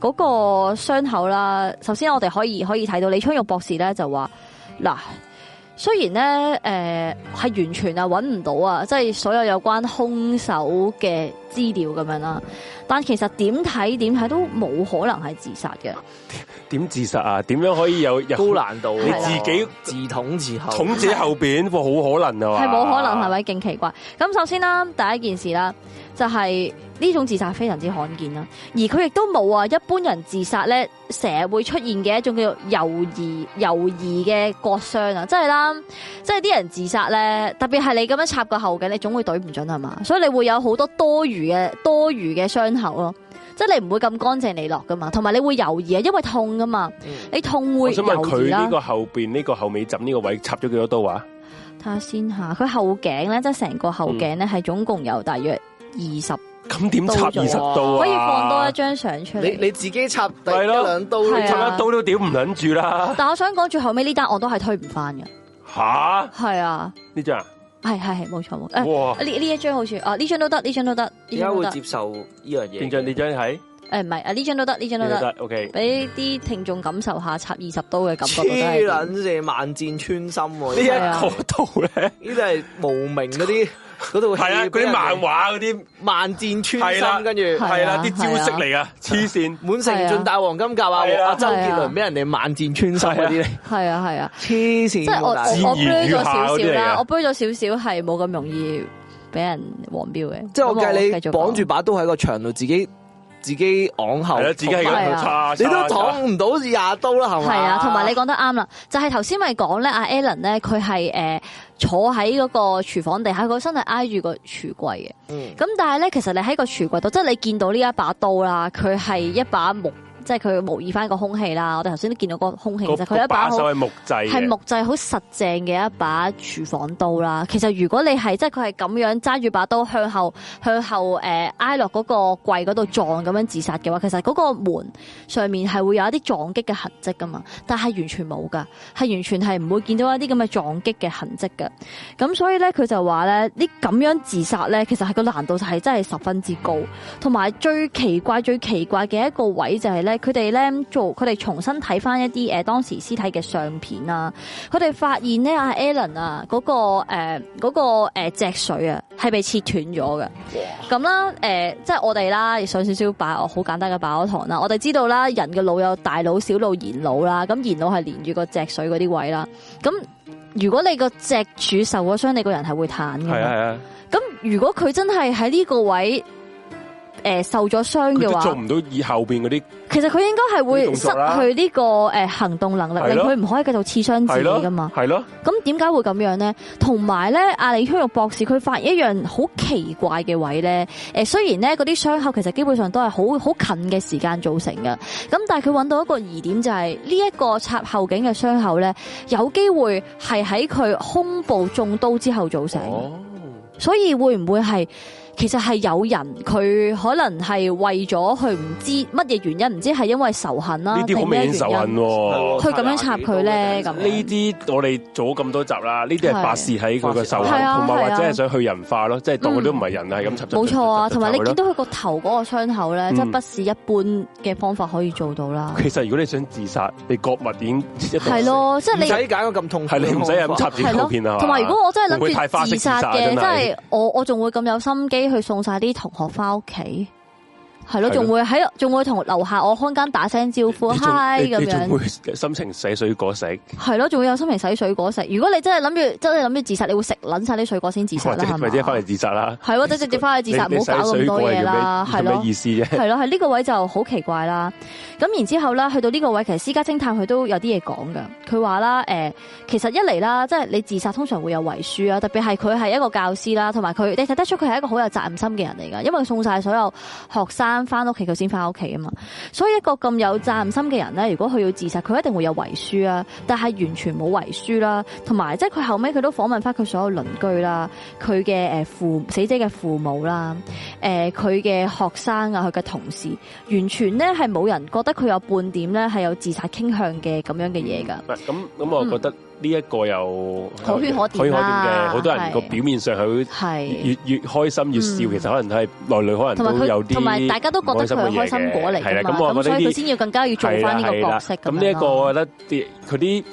Speaker 1: 嗰、個傷口啦，首先我哋可以可以睇到李昌鈺博士咧就話嗱。雖然咧，誒、係完全啊揾唔到啊，即係所有有關兇手嘅資料咁樣啦，但其實點睇點睇都冇可能係自殺嘅。
Speaker 2: 點自殺啊？點樣可以有有
Speaker 5: 高難度喎，
Speaker 2: 你自
Speaker 1: 啊
Speaker 2: 己
Speaker 3: 自統自後，
Speaker 2: 統治喺後邊？哇，好可能啊！
Speaker 1: 係冇可能係？咪勁奇怪？咁首先啦，第一件事啦，就係、呢種自殺非常之罕見啦，而佢亦都冇啊一般人自殺咧，成日會出現嘅一種叫做猶疑猶疑嘅割傷啊，即係啦，即係啲人自殺咧，特別係你咁樣插個後頸，你總會懟唔準係嘛，所以你會有好多多餘嘅多餘嘅傷口咯。即係你唔會咁乾淨利落噶嘛，同埋你會猶豫啊，因為痛噶嘛，你痛
Speaker 2: 嗯我
Speaker 1: 會
Speaker 2: 想問
Speaker 1: 猶豫
Speaker 2: 佢
Speaker 1: 啦
Speaker 2: 呢。個後邊呢個後尾枕呢個位插咗幾多刀啊？
Speaker 1: 睇下先吓，佢後頸咧，即係成個後頸咧，係總共有大約二十，
Speaker 2: 咁點插
Speaker 1: 刀咗
Speaker 2: 二十刀啊？
Speaker 1: 可以放多一張相出
Speaker 5: 你
Speaker 1: 嚟。
Speaker 5: 你自己插第一
Speaker 2: 係咯
Speaker 5: 兩刀，
Speaker 1: 係啊
Speaker 2: 插一刀都屌唔撚住啦！
Speaker 1: 但我想講最後尾呢單案都係推唔翻嘅，
Speaker 2: 吓
Speaker 1: 係啊，
Speaker 2: 呢張啊？
Speaker 1: 係係係冇錯冇，誒
Speaker 2: 哇！
Speaker 1: 呢呢一張好似啊呢張都得，呢張都得，呢
Speaker 3: 點解
Speaker 1: 張都
Speaker 3: 會
Speaker 1: 得，
Speaker 3: 接受呢樣嘢？
Speaker 2: 邊張？呢張係？
Speaker 1: 誒唔係啊呢張都得，呢張都
Speaker 2: 呢張
Speaker 1: 得，
Speaker 2: 得 OK。
Speaker 1: 俾啲聽眾感受下插二十刀嘅感覺到底係
Speaker 3: 黐
Speaker 1: 點。
Speaker 3: 撚線，萬箭穿心喎！
Speaker 2: 呢一
Speaker 3: 呢
Speaker 1: 係啊
Speaker 2: 個度咧，
Speaker 3: 呢啲係無名嗰
Speaker 2: [laughs]
Speaker 3: 啲嗰度
Speaker 2: 係啊，嗰啲漫畫嗰啲
Speaker 3: 萬箭穿
Speaker 2: 係啦
Speaker 3: 心，跟住
Speaker 1: 係啊
Speaker 2: 係啦，啲
Speaker 1: 係
Speaker 2: 招
Speaker 1: 啊
Speaker 2: 式嚟噶，黐線。
Speaker 3: 滿城盡帶黃金甲啊！
Speaker 2: 係啊
Speaker 3: 阿周杰倫俾人哋萬箭穿心嗰啲咧，
Speaker 1: 係啊係啊，
Speaker 3: 黐線
Speaker 1: 即係我
Speaker 3: 喎！大佬
Speaker 1: 我我
Speaker 2: 自
Speaker 1: blur
Speaker 2: 然語
Speaker 1: 咗少
Speaker 2: 下嗰啲
Speaker 1: 少
Speaker 2: 嚟㗎
Speaker 1: 啦，我 blur 咗少少係冇咁容易俾人黃標嘅。
Speaker 3: 即係我計你
Speaker 1: 咁繼續
Speaker 3: 綁住
Speaker 1: 講
Speaker 3: 把刀喺個牆度，自己自己昂後，
Speaker 2: 係啦，自己係
Speaker 1: 係
Speaker 2: 咁
Speaker 1: 啊
Speaker 3: 你
Speaker 2: 叉，
Speaker 3: 都
Speaker 2: 叉叉
Speaker 3: 擋唔到廿刀啦，係咪？
Speaker 1: 係啊，同埋你講得啱啦，就係頭先咪講咧，阿 Alan 咧佢係诶坐喺嗰個廚房地下，佢個身係挨住個櫥櫃嘅。
Speaker 3: 嗯
Speaker 1: 咁但係咧，其實你喺個櫥櫃度，即係你見到呢一把刀啦，佢係一把木，即係佢模擬翻個空氣啦。我哋頭先都見到個空氣，其
Speaker 2: 個
Speaker 1: 實佢係
Speaker 2: 個
Speaker 1: 一把
Speaker 2: 把
Speaker 1: 好
Speaker 2: 手。係木製嘅，
Speaker 1: 係木製好實正嘅一把廚房刀啦。其實如果你係即係佢係咁樣揸住把刀向後向後诶、呃挨落嗰個櫃嗰度撞咁樣自殺嘅話，其實嗰個門上面係會有一啲撞擊嘅痕跡噶嘛，但係完全冇噶，係完全係唔會見到一啲咁嘅撞擊嘅痕跡噶。咁所以咧，佢就話咧，呢咁樣自殺咧，其實係個難度係真係十分之高，同埋最奇怪最奇怪嘅一個位就係咧，佢哋咧做，佢哋重新睇翻一啲誒當時屍體嘅相片啊，佢哋發現咧阿 Alan 啊嗰、個誒嗰、個誒脊髓啊係被切斷咗嘅。咁啦，誒、即係我哋啦，上少少把我好簡單嘅把我堂啦。我哋知道啦，人嘅腦有大腦、小腦、延腦啦。咁延腦係連住個脊髓嗰啲位啦。咁如果你個脊柱受咗傷，你個人係會攤嘅
Speaker 2: 系
Speaker 1: 嘛。
Speaker 2: 啊系啊，
Speaker 1: 咁如果佢真係喺呢個位誒、受咗傷
Speaker 2: 佢
Speaker 1: 嘅
Speaker 2: 都做
Speaker 1: 話，
Speaker 2: 唔到以後边嗰啲
Speaker 1: 其實佢應該係
Speaker 2: 呢啲
Speaker 1: 會
Speaker 2: 動
Speaker 1: 失
Speaker 2: 作啦
Speaker 1: 去呢、個誒、行動能力，
Speaker 2: 係
Speaker 1: 令
Speaker 2: 咯
Speaker 1: 佢唔可以繼續刺傷自
Speaker 2: 係
Speaker 1: 己噶嘛
Speaker 2: 咯。係咯，
Speaker 1: 咁點解會咁樣呢？同埋呢，阿李香玉博士佢發現一樣好奇怪嘅位呢。誒，雖然呢嗰啲傷口其實基本上都係好好近嘅時間造成嘅，咁但係佢揾到一個疑點就係呢一個插後頸嘅傷口呢，有機會係喺佢胸部中刀之後造成嘅。
Speaker 2: 哦，
Speaker 1: 所以會唔會係其實係有人佢可能係為咗佢唔知乜嘢原因，唔知係因為仇恨啦，
Speaker 2: 呢啲好
Speaker 1: 定咩
Speaker 2: 明
Speaker 1: 原
Speaker 2: 顯仇恨
Speaker 1: 因？
Speaker 2: 喎。
Speaker 1: 佢咁樣插佢咧咁
Speaker 2: 呢啲我哋做咗咁多集啦，呢啲係
Speaker 1: 係
Speaker 2: 發泄喺佢個仇恨，
Speaker 1: 係啊
Speaker 2: 同埋
Speaker 1: 係啊
Speaker 2: 或者係想去人化咯，即係當佢都唔係人啊，係咁插插
Speaker 1: 冇錯啊，
Speaker 2: 插插
Speaker 1: 同埋你
Speaker 2: 插佢
Speaker 1: 見
Speaker 2: 咯
Speaker 1: 到佢個頭嗰個傷口咧，
Speaker 2: 嗯
Speaker 1: 真係不是一般嘅方法可以做到啦。
Speaker 2: 其實如果你想自殺，你割脈已經一定
Speaker 1: 係咯，即係
Speaker 3: 唔使
Speaker 1: 你。
Speaker 3: 揀個咁痛苦
Speaker 2: 係
Speaker 3: 嘅方法，
Speaker 2: 你唔使係咁插
Speaker 1: 係
Speaker 2: 片圖片啊
Speaker 1: 咯，，同埋如果我真係
Speaker 2: 會唔會太
Speaker 1: 諗
Speaker 2: 花
Speaker 1: 住
Speaker 2: 式
Speaker 1: 自殺
Speaker 2: 自殺啊
Speaker 1: 嘅，
Speaker 2: 真
Speaker 1: 真
Speaker 2: 係
Speaker 1: 係我我仲會咁有心機去送晒啲同學翻屋企，係
Speaker 2: 係
Speaker 1: 咯，
Speaker 2: 咯
Speaker 1: 仲會喺仲會同樓下我看更打聲招呼，
Speaker 2: 你仲
Speaker 1: 嗨
Speaker 2: 你
Speaker 1: 咁
Speaker 2: 你仲
Speaker 1: 樣，
Speaker 2: 會心情洗水果食，
Speaker 1: 係咯，仲會有心情洗水果食。如果你真係諗住真係諗住自殺，你會食撚晒啲水果先自殺
Speaker 2: 或
Speaker 1: 啦，
Speaker 2: 者
Speaker 1: 係
Speaker 2: 或者翻
Speaker 1: 嘛
Speaker 2: 嚟？自殺啦。
Speaker 1: 係咯，即係直接翻去自殺，
Speaker 2: 你
Speaker 1: 唔好搞咁多嘢啦，
Speaker 2: 你洗
Speaker 1: 係
Speaker 2: 水果係有咩
Speaker 1: 咯
Speaker 2: 咩。意思啫？
Speaker 1: 係咯，喺呢個位就好奇怪啦。咁然之後啦，去到呢個位，其實私家偵探佢都有啲嘢講噶。佢話啦，誒、其實一嚟啦，即係你自殺通常會有遺書啊，特別係佢係一個教師啦，同埋佢你睇得出佢係一個好有責任心嘅人嚟噶，因為佢送晒所有學生翻屋企，佢先翻屋企啊嘛。所以一個咁有責任心嘅人咧，如果佢要自殺，佢一定會有遺書啊，但係完全冇遺書啦，同埋即係佢後尾佢都訪問翻佢所有鄰居啦，佢嘅誒父死者嘅父母啦。誒佢嘅學生啊，佢嘅同事，完全咧係冇人覺得佢有半點咧係有自殺傾向嘅咁樣嘅嘢㗎。
Speaker 2: 唔係咁咁，我覺得呢一個又
Speaker 1: 可圈可
Speaker 2: 可
Speaker 1: 點
Speaker 2: 圈可點嘅，
Speaker 1: 啦
Speaker 2: 好多人個
Speaker 1: 係
Speaker 2: 表面上佢
Speaker 1: 係，
Speaker 2: 越越開心越笑，
Speaker 1: 嗯
Speaker 2: 其實可能係內裏可能
Speaker 1: 同埋
Speaker 2: 都嗯有
Speaker 1: 佢
Speaker 2: 啲
Speaker 1: 同埋大家都覺得佢係開心果嚟
Speaker 2: 係
Speaker 1: 㗎嘛，
Speaker 2: 啦咁我
Speaker 1: 咁
Speaker 2: 覺得
Speaker 1: 所以
Speaker 2: 呢
Speaker 1: 佢先要更加要做翻呢個角色
Speaker 2: 係啦係啦咁
Speaker 1: 樣
Speaker 2: 呢一個，
Speaker 1: 咯
Speaker 2: 我覺得啲佢啲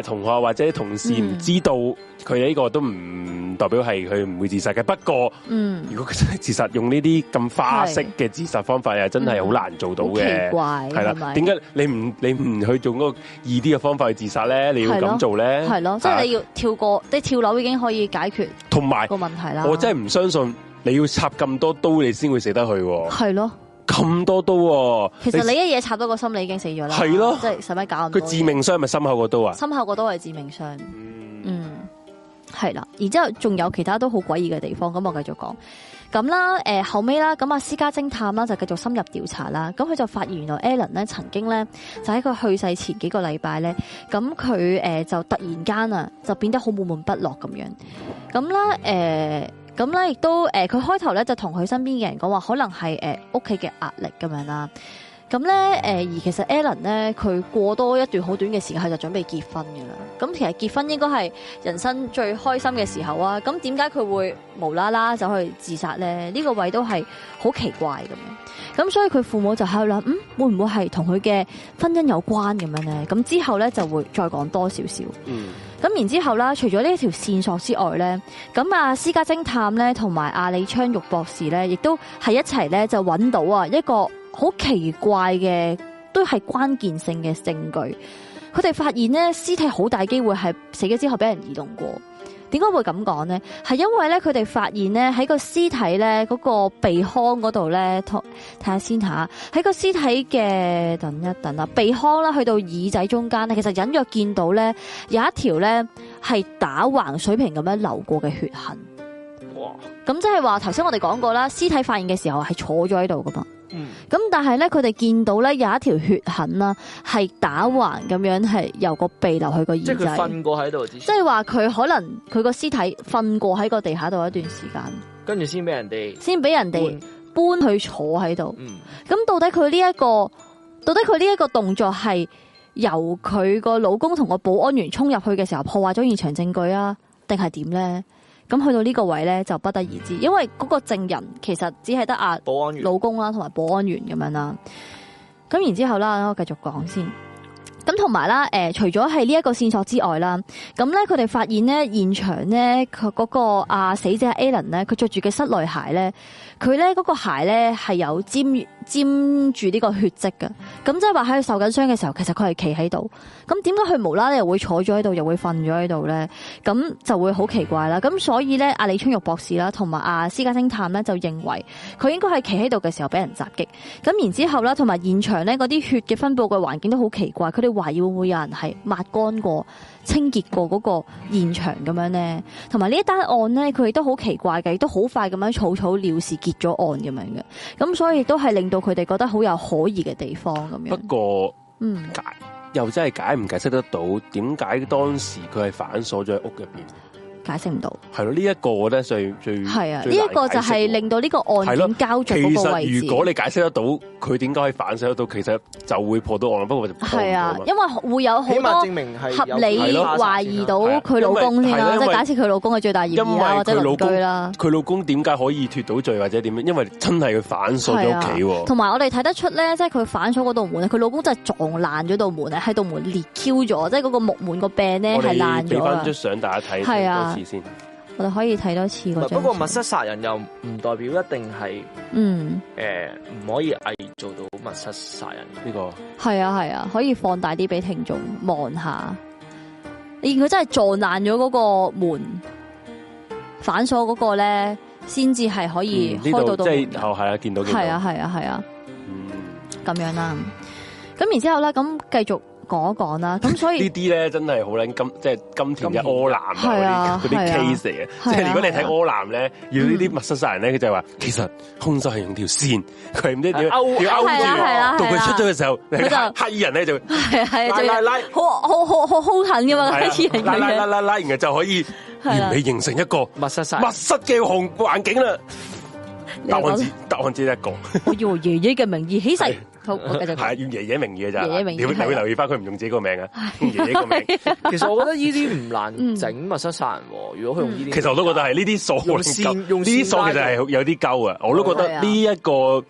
Speaker 2: 誒同學或者同事唔
Speaker 1: 嗯
Speaker 2: 知道佢呢個都唔代表係佢唔會自殺嘅。不過
Speaker 1: 嗯，
Speaker 2: 如果佢真係自殺，用呢啲咁花式嘅自殺方法，又真係好難做到
Speaker 1: 好奇
Speaker 2: 嘅。
Speaker 1: 怪
Speaker 2: 係
Speaker 1: 係
Speaker 2: 啦，
Speaker 1: 咪？
Speaker 2: 點解你唔你唔去做嗰個易啲嘅方法去自殺咧？你要
Speaker 1: 係
Speaker 2: 咁
Speaker 1: 咯
Speaker 2: 做咧？
Speaker 1: 係咯，即係
Speaker 2: 啊
Speaker 1: 你要跳過，你跳樓已經可以解決
Speaker 2: 同埋
Speaker 1: 個問題啦。
Speaker 2: 我真係唔相信你要插咁多刀，你先會死得去喎。
Speaker 1: 係咯，
Speaker 2: 咁多刀喎，
Speaker 1: 其實你一嘢插到個心，你已經死咗啦。
Speaker 2: 係咯
Speaker 1: 即係使乜搞咁多
Speaker 2: 佢
Speaker 1: 嘢
Speaker 2: 致命傷咪心口個刀啊？
Speaker 1: 心口嗰刀係致命傷。嗯，係啦，然之後仲有其他都好詭異嘅地方，咁我繼續講。咁啦，誒、後尾啦，咁啊私家偵探啦就繼續深入調查啦，咁佢就發現原來 Alan 咧曾經咧就喺佢去世前幾個禮拜咧，咁佢誒就突然間啊就變得好悶悶不樂咁樣，咁啦誒。咁咧，亦都誒，佢、開頭咧就同佢身邊嘅人講話，可能係誒屋企嘅壓力咁樣啦。咁咧誒，而其實 Alan 咧，佢過多一段好短嘅時間，佢就準備結婚嘅啦。咁其實結婚應該係人生最開心嘅時候啊，咁點解佢會無啦啦走去自殺呢？呢、個位都係好奇怪咁樣，咁所以佢父母就喺度諗，嗯，會唔會係同佢嘅婚姻有關咁樣呢？咁之後呢，就會再講多少少。
Speaker 2: 嗯，
Speaker 1: 咁然之後啦，除咗呢條線索之外咧，咁啊私家偵探咧同埋阿李昌玉博士咧，亦都係一齊咧就揾到啊一個好奇怪嘅，都係關鍵性嘅證據。佢哋發現咧，屍體好大機會係死咗之後俾人移動過。點解會咁講呢？係因為咧，佢哋發現咧喺個屍體咧嗰個鼻腔嗰度咧，睇睇下先吓，喺個屍體嘅等一等啦，鼻腔啦去到耳仔中間咧，其實隱約見到咧有一條咧係打橫水平咁樣流過嘅血痕。咁即係話頭先我哋講過啦，屍體發現嘅時候係坐咗喺度噶嘛。
Speaker 3: 嗯
Speaker 1: 咁但係咧，佢哋見到咧有一條血痕啦，係打橫咁樣係由個鼻流去個耳
Speaker 5: 即係佢
Speaker 1: 仔，
Speaker 5: 瞓過喺度之
Speaker 1: 即
Speaker 5: 前，
Speaker 1: 係話佢可能佢個屍體瞓過喺個地下度一段時間，
Speaker 5: 跟住先俾人哋
Speaker 1: 先俾人哋搬去坐喺度。
Speaker 3: 嗯，
Speaker 1: 咁到底佢呢一個，到底佢呢一個動作係由佢個老公同個保安員衝入去嘅時候破壞咗現場證據啊，定係點呢？咁去到呢個位呢，就不得而知，因為嗰個證人其實只係得阿
Speaker 3: 保安員
Speaker 1: 老公啦，同埋保安員咁樣啦。咁然之後啦，我繼續講先。咁同埋啦，誒、除咗係呢一個線索之外啦，咁咧佢哋發現咧現場咧佢嗰個啊死者 Alan 咧，佢着住嘅室內鞋咧，佢咧嗰個鞋咧係有沾沾住呢個血跡嘅。咁即係話喺佢受緊傷嘅時候，其實佢係企喺度。咁點解佢無啦啦又會坐咗喺度，又會瞓咗喺度咧？咁就會好奇怪啦。咁所以咧，阿李春玉博士啦，同埋阿私家偵探咧，就認為佢應該係企喺度嘅時候俾人襲擊。咁然之後啦，同埋現場咧嗰啲血嘅分布嘅環境都好奇怪，佢哋懷疑會唔會有人係抹乾過、清潔過嗰個現場咁樣呢？同埋呢一單案呢，佢哋都好奇怪嘅，亦都好快咁樣草草了事結咗案咁樣嘅，咁所以亦都係令到佢哋覺得好有可疑嘅地方咁
Speaker 2: 不
Speaker 1: 樣。
Speaker 2: 過
Speaker 1: 嗯，
Speaker 2: 解又真係解唔解釋得到？點解當時佢係反鎖咗喺屋入邊？
Speaker 1: 解釋唔到。
Speaker 2: 係咯，呢、一個我覺得最最
Speaker 1: 係啊，呢
Speaker 2: 嗯最難
Speaker 1: 一個就
Speaker 2: 解釋
Speaker 1: 係
Speaker 2: 喎
Speaker 1: 令到呢個案件膠着
Speaker 2: 其
Speaker 1: 嗰個位置。
Speaker 2: 實如果你解釋得到佢點解可以反射得到，其實就會破到案啦。
Speaker 1: [laughs]
Speaker 2: 不過就破唔到
Speaker 1: 係啊
Speaker 2: 嘛，
Speaker 1: 因為會有好
Speaker 3: 起碼
Speaker 1: 多
Speaker 3: 證明係
Speaker 1: 合理
Speaker 2: 啊係咯
Speaker 1: 懷疑到佢老公先
Speaker 2: 係
Speaker 1: 啦，
Speaker 2: 啊因為
Speaker 1: 即係假設佢老公係最大嫌疑啦，或者
Speaker 2: 因為佢老
Speaker 1: 鄰
Speaker 2: 公
Speaker 1: 居啦。
Speaker 2: 佢老公點解可以脱到罪或者點樣？因為真係佢反鎖咗屋企喎。
Speaker 1: 啊 [laughs] 同埋我哋睇得出咧，即係佢反鎖嗰道門咧，佢老公真係撞爛咗道門咧，喺道門裂 Q 咗，即係嗰個木門個柄咧
Speaker 2: 我
Speaker 1: 係爛
Speaker 2: 哋俾
Speaker 1: 咗
Speaker 2: 翻
Speaker 1: 啦
Speaker 2: 張。相大家睇
Speaker 1: 係
Speaker 2: 多
Speaker 1: 啊
Speaker 2: 次先。
Speaker 1: 我哋可以睇多次嗰張。
Speaker 3: 不過密室殺人又唔代表一定係
Speaker 1: 嗯，
Speaker 3: 誒唔可以偽做到密室殺人。
Speaker 2: 呢個
Speaker 1: 係啊係啊，可以放大啲俾聽眾望下。你見佢真係撞爛咗嗰個門，反鎖嗰個咧，先至係可以
Speaker 2: 嗯
Speaker 1: 開
Speaker 2: 呢
Speaker 1: 到
Speaker 2: 度
Speaker 1: 道
Speaker 2: 即
Speaker 1: 門
Speaker 2: 係
Speaker 1: 㗎。
Speaker 2: 哦係啊，見到見到。
Speaker 1: 係啊係啊係啊。
Speaker 2: 嗯，
Speaker 1: 咁樣啦。咁然之後咧，咁繼續講一講啦。咁所以
Speaker 2: 呢啲咧真係好撚今即係今田嘅柯南
Speaker 1: 係
Speaker 2: 啊
Speaker 1: 啊
Speaker 2: 嗰啲嗰
Speaker 1: 係
Speaker 2: 啲
Speaker 1: 啊
Speaker 2: case 嚟嘅。
Speaker 1: 係
Speaker 2: 即
Speaker 1: 啊
Speaker 2: 係如果你睇
Speaker 1: 係啊
Speaker 2: 柯南咧，要呢啲密室殺人咧，佢就係話其實兇手係用
Speaker 1: 嗯
Speaker 2: 條線，佢唔知點
Speaker 1: 啊
Speaker 3: 勾
Speaker 2: 樣要勾
Speaker 1: 係啦係啦
Speaker 2: 住，到
Speaker 1: 係啦
Speaker 2: 佢出咗嘅時候，你
Speaker 1: 啊佢
Speaker 2: 黑衣人咧就。
Speaker 1: 係係最
Speaker 3: 拉拉拉
Speaker 1: 好好好好好狠噶嘛，呢啲人
Speaker 2: 拉
Speaker 1: 咁
Speaker 2: 拉拉
Speaker 1: 樣
Speaker 2: 拉拉，然後就可以
Speaker 1: 係
Speaker 2: 完
Speaker 1: 啦
Speaker 2: 美形成一個
Speaker 3: 密室殺人
Speaker 2: 密室嘅紅環境啦。
Speaker 1: 你
Speaker 2: 答
Speaker 1: 又
Speaker 2: 案
Speaker 1: 講
Speaker 2: 只答案只得一個，
Speaker 1: 我要爺爺嘅名義起誓
Speaker 2: 係，
Speaker 1: 好，我繼續
Speaker 2: 係
Speaker 1: 講。
Speaker 2: 用爺爺名義嘅咋。
Speaker 1: 爺爺名義
Speaker 2: 你會
Speaker 1: 係啊
Speaker 2: 你會留意翻佢唔用自己個名啊，用爺爺個名。
Speaker 3: 其實我覺得呢啲唔
Speaker 1: 嗯
Speaker 3: 難整密室殺人喎。如果佢用
Speaker 6: 嗯
Speaker 3: 呢啲，
Speaker 2: 其實我都覺得係呢啲鎖
Speaker 3: 用
Speaker 2: 戇
Speaker 3: 線
Speaker 2: 鳩
Speaker 3: 用
Speaker 2: 呢啲
Speaker 3: 線
Speaker 2: 鎖
Speaker 3: 拉
Speaker 2: 其實係有啲鳩啊。我都覺
Speaker 1: 係
Speaker 2: 得
Speaker 1: 啊
Speaker 2: 呢一個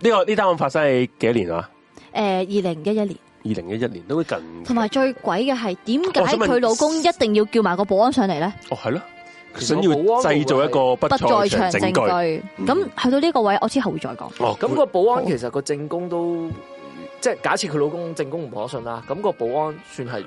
Speaker 2: 呢個呢單案發生係幾多年啊？
Speaker 1: 诶，二零一一年，
Speaker 2: 二零一一年都近。
Speaker 1: 同埋最鬼嘅係點解
Speaker 2: 我想問
Speaker 1: 佢老公一定要叫埋個保安上嚟咧？
Speaker 2: 哦係咯，佢
Speaker 3: 其實
Speaker 2: 想要
Speaker 3: 保安會
Speaker 2: 製造一個不
Speaker 1: 不在場
Speaker 2: 場
Speaker 1: 證
Speaker 2: 證據。
Speaker 1: 據。
Speaker 2: 嗯
Speaker 1: 咁去到呢個位，我之後會再講。
Speaker 2: 哦，
Speaker 3: 咁個保安其實個正宮都即係假設佢老公正宮唔可信啦，咁個保安算係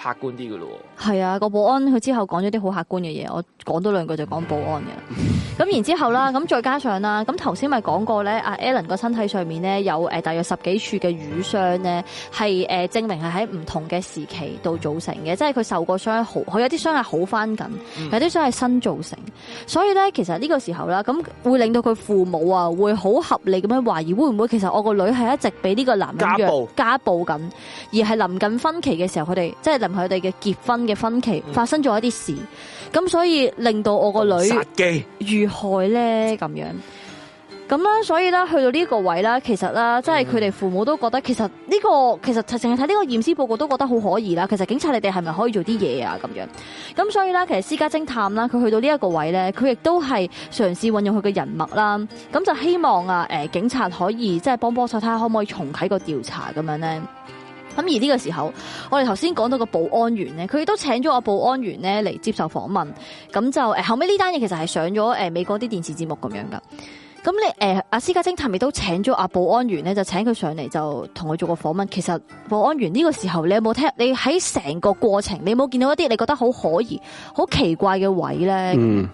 Speaker 3: 客觀啲嘅咯
Speaker 1: 係啊，個保安佢之後講咗啲好客觀嘅嘢，我講多兩句就講保安嘅。咁然之後啦，咁再加上啦，咁頭先咪講過咧，阿 Alan 個身體上面咧有誒大約十幾處嘅瘀傷咧，係誒證明係喺唔同嘅時期度造成嘅，即係佢受過傷好，佢有啲傷係好翻緊，
Speaker 3: 嗯
Speaker 1: 有啲傷係新造成，所以咧其實呢個時候啦，咁會令到佢父母啊會好合理咁樣懷疑會唔會其實我個女係一直俾呢個男人
Speaker 3: 家
Speaker 1: 虐
Speaker 3: 暴
Speaker 1: 家暴緊。而係臨近婚期嘅時候，佢哋即係臨佢哋嘅結婚嘅婚期
Speaker 3: 嗯
Speaker 1: 發生咗一啲事，咁、所以令到我個女
Speaker 2: 殺機
Speaker 1: 遇害咧咁樣。咁啦，所以啦，去到呢個位啦，其實啦，即係佢哋父母都覺得，其實呢、個其實淨係睇呢個驗屍報告都覺得好可疑啦。其實警察你哋係咪可以做啲嘢啊？咁樣，咁所以啦，其實私家偵探啦，佢去到呢一個位咧，佢亦都係嘗試運用佢嘅人脈啦，咁就希望啊，誒警察可以即係幫幫手，睇下可唔可以重啟個調查咁樣咧。咁而呢個時候，我哋頭先講到個保安員咧，佢亦都請咗個保安員咧嚟接受訪問。咁就誒後尾呢單嘢其實係上咗誒美國啲電視節目咁樣噶。咁你誒阿私家偵探亦都請咗阿保安員咧，就請佢上嚟就同佢做個訪問。其實保安員呢個時候，你有冇聽？你喺成個過程，你有冇見到一啲你覺得好可疑、好奇怪嘅位咧？
Speaker 2: 嗯，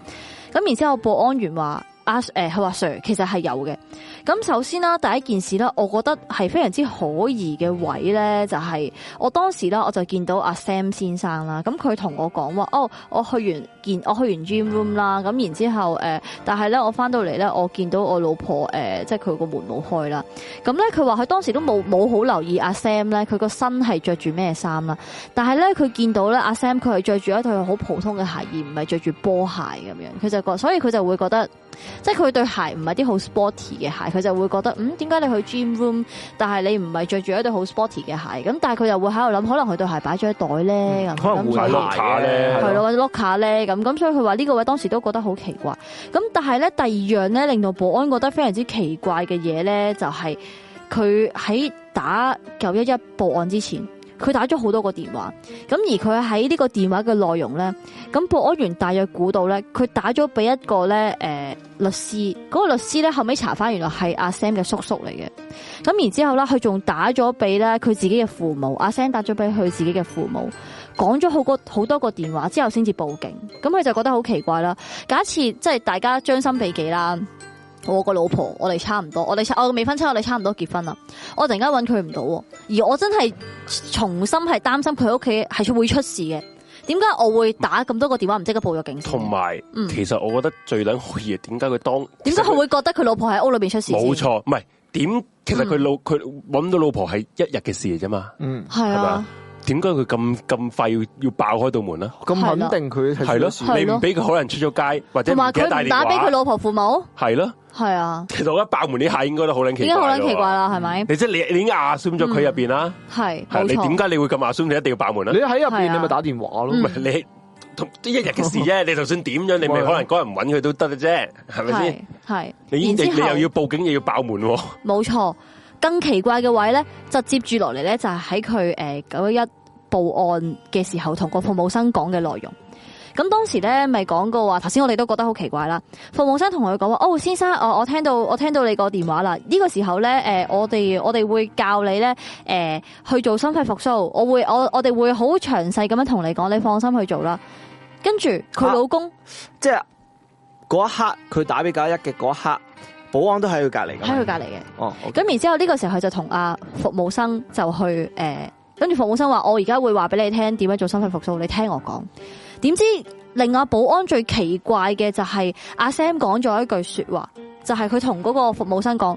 Speaker 1: 咁然之後，保安員話：阿誒，佢話 Sir，其實係有嘅。咁首先啦，第一件事啦，我覺得係非常之可疑嘅位咧，就係、我當時啦，我就見到阿 Sam 先生啦，咁佢同我講話：哦，我去完見我去完 gym room 啦，咁然之後誒、呃但係咧我翻到嚟咧，我見到我老婆誒、呃即係佢個門冇開啦。咁咧佢話佢當時都
Speaker 2: 嗯
Speaker 1: 冇冇好留意阿 Sam 咧，佢個身係着住咩衫啦。但係咧，佢見到咧阿 Sam 佢係着住一對好普通嘅鞋，而唔係着住波鞋咁樣，佢就覺，所以佢就會覺得，即係佢對鞋唔係啲好 sporty 嘅鞋，佢就會覺得，嗯，點解你去 gym room，但係你唔係着住一對好 sporty 嘅鞋？咁但係佢又會喺度諗，可能佢對鞋擺咗喺袋咧，咁
Speaker 2: 嗯可能
Speaker 1: 咁所
Speaker 2: 換
Speaker 1: 以
Speaker 2: 落卡咧
Speaker 3: 係
Speaker 1: 係咯，或者 lock 卡咧咁，咁所以佢話呢個位當時都覺得好奇怪。咁但係咧，第二樣咧令到保安覺得非常之奇怪嘅嘢咧，就係、佢喺打九一一報案之前，佢打咗好多個電話，咁而佢喺呢個電話嘅內容呢，咁保安員大約估到呢，佢打咗俾一個呢誒、呃律師，嗰、個律師呢，後尾查翻，原來係阿 Sam 嘅叔叔嚟嘅。咁然之後啦，佢仲打咗俾咧佢自己嘅父母，阿 Sam 打咗俾佢自己嘅父母，講咗好個好多個電話之後先至報警。咁佢就覺得好奇怪啦。假設即係大家將心比己啦，我個老婆，我哋差唔多，我哋差我未婚妻，我哋差唔多結婚啦。我突然間揾佢唔到喎，而我真係重心係擔心佢屋企係會出事嘅。點解我會打咁多個電話唔即刻報咗警先？
Speaker 2: 同埋
Speaker 1: 嗯，
Speaker 2: 其實我覺得最撚可疑，點解佢當
Speaker 1: 點解佢會覺得佢老婆喺屋裏邊出事先？
Speaker 2: 冇，錯，唔係點？其實
Speaker 1: 嗯
Speaker 2: 佢老佢揾到老婆係一日嘅事嚟啫嘛，
Speaker 3: 嗯，
Speaker 1: 係
Speaker 2: 係咪
Speaker 1: 啊
Speaker 2: 啊。點解佢咁咁快要要爆開道門咧？
Speaker 1: 係
Speaker 6: 咁
Speaker 1: 啦
Speaker 6: 肯定佢
Speaker 2: 係
Speaker 1: 係咯
Speaker 2: 咯，你唔俾佢可能出咗街，或者
Speaker 1: 同埋
Speaker 2: 唔記
Speaker 1: 佢
Speaker 2: 得帶
Speaker 1: 唔
Speaker 2: 電
Speaker 1: 打俾佢
Speaker 2: 話，
Speaker 1: 老婆父母，
Speaker 2: 係咯。
Speaker 1: 係啊，
Speaker 2: 其實我覺得爆門呢下應該都好撚
Speaker 1: 已
Speaker 2: 奇怪，
Speaker 1: 經好撚奇怪。啦，係咪？
Speaker 2: 你即係你你已經 assume 咗佢入邊啦，
Speaker 1: 係
Speaker 2: 嗯係啊
Speaker 1: 冇
Speaker 2: 你
Speaker 1: 錯，
Speaker 2: 點解你會咁 assume 你一定要爆門
Speaker 6: 你
Speaker 2: 咧？
Speaker 6: 喺入
Speaker 1: 係啊
Speaker 6: 邊你咪打電話咯，
Speaker 1: 嗯
Speaker 6: 咪
Speaker 2: 唔係你同一日嘅事
Speaker 1: [laughs]
Speaker 2: 啫，你就算點樣，你咪
Speaker 6: 冇啊
Speaker 2: 可能嗰人揾佢都得嘅啫，係咪先？
Speaker 1: 係
Speaker 2: 你已
Speaker 1: 然
Speaker 2: 經
Speaker 1: 之
Speaker 2: 你
Speaker 1: 後
Speaker 2: 又要報警又要爆門喎，
Speaker 1: 冇錯。更奇怪嘅位咧，就接住落嚟咧，就係喺佢誒九一一報案嘅時候，同個服務生講嘅內容。咁當時咧，咪講過話，頭先我哋都覺得好奇怪啦。服務生同佢講話：哦，先生，我我聽到我聽到你個電話啦。呢、個時候咧，誒、我哋我哋會教你咧，誒、去做心肺復甦。我會我我哋會好詳細咁樣同你講，你放心去做啦。跟住佢
Speaker 3: 啊
Speaker 1: 老公
Speaker 3: 即係嗰一刻佢打俾九一嘅嗰一刻，保安都喺佢隔離㗎嘛。
Speaker 1: 喺佢隔離嘅。
Speaker 3: 哦，OK，
Speaker 1: 咁然之後呢個時候佢就同阿服務生就去誒，呃跟、住服務生話：我而家會話俾你聽點樣做心肺復甦，你聽我講。點知令阿保安最奇怪嘅就係、阿 Sam 講咗一句説話，就係佢同嗰個服務生講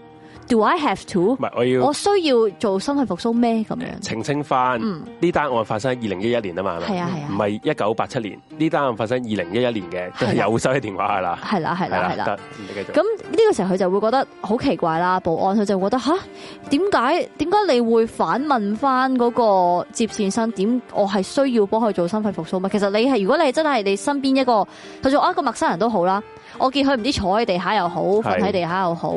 Speaker 1: ：Do I have
Speaker 2: 唔
Speaker 1: to？
Speaker 2: 係我要
Speaker 1: 我需要做心肺復甦咩咁樣？
Speaker 2: 澄清翻
Speaker 1: 嗯
Speaker 2: 呢單案發生喺二零一一年啊嘛，係咪
Speaker 1: 係啊係啊
Speaker 2: 唔係一九八七年，呢單案發生二零一一年嘅，都係
Speaker 1: 係啦
Speaker 2: 有手機電話係啦，
Speaker 1: 係啦，係啦，係啦。
Speaker 2: 得，你繼續。
Speaker 1: 咁呢個時候佢就會覺得好奇怪啦，保安佢就會覺得吓點解點解你會反問翻嗰個接線生點我係需要幫佢做心肺復甦嘛？其實你係如果你係真係你身邊一個，就算我一個陌生人都好啦，我見佢唔知坐喺地下又好，瞓喺地下又好，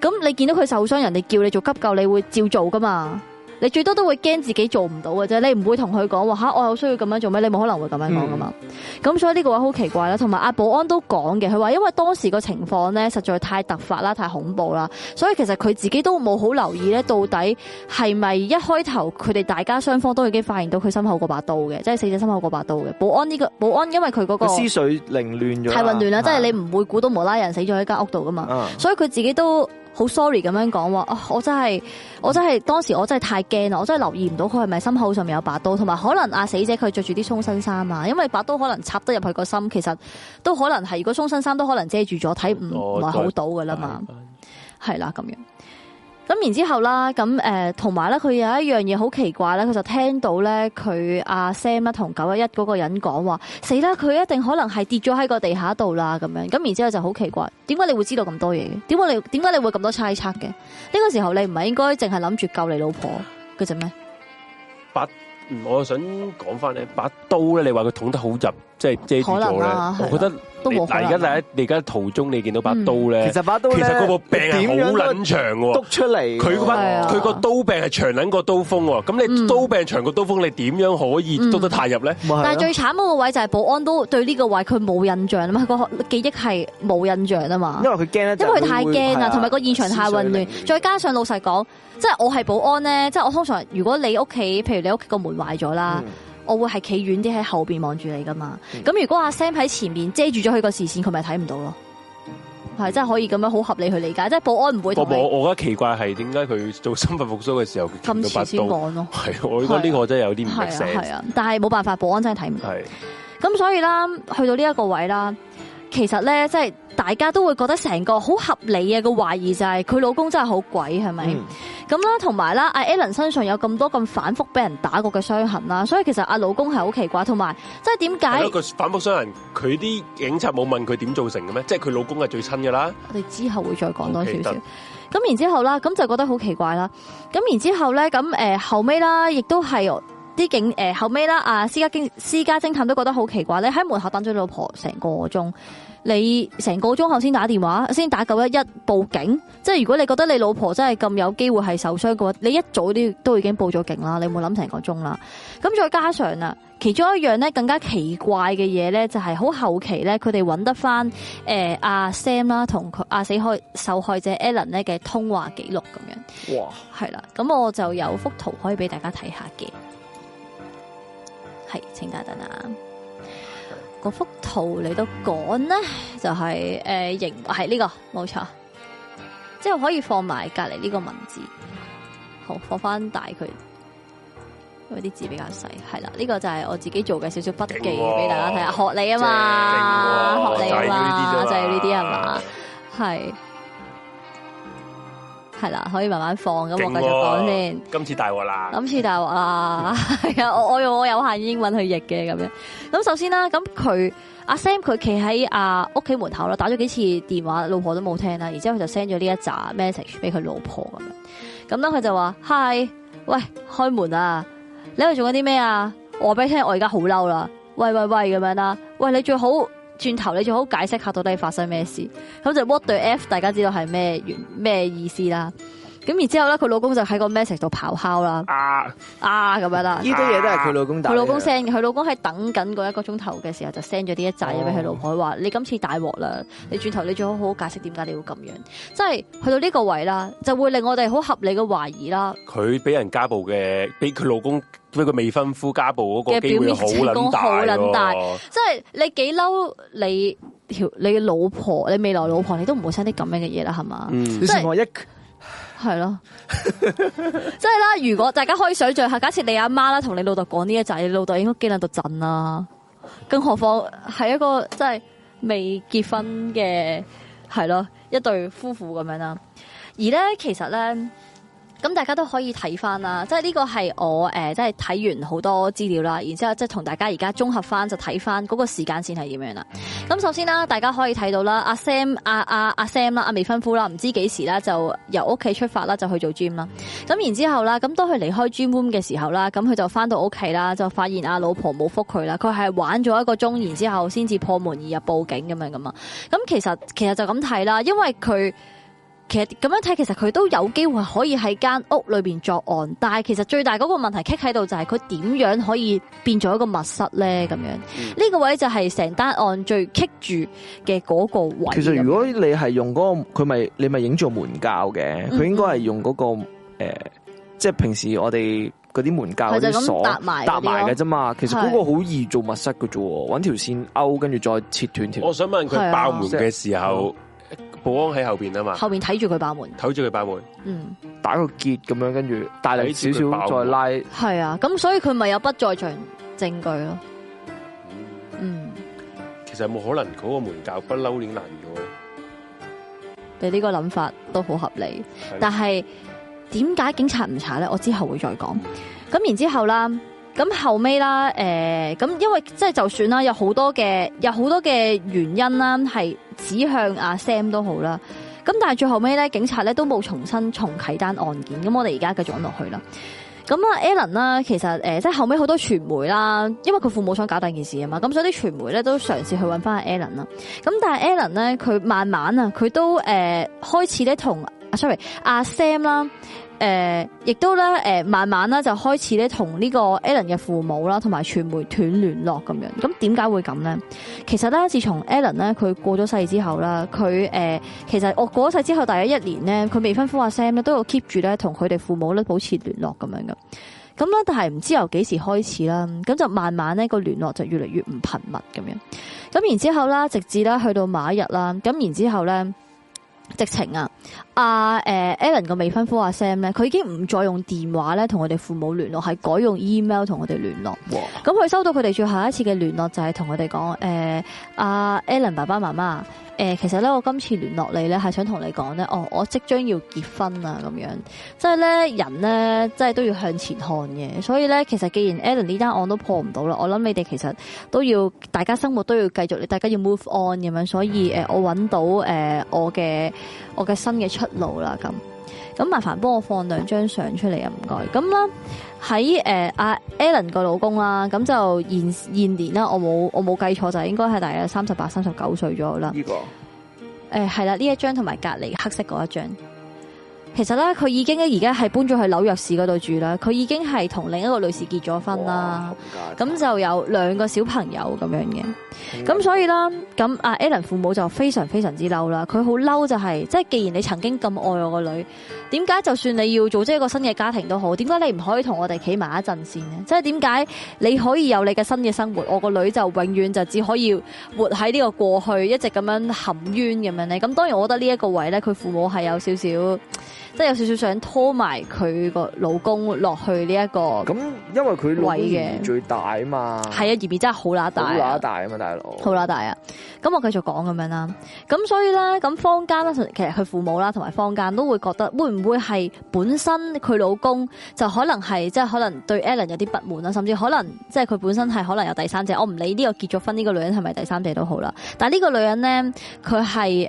Speaker 1: 咁你見到佢受傷，人哋叫你做急救，你會照做噶嘛？你最多都會驚自己做唔到嘅啫，你唔會同佢講話吓，我有需要咁樣做咩？你冇可能會咁樣講噶嘛。咁、所以呢個位好奇怪啦，同埋阿保安都講嘅，佢話因為當時個情況咧實在太突發啦，太恐怖啦，所以其實佢自己都冇好留意咧，到底係咪一開頭佢哋大家雙方都已經發現到佢心口嗰把刀嘅，即係死者心口嗰把刀嘅。保安呢、個保安因為佢嗰、個
Speaker 3: 佢思緒凌亂咗，
Speaker 1: 太混亂啦，即係你唔會估到無啦啦人死咗喺間屋度噶嘛。
Speaker 3: 啊。
Speaker 1: 所以佢自己都好 sorry 咁樣講話，啊我真係我真係當時我真係太驚啦，我真係留意唔到佢係咪心口上面有把刀，同埋可能啊死者佢着住啲鬆身衫啊，因為把刀可能插得入去個心，其實都可能係如果鬆身衫都可能遮住咗，睇唔唔
Speaker 2: 哦
Speaker 1: 係好到噶啦嘛。係啦咁樣。咁然之後啦，咁誒同埋咧，佢呃有一樣嘢好奇怪咧，佢就聽到咧佢阿 Sam 啦同九一一嗰個人講話，死啦！佢一定可能係跌咗喺個地下度啦咁樣。咁然之後就好奇怪，點解你會知道咁多嘢嘅？點解你點解你會咁多猜測嘅？呢、個時候你唔係應該淨係諗住救你老婆嘅啫咩？
Speaker 2: 嗯我想講翻咧，把刀咧，你話佢捅得好入，即係遮住
Speaker 1: 可能
Speaker 2: 咗
Speaker 1: 啊
Speaker 2: 咧，我覺得
Speaker 1: 都
Speaker 2: 你
Speaker 1: 冇可能
Speaker 2: 嗱，
Speaker 1: 啊嗯
Speaker 2: 而家第一，你而家途中你見到把刀咧，
Speaker 3: 其實把刀
Speaker 2: 其
Speaker 3: 咧，
Speaker 2: 實佢個病係
Speaker 3: 點樣
Speaker 2: 好
Speaker 3: 都
Speaker 2: 撚長
Speaker 3: 督
Speaker 2: 喎。
Speaker 3: 出嚟，
Speaker 2: 佢嗰把
Speaker 1: 係啊
Speaker 2: 佢個刀柄係長撚過刀鋒喎，咁
Speaker 1: 嗯
Speaker 2: 你刀柄長過刀鋒，你點樣可以
Speaker 1: 嗯
Speaker 2: 刀得太入咧？
Speaker 1: 但係最慘嗰個位就係保安都對呢個位佢冇印象啊嘛，個記憶係冇印象啊嘛。
Speaker 3: 因為佢啊驚咧，
Speaker 1: 因為佢太驚啊啦，同埋個現場太混亂，再加上老實講，即係我係保安咧，即係我通常如果你屋企，譬如你屋企個門壞咗啦，我會係企遠啲喺後邊望住你噶嘛。咁如果阿 Sam 喺前面遮住咗佢個視線，佢咪睇唔到咯。係真係可以咁樣好合理去理解，即係保安唔會
Speaker 2: 我
Speaker 1: 同
Speaker 2: 我
Speaker 1: 你
Speaker 2: 我覺得奇怪係點解佢做心肺復甦嘅時候，佢見
Speaker 1: 咁
Speaker 2: 到
Speaker 1: 遲
Speaker 2: 把
Speaker 1: 先
Speaker 2: 刀，
Speaker 1: 講咯。
Speaker 2: 係我覺得呢個真係有啲唔
Speaker 1: 係
Speaker 2: make
Speaker 1: 啊係
Speaker 2: sense，
Speaker 1: 啊，但係冇辦法，保安真係睇唔到。
Speaker 2: 係
Speaker 1: 咁所以啦，去到呢一個位啦，其實咧，即係大家都會覺得成個好合理嘅個懷疑就係佢老公真係好鬼係咪？咁啦，同埋啦，阿 Alan 身上有咁多咁反覆俾人打過嘅傷痕啦，所以其實阿老公係好奇怪，同埋即係點
Speaker 2: 係
Speaker 1: 解
Speaker 2: 咯，佢反覆傷人，佢啲警察冇問佢點造成嘅咩？即係佢老公係最親噶啦，
Speaker 1: 我哋之後會再講多少
Speaker 2: OK，
Speaker 1: 少
Speaker 2: 得。
Speaker 1: 呃咁然之後啦，咁就覺得好奇怪啦。咁然之後咧，咁誒後尾啦，亦都係啲警誒後尾啦，啊私家警私家偵探都覺得好奇怪咧，喺門口等咗老婆成個鐘，你成個鐘後先打電話，先打九一一報警，即係如果你覺得你老婆真係咁有機會係受傷嘅話，你一早都都已經報咗警啦，你冇諗成個鐘啦。咁再加上啦，其中一樣咧更加奇怪嘅嘢咧，就係好後期咧，佢哋揾得翻誒呃阿 Sam 啦，同佢阿死害受害者 Alan 咧嘅通話記錄咁樣。
Speaker 5: 哇！
Speaker 1: 系啦，咁我就有幅圖可以俾大家睇下嘅，係請大等啊。嗰幅圖嚟到講呢，就係诶形系呢個冇錯，之後可以放埋隔離呢個文字，好放翻大佢，因為啲字比較細，係啦，呢、個就係我自己做嘅少少筆記
Speaker 2: 勁喎
Speaker 1: 俾大家睇下，學你啊嘛，
Speaker 2: 正喎
Speaker 1: 學你啊嘛，就
Speaker 2: 就係
Speaker 1: 係
Speaker 2: 呢
Speaker 1: 呢
Speaker 2: 啲
Speaker 1: 啲
Speaker 2: 啫
Speaker 1: 係
Speaker 2: 嘛
Speaker 1: 嘛，係係啦，可以慢慢放，咁我
Speaker 2: 勁
Speaker 1: 繼續講
Speaker 2: 喎
Speaker 1: 先。
Speaker 2: 今次大鑊啦，
Speaker 1: 諗住大鑊啦，係啊，我我用我有限英文去譯嘅咁樣。咁首先啦，咁佢阿 Sam 佢企喺啊屋企門口啦，打咗幾次電話，老婆都冇聽啦，然之後佢就 send 咗呢一扎 message 俾佢老婆咁樣。咁啦，佢就話：，Hi，喂，開門啊！你喺度做緊啲咩啊？我話俾你聽，我而家好嬲啦！喂喂喂咁樣啦，喂你最好轉頭，你最好解釋下到底發生咩事。咁就 what the f，大家知道係咩原咩意思啦。咁然之後咧，佢老公就喺個 message 度咆哮啦。
Speaker 2: 啊，
Speaker 1: 啊咁樣啦。
Speaker 3: 呢啲嘢都係佢老公打
Speaker 1: 佢
Speaker 3: 俾
Speaker 1: 老公
Speaker 3: 嘅
Speaker 1: send 嘅，佢老公喺等緊嗰一個鐘頭嘅時候就 send 咗呢一扎嘢俾佢老婆，話、你今次大鑊啦，你轉頭你最好好好解釋點解你會咁樣，即係去到呢個位啦，就會令我哋好合理嘅懷疑啦，
Speaker 2: 佢俾人家暴嘅，俾佢老公俾佢未婚夫家暴嗰個
Speaker 1: 嘅
Speaker 2: 機
Speaker 1: 表
Speaker 2: 會
Speaker 1: 面
Speaker 2: 好撚大
Speaker 1: 成功好撚大
Speaker 2: 喎，
Speaker 1: 即係你幾嬲你條你嘅老婆，你未來老婆你都唔會 send 啲咁樣嘅嘢啦，係啊嘛？
Speaker 3: 你
Speaker 2: 嗯，
Speaker 3: 試我一
Speaker 1: 係咯， [laughs] 即係啦。如果大家可以想象下，假設你阿媽啦同你老豆講呢一扎，你老豆應該驚喺度震啦。更何況係一個即係未結婚嘅，係咯一對夫婦咁樣啦。而咧，其實咧。咁大家都可以睇翻啦，即係呢個係我誒、呃即係睇完好多資料啦，然之後即係同大家而家綜合翻就睇翻嗰個時間線係點樣啦。咁首先啦，大家可以睇到啦，阿 Sam 阿阿阿 Sam 啦，阿未婚夫啦，唔知幾時啦，就由屋企出發啦，就去做 gym 啦。咁然之後啦，咁當佢離開 gym room 嘅時候啦，咁佢就翻到屋企啦，就發現阿啊老婆冇覆佢啦，佢係玩咗一個鐘，然之後先至破門而入報警咁樣噶嘛。咁其實其實就咁睇啦，因為佢。其實咁樣睇，其實佢都有機會可以喺間屋裏邊作案，但係其實最大嗰個問題棘喺度就係佢點樣可以變咗一個密室咧？咁樣
Speaker 3: 嗯
Speaker 1: 呢個位就係成單案最棘住嘅嗰個位。
Speaker 3: 其實如果你係用嗰、個，佢咪你咪影做門教嘅，
Speaker 1: 嗯
Speaker 3: 佢應該係用嗰、個誒，即係平時我哋嗰啲門教
Speaker 1: 佢
Speaker 3: 嗰
Speaker 1: 就
Speaker 3: 啲
Speaker 1: 咁
Speaker 3: 鎖
Speaker 1: 搭埋
Speaker 3: 搭埋嘅
Speaker 1: 嘅
Speaker 3: 啫嘛。其實嗰個好易做密室嘅啫喎，揾條線勾，跟住再切斷條
Speaker 2: 我。想問
Speaker 1: 係
Speaker 2: 佢
Speaker 1: 啊
Speaker 2: 爆門嘅時候，保安喺後邊啊嘛，
Speaker 1: 後面睇住佢爆門，
Speaker 2: 睇住佢爆門，
Speaker 1: 嗯，
Speaker 3: 打個結咁樣，跟住大力少
Speaker 2: 睇住佢
Speaker 3: 少
Speaker 2: 爆
Speaker 3: 再拉。
Speaker 1: 係啊，咁所以佢咪有不在場證據咯，嗯，
Speaker 2: 其實有冇可能嗰個門教不嬲已經爛咗？
Speaker 1: 你呢個諗法都好合理
Speaker 2: 係咯，
Speaker 1: 但係點解警察唔查咧？我之後會再講。咁然之後啦，咁後尾啦，誒、咁因為即係就算啦，有好多嘅有好多嘅原因啦，係指向阿 Sam 都好啦。咁但係最後尾咧，警察咧都冇重新重啟單案件。咁我哋而家繼續講落去啦。咁啊 a l a n 啦，其實誒、即係後尾好多傳媒啦，因為佢父母想搞大件事啊嘛，咁所以啲傳媒咧都嘗試去揾翻阿 a l a n 啦。咁但係 a l a n 咧，佢慢慢啊，佢都誒、開始咧同啊，sorry，阿 Sam 啦。誒、亦都咧，誒、慢慢啦，就開始咧同呢個 Alan 嘅父母啦，同埋傳媒斷聯絡咁樣。咁點解會咁咧？其實咧，自從 Alan 咧佢過咗世之後啦，佢誒、呃其實我過咗世之後，大約一年咧，佢未婚夫阿 Sam 咧都有 keep 住咧同佢哋父母咧保持聯絡咁樣噶。咁咧，但係唔知由幾時開始啦，咁就慢慢呢個聯絡就越嚟越唔頻密咁樣。咁然之後啦，直至啦去到某一日啦，咁然之後咧，直情啊，阿誒 Alan 個未婚夫阿 Sam 咧，佢已經唔再用電話咧同佢哋父母聯絡，係改用 email 同佢哋聯絡。
Speaker 3: 哇！
Speaker 1: 咁佢收到佢哋最後一次嘅聯絡就係同佢哋講，誒、阿 Alan 爸爸媽媽，誒、呃其實咧我今次聯絡你咧係想同你講咧，哦，我即將要結婚啊啦咁樣，即係咧人咧，即係都要向前看嘅，所以咧其實既然 Alan 呢單案都破唔到啦，我諗你哋其實都要大家生活都要繼續，你大家要 move on 呃咁樣，所以誒、我揾到誒、我嘅我嘅新嘅出路啦咁。咁咁麻煩幫我放兩張相出嚟啊，唔該。咁啦，喺誒阿 Alan 個老公啦，咁就現現年啦，我冇我冇計錯就係應該係大約三十八、三十九歲左右啦。
Speaker 3: 呢個
Speaker 1: 誒呃係啦，呢一張同埋隔離黑色嗰一張。其實咧，佢已經而家係搬咗去紐約市嗰度住啦。佢已經係同另一個女士結咗婚啦。咁就有兩個小朋友咁樣嘅。咁所以啦，咁阿 Alan 父母就非常非常之嬲啦。佢好嬲就係、即係既然你曾經咁愛我個女，點解就算你要組織一個新嘅家庭都好，點解你唔可以同我哋企埋一陣線呢？即係點解你可以有你嘅新嘅生活，我個女就永遠就只可以活喺呢個過去，一直咁樣含冤咁樣呢？咁當然，我覺得呢一個位呢，佢父母係有少少，即係有少少想拖埋佢個老公落去呢、一個，
Speaker 3: 咁，因為佢老
Speaker 1: 位哦嘅
Speaker 3: 年最大啊嘛，
Speaker 1: 係啊，而面真係好乸大
Speaker 3: 好
Speaker 1: 啊，
Speaker 3: 乸大啊嘛，大佬。
Speaker 1: 好啦，大啊！咁我繼續講咁樣啦。咁所以咧，咁坊間咧，其實佢父母啦，同埋坊間都會覺得，會唔會係本身佢老公就可能係即係可能對 Ellen 有啲不滿啦，啊甚至可能即係佢本身係可能有第三者。我唔理呢個結咗婚呢個女人係咪第三者都好啦。但係呢個女人咧，佢係誒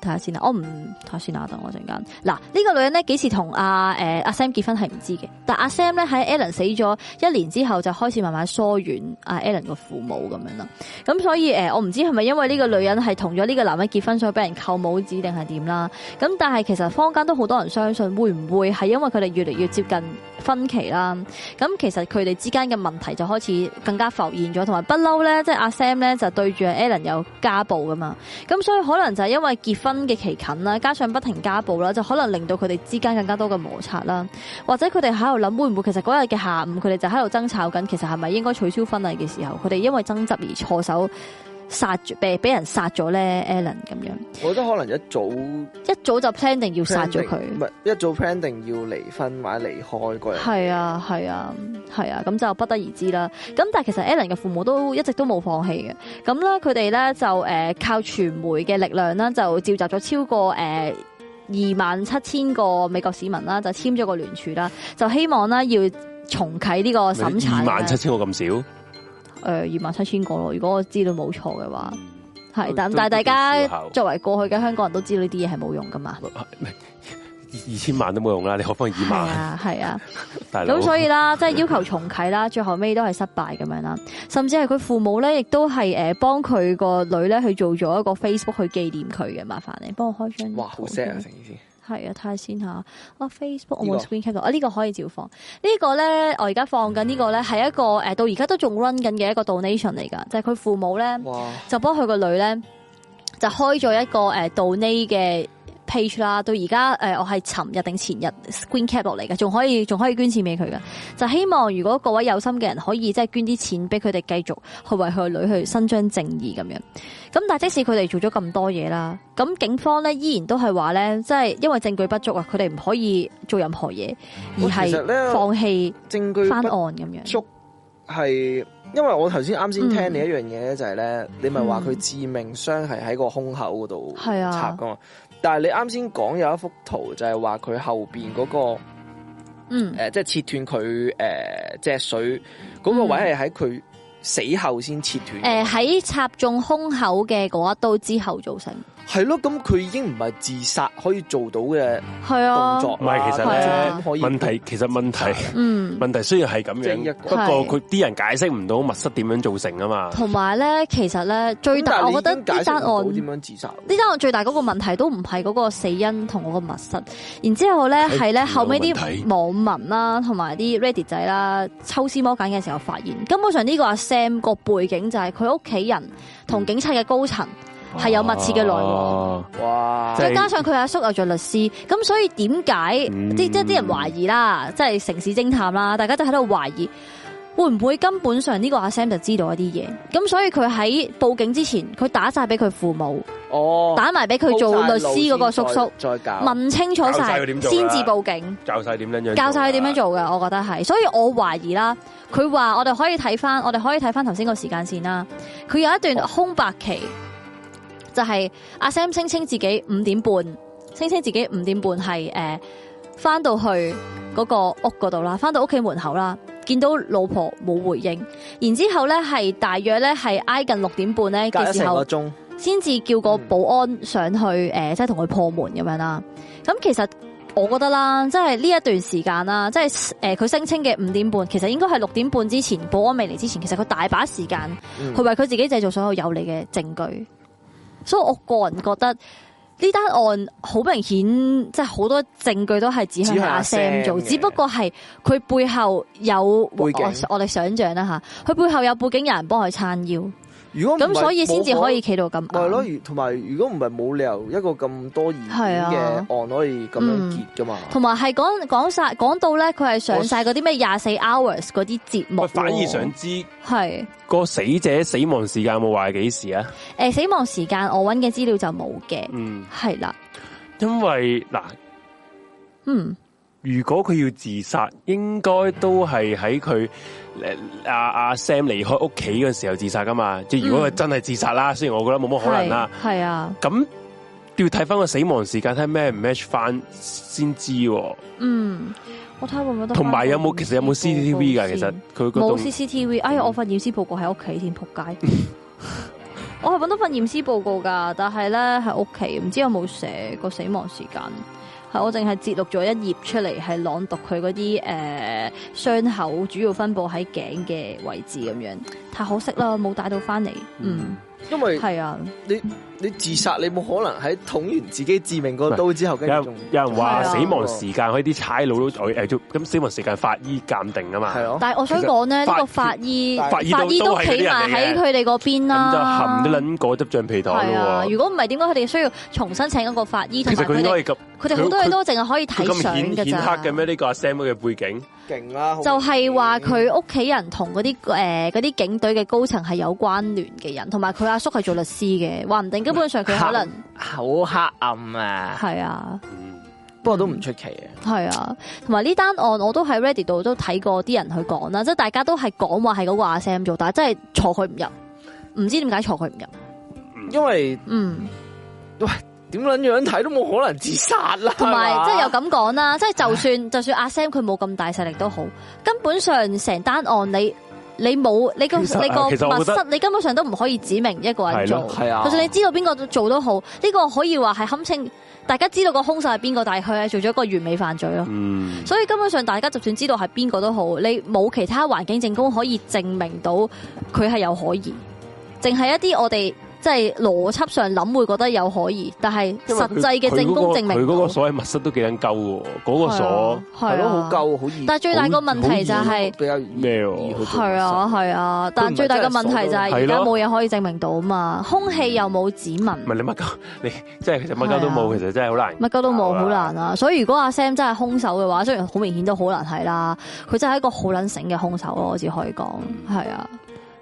Speaker 1: 睇下先啦，我唔睇下先啦，等我陣間。嗱，呢個女人咧幾時同阿誒阿 Sam 結婚係唔知嘅，但阿 Sam 咧喺 Ellen 死咗一年之後就開始慢慢疏遠阿 Ellen 個父母咁樣啦。咁所以誒、呃我唔知係咪因為呢個女人係同咗呢個男人結婚，所以俾人扣帽子定係點啦？咁但係其實坊間都好多人相信，會唔會係因為佢哋越嚟越接近婚期啦？咁其實佢哋之間嘅問題就開始更加浮現咗，同埋不嬲咧，即係阿 Sam 咧就對住阿 Alan 有家暴噶嘛，咁所以可能就係因為結婚嘅期近啦，加上不停家暴啦，就可能令到佢哋之間更加多嘅摩擦啦，或者佢哋喺度諗會唔會其實嗰日嘅下午佢哋就喺度爭吵緊，其實係咪應該取消婚禮嘅時候，佢哋因為爭執而錯手殺咗被俾人殺咗咧，Alan 咁樣
Speaker 3: 我覺得可能一早
Speaker 1: 一早就 plan 定要殺咗
Speaker 3: plan
Speaker 1: 佢。
Speaker 3: 定唔係一早 plan 定要離婚或者離開嗰人。
Speaker 1: 係啊，係啊，係啊，咁就不得而知啦。咁但係其實 Alan 嘅父母都一直都冇放棄嘅。咁咧，佢哋咧就誒、呃靠傳媒嘅力量啦，就召集咗超過誒。呃二萬七千個美國市民啦，就簽咗個聯署啦，就希望啦要重啟呢個審查啊
Speaker 2: 二
Speaker 1: 嘅。
Speaker 2: 萬七千個咁少，
Speaker 1: 誒呃二萬七千個咯，如果我資料冇錯嘅話，係
Speaker 2: 都
Speaker 1: 但
Speaker 2: 都
Speaker 1: 但係大
Speaker 2: 都幾
Speaker 1: 家
Speaker 2: 少效
Speaker 1: 作為過去嘅香港人都知道呢啲嘢係冇用噶
Speaker 2: [laughs]
Speaker 1: 嘛，
Speaker 2: 二千萬都冇用啦，你何況二
Speaker 1: 係
Speaker 2: 萬，
Speaker 1: 啊係
Speaker 2: [laughs]
Speaker 1: 啊。
Speaker 2: 大佬。
Speaker 1: 咁所以啦，即係要求重啟啦，最後尾都係失敗咁樣啦。甚至係佢父母咧，亦都係誒幫佢個女咧去做咗一個 Facebook 去紀念佢嘅。麻煩你幫我開張圖先。
Speaker 3: 哇，好 sad 啊！成件事。
Speaker 1: 係啊，睇下先吓。啊，Facebook 我
Speaker 3: 呢個
Speaker 1: 冇 screen cap 到，啊呢個可以照放。呢個咧，我而家放緊呢個咧係一個誒到而家都仲 run 緊嘅一個 donation 嚟㗎，就係佢父母咧。
Speaker 3: 哇，
Speaker 1: 就幫佢個女咧就開咗一個誒 donate 嘅 page 啦，到而家呃誒我係尋日定前日 screen cap 落嚟嘅，仲可以仲可以捐錢俾佢嘅，就希望如果各位有心嘅人可以即係捐啲錢俾佢哋繼續去為佢個女去伸張正義咁樣。咁但係即使佢哋做咗咁多嘢啦，咁警方咧依然都係話咧，即係因為證據不足啊，佢哋唔可以做任何嘢，而
Speaker 3: 喂其實咧
Speaker 1: 係放棄
Speaker 3: 證據
Speaker 1: 翻案
Speaker 3: 不
Speaker 1: 咁樣。
Speaker 3: 足係，因為我頭先啱先聽
Speaker 1: 嗯
Speaker 3: 你一樣嘢咧，就係咧，你咪話
Speaker 1: 嗯
Speaker 3: 佢致命傷係喺個胸口嗰度
Speaker 1: 係啊
Speaker 3: 插噶嘛。但係你啱先講有一幅圖，就係話佢後邊嗰個
Speaker 1: 嗯，
Speaker 3: 誒，即係切斷佢誒脊髓嗰個位係喺佢死後先切斷
Speaker 1: 誒
Speaker 3: 嘅。
Speaker 1: 呃喺插中胸口嘅嗰一刀之後造成。
Speaker 3: 係咯，咁佢已經唔係自殺可以做到嘅
Speaker 1: 系啊，
Speaker 3: 動作啦。
Speaker 2: 唔係其實
Speaker 1: 咧
Speaker 3: 咁可以
Speaker 2: 問題其實問題
Speaker 1: 嗯，
Speaker 2: 問題雖然係咁
Speaker 3: 即係一
Speaker 2: 樣，
Speaker 3: 個
Speaker 2: 不過佢啲人解釋唔到密室點樣造成啊嘛。
Speaker 1: 同埋咧，其實咧最大，我覺得呢單案
Speaker 3: 點樣自殺？
Speaker 1: 呢單案最大嗰個問題都唔係嗰個死因同嗰個密室，然之後咧係咧
Speaker 2: 有
Speaker 1: 後尾
Speaker 2: 問題
Speaker 1: 啲網民啦，同埋啲 Reddit 仔啦，抽絲剝繭嘅時候發現，根本上呢個阿 Sam 個背景就係佢屋企人同警察嘅高層係有密切嘅來往。
Speaker 2: 嗯哦
Speaker 3: 哇！
Speaker 2: 即係
Speaker 1: 再加上佢阿叔又做律師，咁所以點解
Speaker 2: 嗯
Speaker 1: 即即係啲人懷疑啦，即係城市偵探啦，大家都喺度懷疑。會唔會根本上呢個阿 Sam 就知道一啲嘢？咁所以佢喺報警之前，佢打晒俾佢父母，
Speaker 3: 哦，
Speaker 1: 打埋俾佢做律師嗰個叔叔，
Speaker 3: 再搞
Speaker 1: 問清楚
Speaker 2: 教啊晒
Speaker 1: 晒
Speaker 2: 佢點做啊
Speaker 1: 先
Speaker 2: 啦
Speaker 1: 至報警。
Speaker 2: 教晒點樣樣啊，
Speaker 1: 教晒佢點樣做嘅，我覺得係，所以我懷疑啦。佢話我哋可以睇翻，我哋可以睇翻頭先個時間線啦。佢有一
Speaker 3: 哦
Speaker 1: 段空白期，就係、阿 Sam 聲稱自己五點半，聲稱自己五點半係誒翻到去嗰個屋嗰度啦，翻到屋企門口啦，見到老婆冇回應，然之後咧係大約咧係挨近六點半咧
Speaker 3: 隔咗
Speaker 1: 嘅時
Speaker 3: 成
Speaker 1: 候
Speaker 3: 個。鐘，
Speaker 1: 先至叫個保安上去誒、呃即係同佢破門咁樣啦。咁其實我覺得啦，即係呢一段時間啦，即係誒佢聲稱嘅五點半，其實應該係六點半之前，保安未嚟之前，其實佢大把時間去為佢自己製造所有有利嘅證據。所以我個人覺得呢單案好明顯，即係好多證據都係指向
Speaker 3: 指向
Speaker 1: 阿
Speaker 3: 阿
Speaker 1: Sam 做，
Speaker 3: 嘅
Speaker 1: 只不過係佢背後有
Speaker 3: 背景
Speaker 1: 我我哋想像啦吓，佢背後有背景有人幫佢撐腰，
Speaker 6: 如果唔係
Speaker 1: 咁所以先至可以
Speaker 6: 冇
Speaker 1: 企到咁
Speaker 6: 可。咪咯，
Speaker 1: 硬。
Speaker 6: 如同埋如果唔係冇理由一個咁多疑點
Speaker 1: 啊係
Speaker 6: 嘅
Speaker 1: 啊嗯
Speaker 6: 案可以咁樣結噶嘛？
Speaker 1: 同埋係講講晒講到咧，佢係上晒嗰啲咩廿四 hours 嗰啲節目
Speaker 2: 我
Speaker 1: 喎，
Speaker 2: 反而想知
Speaker 1: 係
Speaker 2: 個死者死亡時間有冇話係幾時啊？
Speaker 1: 誒、死亡時間，我揾嘅資料就冇嘅，
Speaker 2: 嗯，
Speaker 1: 係啦，
Speaker 2: 因為嗱，
Speaker 1: 嗯，
Speaker 2: 如果佢要自殺，應該都係喺佢誒阿阿 Sam 離開屋企嘅時候自殺噶嘛。即係如果佢
Speaker 1: 嗯
Speaker 2: 真係自殺啦，雖然我覺得冇乜可能啦
Speaker 1: 係，係啊，
Speaker 2: 咁要睇翻個死亡時間，睇咩唔 match 翻先知喎。
Speaker 1: 嗯，我睇下會唔會得翻
Speaker 2: 同埋有
Speaker 1: 個
Speaker 2: 冇其實有
Speaker 1: 驗
Speaker 2: 冇
Speaker 1: 屍報告
Speaker 2: CCTV 噶？
Speaker 1: 先
Speaker 2: 其實佢嗰
Speaker 1: 嗯冇
Speaker 2: 度
Speaker 1: CCTV，哎呀，
Speaker 2: 嗯
Speaker 1: 我份驗屍報告喺屋企添，仆
Speaker 2: [laughs]
Speaker 1: 街。 [laughs] 我係揾到份驗屍報告㗎，但係咧喺屋企，唔知有冇寫個死亡時間。係我淨係截錄咗一頁出嚟，係朗讀佢嗰啲誒傷口主要分佈喺頸嘅位置咁樣。太可惜啦，冇帶到翻嚟。嗯，
Speaker 6: 因為
Speaker 1: 係啊，
Speaker 6: 你自殺，你冇可能喺捅完自己致命個刀之後，
Speaker 2: 有
Speaker 6: 跟住
Speaker 2: 人
Speaker 6: 仲
Speaker 2: 有人話
Speaker 1: 係啊
Speaker 2: 死亡時間可以啲差佬都誒咁死亡時間法醫鑑定噶嘛
Speaker 6: 係，咯，
Speaker 1: 但係我啊想講咧，呢個法醫
Speaker 2: 法醫都
Speaker 1: 都
Speaker 2: 都係嗰啲
Speaker 1: 企
Speaker 2: 人
Speaker 1: 埋
Speaker 2: 嚟嘅
Speaker 1: 喺佢哋嗰邊
Speaker 2: 咁
Speaker 1: 啦，
Speaker 2: 就含啲撚果執橡皮袋
Speaker 1: 係啊
Speaker 2: 咯，喎。
Speaker 1: 如果唔係點解佢哋需要重新請一個法醫，
Speaker 2: 其
Speaker 1: 同
Speaker 2: 實
Speaker 1: 埋
Speaker 2: 佢
Speaker 1: 佢
Speaker 2: 應該
Speaker 1: 哋
Speaker 2: 係咁，
Speaker 1: 佢哋好多嘢都淨係可以
Speaker 2: 佢
Speaker 1: 睇
Speaker 2: 咁
Speaker 1: 相
Speaker 2: 顯
Speaker 1: 㗎
Speaker 2: 顯
Speaker 1: 咋。
Speaker 2: 黑嘅咩？呢個阿 Sam 嘅背景
Speaker 6: 勁啦，好
Speaker 1: 就係話
Speaker 6: 明顯
Speaker 1: 佢屋企人同嗰啲誒嗰啲警隊嘅高層係有關聯嘅人，同埋佢阿叔係做律師嘅，話唔定根本上佢可能
Speaker 3: 好黑暗啊！
Speaker 1: 係啊
Speaker 3: 不過都唔出奇嘅。
Speaker 1: 係啊，同埋呢單案我都喺 Ready 度都睇過啲人去講啦，即係大家都係講話係嗰個阿 Sam 做，但係真係坐佢唔入，唔知點解坐佢唔入。
Speaker 6: 因為
Speaker 1: 嗯。
Speaker 6: 點撚樣睇都冇可能自殺啦，
Speaker 1: 同埋即係
Speaker 6: 係
Speaker 1: 又咁講啦，即係就算就算阿 Sam 佢冇咁大勢力都好，根本上成單案你你冇你個
Speaker 2: 其實啊
Speaker 1: 你個
Speaker 2: 其實我
Speaker 1: 密
Speaker 2: 覺得
Speaker 1: 室，你根本上都唔可以指明一個人做
Speaker 2: 係。
Speaker 6: 係啊
Speaker 1: 就算你知道邊個做都好，呢個可以話係堪稱大家知道個兇手係邊個，但係佢係做咗一個完美犯罪咯。
Speaker 2: 嗯，
Speaker 1: 所以根本上大家就算知道係邊個都好，你冇其他環境證供可以證明到佢係有可疑，淨係一啲我哋即係邏輯上諗會覺得有可疑，但係
Speaker 2: 因為
Speaker 1: 實
Speaker 2: 佢
Speaker 1: 際嘅
Speaker 2: 佢
Speaker 1: 證供
Speaker 2: 嗰個
Speaker 1: 證明
Speaker 2: 佢嗰
Speaker 1: 唔到
Speaker 2: 個所謂密室都幾撚鳩喎，嗰個鎖
Speaker 1: 係
Speaker 6: 係咯，
Speaker 1: 啊
Speaker 6: 好。夠好易，
Speaker 1: 但係最大個問題就係
Speaker 6: 比較易
Speaker 2: 咩喎
Speaker 6: 易去做
Speaker 1: 係啊係啊，但係最大嘅問題就係而家
Speaker 2: 係咯
Speaker 1: 冇嘢可以證明到啊嘛，空氣又冇指紋，
Speaker 2: 唔係你乜鳩，你即係其實乜鳩都
Speaker 1: 係
Speaker 2: 冇，
Speaker 1: 啊
Speaker 2: 其實真係好難。
Speaker 1: 乜鳩都冇，好難啊！所以如果阿 Sam 真係兇手嘅話，雖然好明顯都好難係啦，佢真係一個好撚醒嘅兇手咯，我只可以講係啊，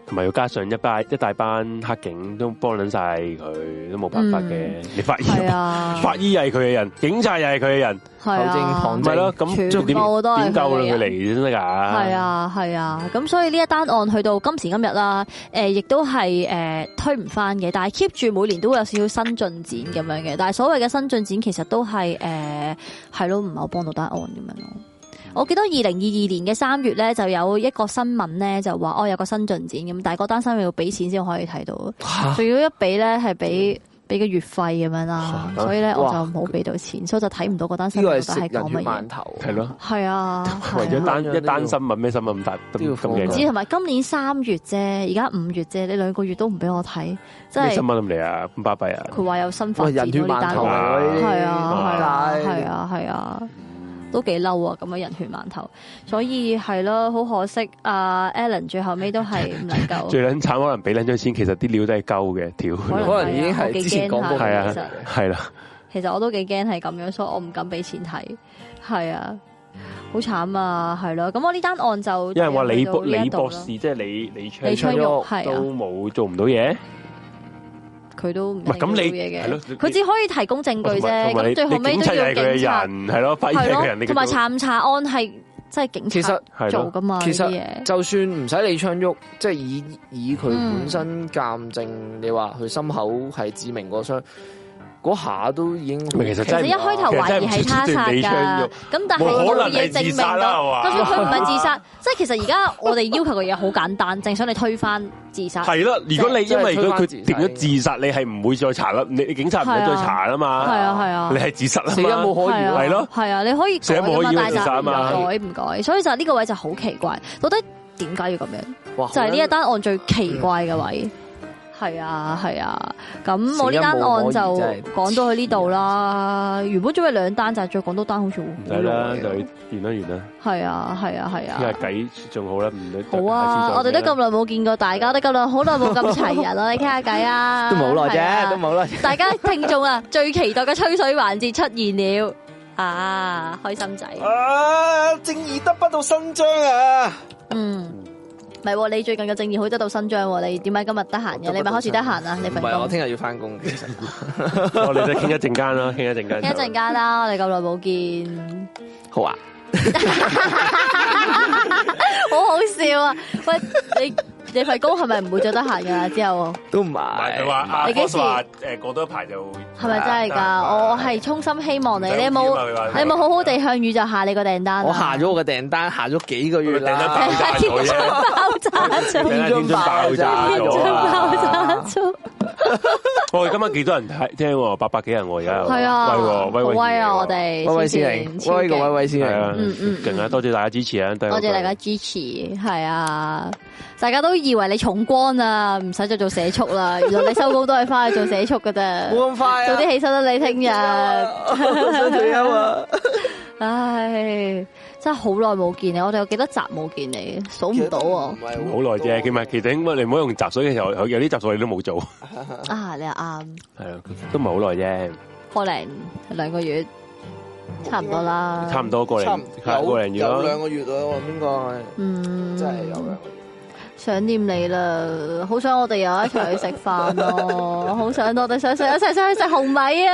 Speaker 2: 同埋要加上一班一大班黑警都幫撚晒佢，都冇辦法嘅。你法醫
Speaker 1: 嗯係啊，
Speaker 2: [laughs] 法醫又係佢嘅人，警察又係佢嘅人，
Speaker 1: 係
Speaker 3: 口證
Speaker 1: 啊
Speaker 3: 旁
Speaker 2: 唔。係咯？
Speaker 1: 全
Speaker 2: 咁即係點
Speaker 1: 部都係
Speaker 2: 點救
Speaker 1: 佢哋
Speaker 2: 佢
Speaker 1: 人
Speaker 2: 嚟先得
Speaker 1: 係
Speaker 2: 㗎？係，
Speaker 1: 啊，係啊，咁所以呢一單案去到今時今日啦，誒、亦都係誒、推唔翻嘅，但係 keep 住每年都會有少少新進展咁樣嘅，但係所謂嘅新進展其實都係誒係咯，唔係好幫到單案咁樣咯。
Speaker 6: 嗯
Speaker 1: 我記得二零二二年嘅三月咧，就有一個新聞咧，就話哦有個新進展咁，但係嗰單新聞要俾錢先可以睇到，[laughs]
Speaker 6: 啊
Speaker 1: 仲要一俾咧係
Speaker 6: 嗯
Speaker 1: 俾俾個月費咁樣啦，所以咧我就冇俾到錢，所以就睇唔到嗰單新
Speaker 6: 呢個
Speaker 1: 聞
Speaker 6: 係
Speaker 1: 到底
Speaker 6: 食
Speaker 1: 係
Speaker 6: 人
Speaker 1: 講
Speaker 6: 血
Speaker 1: 乜
Speaker 6: 饅
Speaker 1: 嘢。
Speaker 6: 頭，
Speaker 2: 係咯。
Speaker 1: 係啊，
Speaker 6: [laughs]
Speaker 1: 係
Speaker 2: 為
Speaker 1: 啊
Speaker 2: 咗單
Speaker 6: 係啊
Speaker 2: 一單新聞咩新聞咁大
Speaker 6: 都要
Speaker 2: 咁
Speaker 6: 放
Speaker 2: 咁
Speaker 1: 唔知
Speaker 2: 嘅
Speaker 1: 同埋今年三月啫，而家五月啫，你兩個月都唔俾我睇，即
Speaker 2: 咩新
Speaker 1: 係
Speaker 2: 聞咁嚟啊？咁巴閉啊！
Speaker 1: 佢話有新發
Speaker 6: 喂，
Speaker 1: 展
Speaker 6: 人血
Speaker 1: 咯呢
Speaker 6: 饅
Speaker 1: 單
Speaker 6: 頭
Speaker 1: 案，
Speaker 2: 啊
Speaker 6: 嚟喎
Speaker 1: 係啊
Speaker 6: 呢啲
Speaker 1: 係啊係啊，都幾嬲啊！咁嘅人血饅頭，所以係咯，好可惜啊！Alan 最後尾都係唔能夠，
Speaker 2: 最撚慘可能俾撚咗錢，其實啲料都係鳩嘅，屌！
Speaker 6: 可能已經
Speaker 1: 係啊
Speaker 6: 係之前講過
Speaker 1: 我幾
Speaker 2: 係
Speaker 1: 驚下
Speaker 2: 啊
Speaker 1: 其實，
Speaker 2: 係啦，
Speaker 1: 其實我都幾驚係咁樣，所以我唔敢俾錢睇，係啊，好慘啊，係咯。咁我呢單案就
Speaker 2: 因為話李博
Speaker 1: 去到呢
Speaker 2: 李
Speaker 1: 一度啦
Speaker 2: 博士即係李李昌
Speaker 1: 李昌鈺
Speaker 2: 都
Speaker 1: 係啊
Speaker 2: 冇做唔到嘢，
Speaker 1: 佢都唔
Speaker 2: 唔係咁
Speaker 1: 一定
Speaker 2: 你
Speaker 1: 要
Speaker 2: 係
Speaker 1: 做
Speaker 2: 咯
Speaker 1: 嘢嘅，佢只可以提供證據啫。
Speaker 2: 同埋
Speaker 1: 咁
Speaker 2: 你
Speaker 1: 最後
Speaker 2: 你
Speaker 1: 尾
Speaker 2: 警察
Speaker 1: 都
Speaker 2: 又係
Speaker 1: 要
Speaker 2: 佢嘅
Speaker 1: 警察。
Speaker 2: 人，係咯，法醫
Speaker 1: 係
Speaker 2: 係佢嘅
Speaker 1: 咯，
Speaker 2: 人，
Speaker 1: 同埋查唔查案係即係警
Speaker 3: 其
Speaker 1: 察
Speaker 3: 實
Speaker 2: 係
Speaker 1: 做
Speaker 2: 咯，
Speaker 1: 噶嘛呢
Speaker 3: 其
Speaker 1: 啲
Speaker 3: 實
Speaker 1: 嘢。
Speaker 3: 就算唔使李昌旭，即係以以佢本身鑑證，你話佢心口係致命嗰傷，嗰下都已經好
Speaker 2: 咪其實
Speaker 1: 其
Speaker 2: 真
Speaker 1: 實
Speaker 2: 係
Speaker 1: 一開頭懷疑係他殺
Speaker 2: 其實真係唔知
Speaker 1: 㗎，咁但係
Speaker 2: 冇
Speaker 1: 冇
Speaker 2: 可能
Speaker 1: 嘢
Speaker 2: 係
Speaker 1: 證
Speaker 2: 自
Speaker 1: 明
Speaker 2: 殺啦
Speaker 1: 到，[laughs]
Speaker 2: 係嘛
Speaker 1: 就算佢唔係自殺，即係其實而家我哋要求嘅嘢好簡單，正想你推翻自殺。
Speaker 2: 系啦，如果你
Speaker 5: 即係
Speaker 2: 因為如果
Speaker 5: 推翻
Speaker 2: 佢
Speaker 5: 自殺
Speaker 2: 掂咗自殺，你係唔會再查啦，你你警察唔會
Speaker 1: 係啊
Speaker 2: 再查啦嘛。
Speaker 1: 係啊係啊
Speaker 2: 你係自殺啦嘛。
Speaker 5: 死得冇可
Speaker 1: 係
Speaker 5: 疑
Speaker 1: 啊，
Speaker 5: 啊
Speaker 2: 係咯
Speaker 1: 系啊，你可以
Speaker 2: 寫
Speaker 1: 改
Speaker 2: 冇
Speaker 1: 噶
Speaker 2: 可
Speaker 1: 嘛，
Speaker 2: 以
Speaker 1: 但
Speaker 2: 要自殺啊
Speaker 1: 係
Speaker 2: 嘛
Speaker 1: 就唔改唔改，所以就呢個位就好奇怪，到底點解要咁樣？
Speaker 6: 哇
Speaker 1: 就係呢一單案最奇怪嘅位。係啊，係啊，咁我呢單案就
Speaker 6: 死因無可疑真係
Speaker 1: 講到去呢度啦。原本準備兩單，但係再講多單好似好
Speaker 2: 唔
Speaker 1: 好
Speaker 2: 使啦，
Speaker 1: 耐
Speaker 2: 就
Speaker 1: 喎
Speaker 2: 完啦完啦，
Speaker 1: 係啊，係啊，係
Speaker 2: 因為
Speaker 1: 啊。
Speaker 2: 計仲好啦，唔
Speaker 1: 好啊，我哋都咁耐冇見過大家，都咁耐好耐冇咁齊人
Speaker 6: [laughs]
Speaker 1: 啦，你傾下偈啊。
Speaker 6: 都冇
Speaker 1: 係
Speaker 6: 耐啫，
Speaker 1: 啊
Speaker 6: 都冇耐。
Speaker 1: 大家聽眾啊，最期待嘅吹水環節出現了啊！開心仔，
Speaker 6: 啊！正義得不到伸張啊！
Speaker 1: 嗯，唔係喎，你最近嘅正義好得到新章喎，你點解今日得閒嘅？你咪開始得閒啊？你
Speaker 6: 唔
Speaker 1: 份
Speaker 6: 係，我
Speaker 1: 工。
Speaker 6: 聽日要翻工，其實 [laughs]
Speaker 2: 我哋都傾一陣
Speaker 1: [laughs]
Speaker 2: 間啦，傾一陣間。
Speaker 1: 一陣。間啦，我哋咁耐冇見， [laughs]
Speaker 6: 好啊。
Speaker 1: 好好笑啊！喂，你你份工係咪唔會再得閒㗎啦？之後
Speaker 6: 都唔
Speaker 2: 唔係
Speaker 6: 係
Speaker 2: 佢話啊阿
Speaker 1: 你幾
Speaker 2: boss
Speaker 1: 時
Speaker 2: 話誒過多一排就
Speaker 1: 係咪真係
Speaker 2: 得閒
Speaker 1: 㗎？我我係衷心希望你，你有
Speaker 2: 啊唔使好
Speaker 1: 冇
Speaker 2: 厭啊佢話
Speaker 1: 你有冇好好地向宇宙下你個訂單啊？
Speaker 6: 我
Speaker 1: [laughs]
Speaker 6: 下咗我嘅訂單，下咗幾個月
Speaker 2: 訂單
Speaker 6: 啦
Speaker 2: 爆。炸咗
Speaker 1: 係天
Speaker 2: 啫，
Speaker 1: 爆炸
Speaker 2: 訂
Speaker 1: 咗，
Speaker 2: 單天津爆炸
Speaker 1: 天津
Speaker 2: 咗
Speaker 1: 爆
Speaker 2: 啊！
Speaker 1: 炸咗。
Speaker 2: 我哋今晚啊幾多人睇聽喎？八百幾人喎，而家
Speaker 1: 系啊，
Speaker 2: 威喎威
Speaker 1: 好威啊！我
Speaker 2: 哋
Speaker 1: 哋
Speaker 6: 威威
Speaker 1: 黐
Speaker 6: 先
Speaker 1: 線
Speaker 6: 靈，威個威，威
Speaker 2: 係
Speaker 6: 先
Speaker 2: 啊
Speaker 6: 靈。
Speaker 1: 嗯嗯，
Speaker 2: 勁啊！多謝大家支持啊！多
Speaker 1: 多謝大家支持，係啊，大家都以為你重光啊，唔使再做社畜啦， [laughs] 原來你收工都係翻去做社畜噶咋，
Speaker 6: 冇咁快
Speaker 1: 早
Speaker 6: 啊！
Speaker 1: 啲起身啦，你聽日，
Speaker 6: 想退休啊！
Speaker 1: 唉，真係好耐冇見你，我哋有幾多集冇見你，數唔到啊
Speaker 6: 唔，係
Speaker 2: 好耐啫，其實其實應該你唔好用集水嘅時候，有啲集數你都冇做，
Speaker 1: 啊，你又啱，
Speaker 2: 係 [laughs] 啊，都唔係好耐啫，
Speaker 1: 個零兩個月，差唔多，啦，
Speaker 2: 差唔，多過嚟
Speaker 6: 差唔，
Speaker 2: 係
Speaker 6: 有
Speaker 2: 過零月
Speaker 6: 有兩
Speaker 2: 咯。
Speaker 6: 個月啦，應該
Speaker 1: 嗯，
Speaker 6: 真係有兩個月。
Speaker 1: 想念你啦，好想我哋又一齊去食飯咯，好想我哋想食一齊想去食紅米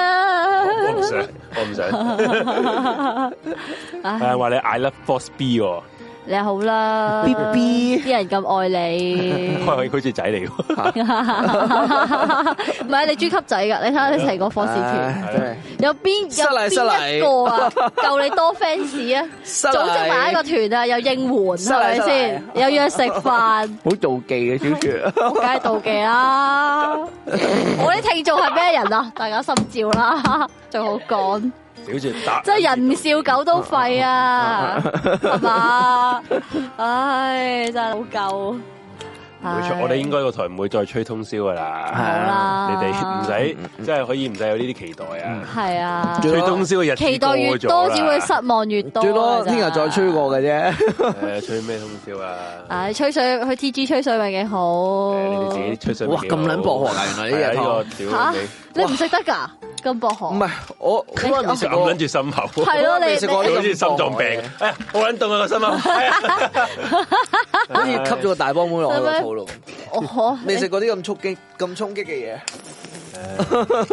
Speaker 2: 我唔
Speaker 1: 啊！
Speaker 2: 想，我 [laughs] 唔想。
Speaker 1: 唉
Speaker 2: 誒，話你 I love Force B 喎，
Speaker 1: 啊你好啦，B B，啲人咁愛你，
Speaker 2: 佢佢隻仔嚟喎。
Speaker 1: 唔係你豬級仔噶，你睇下你成個科士團，
Speaker 6: 唉真係
Speaker 1: 有邊
Speaker 6: 失禮
Speaker 1: 有邊一個啊，夠你多 fans 啊！
Speaker 6: [laughs] 失
Speaker 1: 組織埋一
Speaker 6: 禮
Speaker 1: 個團啊，有應援係咪
Speaker 6: 失禮
Speaker 1: 先？有約食
Speaker 6: [laughs]
Speaker 1: 飯，
Speaker 6: 好妒忌嘅小雪，
Speaker 1: 我梗係妒忌
Speaker 6: [laughs]
Speaker 1: 啦！我啲聽眾係咩人啊？大家心照啦，最好講。
Speaker 2: [laughs] 小雪打，
Speaker 1: 真係人笑狗都吠啊，係嘛？唉，真係好夠。
Speaker 2: 唔會
Speaker 1: 唉
Speaker 2: 吹我哋應該個台唔會再吹通宵噶啦。
Speaker 1: 好啦，
Speaker 2: 你哋唔使，即係可以唔使有呢啲期待啊！
Speaker 1: 係啊，
Speaker 2: 吹通宵嘅日子
Speaker 1: 期待越
Speaker 2: 過
Speaker 1: 多，
Speaker 2: 咗啦
Speaker 1: 只會失望越 [laughs] 多。啊
Speaker 6: 最多聽日再吹
Speaker 1: 過。
Speaker 6: 過嘅啫。
Speaker 2: 誒吹咩通宵啊？
Speaker 1: 唉，吹水去 T G 吹水咪幾好？
Speaker 2: 誒你哋自己吹水咪
Speaker 6: 哇
Speaker 2: 幾好
Speaker 6: 咁撚薄荷㗎原來呢
Speaker 2: 係
Speaker 6: 日
Speaker 2: 啊
Speaker 6: 湯
Speaker 2: 呢個
Speaker 1: 吓
Speaker 2: 屌你，
Speaker 1: 你唔食得㗎？咁薄荷
Speaker 6: 唔係我，
Speaker 1: 你
Speaker 6: 我未食
Speaker 2: 就
Speaker 6: 過
Speaker 2: 揞撚住心口，
Speaker 1: 係咯，你
Speaker 6: 未食過呢
Speaker 1: 你
Speaker 2: 好似心臟病。哎呀，好撚凍啊個心口。哎呀
Speaker 6: 好似
Speaker 1: [laughs]
Speaker 6: 吸咗個大波妹落我
Speaker 1: 係咪
Speaker 6: 個肚度。
Speaker 1: 我
Speaker 6: 未食過啲咁衝擊、咁衝擊
Speaker 3: [laughs]
Speaker 6: 嘅嘢，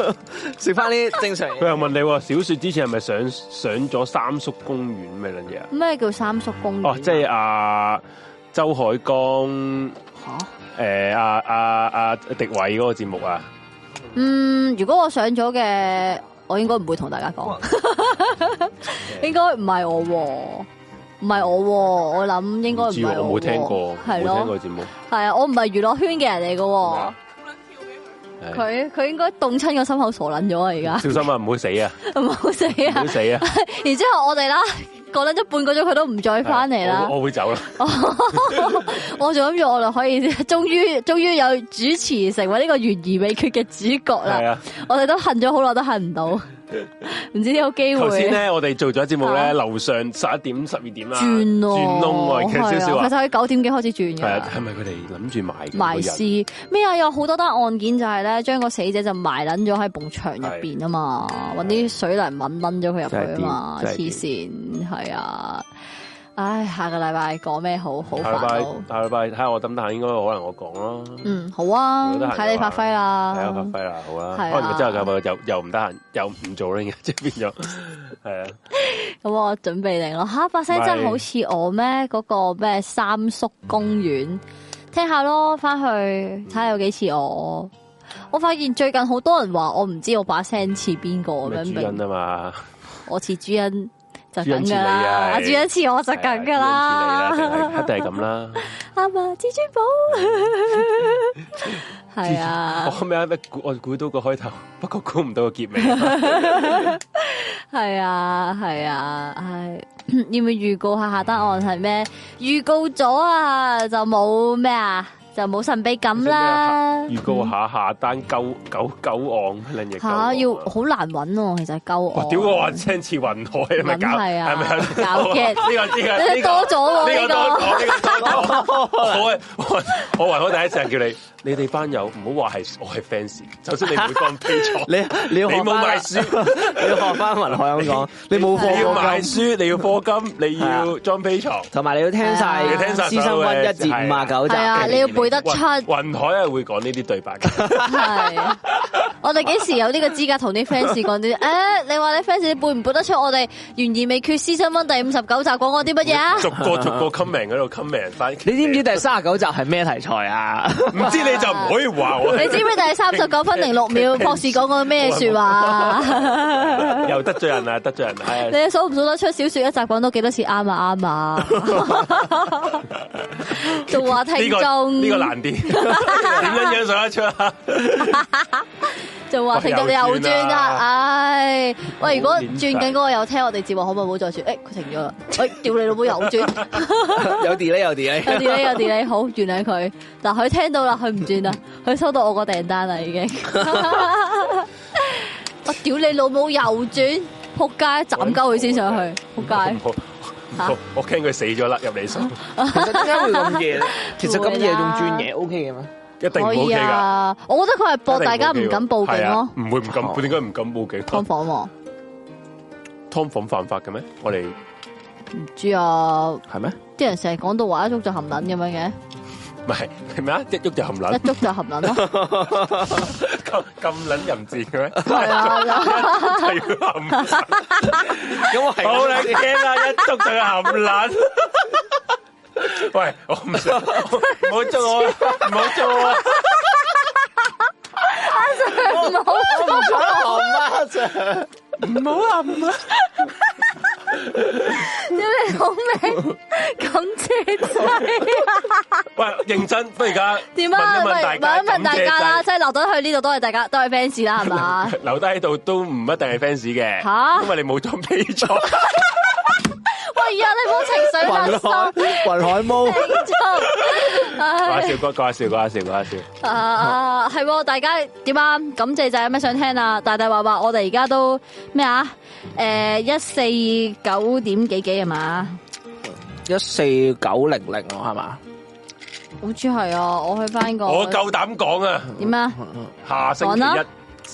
Speaker 6: 食翻啲正常
Speaker 2: 佢
Speaker 6: 嘢。
Speaker 2: 又問你喎，小雪之前係咪上上咗三叔公園咩撚嘢啊？
Speaker 1: 咩叫三叔公園
Speaker 2: 哦，即係阿周海光，
Speaker 1: 嚇
Speaker 2: 誒阿阿阿迪偉嗰個節目啊，
Speaker 1: 嗯，如果我上咗嘅，我應該唔會同大家 [laughs] 講，應該唔係我喎。唔係我喎，我諗應該唔
Speaker 2: 唔知
Speaker 1: 係
Speaker 2: 喎我冇聽過，
Speaker 1: 係
Speaker 2: 冇聽過
Speaker 1: 咯，
Speaker 2: 節目。
Speaker 1: 係啊，我唔係娛樂圈嘅人嚟嘅喎，
Speaker 2: 係
Speaker 1: 佢佢應該凍親個心口傻撚咗啊！而
Speaker 2: [laughs]
Speaker 1: 家
Speaker 2: 小心啊，唔好死
Speaker 1: [laughs]
Speaker 2: 啊，
Speaker 1: 唔好死
Speaker 2: 唔
Speaker 1: 啊
Speaker 2: 好！死啊！
Speaker 1: [laughs] 然之後我哋啦，過撚咗半個鐘佢都唔再翻嚟啦
Speaker 2: 我，我會走啦。
Speaker 1: [laughs] 我仲諗住我哋可以終於終於有主持成為呢個懸疑未決嘅主角
Speaker 2: 係
Speaker 1: 啦，
Speaker 2: 啊，
Speaker 1: 我哋都恨咗好耐都恨唔
Speaker 2: [laughs]
Speaker 1: 到，唔知呢個機
Speaker 2: 頭
Speaker 1: 會。
Speaker 2: 先咧，我哋做咗節目
Speaker 1: 啊
Speaker 2: 咧，樓上十一點、十二點啦，啊
Speaker 1: 轉咯，
Speaker 2: 轉窿喎，其實少少
Speaker 1: 係啊其，
Speaker 2: 啊
Speaker 1: 實佢九點幾開始轉
Speaker 2: 係啊，
Speaker 1: 嘅。
Speaker 2: 係咪佢哋諗住埋
Speaker 1: 埋
Speaker 2: 屍？
Speaker 1: 屍咩啊？有好多單案件就係咧，將個死者就埋撚咗喺埲牆入邊啊嘛，揾啲水泥抿撚咗佢入去啊嘛，
Speaker 2: 真係
Speaker 1: 黐
Speaker 2: 癲
Speaker 1: 線係啊！唉，下個禮拜講咩好好
Speaker 2: 下禮
Speaker 1: 煩
Speaker 2: 拜
Speaker 1: 惱。
Speaker 2: 下禮拜睇下我得唔得閒，應該可能我講咯，
Speaker 1: 嗯，好啊，
Speaker 2: 如果得閒嘅話
Speaker 1: 睇你發揮啦
Speaker 2: 睇。下發揮啦，好啦，
Speaker 1: 係啊
Speaker 2: 可能之後嘅咪又又唔得閒，又唔做啦，已經 [laughs] 即係變咗係啊，
Speaker 1: 咁我準備定咯。吓，把聲真係好似我咩？嗰個咩三叔公園，聽下咯，翻去睇下有幾似我。我發現最近好多人話我唔知我把聲似邊個咁
Speaker 2: 咩
Speaker 1: 樣
Speaker 2: 主人
Speaker 1: 明，[laughs]
Speaker 2: 啊嘛，
Speaker 1: 我似朱茵就
Speaker 2: 朱茵
Speaker 1: 梗
Speaker 2: 似
Speaker 1: 噶
Speaker 2: 你啊
Speaker 1: 啦，
Speaker 2: 係
Speaker 1: 朱茵似我就
Speaker 2: 係啊
Speaker 1: 梗噶啦
Speaker 2: 啊主人似你，啦，一定係一定係咁啦，
Speaker 1: 阿嫲至尊寶，
Speaker 2: [laughs]
Speaker 1: 係啊，
Speaker 2: 我咩咩我估到個開頭，不過估唔到個結尾。
Speaker 1: 係啊，係啊，唉，要唔要預告下下單案係咩？預告咗啊，就冇咩啊，就冇神秘感啦。
Speaker 2: 預告下下單九九九案，另亦
Speaker 1: 吓要好難揾喎，其實夠
Speaker 2: 哇！
Speaker 1: 我。
Speaker 2: 屌我話聲似雲海，係咪搞？
Speaker 1: 雲係啊
Speaker 2: 係咪有啲
Speaker 1: 搞嘅
Speaker 2: 呢個呢個
Speaker 1: 你
Speaker 2: 呢個
Speaker 1: 多咗喎
Speaker 2: 呢個多
Speaker 1: 呢
Speaker 2: 咗，呢個多咗。我係我係我係我第一次叫你，你哋班友唔好話係我係 fans，首先你唔會講 p a
Speaker 3: 你你要
Speaker 2: [laughs] 你
Speaker 3: 學
Speaker 2: 冇
Speaker 3: 翻
Speaker 2: 買
Speaker 3: 啦，
Speaker 2: 書，
Speaker 3: [laughs] 你要學翻雲海咁講，你冇
Speaker 2: 你
Speaker 3: 課
Speaker 2: 要買
Speaker 3: 過金，
Speaker 2: 書，你要課金，你
Speaker 3: 係
Speaker 2: 要
Speaker 3: 啊
Speaker 2: 裝 p a 床。
Speaker 3: 同埋你要聽晒
Speaker 1: 你要聽
Speaker 2: 晒
Speaker 3: 師生温一至
Speaker 2: 所有嘅
Speaker 3: 五啊九集
Speaker 1: 係啊，
Speaker 3: 嘅，
Speaker 1: 你要背得出。
Speaker 2: 雲海係會講呢啲對白嘅，
Speaker 1: 係，我哋幾時有呢個資格同啲 fans 講啲？ [laughs] 誒，你話你 fans 你背唔背得出我哋懸而未決 season one 第五十九集講過啲乜嘢啊？
Speaker 2: [laughs] 逐個逐個 comment 嗰度 comment 翻。
Speaker 3: 你知唔知第三十九集係咩
Speaker 1: [laughs]
Speaker 3: 題材啊？
Speaker 2: 唔知你就唔可以話我
Speaker 1: 你知唔知第三十九分零六秒博士講過咩說
Speaker 2: [laughs]
Speaker 1: 話？
Speaker 2: 又得罪人啦，得罪人啦。
Speaker 1: [laughs]
Speaker 2: 唉
Speaker 1: 你數唔數得出小說一集講到幾多次啱啊啱啊？仲話聽
Speaker 2: 呢個
Speaker 1: 眾
Speaker 2: 呢
Speaker 1: [laughs]
Speaker 2: 個難啲，點樣樣上得出啊？
Speaker 1: 就話停咗你又轉啦，唉！喂，如果
Speaker 2: 好
Speaker 1: 轉緊嗰個有聽我哋節目，可唔可以唔好再轉？誒，佢停
Speaker 2: [laughs]
Speaker 1: 咗啦，喂，屌你老母又轉，
Speaker 3: 有 delay 有 delay，
Speaker 1: 有 delay 有 delay，好原諒佢。嗱，佢聽到啦，佢唔轉啦，啊佢收到我個訂單啦，已
Speaker 2: [laughs]
Speaker 1: 經。我屌你老母又轉，仆街，斬鳩佢先上去，仆街
Speaker 2: 唔。好唔好我驚佢死咗啦，入你
Speaker 1: [laughs]
Speaker 2: 數，
Speaker 3: 其實點解會咁夜咧？其實咁夜
Speaker 1: 會
Speaker 3: 仲
Speaker 1: 啦
Speaker 3: 轉嘢 OK 嘅咩？
Speaker 2: 一定唔
Speaker 1: 可
Speaker 2: OK
Speaker 1: 以
Speaker 2: 噶。
Speaker 1: 啊，我覺得佢係
Speaker 2: 一定唔 OK 㗎
Speaker 1: 博大家唔敢報
Speaker 2: 係
Speaker 1: 警
Speaker 2: 啊
Speaker 1: 咯，
Speaker 2: 唔會唔敢報，點解唔敢報警？
Speaker 1: 劏房喎，
Speaker 2: 劏房犯法嘅咩？我哋
Speaker 1: 唔知啊，
Speaker 2: 係咩？
Speaker 1: 啲人成日講到話一喐就含撚咁樣嘅，
Speaker 2: 啊唔係係咩啊？一喐就含
Speaker 1: 一
Speaker 2: 撚，
Speaker 1: 喐就含撚咯。
Speaker 2: [laughs] 咁咁撚淫賤嘅咩？ [laughs]
Speaker 1: 係啊，
Speaker 2: 係要含撚，
Speaker 3: 咁我係
Speaker 2: 好撚驚啦！一喐就要含
Speaker 1: [laughs]
Speaker 2: 撚。喂，我唔想，唔好捉我，唔好捉我。
Speaker 1: 唔好
Speaker 3: 唔想 [laughs] 含啦，啫。
Speaker 1: 屌你老味，咁姐仔
Speaker 2: 喂，認真，不如而家
Speaker 1: 點啊？
Speaker 2: 問
Speaker 1: 咪
Speaker 2: 一問大
Speaker 1: 問
Speaker 2: 家，
Speaker 1: 一問大家啦，即係留得去呢度都係大家都係 fans 啦，係嘛？
Speaker 2: 留低喺度都唔一定係 fans 嘅，
Speaker 1: 吓
Speaker 2: 因為你冇裝 P 咗，
Speaker 1: [laughs] 喂呀，你冇情緒勒索，
Speaker 3: 雲海 [laughs] 毛，
Speaker 1: 聽眾
Speaker 2: 講下
Speaker 1: 唉
Speaker 2: 笑，講下笑，講下笑，講下笑。
Speaker 1: 啊啊，係喎，大家點啊？咁謝仔有咩想聽啊？大大話話，我哋而家都咩啊？誒，一四九點幾幾係嘛？
Speaker 3: 一四九零零咯，係嘛？
Speaker 1: 好似係啊，我去翻個
Speaker 2: 我夠膽講啊，
Speaker 1: 點啊？
Speaker 2: 下星
Speaker 1: 講啦
Speaker 2: 期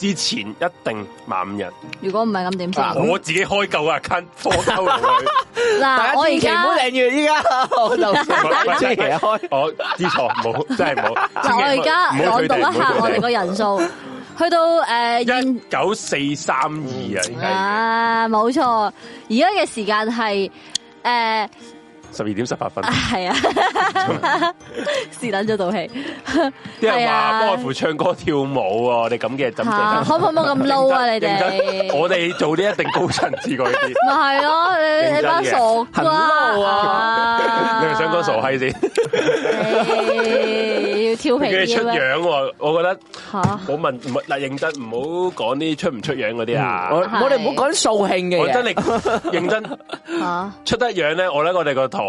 Speaker 2: 一之前一定萬五人，
Speaker 1: 如果唔係咁點先？
Speaker 2: 我自己開夠啊 account，科鳩落
Speaker 1: [laughs]
Speaker 2: 去。
Speaker 3: 大
Speaker 1: 嗱，
Speaker 3: 家
Speaker 1: 我而
Speaker 3: 千祈唔好
Speaker 1: 家。
Speaker 3: 訂閱依家， [laughs] 我就星期開。
Speaker 2: 我知錯，冇，真係冇。
Speaker 1: 嗱，我而家
Speaker 2: 千祈唔好
Speaker 1: 朗讀一下我哋個人數，去到诶
Speaker 2: 一
Speaker 1: 現
Speaker 2: 九四三二啊，而家
Speaker 1: 啊，冇錯，而家嘅時間係诶
Speaker 2: [laughs] 十二點十八分，
Speaker 1: [laughs] 係啊，是撚咗道氣，
Speaker 2: 啲人
Speaker 1: 係
Speaker 2: 話
Speaker 1: 啊
Speaker 2: 幫我父唱歌跳舞喎，你咁嘅怎
Speaker 1: 嚇
Speaker 2: 正？
Speaker 1: 可唔可以冇咁 low 啊？你
Speaker 2: [laughs] 認真
Speaker 1: 哋
Speaker 2: 我哋做啲一定高層次過呢啲。
Speaker 1: 咪係咯，你你班
Speaker 2: 認真嘅
Speaker 1: 傻
Speaker 3: 很
Speaker 1: 瓜
Speaker 3: low
Speaker 1: 啊！
Speaker 2: 你咪想講傻閪先？
Speaker 1: 唉要挑皮
Speaker 2: 佢哋
Speaker 1: 啲
Speaker 2: 出
Speaker 1: 咩？
Speaker 2: 樣喎，我覺得
Speaker 1: 嚇
Speaker 2: 我問唔係嗱認真，唔好講啲出唔出樣嗰啲啊。
Speaker 3: 我
Speaker 2: 我
Speaker 1: 係
Speaker 3: 我哋唔好講掃興嘅
Speaker 2: 我
Speaker 3: 嘢。
Speaker 2: 真係認真
Speaker 1: 嚇
Speaker 2: 出得樣咧，我覺得我哋個台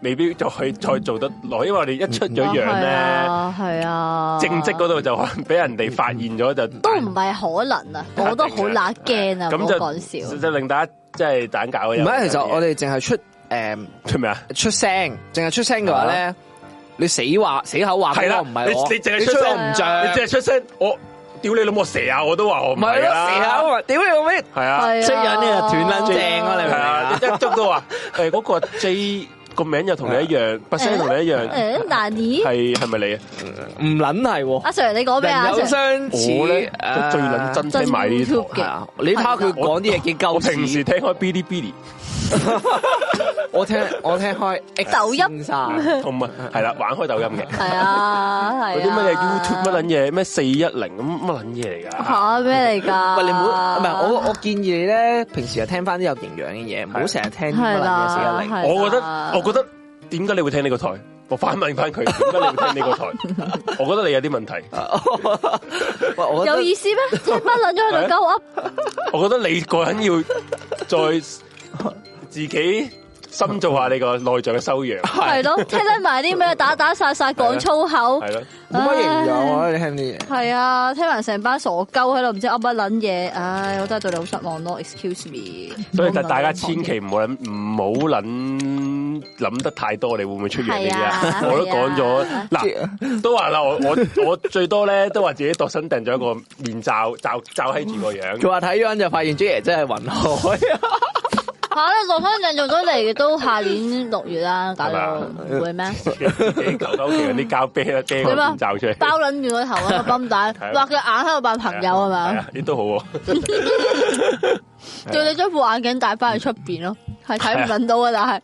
Speaker 2: 未必再再做得耐，因為我哋一出咗樣
Speaker 1: 係
Speaker 2: 咧，
Speaker 1: 啊，係啊，
Speaker 2: 正職嗰度就可能俾人哋發現咗就
Speaker 1: 都唔係可能
Speaker 2: [laughs]
Speaker 1: 啊，我都好乸驚啊，唔
Speaker 2: 咁
Speaker 1: 好
Speaker 2: 就
Speaker 1: 講笑。
Speaker 2: 就令大家即係蛋搞嘅。
Speaker 3: 唔係，其實我哋淨係出誒
Speaker 2: 出咩啊？
Speaker 3: 出聲，淨係出聲嘅話咧，你死話死口話
Speaker 2: 係啦
Speaker 3: 嗰個唔係我，
Speaker 2: 你你淨係出
Speaker 3: 出
Speaker 2: 聲
Speaker 3: 我唔
Speaker 1: 係
Speaker 3: 像，
Speaker 2: 你即係出聲，我屌你老母蛇啊！我都話我唔
Speaker 3: 唔係
Speaker 2: 係
Speaker 3: 咯死口
Speaker 2: 啦，
Speaker 3: 話，屌你老味，
Speaker 2: 係啊。
Speaker 3: 出樣呢就斷撚正
Speaker 1: 啊
Speaker 3: 咯，你明唔
Speaker 2: 係
Speaker 3: 明
Speaker 2: 啊，
Speaker 3: 啊
Speaker 2: 一？捉到話 [laughs] 誒嗰個 J 個名又同你一樣，把聲同你一樣，
Speaker 1: 誒，嗱你
Speaker 2: 係係咪你啊？
Speaker 3: 唔撚係喎，
Speaker 1: 阿 Sir 你講咩啊？阿
Speaker 3: 人有
Speaker 1: Sir
Speaker 3: 相似。
Speaker 2: 我咧
Speaker 3: 誒
Speaker 2: 最撚真聽埋呢啲
Speaker 1: YouTube
Speaker 2: 台。
Speaker 3: 係啊！你睇下佢講啲嘢幾
Speaker 2: 我
Speaker 3: 鳩
Speaker 2: 平時
Speaker 3: 屎。
Speaker 2: 聽開 Bilibili
Speaker 3: [laughs] 我聽我聽開 X
Speaker 1: 抖音
Speaker 3: 先生
Speaker 1: [laughs]
Speaker 2: 同埋係啦，玩開抖音嘅
Speaker 1: 係啊，係啊
Speaker 2: 嗰啲乜嘢 YouTube 乜撚嘢啊咩四一零咁乜撚嘢嚟㗎？
Speaker 1: 嚇咩嚟㗎？
Speaker 3: 喂，你唔好唔係我我建議你咧，平時就聽翻啲有營養嘅嘢，唔好成日聽啲乜
Speaker 1: 係
Speaker 3: 撚嘢死一
Speaker 1: 啦，
Speaker 3: 零。
Speaker 1: 係啦
Speaker 2: 我覺得我覺得點解你會聽呢個台？我反問翻佢，點解你會聽呢個台？我覺得你有啲問題，
Speaker 3: [laughs]
Speaker 6: 喂，我覺
Speaker 1: 有
Speaker 6: 得
Speaker 1: 意思
Speaker 2: [laughs]
Speaker 1: 咩？聽班撚咗喺度鳩噏，
Speaker 2: 我覺得你個人要再自己深造下你個內在嘅修養，
Speaker 1: 係咯，聽得埋啲咩打打殺殺講粗口，
Speaker 2: 係咯。
Speaker 6: 冇乜營養啊！你聽啲嘢，
Speaker 1: 係啊，聽埋成班傻鳩喺度唔知噏乜撚嘢，唉，我真係對你好失望咯，excuse me。
Speaker 2: 所以就大家千祈唔好諗，唔好諗諗得太多，你會唔會出現呢啲
Speaker 1: 係
Speaker 2: 啊
Speaker 1: 啊？
Speaker 2: 我都講咗
Speaker 1: 係啊
Speaker 2: 嗱，都話啦，我我我最多咧都話自己度身訂咗一個面罩，罩罩喺住個
Speaker 1: [laughs]
Speaker 2: 樣。
Speaker 3: [laughs] 佢話睇樣就發現 J 爺真係雲海， [laughs]
Speaker 1: 吓，你落翻陣做咗嚟都下年六月啦，搞到唔會咩？
Speaker 2: 自己求求其嗰啲膠啤啦，啤個面罩出嚟，
Speaker 1: 啊包撚住個頭啊個泵帶，
Speaker 2: 係啊
Speaker 1: 畫隻眼喺度扮朋友係
Speaker 2: 係
Speaker 1: 嘛？
Speaker 2: 啊，呢都好喎。
Speaker 1: 叫你將副眼鏡戴翻去出邊咯，
Speaker 2: 啊
Speaker 1: 係睇唔撚到啊嘅，但係。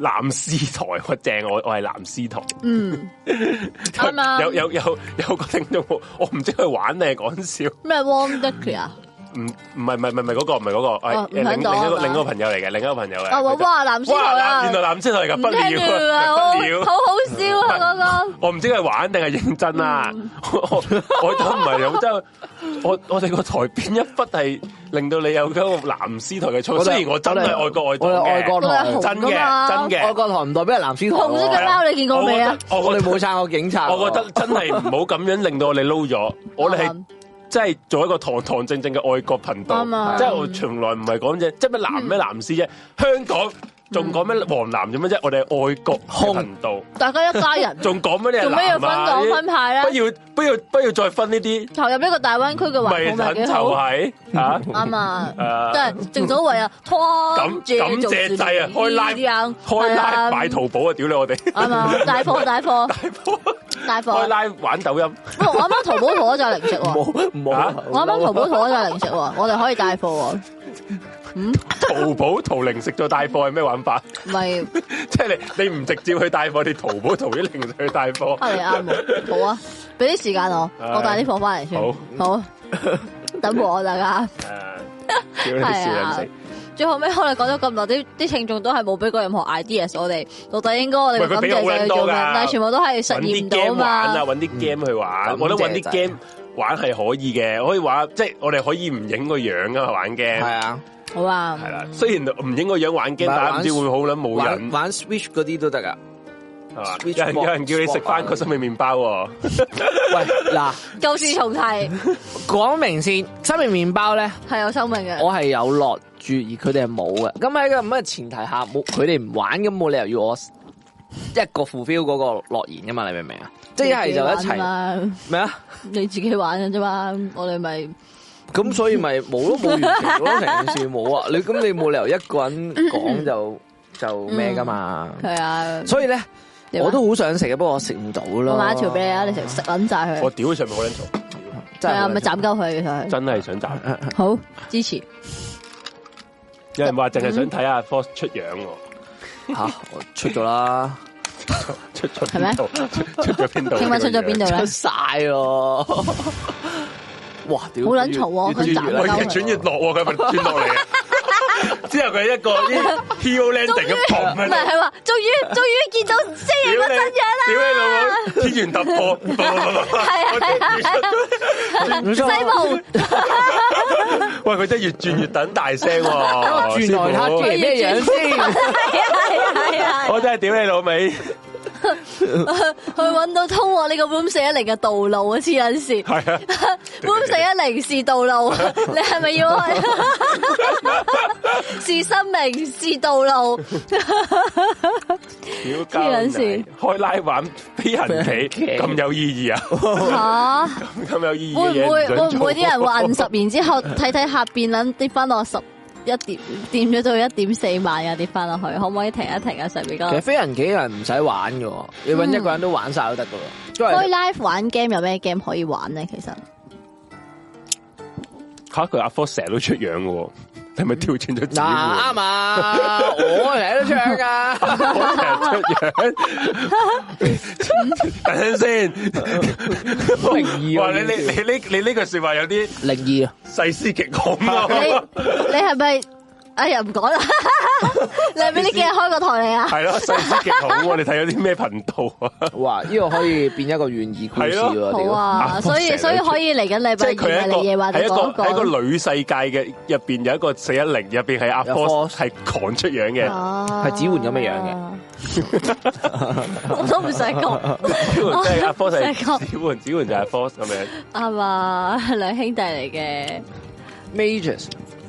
Speaker 2: 藍絲台，我正，我我係藍絲台。 [laughs]
Speaker 1: 嗯，啱啊
Speaker 2: 有有有有個聽眾，我唔知佢玩定係講笑。
Speaker 1: 咩 warm dicky 啊？
Speaker 2: 唔唔係唔係唔係唔係嗰個，唔係嗰個，係
Speaker 1: 哦
Speaker 2: 誒
Speaker 1: 唔
Speaker 2: 另
Speaker 1: 響
Speaker 2: 另一
Speaker 1: 度啊
Speaker 2: 個
Speaker 1: 嘛
Speaker 2: 另一個朋友嚟嘅，另一個朋友嚟。
Speaker 1: 啊，哇
Speaker 2: 佢就
Speaker 1: 哇，藍絲
Speaker 2: 哇！
Speaker 1: 頭
Speaker 2: 嗱
Speaker 1: 啊
Speaker 2: 原！來藍色台嘅
Speaker 1: 唔
Speaker 2: 不了
Speaker 1: 聽住啊，好
Speaker 2: 啊，不
Speaker 1: 好
Speaker 2: 了！
Speaker 1: 好笑啊嗰個。
Speaker 2: 我唔知佢玩定係認真啦。我我我都唔係有真係，我我哋個台邊一忽係令到你有嗰個藍絲台嘅操。
Speaker 3: 我哋
Speaker 2: 雖然我真係愛國愛黨
Speaker 3: 我哋
Speaker 2: 嘅
Speaker 3: 愛國
Speaker 1: 都係啊
Speaker 3: 台
Speaker 1: 紅，
Speaker 2: 真
Speaker 1: 㗎嘛
Speaker 2: 嘅真
Speaker 3: 外
Speaker 2: 嘅，
Speaker 3: 國台唔代表係藍絲台喎，
Speaker 1: 紅色嘅貓你見過未啊？
Speaker 2: 我
Speaker 3: 我
Speaker 2: 覺
Speaker 3: 哋
Speaker 2: 得
Speaker 3: 冇撐過警察喎，
Speaker 2: 我覺得真係唔好咁樣令到我哋
Speaker 1: [laughs]
Speaker 2: 撈咗，我哋
Speaker 1: 啊
Speaker 2: 係。即係做一個堂堂正正嘅愛國頻道
Speaker 1: 啱啊，
Speaker 2: 即係我從來唔係講啫，即係咩藍咩藍絲啫，香港仲講咩黃藍做咩啫？我哋係愛國嘅頻道，
Speaker 1: 大家一家人，
Speaker 2: [laughs] 仲講乜嘢藍啊？
Speaker 1: 做咩要分黨分派
Speaker 2: 不
Speaker 1: 咧？
Speaker 2: 要不要不要再分呢啲，
Speaker 1: 投入呢個大灣區嘅環
Speaker 2: 咪
Speaker 1: 保咪
Speaker 2: 肯
Speaker 1: 幾
Speaker 2: 就
Speaker 1: [laughs] 好？
Speaker 2: 係嚇。 [laughs]
Speaker 1: 啱啊！
Speaker 2: 誒
Speaker 1: 即係正所謂啊，拖
Speaker 2: 感
Speaker 1: 住
Speaker 2: 感
Speaker 1: 做
Speaker 2: 謝
Speaker 1: 事
Speaker 2: 制啊，開拉
Speaker 1: 呢樣
Speaker 2: 開
Speaker 1: 係
Speaker 2: 拉
Speaker 1: 啊
Speaker 2: 買淘寶啊，屌你我 [laughs] 哋
Speaker 1: 啱 [laughs] 啊！大貨大貨大
Speaker 2: 開
Speaker 1: 貨！
Speaker 2: 拉玩抖音，
Speaker 1: 喂我啱啱淘寶淘咗隻零食
Speaker 2: [laughs]
Speaker 1: 喎，
Speaker 3: [laughs] 冇冇
Speaker 2: 啊，
Speaker 1: 我啱啱淘寶淘咗隻零食喎，我哋可以帶貨喎，
Speaker 2: 淘寶淘零食做帶貨係咩玩法？ [laughs]
Speaker 1: 咪
Speaker 2: 即係你你唔直接去帶貨，你淘寶淘啲零食去帶貨。
Speaker 1: 啊你啱
Speaker 2: [laughs]
Speaker 1: 喎，好啊！俾啲時間我，我帶啲貨翻嚟
Speaker 2: 好
Speaker 1: 先，好等我大家。
Speaker 2: 誒，
Speaker 1: [laughs]
Speaker 2: 屌你笑人
Speaker 1: 係
Speaker 2: 食
Speaker 1: 啊。最後尾我哋講咗咁耐，啲啲聽眾都係冇俾過任何 ideas 我哋，到底應該我哋嘅
Speaker 2: 喂佢
Speaker 1: 感
Speaker 2: 俾
Speaker 1: 謝
Speaker 2: 好撚
Speaker 1: 制去做
Speaker 2: 多
Speaker 1: 咩？
Speaker 2: 㗎
Speaker 1: 但係全部都係
Speaker 2: 搵
Speaker 1: 實驗唔
Speaker 2: 啲
Speaker 1: 到
Speaker 2: game 玩啊，
Speaker 1: 嘛。
Speaker 2: 搵啲 game 去玩，
Speaker 6: 嗯
Speaker 2: 我覺得搵
Speaker 6: 感謝
Speaker 2: 啲 game 玩係可以嘅，可以玩，即係我哋可以唔影個樣噶嘛玩 game
Speaker 6: 係啊，
Speaker 1: 好啊，
Speaker 2: 係啦。雖然唔影個樣玩 game，
Speaker 6: 唔係
Speaker 2: 但係唔知會
Speaker 6: 玩
Speaker 2: 唔會好撚冇
Speaker 6: 玩
Speaker 2: 癮
Speaker 6: 玩 Switch 嗰啲都得噶。
Speaker 2: 係嘛？
Speaker 6: Switch
Speaker 2: 有人有
Speaker 6: box，
Speaker 2: 人叫你食翻個生命麵包喎，
Speaker 3: 喂嗱，
Speaker 1: 舊事重提
Speaker 3: 講明先，生命麵包咧，
Speaker 1: 係有生命嘅，
Speaker 3: [laughs] 我係有落注，而佢哋係冇嘅。咁喺個咁嘅前提下，冇佢哋唔玩，咁冇理由要我一個 fulfill 嗰個諾言噶嘛？你明唔明啊？即係一係就一齊
Speaker 1: 齊，
Speaker 3: 咩啊？
Speaker 1: 你自己玩嘅啫嘛，我哋咪
Speaker 3: 咁所以咪
Speaker 1: [laughs]
Speaker 3: 冇咯，冇完成咯，成件事冇啊！你咁你冇理由一個人
Speaker 1: [laughs]
Speaker 3: 講就
Speaker 1: 嗯
Speaker 3: 就咩噶嘛？
Speaker 1: 係啊。
Speaker 3: 所以咧，
Speaker 1: 點啊
Speaker 3: 我都好想食嘅，不過我食唔到咯。
Speaker 1: 我買一條俾你啊，你食食撚晒
Speaker 2: 我
Speaker 1: 佢，
Speaker 2: 屌上面好撚嘈，
Speaker 1: 係
Speaker 6: [laughs]
Speaker 3: 真係
Speaker 1: 啊，
Speaker 3: 好
Speaker 1: 咪
Speaker 3: [laughs]
Speaker 1: 斬鳩佢佢。
Speaker 2: 真係想斬。
Speaker 1: 好支持，
Speaker 2: 有人話淨係想睇下 Force 出樣喎，
Speaker 3: 吓，我出咗啦，
Speaker 2: 出出
Speaker 1: 係咩
Speaker 2: 邊度？ [laughs] 出出咗邊度？
Speaker 1: 英文出咗邊度咧？
Speaker 3: 出
Speaker 1: 好
Speaker 3: 晒咯。
Speaker 1: [laughs]
Speaker 3: 哇，屌！
Speaker 1: 撚嘈喎，
Speaker 2: 越
Speaker 1: 佢斬
Speaker 2: 越越
Speaker 1: 鳩
Speaker 2: 轉
Speaker 1: 佢。
Speaker 2: 越落喎，佢咪轉
Speaker 1: [laughs]
Speaker 2: 落嚟啊。之後佢一個啲 heel landing 咁
Speaker 1: 唔
Speaker 2: 砰
Speaker 1: 係
Speaker 2: 喺度。
Speaker 1: 係話，終於終於見到即爺個真
Speaker 3: [laughs]
Speaker 1: 樣啦！
Speaker 2: 屌你老母！天元突
Speaker 1: [laughs]
Speaker 2: 破，
Speaker 1: 係啊係係
Speaker 3: 唔
Speaker 1: 西 [laughs]
Speaker 3: 錯
Speaker 1: 蒙。
Speaker 2: 喂，佢真係越轉越等大
Speaker 1: [laughs]
Speaker 2: 聲
Speaker 3: 原
Speaker 2: 喎！
Speaker 3: 來他
Speaker 2: 師
Speaker 3: 出
Speaker 2: 傅
Speaker 3: 嚟咩樣先？
Speaker 1: 啊係啊係啊係啊！
Speaker 2: 我真係屌你老味，
Speaker 1: 去揾到通往呢個 room 四一零嘅道路啊！黐撚
Speaker 3: [laughs]
Speaker 1: 線 [laughs]
Speaker 2: 係啊，
Speaker 1: ，room 四一零是道路，你係咪要去？ [laughs] 是生命，是道路。
Speaker 2: 屌
Speaker 1: 黐撚線
Speaker 2: 鳩線，開拉玩飛人棋咁有意義啊！ [laughs]
Speaker 1: 吓，
Speaker 2: 咁有意義
Speaker 1: 會
Speaker 2: 嘅
Speaker 1: 唔會
Speaker 2: 嘢想
Speaker 1: 會唔
Speaker 2: 做
Speaker 1: 會啲人話摁十年之
Speaker 2: [laughs]
Speaker 1: 後睇睇下邊撚跌翻落十一點，掂咗到一點四萬啊？跌翻落去，可唔可以停一停啊？上嗯面
Speaker 3: 其
Speaker 1: 嗰
Speaker 3: 實
Speaker 1: 個
Speaker 3: 飛人幾人唔使玩嘅喎，你揾一個人都玩晒都得嘅喎。因
Speaker 1: 開
Speaker 3: 為
Speaker 1: live 玩 game 有咩 game 可以玩咧？
Speaker 2: [laughs]
Speaker 1: 其實
Speaker 2: 嚇佢阿 Fox 成日都出樣嘅喎，
Speaker 1: 嗯
Speaker 2: 你係咪調轉咗自己
Speaker 3: 嗱
Speaker 2: 喎？
Speaker 3: 啱啊，我嚟都唱啊噶，
Speaker 2: [laughs] 等陣先，
Speaker 3: 好靈異
Speaker 2: 哇！
Speaker 3: 啊！
Speaker 2: 你你你呢你呢句説話有啲
Speaker 3: 靈異啊！
Speaker 2: 細思極恐啊！
Speaker 1: 你你係咪哎呀，唔講啦， [laughs] 你係咪呢幾日開個台嚟啊？
Speaker 2: [laughs] 係咯，細思極恐喎！你睇咗啲咩頻道啊？
Speaker 3: 哇！呢個可以變一個懸疑故事
Speaker 2: 係
Speaker 3: 喎，
Speaker 1: 好
Speaker 3: 屌！
Speaker 2: [laughs]
Speaker 1: 啊，
Speaker 2: 啊
Speaker 1: 所以
Speaker 2: 成日
Speaker 1: 所以可以嚟緊禮
Speaker 2: 即
Speaker 1: 拜
Speaker 2: 係佢
Speaker 1: 二
Speaker 2: 係一個
Speaker 1: 嚟夜話，你
Speaker 2: 係一個
Speaker 1: 講
Speaker 2: 係一
Speaker 1: 講。
Speaker 2: 個女世界嘅入邊有一個四一零，入邊係阿
Speaker 3: 有
Speaker 2: Force
Speaker 3: Force
Speaker 2: 係狂出樣嘅，
Speaker 1: 哦
Speaker 3: 係指換咁嘅樣
Speaker 1: [laughs]
Speaker 3: 嘅，
Speaker 1: 我都唔想講，
Speaker 2: [laughs] 即係
Speaker 1: 哦
Speaker 2: 阿 Force 係
Speaker 1: 成個
Speaker 2: 子桓，子桓就係 Force 咁樣。
Speaker 1: 啱 [laughs] 嘛，兩兄弟嚟嘅，
Speaker 3: Majors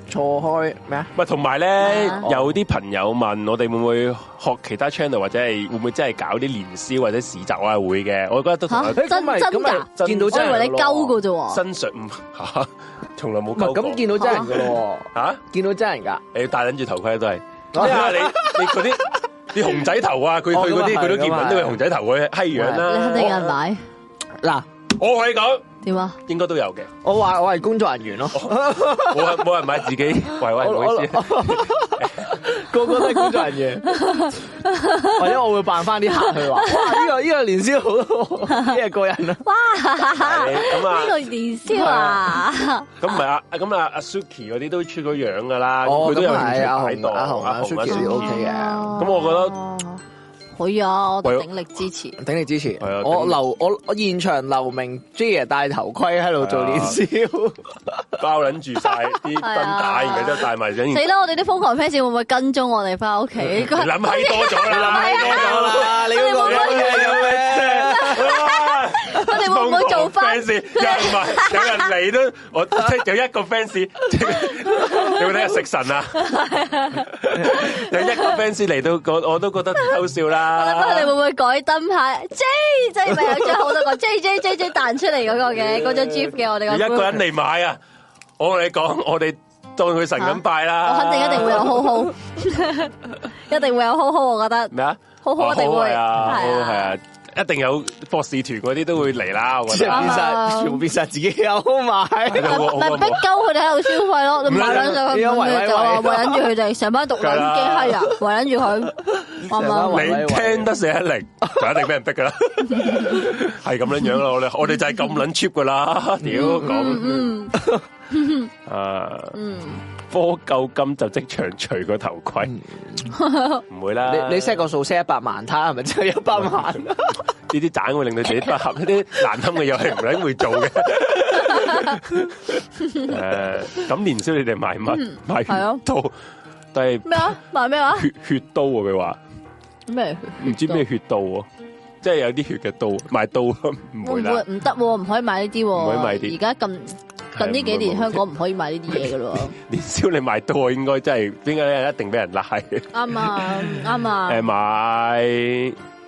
Speaker 3: 錯開咩啊？
Speaker 2: 唔係，同埋咧
Speaker 1: 啊，
Speaker 2: 有啲朋友問我哋會唔會學其他 channel，或者係會唔會真係搞啲年宵或者市集，我係會嘅。我覺得都同
Speaker 1: 嚇
Speaker 3: 誒
Speaker 2: 佢
Speaker 3: 咁咪
Speaker 1: 真
Speaker 3: 咁咪
Speaker 1: 真㗎
Speaker 3: 見到
Speaker 1: 我
Speaker 3: 真
Speaker 1: 以
Speaker 3: 人
Speaker 1: 為你
Speaker 3: 㗎
Speaker 2: 啊
Speaker 3: 咯
Speaker 1: 鳩
Speaker 3: 喎
Speaker 1: 嘅啫喎，
Speaker 2: 身上 [laughs] 唔嚇，從來冇
Speaker 3: 唔係
Speaker 2: 溝過。
Speaker 3: 咁見到真人噶
Speaker 1: 啊
Speaker 3: 咯
Speaker 2: 嚇，
Speaker 3: 喎，見到真人㗎。
Speaker 2: 你戴緊住頭盔都係。咩啊？你你嗰啲啲熊仔頭啊，佢佢嗰啲
Speaker 3: 哦咁啊
Speaker 2: 佢都見唔
Speaker 3: 咁啊
Speaker 2: 到，因為熊仔頭佢閪樣
Speaker 1: 你肯定有
Speaker 2: 啦。
Speaker 1: 人買
Speaker 3: 嗱，
Speaker 2: 我啊我可以講，
Speaker 1: 點啊？
Speaker 2: 應該都有嘅。
Speaker 3: 我話我係工作人員咯，
Speaker 2: 冇人冇人買自己，喂喂，哦唔
Speaker 3: 我
Speaker 2: 好意思。 [laughs]
Speaker 3: 個個都係工作
Speaker 1: [laughs]
Speaker 3: 人員，或者我會扮翻啲客去話，哇！呢個呢個年宵好喎，呢個過癮啊！
Speaker 1: 哇！
Speaker 2: 係咁啊
Speaker 1: 呢個年宵
Speaker 2: [laughs]
Speaker 1: 啊，
Speaker 2: 咁唔係啊，咁啊阿 Suki 嗰啲都出咗樣噶啦，
Speaker 3: 哦
Speaker 2: 佢都有
Speaker 3: 咁係
Speaker 2: 興趣
Speaker 3: 阿
Speaker 2: 擺
Speaker 3: 紅
Speaker 2: 檔。
Speaker 3: 阿紅阿 Suki 都 OK 嘅
Speaker 1: 咁
Speaker 2: 咁我覺得
Speaker 1: 得可以啊，我
Speaker 2: 喂
Speaker 1: 哋鼎力支持。
Speaker 3: 鼎力支持，
Speaker 2: 係啊
Speaker 3: 我
Speaker 2: 鼎力
Speaker 3: 留我我現場留名 J 爺戴頭盔喺度做年宵，啊 [laughs]
Speaker 2: 包撚住晒啲燈帶，然後之後帶埋整。
Speaker 1: 死啦！我哋啲瘋狂 fans 會唔會跟蹤我哋翻屋企？你
Speaker 2: 嗯你諗閪多咗啦，諗閪多咗啦，
Speaker 3: 你嗰
Speaker 1: 哎
Speaker 3: 個嘢咁嘅，
Speaker 1: 我哋會唔會做翻？
Speaker 2: fans？有 Dạ, 人唔係有人嚟都，我即係有一個 fans，你會睇下食神啊？有一個 fans 嚟到，我我都覺得偷笑
Speaker 1: 我諗佢哋
Speaker 2: 啦。
Speaker 1: 會唔會改燈牌？J J 咪有張好多個 J J J J 彈出嚟嗰個嘅，嗰張 GIF 嘅我哋
Speaker 2: 一
Speaker 1: 個
Speaker 2: 個
Speaker 1: group。
Speaker 2: 人嚟買啊！我同你講，我哋當佢神咁拜啦。
Speaker 1: 我肯定一定會有好
Speaker 2: [laughs]
Speaker 1: 好， [laughs] 一定會有好好，我覺得。
Speaker 2: 咩啊？
Speaker 1: 好好
Speaker 2: 哦
Speaker 1: 一定會
Speaker 2: 係啊，好
Speaker 1: 係啊
Speaker 2: 係啊，一定有博士團嗰啲都會嚟啦。我覺
Speaker 3: 全
Speaker 2: 得
Speaker 1: 啊
Speaker 3: 變晒
Speaker 1: 啱啊
Speaker 3: 全部變晒自己有買。
Speaker 2: 好過好
Speaker 1: 咪
Speaker 2: 過
Speaker 1: 逼
Speaker 2: 冇
Speaker 1: 鳩佢哋喺度消費咯，你
Speaker 2: 唔
Speaker 1: 買
Speaker 2: 係
Speaker 1: 撚上
Speaker 3: 你
Speaker 1: 去
Speaker 3: 有
Speaker 1: 咁
Speaker 3: 圍
Speaker 1: 佢
Speaker 3: 威
Speaker 1: 就話
Speaker 3: 喂
Speaker 1: 圍撚住佢哋成班獨撚機閪啊，圍撚住佢，啱唔
Speaker 3: 成班
Speaker 1: 啱
Speaker 3: 圍
Speaker 1: 啊？
Speaker 2: 你聽得四一零， [laughs] 就一定俾人
Speaker 1: [laughs]
Speaker 2: 逼噶啦，係咁樣樣啦。我哋我哋就係咁撚 cheap 噶啦，屌講
Speaker 1: 嗯
Speaker 2: [laughs] 啊！
Speaker 1: 嗯，
Speaker 2: 科救金就即場除個頭盔， [laughs] 唔會啦。
Speaker 3: 你你 set 個數 set 一百萬，睇下係咪真係一百萬？ [laughs]
Speaker 2: 呢啲盞會令到自己不合，呢
Speaker 1: [laughs]
Speaker 2: 啲難堪嘅嘢係唔撚會做嘅。誒，咁年宵你哋買乜？買
Speaker 1: 係咯
Speaker 2: 刀，都係
Speaker 1: 咩啊？賣咩話？
Speaker 2: 血血刀啊！佢話。
Speaker 1: 咩？
Speaker 2: 唔知咩血刀喎，即係有啲血嘅刀，賣刀 [laughs] 唔
Speaker 1: 會
Speaker 2: 會
Speaker 1: 唔
Speaker 2: 啦
Speaker 1: 會，唔得喎？唔可以買呢啲喎。
Speaker 2: 唔可以買呢啲
Speaker 1: 而家近近呢幾年香港唔可以買呢啲嘢噶咯。
Speaker 2: 年宵你賣刀應該真係點解咧？一定俾人拉。誒
Speaker 1: 啱啊，啱啊。
Speaker 2: 買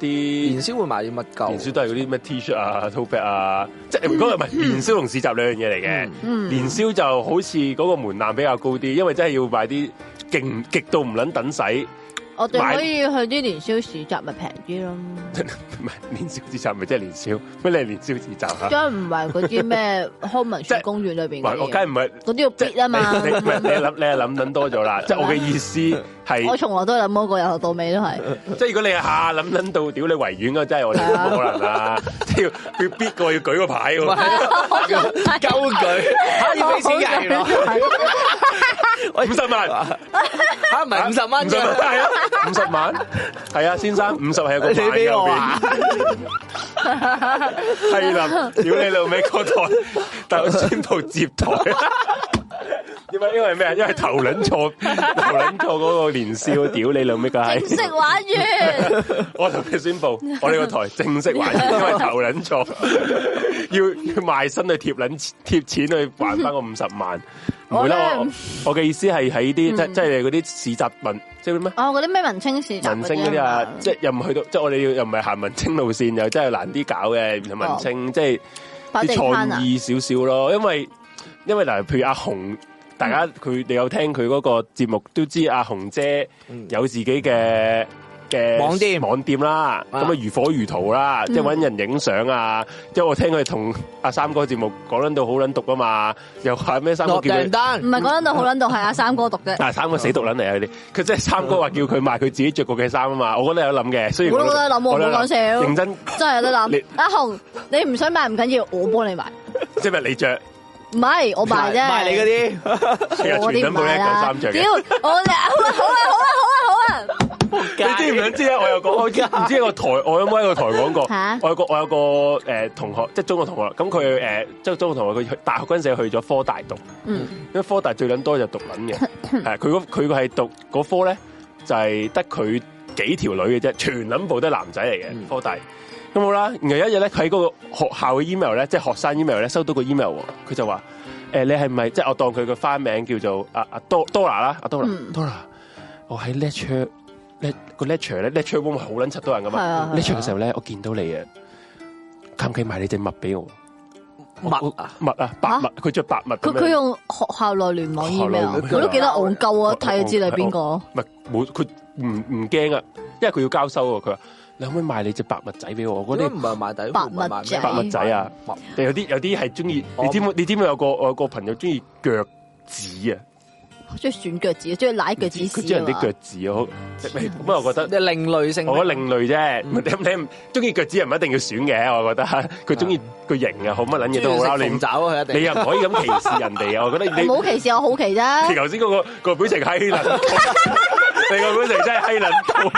Speaker 3: 年
Speaker 2: 啲
Speaker 3: 宵會買啲乜鳩 [laughs]
Speaker 2: 年？宵都係嗰啲咩 T 恤啊、tote bag 啊，即係唔講唔
Speaker 1: 嗯
Speaker 2: 係年宵同市集兩樣嘢嚟嘅。年宵就好似嗰個門檻比較高啲，因為真係要買啲勁極到唔撚等使，唔
Speaker 1: 我哋
Speaker 2: 買
Speaker 1: 可以去啲年宵市集咪平啲咯，
Speaker 2: 係年宵市集咪即係年宵，咩你係年宵市集啊？
Speaker 1: 將唔係嗰啲咩康文
Speaker 2: 即
Speaker 1: 署
Speaker 2: 係
Speaker 1: 公園裏邊
Speaker 2: 唔係我
Speaker 1: 嗰
Speaker 2: 梗
Speaker 1: 啲
Speaker 2: 係，唔係。
Speaker 1: 嗰啲要
Speaker 2: 即
Speaker 1: bid 啊嘛。
Speaker 2: 你你唔係你諗你係諗諗多咗啦，即係我嘅意思係
Speaker 1: 我從來都諗嗰個，由頭到尾都係。
Speaker 2: 即係如果你下諗諗到屌你維園嗰，真係我哋冇可能啦！即係要要必過要舉個牌喎，
Speaker 3: 鳩佢嚇要俾錢㗎原來 [laughs]
Speaker 2: 五十萬，
Speaker 3: 嚇唔係五十蚊
Speaker 2: 五十
Speaker 3: 啫
Speaker 2: 萬。係啊，五十萬，係啊，先生，五十係有個萬
Speaker 3: 你俾我啊！
Speaker 2: 係啦，屌你老味嗰台，但我宣布接台，因為因為咩啊？因為頭撚錯，頭撚錯嗰個年宵，屌你老味個
Speaker 1: 正式
Speaker 2: 閪！
Speaker 1: 玩完，
Speaker 2: 我同你宣布，我哋個台正式還，因為頭撚錯，要 [laughs] 要賣身去貼撚貼錢去還翻個五十萬。唔會啦，
Speaker 1: 我
Speaker 2: 我
Speaker 1: 呢嗯
Speaker 2: 我嘅意思係喺啲即即係嗰啲市集文，即係咩？
Speaker 1: 哦，嗰啲咩文青市集
Speaker 2: 民青嗰啲
Speaker 1: 啊
Speaker 2: 啊
Speaker 1: 嘛，
Speaker 2: 即係又唔去到，即係我哋要又唔係行民青路線，又真係難啲搞嘅。同
Speaker 1: 哦
Speaker 2: 民青即係
Speaker 1: 擺
Speaker 2: 啲
Speaker 1: 地攤啊
Speaker 2: 創，意少少咯，因為因為嗱，譬如阿紅，大
Speaker 1: 嗯
Speaker 2: 家佢你有聽佢嗰個節目都知阿紅姐有自己嘅嘅
Speaker 3: 嗯網店
Speaker 2: 網店啦，咁
Speaker 3: 啊
Speaker 2: 啊如火如荼啦，
Speaker 1: 嗯
Speaker 2: 即係搵人影相啊，即係我聽佢同阿三哥節目講撚到好撚毒啊嘛，又話咩三哥
Speaker 3: 落
Speaker 2: 叫佢
Speaker 3: 訂。單
Speaker 1: 唔。係講撚到好撚到係阿三哥讀嘅。
Speaker 2: 但係三個死毒撚嚟啊！佢哋，佢真係三哥話叫佢賣佢自己着過嘅衫啊嘛，我覺得有諗嘅。雖然
Speaker 1: 我都覺得有諗喎
Speaker 2: 我都有
Speaker 1: 唔好講笑
Speaker 2: 認真
Speaker 1: 真係有得諗 [laughs]
Speaker 2: 你。
Speaker 1: 阿紅，你唔想買唔緊要，我幫你買。
Speaker 2: 即係咪你着，
Speaker 1: 唔係我賣啫，
Speaker 3: 賣你嗰啲，
Speaker 1: 我啲唔賣啦。
Speaker 2: 啊全部都一嚿衫着嘅
Speaker 1: 屌，我哋好啦好啦好啊啦好啦好啦，
Speaker 3: [laughs]
Speaker 2: 你知唔想知咧？我有個我唔知喺個台，我有冇喺個台講過
Speaker 1: 嚇？
Speaker 2: 我有個我有個誒同學，即係中國同學啦。咁佢誒即係中國同學，佢去大學嗰陣時去咗科大讀。
Speaker 1: 嗯，
Speaker 2: 因為科大最撚多就讀撚 [laughs] 嘅，係佢嗰佢係讀嗰科咧就係得佢幾條女嘅啫，全撚部都係男仔嚟嘅科大。咁好啦，然後有一日咧，佢喺嗰個學校嘅 email 咧，即係學生 email 咧，收到個 email，喎佢就話：誒、你係咪即係我當佢個花名叫做阿阿多多拿啦，阿啊多拿
Speaker 1: 嗯
Speaker 2: 多拿，我喺 lecture 咧哦個 lecture 咧 lecture room 係好撚柒多人噶
Speaker 1: 係啊
Speaker 2: 嘛
Speaker 1: 係啊
Speaker 2: ，lecture 嘅時候咧，我見到你啊，冚企埋你隻襪俾我，
Speaker 3: 襪啊
Speaker 2: 襪啊，白襪，佢着白襪咁
Speaker 1: 佢
Speaker 2: 樣。
Speaker 1: 佢用學校內聯網 email，
Speaker 2: 學校內聯
Speaker 1: 我
Speaker 2: 網
Speaker 1: 都幾得戇鳩啊！
Speaker 2: 我
Speaker 1: 睇就知你係邊個。
Speaker 2: 唔係冇佢唔唔驚啊，因為佢要交收啊。佢話你可唔可以賣你隻白襪仔俾我？嗰
Speaker 6: 嗰啲
Speaker 2: 啲
Speaker 6: 唔係賣底褲，
Speaker 1: 白
Speaker 6: 唔係賣
Speaker 1: 襪仔
Speaker 6: 咩
Speaker 2: 白襪仔啊，有啲有啲係中意。你知唔你知唔知有個我有個朋友中意腳趾啊？
Speaker 1: 中意選腳趾，中意舐腳趾屎
Speaker 2: 佢中意
Speaker 1: 啊
Speaker 2: 人
Speaker 1: 嘛
Speaker 2: 啲腳趾啊！好 [laughs] 咁我覺得。
Speaker 3: 你另類性，
Speaker 2: 我覺得另類啫，唔係 [laughs] 你唔中意腳趾又唔一定要選嘅，我覺得佢中意個型啊，好乜撚嘢都好啦，你唔
Speaker 6: 找啊，佢一
Speaker 1: [laughs]
Speaker 6: 定
Speaker 2: 你又唔可以咁歧視人哋啊！我覺得你
Speaker 1: 冇歧視，我好奇
Speaker 2: 你
Speaker 1: 啫。
Speaker 2: [laughs] 頭先嗰個個表
Speaker 1: [laughs]
Speaker 2: 情閪撚到，你個表情真係閪撚到。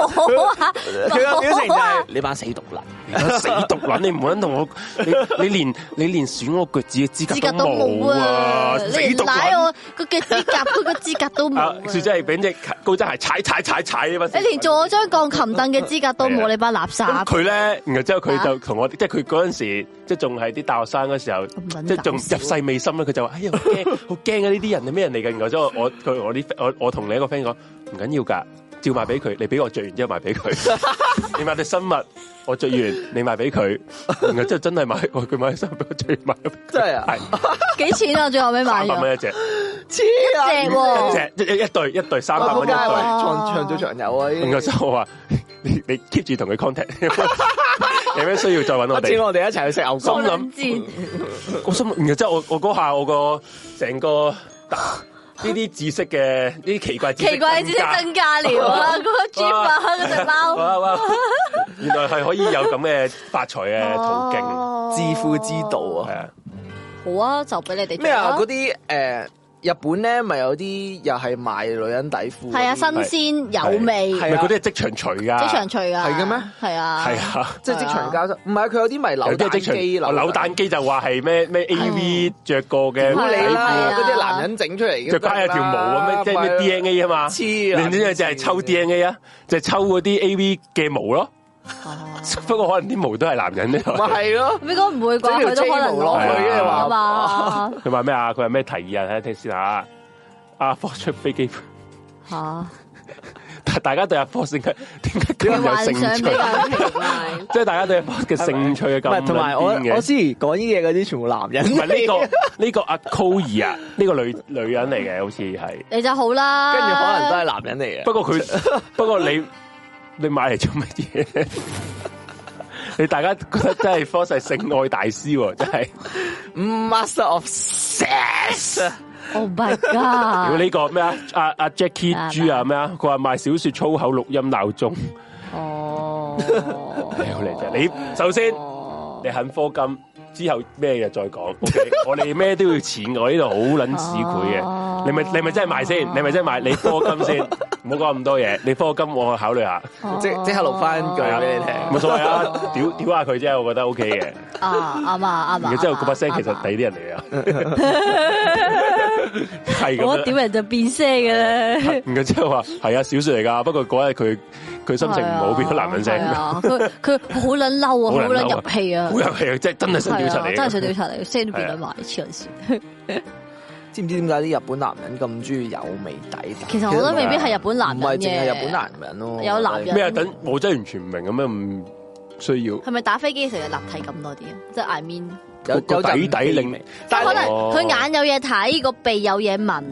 Speaker 1: 好啊，
Speaker 6: 佢個表情就
Speaker 1: 好啊
Speaker 6: 係，你班死毒撚，
Speaker 2: 死毒撚，你唔撚同我，你你連你連選我腳趾嘅資
Speaker 1: 指甲
Speaker 2: 格
Speaker 1: 都
Speaker 2: 都
Speaker 1: 冇
Speaker 2: 冇
Speaker 1: 啊
Speaker 2: 啊！！
Speaker 1: 你
Speaker 2: 死
Speaker 1: 連
Speaker 2: 毒
Speaker 1: 舐
Speaker 2: 撚
Speaker 1: 我個腳指甲嗰個指甲都冇
Speaker 2: 啊
Speaker 1: 啊！！
Speaker 2: 小姐係俾只高踭鞋踩踩踩踩啊呢
Speaker 1: 你連做我張鋼琴凳嘅資格都
Speaker 2: 係
Speaker 1: 冇，
Speaker 2: 啊
Speaker 1: 你班垃
Speaker 2: 咁
Speaker 1: 圾！
Speaker 2: 佢咧，然後之後佢
Speaker 1: 啊
Speaker 2: 就同我，即係佢嗰陣時，即係仲係啲大學生嗰時候，
Speaker 1: 撚
Speaker 2: 即係仲入世未深咧，佢就話：哎呀，好驚，好驚啊！呢啲人係咩人嚟嘅？然後之後我佢我啲 friend- 我我同另一個 friend 講，唔緊要㗎，照賣俾佢，你俾我着完之後賣俾佢， [laughs] 你買對新襪，我着完你賣俾佢，然後之後真係買，我佢買新襪俾我着完賣咗俾佢，
Speaker 6: 真係啊，
Speaker 2: 係
Speaker 1: 幾錢啊？最後尾買
Speaker 2: 三百
Speaker 1: 咗
Speaker 2: [laughs] 蚊一隻，
Speaker 1: [laughs] 正
Speaker 6: 黐啊！
Speaker 1: 喎，
Speaker 2: 一隻一一對一對三百蚊
Speaker 6: 我仆
Speaker 2: 一
Speaker 6: 街
Speaker 3: 啊
Speaker 2: 對。
Speaker 6: 喂，長長做長有啊！
Speaker 2: 然後之後我話： [laughs] 你你 keep 住同佢 contact，有 [laughs] 咩需要再揾
Speaker 6: 我
Speaker 2: 我
Speaker 6: 知
Speaker 2: 哋。
Speaker 6: 我哋一齊去食牛
Speaker 1: 好
Speaker 6: 肝，
Speaker 1: 撚賤，
Speaker 2: 我心諗，然後之後我我嗰下我個成個啊呢啲知識嘅呢啲奇怪知識
Speaker 1: [laughs] 奇怪知識
Speaker 2: 加
Speaker 1: 增加了啊！嗰個豬啊，嗰只貓。
Speaker 2: 哇哇！
Speaker 1: [laughs]
Speaker 2: 原來係可以有咁嘅發財嘅途徑，
Speaker 1: 哦
Speaker 6: 致富之道啊！
Speaker 2: 係啊！
Speaker 1: 好啊，就俾你哋做
Speaker 6: 咩啊？
Speaker 1: 啦
Speaker 6: 嗰啲誒日本咧，咪有啲又係賣女人底褲嗰啲？
Speaker 1: 係啊，新鮮有味，
Speaker 2: 係啊嗰啲係即場除噶，
Speaker 1: 即場除噶，
Speaker 6: 係嘅咩？
Speaker 1: 係啊，
Speaker 2: 係啊！
Speaker 6: 即係即場交收。唔係，佢有啲咪扭
Speaker 2: 有啲係
Speaker 6: 蛋
Speaker 2: 即場
Speaker 6: 機
Speaker 2: 哦扭
Speaker 1: 啊
Speaker 2: 蛋機就話係咩咩 A V 着過嘅
Speaker 6: 屌你
Speaker 1: 係
Speaker 6: 啦！
Speaker 1: 啊
Speaker 6: 嗰啲男人整出嚟嘅，
Speaker 2: 就加有條毛咁樣，即係咩 DNA 啊嘛。
Speaker 6: 黐啊
Speaker 2: 你知唔知就係抽 DNA 啊？就係抽嗰啲 AV 嘅毛咯。不過可能啲毛都係男人咧。
Speaker 6: 咪係咯？
Speaker 1: 應該唔會啩？佢都可能攞
Speaker 2: 整條 chain
Speaker 1: 去啊
Speaker 2: 毛落去
Speaker 1: 嘛，
Speaker 2: 佢話咩啊？佢話咩提議啊？睇下聽先吓。阿科出飛機， [laughs]
Speaker 1: 嚇！
Speaker 2: 但大家對阿科性格點解咁有
Speaker 1: 幻想
Speaker 2: 興
Speaker 1: 比
Speaker 2: 趣？
Speaker 1: 較奇怪。
Speaker 2: 即係大家對阿科嘅興趣係
Speaker 6: 唔
Speaker 2: 咁
Speaker 6: 係，同埋我
Speaker 2: 撚癲嘅
Speaker 6: 我之前講呢嘢嗰啲全部男人
Speaker 2: 唔。係呢個呢個阿 Coy 啊，呢個女女人嚟嘅，好似係。
Speaker 1: 你就好啦，
Speaker 6: 跟住可能都係男人嚟嘅
Speaker 2: 不。過佢不過你你買嚟做乜嘢？你大家覺得真係科係性愛大師喎，真係。
Speaker 6: Master of Sex，
Speaker 1: Oh my
Speaker 2: 屌
Speaker 1: god！
Speaker 2: 呢個咩啊？阿阿 Jackie
Speaker 1: 啊
Speaker 2: G 啊咩啊？佢話賣小說粗口錄音鬧鐘，
Speaker 1: 哦，
Speaker 2: 屌你啫！你首先
Speaker 1: 哦
Speaker 2: 你肯科金。之後咩嘢再講，OK？我哋咩都要錢嘅，我呢度好撚市儈
Speaker 1: 哦
Speaker 2: 嘅。你咪你咪真係賣先，你咪真係賣，你科金先，唔好講咁多嘢。你科金我考慮下，啊
Speaker 6: 即即刻錄
Speaker 3: 哦
Speaker 6: 翻句俾你聽。
Speaker 2: 冇所謂哦啊，屌屌下佢啫，我覺得 OK 嘅。
Speaker 1: 啊，啱啊，啱
Speaker 2: 然
Speaker 1: 啊。
Speaker 2: 之後嗰把聲
Speaker 1: 啱啊
Speaker 2: 其實係啲人嚟
Speaker 1: [laughs]
Speaker 2: 啊，係
Speaker 1: 我
Speaker 2: 咁
Speaker 1: 點
Speaker 2: 樣。
Speaker 1: 人就變聲嘅咧。
Speaker 2: 然後之後話係啊，小説嚟㗎，不過嗰日佢佢心情唔好，變咗男人聲，
Speaker 1: 係
Speaker 2: 好
Speaker 1: 啊佢佢好撚嬲啊，好
Speaker 2: 撚
Speaker 1: 撚入戲啊
Speaker 2: 好，入戲啊，即係真係想屌
Speaker 1: 係
Speaker 2: 柒
Speaker 1: 啊，
Speaker 2: 你，啊
Speaker 1: 真係想屌柒你，聲都變撚埋，黐撚線。
Speaker 6: 知唔知點解啲日本男人咁中意有味底？
Speaker 1: 其實我覺得未必係日本男
Speaker 6: 唔
Speaker 1: 人嘅，
Speaker 6: 係淨係日本男人咯，
Speaker 1: 有男人
Speaker 2: 咩啊？等我真係完全唔明咁樣，唔需要
Speaker 1: 係咪打飛機嘅時候有立體感多啲啊？即係 I mean，
Speaker 6: 有
Speaker 2: 個個
Speaker 6: 有
Speaker 2: 底底令
Speaker 6: 味，
Speaker 1: 但
Speaker 6: 但
Speaker 1: 可
Speaker 6: 係
Speaker 1: 能
Speaker 6: 你
Speaker 1: 佢眼有嘢睇，個鼻有嘢聞，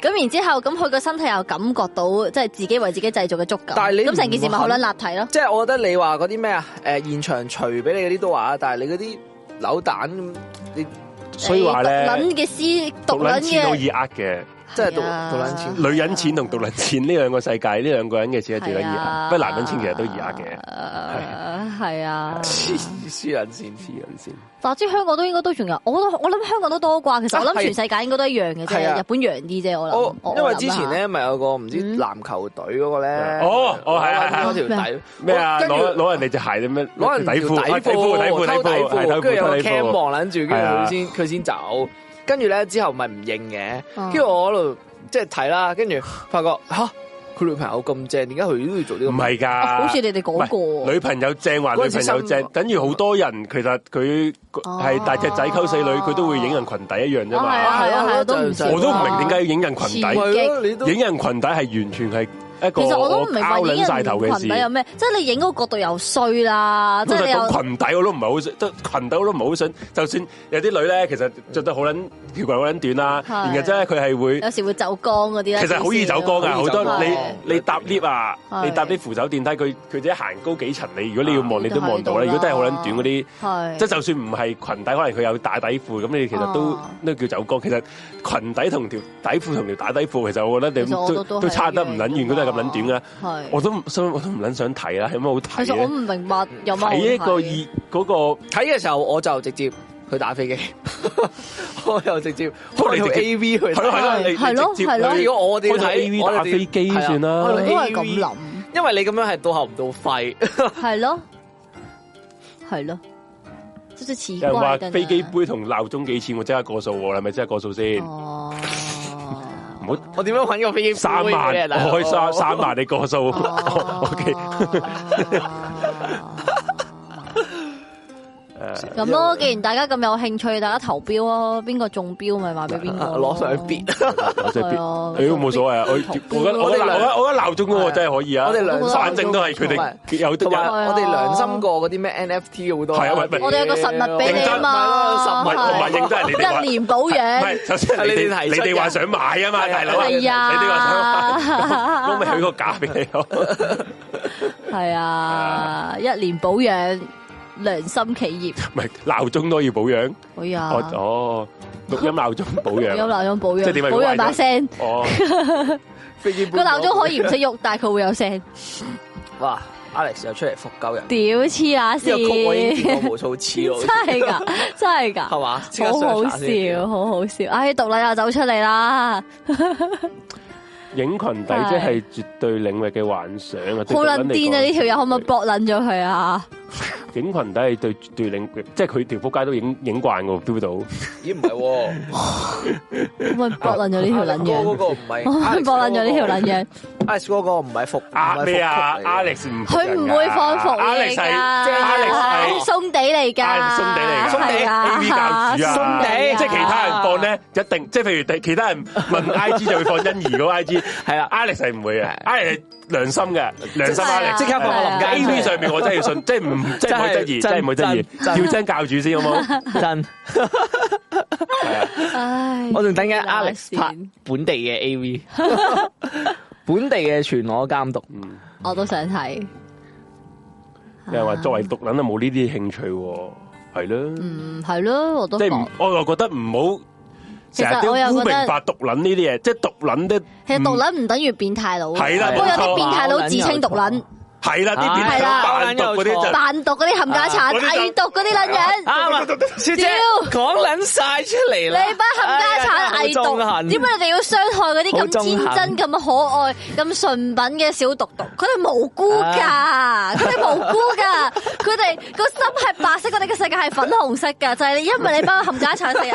Speaker 1: 咁然之後咁佢個身體又感覺到即係自己為自己製造嘅觸感，
Speaker 6: 但係你
Speaker 1: 咁成件事咪好撚
Speaker 6: 唔
Speaker 1: 立體咯？
Speaker 6: 即係我覺得你話嗰啲咩啊？誒現場除俾你嗰啲都話啊，但係你嗰啲扭蛋咁，你
Speaker 2: 所以話咧，
Speaker 1: 你毒撚嘅思，毒
Speaker 2: 毒撚
Speaker 1: 撚
Speaker 2: 錢好
Speaker 1: 嘅
Speaker 2: 易呃嘅，
Speaker 3: 真係
Speaker 1: 係啊
Speaker 3: 獨獨撚錢
Speaker 2: 女人錢同獨立錢呢兩個世界，呢兩個人嘅錢係最
Speaker 1: 係
Speaker 2: 撚易呃，
Speaker 1: 啊，
Speaker 2: 不過男人錢其實都易呃
Speaker 1: 嘅，
Speaker 2: 嘅。
Speaker 1: 係啊。
Speaker 3: 黐人線
Speaker 2: 黐人線，
Speaker 1: 但我知香港都應該都仲有，我都我諗香港都多啩。其實我
Speaker 3: 啊
Speaker 1: 諗
Speaker 3: 係
Speaker 1: 全世界應該都一樣嘅
Speaker 3: 係啊
Speaker 1: 啫，日本洋啲啫。我諗
Speaker 3: 我，
Speaker 1: 我
Speaker 3: 因為
Speaker 1: 我諗
Speaker 3: 之前
Speaker 1: 啊
Speaker 3: 咧咪有個唔知籃球隊嗰個咧，
Speaker 2: 嗯哦哦係係係
Speaker 3: 攞條底
Speaker 2: 咩啊？
Speaker 3: 我跟住
Speaker 2: 攞攞人哋隻鞋定咩？
Speaker 3: 攞人
Speaker 2: 底
Speaker 3: 條
Speaker 2: 褲，啊
Speaker 3: 底
Speaker 2: 底褲，底
Speaker 3: 褲
Speaker 2: 褲，
Speaker 3: 偷
Speaker 2: 底褲，係
Speaker 3: 褲，跟住有個
Speaker 2: 底褲底
Speaker 3: cam
Speaker 2: 褲。
Speaker 3: 望撚住，跟住
Speaker 2: 係啊
Speaker 3: 佢先佢先走，跟住咧之後咪唔應嘅，
Speaker 1: 嗯
Speaker 3: 跟住我喺度即係睇啦，跟住發覺吓佢女朋友咁正，點解佢都要做呢個？
Speaker 2: 唔係㗎，
Speaker 1: 啊好似你哋
Speaker 2: 唔
Speaker 1: 講過
Speaker 2: 係，女朋友正話
Speaker 3: 嗰
Speaker 2: 女
Speaker 3: 陣時
Speaker 2: 朋友
Speaker 3: 心
Speaker 2: 正，等於好多人其實佢係大隻仔溝死女，佢都會影人裙底一樣啫
Speaker 1: 啊哦係啊
Speaker 2: 嘛。
Speaker 1: 係啊係啊，
Speaker 3: 就
Speaker 1: 都唔
Speaker 3: 就
Speaker 1: 少啊
Speaker 2: 我都唔明點解要影人裙
Speaker 1: 刺
Speaker 2: 底
Speaker 1: 激，
Speaker 3: 係咯，你都
Speaker 2: 影人裙底係完全係一個
Speaker 1: 其實我都唔明白
Speaker 2: 拗
Speaker 1: 影
Speaker 2: 撚晒
Speaker 1: 人
Speaker 2: 頭嘅
Speaker 1: 裙
Speaker 2: 事。
Speaker 1: 底有咩，即係你影嗰個角度又衰啦，即
Speaker 2: 老
Speaker 1: 係
Speaker 2: 實
Speaker 1: 你
Speaker 2: 講，
Speaker 1: 又
Speaker 2: 裙底我都唔係好想，得裙底我都唔係好想。就算有啲女咧，其實着得好撚條裙好撚短啦，
Speaker 1: 係
Speaker 2: 然後真係佢係會。
Speaker 1: 有時啊會走光嗰啲咧。
Speaker 2: 其實好易走光噶，啊
Speaker 3: 好易
Speaker 2: 好
Speaker 3: 走光
Speaker 2: 多
Speaker 1: 啊係
Speaker 2: 你你搭 lift 啊，
Speaker 1: 係
Speaker 2: 你搭啲扶手電梯，佢佢自己行高幾層，你如果你要望，
Speaker 1: 啊
Speaker 2: 你都望到啦。
Speaker 1: 呢
Speaker 2: 如
Speaker 1: 度係
Speaker 2: 果真係好撚短嗰啲，
Speaker 1: 係
Speaker 2: 即係就算唔係裙底，可能佢有打底褲，咁你其實都
Speaker 1: 啊
Speaker 2: 都叫走光。其實裙底同條底褲同條打底褲，其實我覺得你
Speaker 1: 其實我
Speaker 2: 都
Speaker 1: 都
Speaker 2: 都差得唔撚遠，佢都係咁撚短噶。
Speaker 1: 係
Speaker 2: 我都唔我都唔撚想睇啦，有乜好
Speaker 1: 其實我唔
Speaker 2: 睇啊
Speaker 1: 明白有
Speaker 2: 嘅？睇
Speaker 1: 乜
Speaker 2: 一
Speaker 1: 好
Speaker 2: 個
Speaker 1: 睇
Speaker 2: 意嗰個，
Speaker 3: 睇嘅時候我就直接去打
Speaker 2: [laughs]
Speaker 3: 飛機，我又直接開
Speaker 2: 你
Speaker 3: 到
Speaker 2: 直接
Speaker 3: A V 去
Speaker 2: 係咯係
Speaker 3: 睇。
Speaker 2: 咯，你
Speaker 1: 係咯
Speaker 2: 你直接
Speaker 1: 係咯
Speaker 2: 去
Speaker 3: 如果我哋要
Speaker 2: 開到 AV
Speaker 3: 睇我哋
Speaker 2: 打飛機
Speaker 3: 係啊
Speaker 2: 算啦
Speaker 1: 我
Speaker 3: 開到
Speaker 1: 都係
Speaker 3: AV
Speaker 1: 咁諗，
Speaker 3: 因為你咁樣係到喉唔到肺， [laughs]
Speaker 1: 係咯，係咯，即係似
Speaker 2: 有人話
Speaker 1: 瓜得
Speaker 2: 飛機
Speaker 1: 啊
Speaker 2: 杯同鬧鐘幾錢？我即刻過數喎，係咪即刻過數先？唔
Speaker 1: 哦，
Speaker 2: 好
Speaker 3: 我點樣搵個飛機杯
Speaker 2: 三
Speaker 3: 俾
Speaker 2: 萬，
Speaker 3: 你啊大佬
Speaker 2: 我開三三萬你過數。 [laughs]
Speaker 1: 哦
Speaker 2: [laughs] OK，
Speaker 1: [laughs] 咁咯，既然大家咁有興趣，大家投標咯，邊個中標咪話俾邊個咯
Speaker 2: [laughs]
Speaker 3: 攞上去別。
Speaker 2: 我真係
Speaker 1: 係
Speaker 2: [laughs]
Speaker 1: 啊
Speaker 2: 邊，誒冇所謂啊！我我覺得我覺得鬧我覺得鬧鐘嗰個真係可以啊！
Speaker 3: 我哋良心
Speaker 2: 反正都係佢
Speaker 3: 同埋
Speaker 2: 哋有得
Speaker 3: 同埋
Speaker 2: 有。
Speaker 3: 我哋良心過嗰啲咩 NFT 好多，
Speaker 2: 係啊喂喂
Speaker 1: 我哋有個實物俾你啊嘛，
Speaker 3: 認真咪咯實物
Speaker 1: 係
Speaker 3: 同埋
Speaker 2: 認真係啊你哋話
Speaker 1: 一年保
Speaker 2: [laughs] 唔
Speaker 1: 養，
Speaker 2: 係，首先係你
Speaker 3: 係
Speaker 2: 哋
Speaker 3: 你哋提
Speaker 2: 你
Speaker 3: 出嘅
Speaker 2: 哋話想買啊嘛，
Speaker 3: 係啊
Speaker 2: 大佬啊，你
Speaker 1: 係
Speaker 2: 哋話想買，
Speaker 1: 啊，
Speaker 2: 咁咪許個價俾你咯。
Speaker 1: 係啊，一年保養良心企業，
Speaker 2: 唔係鬧鐘都要保養，
Speaker 1: 哎呀，
Speaker 2: 哦哦，錄音鬧鐘保
Speaker 1: 有
Speaker 2: 養，
Speaker 1: 鬧鐘保
Speaker 2: 即係點
Speaker 1: 養，
Speaker 2: 啊
Speaker 1: 保養把聲，
Speaker 2: 哦。
Speaker 3: 飛機杯
Speaker 1: 個鬧鐘可以唔識喐，但係佢會有聲，
Speaker 3: 哇！Alex 又出嚟復鳩人，呢
Speaker 1: 屌黐啊
Speaker 3: 個曲我已經
Speaker 1: 線
Speaker 3: 見，過無數
Speaker 1: [laughs]
Speaker 3: 次咯，
Speaker 1: 真係㗎，真係㗎。
Speaker 3: 係嘛？即刻
Speaker 1: 好好
Speaker 3: search 下先
Speaker 1: 笑，好好笑！唉，毒奶又走出嚟啦，
Speaker 2: 影裙底即係絕對領域嘅幻想啊！
Speaker 1: 好撚癲啊！呢條友可唔可以搏撚咗佢啊？
Speaker 2: 可影裙底係對絕對領域，即係佢條仆街都影影慣嘅喎，feel 到。
Speaker 3: 咦唔係喎，
Speaker 1: 可唔可以搏撚咗呢條
Speaker 2: 啊
Speaker 1: 撚
Speaker 3: 哥嗰
Speaker 1: 樣？
Speaker 3: 個唔
Speaker 1: [laughs]
Speaker 3: 係
Speaker 1: 可唔可以
Speaker 3: Alex
Speaker 1: 搏撚咗呢條撚樣？
Speaker 3: ，Alex 哥嗰個唔係復
Speaker 2: 啊咩啊？Alex 唔服人㗎
Speaker 1: 佢唔會放服
Speaker 2: ，Alex
Speaker 1: 嘢
Speaker 2: 係
Speaker 1: 㗎
Speaker 2: 即係 Alex 係。
Speaker 1: 鬆地嚟㗎，
Speaker 2: 係鬆地嚟㗎，
Speaker 1: 係啊
Speaker 2: A V 教主啊，
Speaker 1: 鬆地啊
Speaker 2: 即係其他人放咧，一定即係譬如第其他人問 I G 就會放欣宜嗰 I G，係
Speaker 3: 啦
Speaker 2: ，Alex 係唔會嘅，Alex 係良心嘅，良心
Speaker 1: 係啊
Speaker 2: Alex，
Speaker 1: 即刻放
Speaker 3: 林家
Speaker 2: A
Speaker 3: 出嚟
Speaker 2: V 上面我真係要信，即係唔即係唔會質疑，
Speaker 3: 真
Speaker 2: 真
Speaker 3: 係
Speaker 2: 係唔會質疑，
Speaker 3: 真真
Speaker 2: 叫聲教主先好
Speaker 1: [laughs]
Speaker 2: 冇？
Speaker 3: 真？
Speaker 2: 係啊。
Speaker 1: 唉，
Speaker 3: 我仲等緊
Speaker 1: 黐乸
Speaker 3: Alex 拍
Speaker 1: 線
Speaker 3: 本地嘅 AV，本地嘅全裸監督，
Speaker 1: 我都想睇。
Speaker 2: 有人話作為毒撚啊，冇呢啲興趣喎，係咯，
Speaker 1: 嗯，係咯，我都
Speaker 2: 即係
Speaker 1: 覺
Speaker 2: 唔，我又覺得唔好
Speaker 1: 其實
Speaker 2: 成日都
Speaker 1: 我又覺得
Speaker 2: 污名化毒撚呢啲嘢，即係毒撚啲
Speaker 1: 其實毒撚唔等於變態佬，
Speaker 2: 係嗯啦
Speaker 1: 不過有
Speaker 2: 冇錯
Speaker 1: 啲變態佬自稱毒撚，
Speaker 2: 係啦，啲
Speaker 3: 啊
Speaker 2: 電
Speaker 1: 係
Speaker 2: 手
Speaker 1: 啦
Speaker 2: 扮毒嗰啲
Speaker 3: 有錯
Speaker 2: 就
Speaker 1: 扮毒嗰啲冚家
Speaker 2: 啊
Speaker 1: 產，
Speaker 2: 嗰啲就
Speaker 1: 偽毒嗰啲撚樣。
Speaker 3: 啱啊！小姐
Speaker 1: 屌
Speaker 3: 講撚晒出嚟
Speaker 1: 你
Speaker 3: 啦，
Speaker 1: 班冚家產
Speaker 3: 哎呀
Speaker 1: 偽
Speaker 3: 真係好中
Speaker 1: 毒，
Speaker 3: 肯
Speaker 1: 點解你哋要傷害嗰啲
Speaker 3: 好
Speaker 1: 咁
Speaker 3: 中肯
Speaker 1: 天真、咁可愛、咁純品嘅小毒毒？佢哋無辜噶， [laughs] 佢哋無辜噶，佢哋個心係白色，佢哋嘅世界係粉紅色噶，就係你因為你班冚家產死人，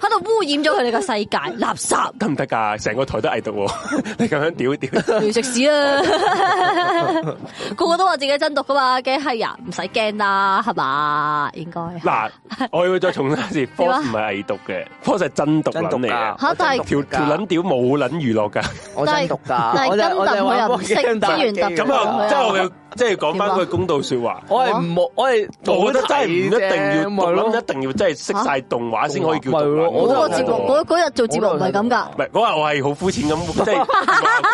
Speaker 1: 喺度污染咗佢哋嘅世界，垃圾，
Speaker 2: 得唔得㗎？成個台都偽毒喎， [laughs] 你咁樣屌屌，
Speaker 1: 要食屎 [laughs] 啦！個個都話自己真毒噶嘛，梗係呀，唔使驚啦，係嘛？應該
Speaker 2: 嗱，我要再重申一次
Speaker 1: 點啊
Speaker 2: ，Force 唔係偽毒嘅，Force 係真毒
Speaker 3: 真
Speaker 2: 撚
Speaker 3: 毒
Speaker 2: 嚟
Speaker 3: 噶
Speaker 2: 嘅，
Speaker 1: 嚇但係
Speaker 2: 條條撚屌冇撚娛樂㗎。
Speaker 3: 我真毒噶，
Speaker 1: 但係
Speaker 3: 我真
Speaker 1: 金
Speaker 3: 我真
Speaker 1: 盾佢又唔
Speaker 3: 玩
Speaker 1: 識資源特別
Speaker 2: 咁
Speaker 1: 佢
Speaker 2: 啊，
Speaker 1: 啊
Speaker 2: 即係我要即系讲翻句公道说话。
Speaker 3: 我係唔冇，我係
Speaker 2: 我覺得真係唔一定要
Speaker 3: 咪
Speaker 2: 讀
Speaker 3: 咯
Speaker 2: 諗，一定要真係識晒動畫先可以叫動
Speaker 3: 咪
Speaker 2: 畫。
Speaker 3: 咯
Speaker 1: 嗰
Speaker 3: 我都有
Speaker 1: 個
Speaker 3: 睇
Speaker 1: 節目嗰
Speaker 3: 過
Speaker 1: 嗰日做節目唔係咁㗎
Speaker 3: 我，
Speaker 2: 唔係嗰日我係好膚淺咁，
Speaker 1: [laughs]
Speaker 2: 即係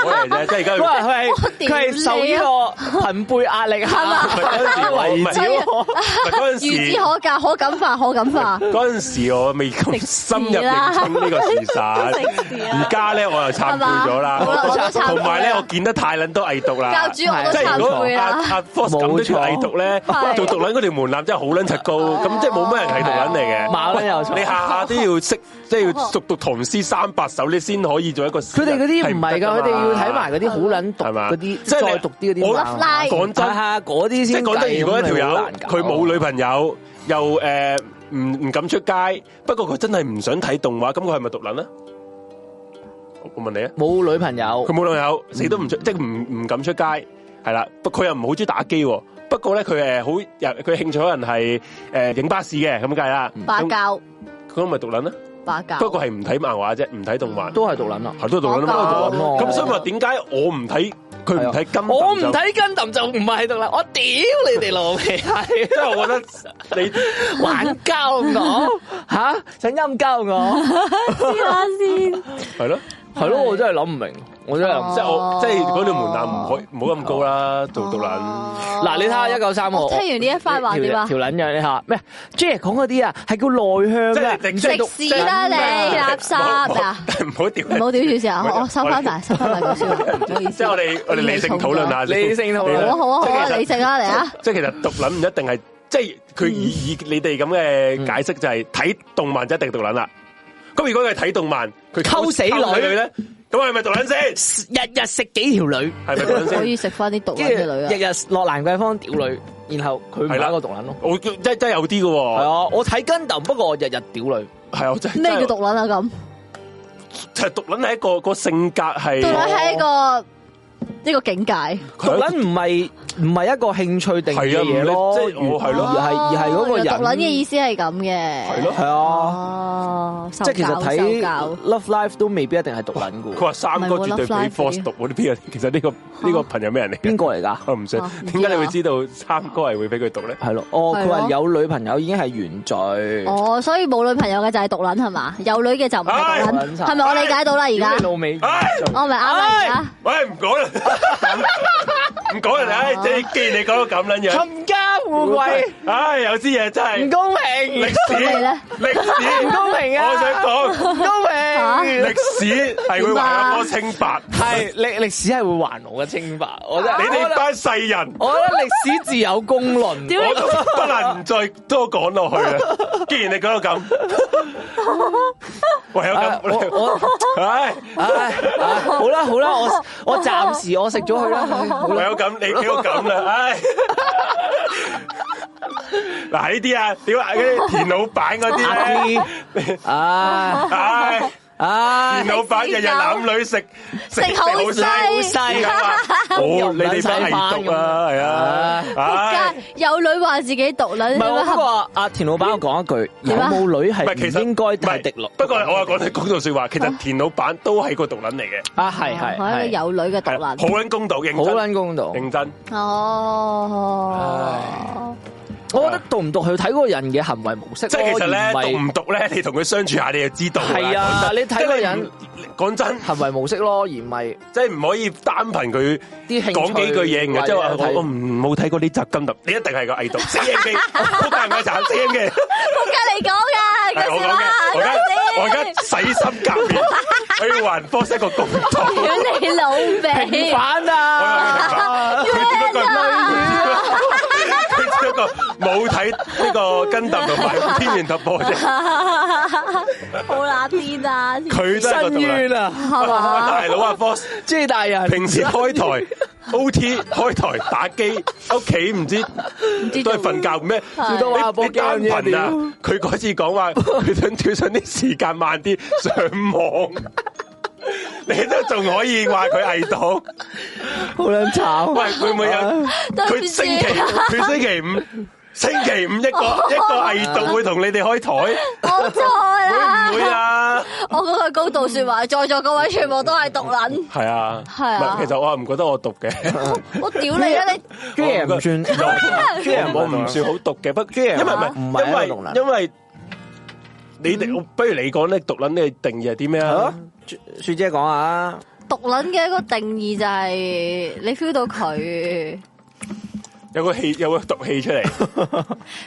Speaker 2: 我嚟啫，即係而家
Speaker 3: 佢話佢係
Speaker 1: 屌
Speaker 3: 佢係受
Speaker 1: 你
Speaker 3: 呢個朋輩壓力
Speaker 1: 係
Speaker 3: 下 [laughs]
Speaker 1: 嘛
Speaker 3: 為
Speaker 2: 唔係
Speaker 3: 止我。
Speaker 2: 唔係嗰陣
Speaker 1: 孺
Speaker 2: 時
Speaker 1: 之。可教，可感化，可感化。
Speaker 2: 嗰陣時我未咁深入
Speaker 1: 食屎啦
Speaker 2: 認清呢個事實，
Speaker 1: 食屎啦
Speaker 2: 而家咧我又慚愧咗啦
Speaker 1: 係嘛好啦我都慚愧啦，
Speaker 2: 同埋咧我見得太撚多偽毒啦
Speaker 1: 教。主啊我都
Speaker 2: 即係如
Speaker 1: 慚
Speaker 2: 果啊
Speaker 1: 愧
Speaker 2: 阿
Speaker 1: 啦，
Speaker 2: 阿 Force 咁都叫偽毒咧
Speaker 1: 冇錯，
Speaker 2: 做毒撚嗰條門檻真係好撚柒高，
Speaker 1: 啊
Speaker 2: 咁即係冇咩人係毒撚嚟嘅。
Speaker 1: [laughs]
Speaker 3: 馬撚又錯
Speaker 2: 你下下都要識，即係熟讀唐詩三百首，你先可以做一個詩
Speaker 3: 佢
Speaker 2: 人。
Speaker 3: 哋嗰啲唔係㗎，佢哋要睇埋
Speaker 2: 嗰。
Speaker 3: 嗰啲好撚毒
Speaker 2: 係嘛
Speaker 3: 嗰啲，
Speaker 2: 即係你
Speaker 3: 再毒啲嗰啲
Speaker 2: 我
Speaker 3: 漫畫。
Speaker 1: Love Live
Speaker 2: 講真
Speaker 3: 睇。下嗰啲
Speaker 2: 即係
Speaker 3: 先計。
Speaker 2: 講真，如果一條
Speaker 3: 咁你好
Speaker 2: 友
Speaker 3: 難搞
Speaker 2: 佢冇女朋友，又诶唔唔敢出街，不過佢真係唔想睇動畫，咁佢係咪獨撚啊？我我問你啊，
Speaker 3: 冇女朋友，
Speaker 2: 佢冇女朋友，死都唔出，即係唔唔敢出街，係啦。不佢又唔好中意打機喎。不過咧佢诶好又佢興趣可能係诶影巴士嘅咁計啦。
Speaker 1: 把
Speaker 2: 咁
Speaker 1: 教
Speaker 2: 佢咪獨撚啊？
Speaker 1: 把教。
Speaker 2: 不過係唔睇漫畫啫，唔睇動漫，
Speaker 3: 都係獨撚啊！
Speaker 2: 係都係獨撚
Speaker 1: 我
Speaker 2: 啊嘛。
Speaker 1: 覺
Speaker 3: 得
Speaker 2: 咁所以話點解我唔睇佢唔睇金？
Speaker 3: 我唔，睇跟揼就唔係獨撚，我屌你哋 [laughs] 老味係
Speaker 2: 即係我覺
Speaker 3: [laughs]
Speaker 2: 得你。
Speaker 3: 玩交我吓，想陰交我。
Speaker 1: 知啦先，
Speaker 2: 系咯，
Speaker 3: 系咯，我真系谂唔明，我真系
Speaker 2: 即
Speaker 3: 唔
Speaker 2: 系我即系嗰條門檻唔
Speaker 1: 哦
Speaker 2: 可以唔好咁高啦，做到撚
Speaker 3: 嗱，你睇下一九三我
Speaker 1: 我聽完呢一番話點啊
Speaker 3: 条捻样你下咩？J 講嗰啲啊，係叫內向
Speaker 2: 即係
Speaker 3: 嘅，
Speaker 2: 你
Speaker 3: 唔
Speaker 1: 食
Speaker 3: 係讀
Speaker 1: 屎啦你垃圾啊！
Speaker 2: 唔好屌人，
Speaker 1: 唔好屌住先啊！我
Speaker 2: 我
Speaker 1: 我收翻埋，收翻埋
Speaker 2: [laughs]
Speaker 1: 講笑，唔好意思。
Speaker 2: 即系我哋我哋理性討論下，
Speaker 3: 理性討論
Speaker 1: 好啊好啊好
Speaker 2: 即係
Speaker 1: 啊，
Speaker 2: 其實
Speaker 1: 你食啦嚟啊！
Speaker 2: 即系其實獨撚唔一定係，即係佢以以你哋咁嘅解釋就係睇動漫就一定獨撚啦。咁如果佢係睇動漫，佢
Speaker 3: 溝死女
Speaker 2: 咧，咁係咪
Speaker 1: [laughs]
Speaker 2: 獨撚先？
Speaker 3: 日日食幾條女，
Speaker 2: 係咪獨撚
Speaker 1: 可
Speaker 2: 先？
Speaker 1: 以食翻啲毒
Speaker 3: 跟
Speaker 1: 撚
Speaker 3: 住
Speaker 1: 嘅女啊！
Speaker 3: 日日落蘭桂坊屌女，然後佢唔係一個獨撚咯。
Speaker 2: 我真真係有啲嘅
Speaker 3: 係
Speaker 2: 喎，
Speaker 3: 啊，我睇跟揼，不過我日日屌女，
Speaker 2: 係啊，我真係
Speaker 1: 咩叫毒？撚啊？咁
Speaker 2: 其實獨撚係一個個性格係
Speaker 1: 毒撚係一個一個境界，
Speaker 3: 獨撚唔係唔係一個興趣定義嘅嘢咯，
Speaker 2: 係啊唔係即係我係咯
Speaker 3: 而係而係嗰個
Speaker 1: 哦原
Speaker 3: 人
Speaker 1: 來毒撚嘅意思係咁嘅。
Speaker 2: 係咯
Speaker 3: 係啊，
Speaker 1: 哦，
Speaker 3: 即係其實
Speaker 1: 受
Speaker 3: 睇
Speaker 1: 教
Speaker 3: Love Life 都未必一定係獨撚噶
Speaker 2: 佢。話三哥絕對比
Speaker 1: 唔係喎
Speaker 2: Force
Speaker 1: Love Live
Speaker 2: 讀嗰啲邊啊？ [laughs] 其實呢個呢個朋友咩人嚟嘅？
Speaker 3: 邊個嚟㗎？
Speaker 2: 我唔信
Speaker 1: 啊，唔知啊
Speaker 2: 點解你會知道三哥係會俾佢讀咧？
Speaker 3: 係咯，哦，佢話
Speaker 1: 係咯
Speaker 3: 有女朋友已經係原罪。
Speaker 1: 哦，所以冇女朋友嘅就係毒撚係嘛，有女嘅就唔係毒撚，
Speaker 3: 唉
Speaker 1: 係咪我理解到啦？而
Speaker 3: 屌你
Speaker 1: 家
Speaker 3: 老味，
Speaker 2: 唉
Speaker 1: 我咪啱啦而家。
Speaker 2: 喂，唔 [laughs] 講啦，唔講啦，唉，即係既然你講到咁撚樣，
Speaker 3: 冚家富貴
Speaker 2: 唉，有啲嘢真
Speaker 3: 唔
Speaker 2: 係
Speaker 3: 公平，
Speaker 2: 歷
Speaker 1: 咁你咧
Speaker 2: 史，歷史
Speaker 3: 唔公平啊！
Speaker 2: 我想講
Speaker 3: 唔公平，
Speaker 2: 歷史係會還阿哥清白，
Speaker 3: 係歷歷史係會還我嘅清白，我覺得
Speaker 2: 你
Speaker 3: 我
Speaker 2: 哋
Speaker 3: 覺得
Speaker 2: 班世人。
Speaker 3: 我覺得歷史自有公論，
Speaker 1: 屌
Speaker 2: 我都不能再多講落去啦。既然你講到 [laughs] 咁，唯有
Speaker 3: 啊我
Speaker 2: 咁，
Speaker 3: 我
Speaker 2: [laughs] 唉，
Speaker 3: 唉唉好
Speaker 2: [laughs]
Speaker 3: 啦好啦，我我暫時我食咗佢啦，唉好
Speaker 2: 唯
Speaker 3: 啦
Speaker 2: 有咁，你屌咁啦，唉。嗱呢啲啊，屌啊嗰啲田老板嗰啲咧，
Speaker 3: 唉
Speaker 2: 唉，
Speaker 3: 唉
Speaker 2: 田。老板日日攬女食食
Speaker 1: 食好西
Speaker 2: 西啊嘛，好你哋班係毒啊，係啊，唉，
Speaker 1: 有女話自己毒撚，
Speaker 3: 唔
Speaker 1: 你
Speaker 3: 係，我
Speaker 1: 咪
Speaker 3: 不
Speaker 1: 合
Speaker 3: 過阿田老闆我講一句，有
Speaker 1: 點啊
Speaker 3: 冇女
Speaker 2: 唔
Speaker 3: 係
Speaker 2: 係其實
Speaker 3: 唔應該
Speaker 2: 唔
Speaker 3: 係
Speaker 2: 係
Speaker 3: 迪落？
Speaker 2: 不過我又講句公道説話，其實田老板都係個毒撚嚟嘅，
Speaker 3: 啊，係係
Speaker 1: 係一個
Speaker 3: 係，
Speaker 1: 有女嘅毒
Speaker 2: 係啦好
Speaker 1: 撚。
Speaker 2: 撚公道，認
Speaker 3: 好
Speaker 2: 真
Speaker 3: 撚公道。
Speaker 2: 認真。
Speaker 1: 哦，
Speaker 3: 我覺得讀唔讀去睇嗰個人嘅行為模式咯，
Speaker 2: 即係其實咧，
Speaker 3: 而唔係
Speaker 2: 讀唔讀咧，你同佢相處下，你就知道㗎啦。
Speaker 3: 係啊
Speaker 2: 講真
Speaker 3: 你睇個人
Speaker 2: 即係你唔，講真，
Speaker 3: 行為模式咯，而唔係
Speaker 2: 即係唔可以單憑佢
Speaker 3: 啲興趣
Speaker 2: 講幾句嘢
Speaker 3: 或
Speaker 2: 嘅，即
Speaker 3: 者
Speaker 2: 係話我
Speaker 3: 睇
Speaker 2: 我唔冇睇過呢集金集，你一定係個偽毒 C M 機，好大個慘 C
Speaker 3: [laughs]
Speaker 2: M 機，
Speaker 1: 仆街你講噶，
Speaker 2: 係
Speaker 1: 嗰
Speaker 2: 我
Speaker 1: 時
Speaker 2: 講
Speaker 1: 啦
Speaker 2: 嘅，，我而家我而家
Speaker 1: 嗰
Speaker 2: 洗心
Speaker 3: [laughs]
Speaker 2: 革面，我要還科一個公道。
Speaker 1: 時，屌你老味，
Speaker 3: [laughs]
Speaker 2: [laughs]
Speaker 3: 反
Speaker 2: 我又
Speaker 3: 啊！
Speaker 2: 明白佢只不過佢只不過冇睇呢個跟揼同埋天元突破啫，
Speaker 1: 好乸癲啊！
Speaker 2: 佢都係個
Speaker 3: 深
Speaker 2: 毒撚 [laughs]
Speaker 3: 冤。啊！
Speaker 1: 係嘛？
Speaker 2: 大佬啊，boss。
Speaker 3: 即 [laughs] 大人
Speaker 2: [laughs] 平時開
Speaker 5: [laughs]
Speaker 2: 台 OT 開台打機，屋企唔知
Speaker 1: 知
Speaker 2: 都
Speaker 1: 做
Speaker 2: 係瞓覺咩？
Speaker 1: 最多
Speaker 3: 玩下
Speaker 2: 你
Speaker 3: 波
Speaker 2: 你
Speaker 3: 機
Speaker 2: 單
Speaker 3: 咁
Speaker 2: 頻
Speaker 3: 樣
Speaker 2: 啊！佢嗰次講話， [laughs] 佢想跳上啲時間慢啲上網， [laughs] 你都仲可以話佢偽到？
Speaker 3: 好撚慘。 [laughs]
Speaker 2: 喂，會唔會有
Speaker 1: 對唔住
Speaker 2: [laughs] 佢星期佢星期五？星期五一個一個藝道會同你哋開台， [laughs]
Speaker 1: 我錯啦，
Speaker 2: 會唔會啊？
Speaker 1: 我嗰句高度说話，在座各位全部都係毒 [laughs] 撚，
Speaker 2: 係啊，
Speaker 1: 係啊
Speaker 2: 唔係其實我係唔覺得我讀嘅。
Speaker 1: 我屌你啦你！
Speaker 5: 居然唔算，居然
Speaker 2: 我唔算好毒嘅，不因為唔係
Speaker 3: 唔係一個毒
Speaker 2: 因為
Speaker 3: 男
Speaker 2: 因為你哋，我不如你講咧，毒撚你定義係啲咩
Speaker 3: Ờ?
Speaker 2: 啊？
Speaker 3: 雪姐講下，
Speaker 1: 毒撚嘅一個定義就係你 feel 到佢，
Speaker 2: 有個氣有個毒氣出嚟，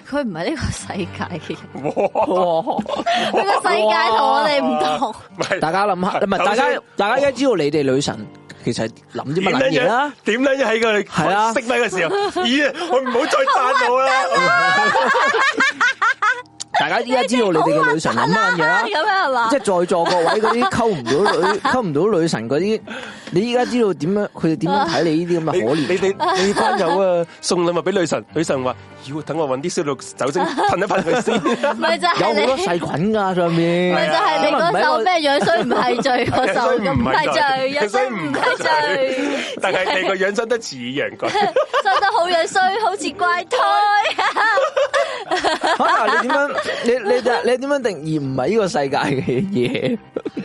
Speaker 1: 佢唔係呢個世界嘅人，
Speaker 2: 哇！
Speaker 1: 佢個世界同我哋唔同。
Speaker 2: 唔係
Speaker 3: 大家諗下，唔係
Speaker 2: 首
Speaker 3: 大
Speaker 2: 先
Speaker 3: 家大家而家知道你哋女神其實係諗啲乜撚嘢啦。？
Speaker 2: 點撚嘢喺佢
Speaker 3: 係啊
Speaker 2: 熄咪嘅時候，咦！我唔好再讚我啦，
Speaker 3: 大家依家知道你哋嘅女神諗乜撚嘢啦
Speaker 1: [laughs] 咁。樣係嘛
Speaker 3: 即？係在座各位嗰啲 [laughs] 溝唔到女、溝唔到女神嗰啲，你依家知道點樣佢哋點樣睇你呢啲咁嘅
Speaker 2: 你
Speaker 3: 可
Speaker 2: 你
Speaker 3: 憐？
Speaker 2: 哋你班友啊，送禮物俾女神，女神話：要等我搵啲消毒酒精噴一噴佢先。
Speaker 1: 咪就
Speaker 3: 有
Speaker 1: 係
Speaker 3: 好多
Speaker 1: 你，
Speaker 3: 細菌㗎上面，
Speaker 1: 咪就係你嗰首
Speaker 3: [laughs]
Speaker 1: 咩樣衰唔係罪 [laughs] 嗰首，
Speaker 2: 樣衰
Speaker 1: 唔
Speaker 2: 唔係罪
Speaker 1: 係罪，人生唔係 [laughs] 罪，
Speaker 2: [laughs] 但係你個樣真得似洋鬼，
Speaker 1: 生得好樣衰，好似怪胎。
Speaker 3: 可能你點樣？你你你點樣定義唔係呢個世界嘅嘢？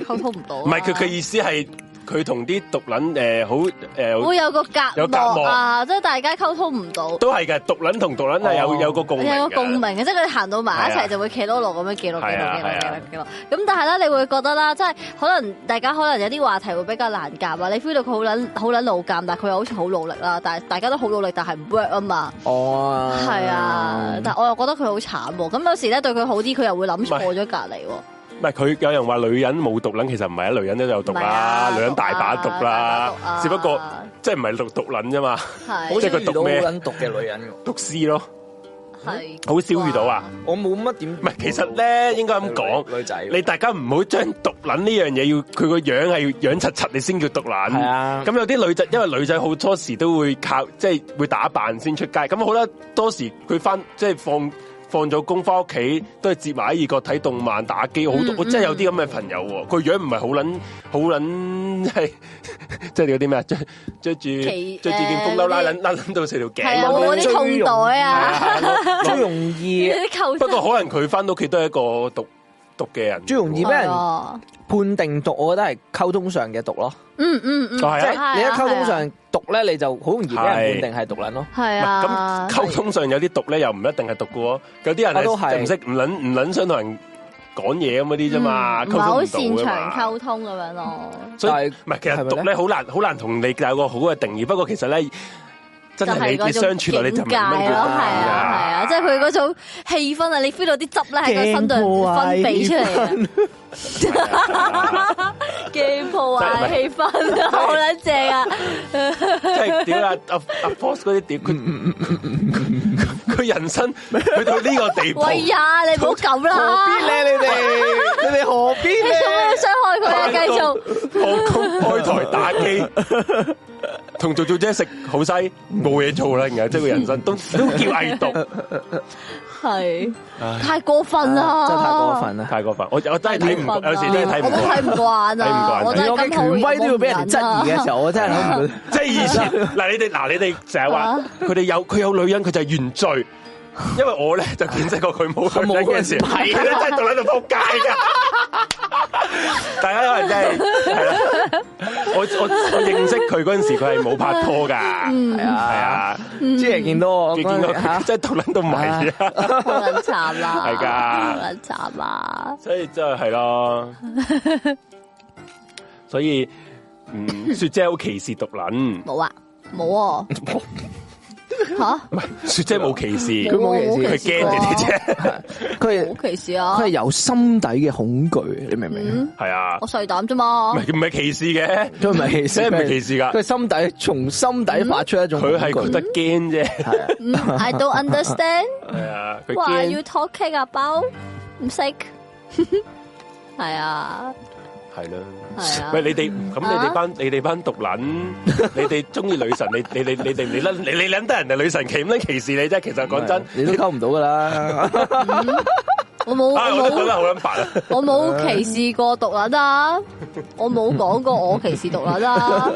Speaker 1: 溝通唔到啊。
Speaker 2: 唔係佢嘅意思係佢同啲毒撚誒好誒。
Speaker 1: 會有個隔
Speaker 2: 有隔
Speaker 1: 膜
Speaker 2: 膜
Speaker 1: 啊，即係大家溝通唔到，
Speaker 2: 都係嘅，毒撚同毒撚係有
Speaker 3: 哦
Speaker 2: 有個共鳴嘅，
Speaker 1: 有個共鳴嘅，即係佢哋行到埋一
Speaker 2: 係
Speaker 1: 齊
Speaker 2: 啊
Speaker 1: 就會企多路咁樣記錄記
Speaker 2: 係
Speaker 1: 錄
Speaker 2: 啊
Speaker 1: 記錄記
Speaker 2: 係啊
Speaker 1: 錄記錄。咁但係咧，你會覺得啦，即係可能大家可能有啲話題會比較難夾啊，你 feel 到佢好撚好撚老尷，但係佢又好似好努力啦，但係大家都好努力，但係唔 work 啊嘛。
Speaker 3: 哦，
Speaker 2: 嗯
Speaker 1: 係啊，但我又覺得佢好慘喎。咁有時咧對佢好啲，佢又會諗錯咗隔離喎。
Speaker 2: 唔係佢有人話女人冇毒撚，其實唔係啊，女人都有毒
Speaker 1: 唔係啊
Speaker 2: 啦，女人大把毒
Speaker 1: 大把
Speaker 2: 啦
Speaker 1: 毒啊，
Speaker 2: 只不過即係唔係毒毒撚啫嘛，
Speaker 1: 係
Speaker 3: 好似
Speaker 2: 即係佢
Speaker 3: 遇到好
Speaker 2: 讀咩
Speaker 3: 撚毒嘅女人喎，
Speaker 2: 毒絲咯。
Speaker 1: 係
Speaker 2: 好少遇到啊！
Speaker 3: 我冇乜點。唔
Speaker 2: 係其實咧應該咁講
Speaker 3: 女仔
Speaker 2: 你大家唔好將毒撚呢樣嘢要佢個樣係要樣柒柒，你先叫毒撚。
Speaker 3: 係啊
Speaker 2: 咁有啲女仔，因為女仔好多時都會靠即係會打扮先出街，咁好啦，多時佢翻即係放放咗工翻屋企，都係接埋喺異國睇動漫打機，好多、
Speaker 1: 嗯
Speaker 2: 我真係有啲咁嘅朋友喎，佢樣唔係好撚好撚 [laughs] 係即係嗰啲咩啊着着住
Speaker 1: 奇
Speaker 2: 着住件風褸
Speaker 1: 誒
Speaker 2: 拉
Speaker 1: 嗰啲
Speaker 2: 撚拉撚到四條頸
Speaker 1: 呃係啊，
Speaker 2: 咁
Speaker 1: 我
Speaker 2: 樣
Speaker 1: 嗰啲痛袋啊，
Speaker 3: [laughs] 最容
Speaker 1: [laughs]
Speaker 3: 易
Speaker 1: 啲構
Speaker 2: 不過可能佢翻到屋企都係一個毒毒嘅人，
Speaker 3: 最容易俾人
Speaker 1: 哦
Speaker 3: 判定毒，我覺得係溝通上嘅毒 [laughs] 咯。
Speaker 1: 嗯嗯嗯，
Speaker 2: 就係啊
Speaker 3: 即係你一溝通
Speaker 1: 係啊
Speaker 3: 上毒咧，你就好容易俾人判定係毒撚咯。
Speaker 1: 係啊
Speaker 2: 咁，溝通上有啲毒咧，又唔一定係毒嘅喎。有啲人
Speaker 3: 我都係
Speaker 2: 係唔識唔撚唔撚想同人講嘢咁嗰啲啫啊嘛，
Speaker 1: 嗯唔
Speaker 2: 溝
Speaker 1: 係好
Speaker 2: 通
Speaker 1: 擅
Speaker 2: 唔到㗎
Speaker 1: 長
Speaker 2: 嘛。
Speaker 1: 溝通咁樣咯。
Speaker 2: 所
Speaker 3: 但
Speaker 2: 以
Speaker 3: 係
Speaker 2: 唔係，其實
Speaker 3: 係咪
Speaker 2: 毒咧好難好難同你有個好嘅定義。不過其實咧，真係
Speaker 1: 係
Speaker 2: 你你相處落你就
Speaker 1: 境
Speaker 2: 明
Speaker 1: 界咯，係
Speaker 2: 乜嘢
Speaker 1: 啊，係啊，即係佢嗰種氣氛啊，你 feel 到啲汁咧喺個身度分泌出嚟啊，驚破壞氣氛啊，好撚正
Speaker 2: [laughs]
Speaker 1: 啊！
Speaker 2: 即係屌啦，阿阿 Force 嗰啲屌，
Speaker 3: [laughs]
Speaker 2: 佢佢人生去到呢個地步，
Speaker 1: 喂呀，你唔好咁
Speaker 3: 啊
Speaker 1: 啦，你
Speaker 3: 咧？你 [laughs] 哋你哋何必
Speaker 1: 做
Speaker 3: [laughs]
Speaker 1: 咩要傷害佢啊？繼續
Speaker 2: 放工開台打機，同做做姐食好西，冇嘢做啦，然後即係佢人生都都叫偽毒。
Speaker 1: 係太過分啦，
Speaker 3: 啊真係太過分啦！
Speaker 2: 太過分，我我真係睇唔
Speaker 1: 過
Speaker 2: 過，
Speaker 1: 分啊
Speaker 2: 有時真係睇唔
Speaker 1: 我都睇唔
Speaker 2: 過。
Speaker 1: 慣
Speaker 2: 睇唔
Speaker 1: 啊，
Speaker 2: 慣
Speaker 1: 我真
Speaker 3: 我
Speaker 1: 係
Speaker 3: 嘅
Speaker 1: 咁好啊
Speaker 3: 權威都要俾人質疑嘅時
Speaker 1: 候，
Speaker 3: 候，我真係啊 [laughs] 諗唔到。
Speaker 2: 即係以前嗱，你哋嗱，你哋成日話佢哋有佢有女人，佢就係原罪。因為我咧就見識過佢冇女人嘅時候，係咧真係到喺度撲街㗎。大家可能真係係啦，我我我認識佢嗰陣時，佢係冇拍拖㗎，係
Speaker 3: 係啊，
Speaker 2: 啊，
Speaker 3: 即係見到我
Speaker 2: 你見到佢
Speaker 3: 嚇
Speaker 2: 真係到撚到迷啊，
Speaker 1: 好撚慘啦，
Speaker 2: 係㗎
Speaker 1: 好撚慘啦。
Speaker 2: 所以真係係咯，所以嗯，雪姐好歧視毒撚。
Speaker 1: 冇啊，冇
Speaker 2: [laughs]
Speaker 1: 啊，吓，
Speaker 2: 雪姐冇歧視，
Speaker 1: 佢冇
Speaker 3: 冇
Speaker 1: 歧
Speaker 2: 佢
Speaker 1: 視
Speaker 2: 驚你哋啫，
Speaker 3: 佢係
Speaker 1: 冇歧視啊
Speaker 3: 佢係，由心底嘅恐懼，你明唔明？
Speaker 2: 係啊，
Speaker 1: 我細膽啫嘛
Speaker 2: 唔，係唔係歧視嘅，
Speaker 3: 佢
Speaker 2: [laughs]
Speaker 3: 唔係歧視，
Speaker 2: 真係唔係歧視㗎
Speaker 3: 佢係心底從心底發出一種恐
Speaker 2: 佢係覺
Speaker 3: 懼嗯
Speaker 2: 得。驚啫，
Speaker 3: 係啊
Speaker 1: 嗯，I don't understand
Speaker 2: 係啊，佢
Speaker 1: why you
Speaker 2: 驚
Speaker 1: talking about，唔識，係啊，
Speaker 2: 係啦。
Speaker 1: 係啊
Speaker 2: 喂，，你哋咁你哋班你哋班毒撚，你哋中意女神，你你你你哋你撚你你撚得人哋女神歧唔撚歧視你啫？其實講真，
Speaker 3: 你都溝唔到噶啦，
Speaker 1: 我冇，
Speaker 2: 啊，我
Speaker 1: 我
Speaker 2: 都覺得
Speaker 1: 冇，
Speaker 2: 好撚白啊！
Speaker 1: 我
Speaker 2: [laughs]
Speaker 1: 冇歧視過獨撚啊，我冇講過我歧視獨撚啊，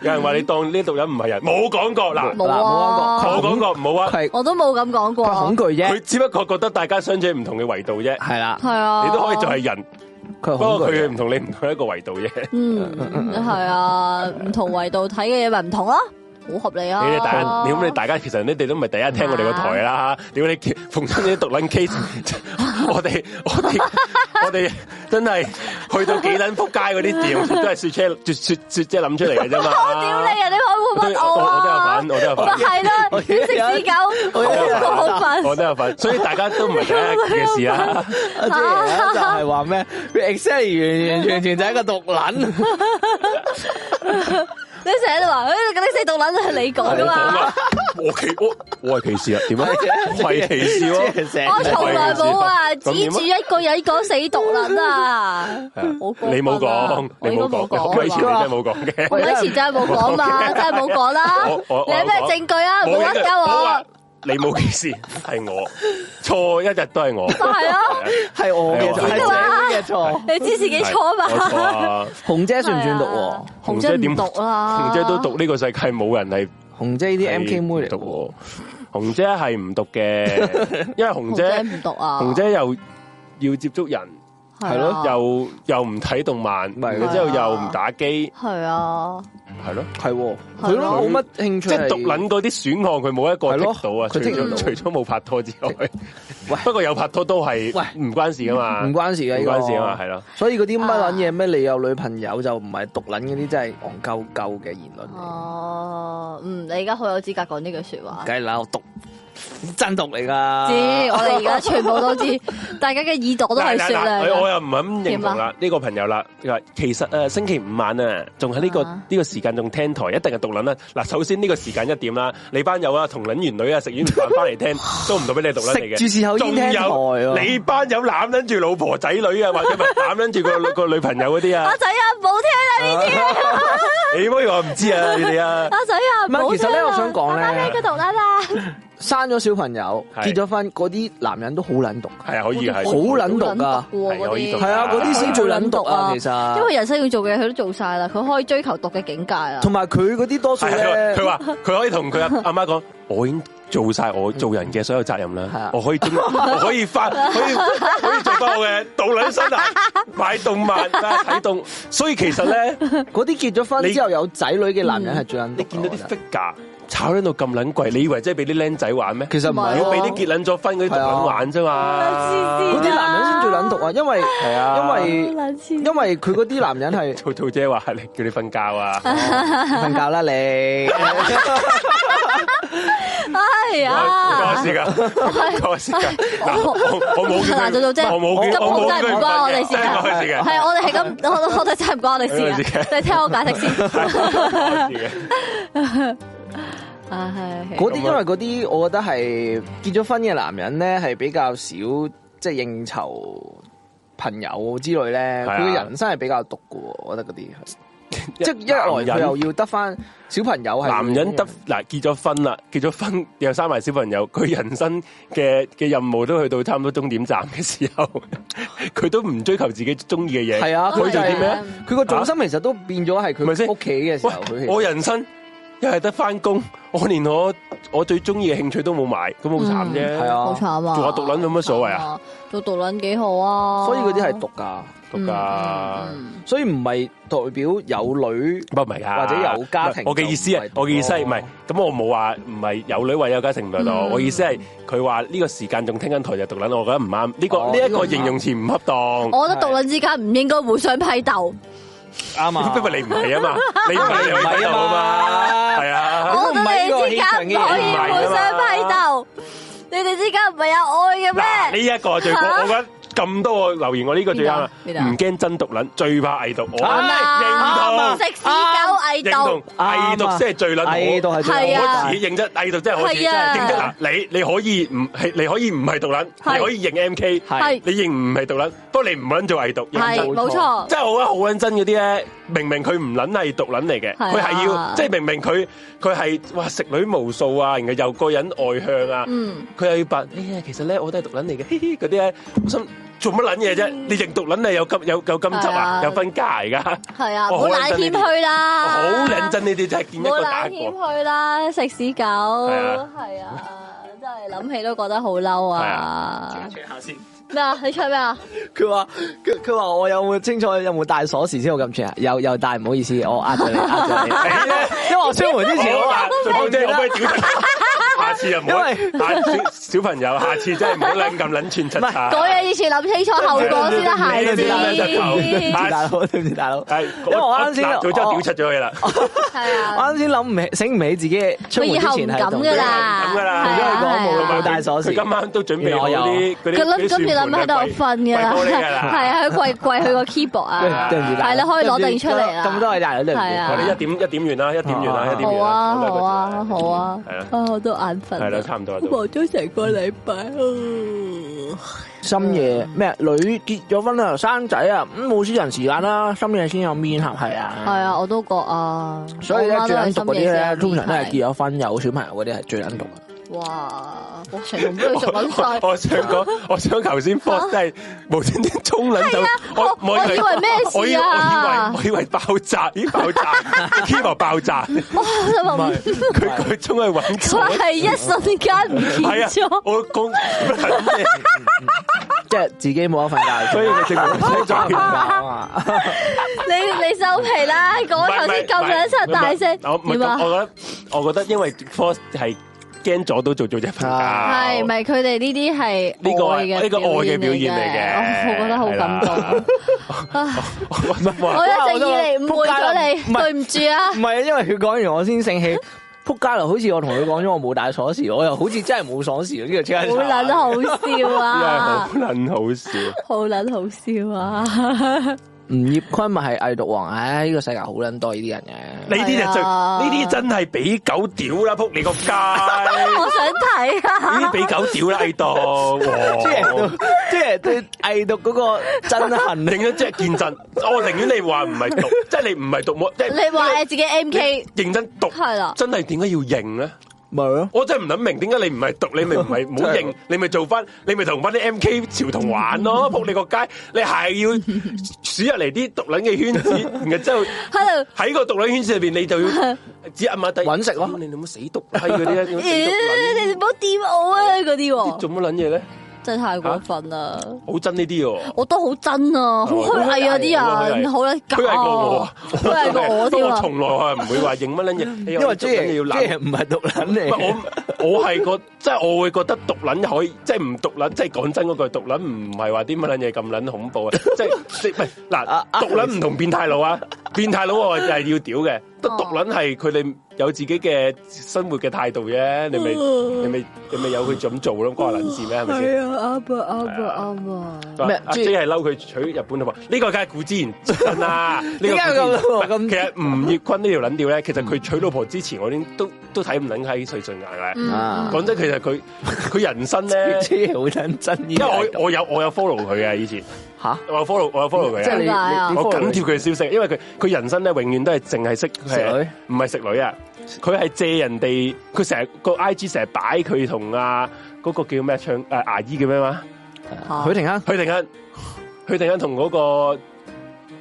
Speaker 2: 有人話你當呢度人唔係人，冇講過嗱，
Speaker 1: 冇
Speaker 3: 嗱冇啊
Speaker 1: 啊
Speaker 2: 冇，講過，冇啊，
Speaker 3: 佢係
Speaker 1: 我都冇咁講
Speaker 3: 佢恐
Speaker 1: 過，
Speaker 3: 懼啫
Speaker 2: 佢，只不過覺得大家相處喺唔同嘅維度啫，
Speaker 3: 係啦，
Speaker 1: 係啊，
Speaker 2: 你都可以就係人，
Speaker 3: 佢係啊
Speaker 2: 不過
Speaker 3: 恐
Speaker 2: 哦佢
Speaker 3: 懼
Speaker 2: 唔同你唔同一個維度啫。
Speaker 1: 嗯，系啊，唔同维度睇嘅嘢咪唔同咯，好合理啊！
Speaker 2: 你哋大家，你咁你大家其實你哋都唔係第一聽我哋個台啦，屌你逢親啲獨撚 case，我哋我哋我哋真係去到幾撚撲街嗰啲調，都係雪車雪雪雪姐諗出嚟嘅啫嘛。
Speaker 1: 我屌你啊！你可唔可以屈
Speaker 2: 我
Speaker 1: 我啊？
Speaker 2: 我都有份我都有份
Speaker 1: 咪係咯，你食屎狗， [laughs] 我好
Speaker 2: 我
Speaker 1: 份。
Speaker 2: 都有份，所以大家都唔係第一嘅事啦。
Speaker 3: 阿姐而家就係話咩佢？Excel 完完完全就係一個毒撚，
Speaker 1: 你成日都話，誒嗰啲四毒撚係你講
Speaker 2: 我
Speaker 1: 噶
Speaker 2: 講
Speaker 1: 嘛？
Speaker 2: 啊，我歧我我係歧視啊？點啊？係啊歧視
Speaker 3: 即
Speaker 2: 喎
Speaker 3: 係。成
Speaker 1: 我從來冇啊，指
Speaker 2: 咁點啊
Speaker 1: 住一個人講死毒撚啊！好過分啊
Speaker 2: 你冇講，
Speaker 1: 我
Speaker 2: 你
Speaker 1: 應該冇
Speaker 2: 冇講，我以前
Speaker 1: 講
Speaker 2: 你
Speaker 1: 啊。
Speaker 2: 真係冇講嘅。
Speaker 1: 我以前真係冇講嘛，真係冇講啦。
Speaker 2: 我我
Speaker 1: 你有咩證據啊？唔好屈鳩我，。
Speaker 2: 你冇歧視，係我錯一日都係我。
Speaker 1: 係啊，
Speaker 3: 係我嘅錯，係
Speaker 2: 係
Speaker 3: 社
Speaker 1: 啊
Speaker 3: 會嘅錯。
Speaker 1: 你知自己錯嘛？
Speaker 2: 我錯啊！
Speaker 3: 紅姐算唔哦算毒
Speaker 1: 係
Speaker 3: 喎
Speaker 1: 啊？？紅姐唔讀啊啦，
Speaker 2: 紅姐
Speaker 3: 啊
Speaker 2: 都。讀呢個世界冇人係
Speaker 3: 紅姐呢啲 M K 妹嚟喎，
Speaker 2: 係唔讀喎。紅姐係唔讀嘅，因為紅
Speaker 1: 紅
Speaker 2: 姐
Speaker 1: 姐唔讀啊，
Speaker 2: 紅姐又要接觸人，
Speaker 1: 係
Speaker 3: 係咯
Speaker 1: 啊
Speaker 2: 又又唔睇動漫，
Speaker 3: 咪
Speaker 2: 然之後又唔打機，
Speaker 1: 係啊，
Speaker 2: 係咯。
Speaker 3: 係喎，
Speaker 1: 係
Speaker 3: 佢
Speaker 1: 咯
Speaker 3: 都冇乜興趣，
Speaker 2: 即係獨撚嗰啲選項，佢冇一個
Speaker 3: 係咯
Speaker 2: 剔到啊！除
Speaker 3: 佢剔唔
Speaker 2: 咗
Speaker 3: 到
Speaker 2: 除咗冇拍拖之 [laughs]
Speaker 3: 喂
Speaker 2: 外，不過有拍拖都係
Speaker 3: 喂
Speaker 2: 唔關事噶嘛，
Speaker 3: 唔關事嘅，
Speaker 2: 唔
Speaker 3: 呢個
Speaker 2: 關事啊嘛，係咯。
Speaker 3: 所以嗰啲乜撚嘢咩？你有女朋友就唔係獨撚嗰啲，真係戇鳩鳩嘅言論
Speaker 1: 啊
Speaker 3: 嚟。
Speaker 1: 哦，嗯，你而家好有資格講呢句說話。
Speaker 3: 梗係啦，我毒真毒嚟
Speaker 1: 知，
Speaker 3: 㗎。
Speaker 1: 我哋而家全部都
Speaker 3: [laughs]
Speaker 1: 知，大家嘅耳朵都係雪
Speaker 2: 嗱嗱嗱我
Speaker 1: 亮
Speaker 2: 我
Speaker 1: 嘅。
Speaker 2: 又唔係咁認同
Speaker 1: 點
Speaker 2: 啦，呢個朋友啦，佢話其實誒星期五晚啊，仲喺呢個
Speaker 1: 啊
Speaker 2: 呢個時間仲聽台，一定係獨撚啦。嗱，首先呢個時間一點啦，你班友啊同撚完女啊食完飯翻嚟聽，都唔代俾你獨撚嚟嘅。
Speaker 3: 食住事後煙
Speaker 2: 仲
Speaker 3: 聽台啊
Speaker 2: 有
Speaker 3: 喎
Speaker 2: 你班友攬撚住老婆仔女啊，或者咪攬撚住個 [laughs] 個女朋友嗰啲啊
Speaker 1: 阿，仔啊，唔好聽啦呢啲啊，
Speaker 2: 你唔好以為我唔知啊，你哋啊。
Speaker 1: 阿仔啊，唔好
Speaker 3: 唔係其實咧
Speaker 1: 聽啦
Speaker 3: 我想講咧
Speaker 1: 阿媽呢個毒啦啦，
Speaker 3: 生咗小朋友，
Speaker 2: 係
Speaker 3: 結咗婚，嗰啲男人都好撚毒，
Speaker 2: 係啊，可以係
Speaker 3: 好撚毒
Speaker 1: 好
Speaker 3: 㗎。
Speaker 1: 毒喎
Speaker 2: 係可以
Speaker 1: 嗰
Speaker 2: 做
Speaker 1: 啲
Speaker 3: 係啊，嗰啲
Speaker 2: 哎
Speaker 3: 先最撚毒啊，其
Speaker 1: 因
Speaker 3: 實。
Speaker 1: 為人生要做嘅嘢佢都做晒啦，佢可以追求毒嘅境界啊啦。
Speaker 3: 同埋佢嗰啲多數
Speaker 2: 係
Speaker 3: 咧
Speaker 2: 啊，，佢話佢可以同佢阿阿媽講，我已經做晒我做人嘅所有責任
Speaker 3: 係
Speaker 2: 啦
Speaker 3: 啊，
Speaker 2: 我可
Speaker 1: [laughs]
Speaker 2: 以中，我可以翻，可以可以做翻我嘅道女生
Speaker 1: [laughs]
Speaker 2: 涯，買動漫睇動，所以其實咧，
Speaker 1: [laughs]
Speaker 3: 嗰啲結咗婚之後有仔女嘅男人係最撚毒
Speaker 2: 嗯你
Speaker 3: 㗎。
Speaker 2: 見到啲
Speaker 3: 我覺得
Speaker 2: figure 炒喺度咁撚貴，你以為真係俾啲僆仔玩咩？
Speaker 3: 其實唔
Speaker 1: 唔係
Speaker 3: 係
Speaker 1: 喎啊
Speaker 3: 啊
Speaker 2: 要俾啲結撚咗婚嗰啲獨撚玩啫嘛，
Speaker 1: 黐線
Speaker 3: 嗰啲男人先最撚毒啊，因為
Speaker 2: 係啊，
Speaker 3: 因
Speaker 1: 好
Speaker 3: 為
Speaker 1: 撚黐
Speaker 3: 因為佢嗰啲男人 [laughs] 係
Speaker 2: 兔兔姐話你叫你瞓覺啊，
Speaker 3: 瞓覺啦 [laughs] 你，
Speaker 1: 哎
Speaker 2: 關我
Speaker 1: 呀，
Speaker 2: 事噶，關我事噶，嗱我我我冇叫
Speaker 1: 啊嗱，
Speaker 2: 佢
Speaker 1: 做做啫，
Speaker 2: 我冇
Speaker 1: 咁
Speaker 2: 叫我
Speaker 1: 好
Speaker 2: 冇
Speaker 1: 真係唔
Speaker 2: 叫佢
Speaker 1: 關我哋
Speaker 2: 瞓
Speaker 1: 事啊
Speaker 2: 嘅 [laughs] 真係唔
Speaker 1: 㗎
Speaker 2: 啊關我事嘅。
Speaker 1: 係我哋係咁，我我哋真係唔關我哋事
Speaker 2: [laughs] 關我事
Speaker 1: 㗎。
Speaker 2: 嘅
Speaker 1: 你聽我解釋先。
Speaker 2: [laughs] 係
Speaker 1: 啊，係。
Speaker 3: 嗰啲因為嗰啲我覺得係結咗婚嘅男人咧係比較少即係應酬朋友之類咧，
Speaker 2: 係啊
Speaker 3: 佢嘅人生係比較毒嘅喎，我覺得嗰啲即係一來佢又要得翻小朋友係
Speaker 2: 男人得嗱結咗婚啦，結咗婚又生埋小朋友，佢人生嘅嘅任務都去到差唔多終點站嘅時候， [laughs] 佢都唔追求自己中意嘅
Speaker 3: [laughs]
Speaker 2: 嘢。
Speaker 3: 係啊，佢就
Speaker 1: 都係
Speaker 3: 係
Speaker 1: 嘅
Speaker 3: 咩？佢個重心其實都變咗係
Speaker 2: 啊咪先
Speaker 3: 佢屋企嘅時候，佢其
Speaker 2: 喂，
Speaker 3: 實
Speaker 2: 我人生又係得翻工，我連我我最中意嘅興趣都冇埋，咁好慘啫。
Speaker 3: 係啊
Speaker 1: 好慘啊！
Speaker 2: 做下毒撚有乜所謂啊？
Speaker 1: 做毒撚幾好啊！
Speaker 3: 所以嗰啲係毒㗎，
Speaker 2: 咁噶，
Speaker 1: 嗯
Speaker 3: 所以唔係代表有女。
Speaker 2: 不過唔係噶，
Speaker 3: 或者有家庭
Speaker 2: 唔係我嘅意思
Speaker 3: 就
Speaker 2: 係
Speaker 3: 唔係，毒
Speaker 2: 我嘅意思係
Speaker 3: 咯
Speaker 2: 唔係咁？我冇話唔係有女或有家庭唔喺度。
Speaker 1: 嗯
Speaker 2: 我意思係佢話呢個時間仲聽緊台就獨撚，我覺得唔啱。呢個
Speaker 3: 哦
Speaker 2: 呢一
Speaker 3: 呢個
Speaker 2: 個
Speaker 3: 唔啱
Speaker 2: 形容詞唔恰當。
Speaker 1: 我覺得毒撚之間唔應該互相批鬥。
Speaker 3: 啱
Speaker 2: [laughs] 不過你唔係啊嘛，你唔係你唔
Speaker 3: 唔係
Speaker 2: 係
Speaker 3: 啊
Speaker 2: 啊嘛，
Speaker 3: 嘛
Speaker 2: 係啊。
Speaker 1: 我覺得你哋之間唔可以互相批鬥。你哋之間唔係有愛
Speaker 2: 嗱，
Speaker 1: 嘅
Speaker 2: 呢
Speaker 1: 咩？
Speaker 2: 一個最
Speaker 1: 嚇
Speaker 2: 我覺得咁多個留言，我呢個最啱啦。
Speaker 1: 邊度邊度
Speaker 2: 唔驚真毒撚，最怕偽毒。我
Speaker 1: 啊
Speaker 2: 認
Speaker 1: 食屎狗偽
Speaker 2: 同，認同
Speaker 1: 鬥，
Speaker 2: 偽毒先係最撚
Speaker 3: 偽毒
Speaker 2: 好。
Speaker 3: 係最
Speaker 1: 係啊
Speaker 2: 我自己認真偽毒真係好似
Speaker 1: 係
Speaker 2: 真
Speaker 1: 啊
Speaker 2: 係認真嗱，你你可以唔係你可以唔係毒撚，
Speaker 1: 係
Speaker 2: 你可以認 M K，
Speaker 1: 係
Speaker 2: 你認唔係毒撚，不過你唔撚做偽毒，認
Speaker 1: 係
Speaker 2: 真。
Speaker 1: 冇錯，
Speaker 2: 真係我覺得好撚真嗰啲咧，明明佢唔撚係毒撚嚟嘅，
Speaker 1: 係啊
Speaker 2: 佢係要即係明明佢佢係哇食女無數啊，然後又個人外向啊，
Speaker 1: 嗯，
Speaker 2: 佢又要扮哎呀，其實咧我都係毒撚嚟嘅，嘻嘻嗰啲咧，我心做乜捻嘢啫？你認毒捻你有金有有金執
Speaker 1: 係
Speaker 2: 啊？
Speaker 1: 啊
Speaker 2: 有分家而家，
Speaker 1: 系啊，
Speaker 2: 我
Speaker 1: 唔好奶
Speaker 2: 撚憎呢
Speaker 1: 謙
Speaker 2: 啲
Speaker 1: 虛啦，
Speaker 2: 好認真呢啲真係見
Speaker 1: 唔
Speaker 2: 一
Speaker 1: 好
Speaker 2: 個打
Speaker 1: 奶
Speaker 2: 一
Speaker 1: 謙
Speaker 2: 個。
Speaker 1: 虛啦，食屎狗，
Speaker 2: 啊
Speaker 1: 係啊，真係諗起都覺得好嬲
Speaker 2: 係
Speaker 1: 啊！
Speaker 3: 下先。
Speaker 1: 咩啊？你出咩啊？
Speaker 3: 佢話佢佢话我有冇清楚有冇帶鎖匙先我咁串啊？有有帶，唔好意思，我呃咗你，呃咗你。
Speaker 2: [laughs]
Speaker 3: 因為我出門之前我話
Speaker 2: 我真係可以
Speaker 1: [laughs]
Speaker 2: 屌你下次就唔好啦，
Speaker 3: 因為
Speaker 2: 下次小朋友下次真係唔好捻咁捻串柒啊！
Speaker 1: 講嘢以前諗清楚後果先啦，孩
Speaker 2: [laughs] 你
Speaker 1: 子。
Speaker 2: 你
Speaker 3: [laughs] 對唔住
Speaker 2: 你
Speaker 3: 大佬，對唔住大佬。
Speaker 2: 係
Speaker 3: 因為我啱先
Speaker 2: 嗱佢真係屌柒咗佢啦，
Speaker 1: 係
Speaker 3: 我
Speaker 1: 啊，
Speaker 3: 啱先諗唔起，醒唔起自己出
Speaker 1: 我
Speaker 3: 門
Speaker 1: 以後
Speaker 3: 之
Speaker 1: 唔
Speaker 3: 前係
Speaker 1: 敢
Speaker 3: 同
Speaker 1: 噶啦，
Speaker 2: 咁㗎啦
Speaker 1: 係啊
Speaker 3: 同佢講冇
Speaker 1: 係啊
Speaker 3: 冇帶鎖匙
Speaker 2: 佢今晚都準備
Speaker 3: 原來
Speaker 2: 好
Speaker 3: 我有
Speaker 2: 啲嗰啲
Speaker 1: 佢諗
Speaker 2: 嗰
Speaker 1: 跟
Speaker 2: 啲
Speaker 1: 住
Speaker 2: 算
Speaker 1: 諗
Speaker 2: 盤
Speaker 1: 喺度
Speaker 2: 啊貴
Speaker 1: 瞓噶啦，
Speaker 2: 貴玻璃㗎啦
Speaker 1: [laughs] 係啊，佢
Speaker 2: [laughs]
Speaker 1: 跪跪去個 keyboard
Speaker 3: 對
Speaker 1: 啊，
Speaker 3: 對唔住大佬，
Speaker 1: 係你可以攞定出嚟啦
Speaker 3: 咁多位大佬，對唔住
Speaker 1: 係啊
Speaker 2: 我哋一點一點完啦，一點完啦，一點
Speaker 1: 好
Speaker 2: 完
Speaker 1: 啊，
Speaker 2: 啦，
Speaker 1: 好啊，好啊
Speaker 2: 係啦，
Speaker 1: 啊，我都眼瞓
Speaker 2: 係啦，
Speaker 1: 啦，
Speaker 2: 差唔多啦都。
Speaker 1: 忙咗成個禮拜哦啊。
Speaker 3: 深夜咩？女結咗婚啦，生仔啊，咁冇私人時間啦，深夜先有面合係啊。
Speaker 1: 嗯係啊，我都覺啊，
Speaker 3: 所以咧
Speaker 1: 我媽
Speaker 3: 最
Speaker 1: 都係深
Speaker 3: 撚讀嗰啲
Speaker 1: 夜先
Speaker 3: 咧，
Speaker 1: 有
Speaker 3: 通常都
Speaker 1: 面
Speaker 3: 係結咗婚有小朋友嗰啲係最撚讀嘅。
Speaker 1: 睇哇，我成個都要做
Speaker 2: [laughs]
Speaker 1: 緊晒。
Speaker 2: 我想講，我想頭先科真係無端端衝撚到，
Speaker 1: 我我以為咩事啊
Speaker 2: 我以我以為我以為爆炸，咦
Speaker 1: [laughs]
Speaker 2: 爆炸，Kimo 爆炸，
Speaker 1: 哇，我想問
Speaker 2: 佢佢衝去揾
Speaker 1: 佢
Speaker 2: 錢，
Speaker 1: 係一瞬間唔
Speaker 2: 係
Speaker 1: 見
Speaker 2: 啊
Speaker 1: 咗，，
Speaker 2: 我講
Speaker 1: [laughs]
Speaker 3: 即係自己冇得瞓 [laughs] 覺，所以你正唔使再瞓覺啊嘛。
Speaker 1: 你你收皮啦！講
Speaker 2: 唔係
Speaker 1: 頭先咁兩出大聲，
Speaker 2: 唔係我唔
Speaker 1: 點啊
Speaker 2: 係？我覺得我覺得因為科係驚咗到做做只朋友，Ờ,
Speaker 1: 係咪佢哋呢啲係
Speaker 2: 呢個係
Speaker 1: 愛嘅
Speaker 2: 呢個愛嘅表現嚟嘅
Speaker 1: 我我覺得好感
Speaker 2: [laughs]
Speaker 1: 動。
Speaker 2: 我覺得哇
Speaker 1: 我一直以嚟誤會咗你，
Speaker 3: 唔係
Speaker 1: 對唔住啊
Speaker 3: 唔！係，因為佢講完我先
Speaker 1: [laughs]
Speaker 3: 醒起，仆街啦！好似我同佢講咗我冇帶鎖匙，我又好似真係冇鎖匙，呢個即刻
Speaker 1: 好撚好笑
Speaker 2: 真係
Speaker 1: 啊
Speaker 2: 好！撚好笑。
Speaker 1: 好撚好笑啊！
Speaker 3: 吳業坤咪係偽毒王，唉，呢個世界好撚多呢啲人
Speaker 2: 呢
Speaker 3: 嘅。
Speaker 2: 啲就最，
Speaker 1: 係啊
Speaker 2: 呢啲真係俾狗屌啦！仆你個街，呢
Speaker 1: 我想睇啊！
Speaker 2: 啲俾狗屌啦喺度，
Speaker 3: 即係
Speaker 2: 哇
Speaker 3: 即係對偽毒嗰個憎恨
Speaker 2: 寧願即係見真，我寧願你話唔係毒，即係你唔係毒魔，即係
Speaker 1: 你話你自己 M K
Speaker 2: 認真毒，
Speaker 1: 係啦
Speaker 2: 真係點解要認咧？
Speaker 3: 咪咯。
Speaker 2: 我真係唔諗明點解你唔係毒，你咪唔係唔好認，你咪做翻，你咪同翻啲 M K 潮童玩咯，仆你個街，你係要鼠入嚟啲毒撚嘅圈子，然後之後。
Speaker 1: 喺度，
Speaker 2: 喺個毒撚圈子入邊，你就要只暗下底
Speaker 3: 搵食咯
Speaker 2: 你你冇死毒閪嗰啲啊！你有冇死毒撚
Speaker 1: 咦你哋唔好掂我啊！嗰啲喎
Speaker 2: 做乜撚嘢咧？
Speaker 1: 真係太過分啦！
Speaker 2: 好憎呢啲喎，
Speaker 1: 我都好真啊，好虛偽啊啲人，好撚假
Speaker 2: 佢係
Speaker 1: [laughs]
Speaker 2: 過我啊，
Speaker 1: 佢係過
Speaker 2: [laughs]
Speaker 1: 我
Speaker 2: 不
Speaker 1: 添
Speaker 2: 過
Speaker 1: 啊！
Speaker 2: 從來我係唔會話認乜撚嘢，因
Speaker 3: 因為 J
Speaker 2: 最緊要
Speaker 3: J
Speaker 2: 諗。
Speaker 3: 唔係毒撚
Speaker 2: 唔
Speaker 3: 嚟
Speaker 2: 係
Speaker 3: 嘅，
Speaker 2: 我我係個即係我會覺得毒撚可以，即係唔毒撚，即係講真嗰句，毒撚唔係話啲乜撚嘢咁撚
Speaker 3: [laughs]
Speaker 2: 恐怖啊！即係即係唔係嗱
Speaker 3: 啊，啊
Speaker 2: 毒撚唔同變
Speaker 3: [laughs]
Speaker 2: 態佬啊，變態佬我就係要屌嘅，得
Speaker 1: 哦
Speaker 2: 毒撚係佢哋有自己嘅生活嘅態度啫，你咪你咪你咪有佢咁做咯，關我撚事咩？係咪先？
Speaker 1: 啊，啱啊，啱啊，啱啊！
Speaker 3: 咩
Speaker 2: 阿
Speaker 3: 即
Speaker 2: J
Speaker 3: 係
Speaker 2: 係嬲佢娶日本老婆，呢個梗係古之言真啦。呢個
Speaker 3: [laughs] 點解
Speaker 2: 古之言
Speaker 3: 咁咁
Speaker 2: 其實吳業坤呢條撚屌咧，其實佢娶老婆之前，我已經都都睇唔撚喺佢順眼嘅。
Speaker 1: 嗯
Speaker 3: 啊，
Speaker 2: 講真，其實佢 [laughs] 佢人生咧
Speaker 3: J [laughs] 好撚憎呢
Speaker 2: 因為
Speaker 3: 啲
Speaker 2: 我我有我有 follow 佢嘅以前，
Speaker 3: 嚇，
Speaker 2: 我有 follow 我有 follow 佢
Speaker 3: 即係
Speaker 1: 點
Speaker 3: 你
Speaker 2: 嘅。
Speaker 1: 解啊
Speaker 3: 你
Speaker 2: 我緊
Speaker 3: follow
Speaker 2: 貼佢嘅消息，因為佢佢人生咧永遠都係淨係識
Speaker 3: 食
Speaker 2: 女，唔係食女啊！佢係借人哋，佢成日個 I G 成日擺佢同啊嗰個叫咩唱誒牙醫叫咩嘛？
Speaker 3: 佢停啊！
Speaker 2: 佢突然間，佢突然間同嗰個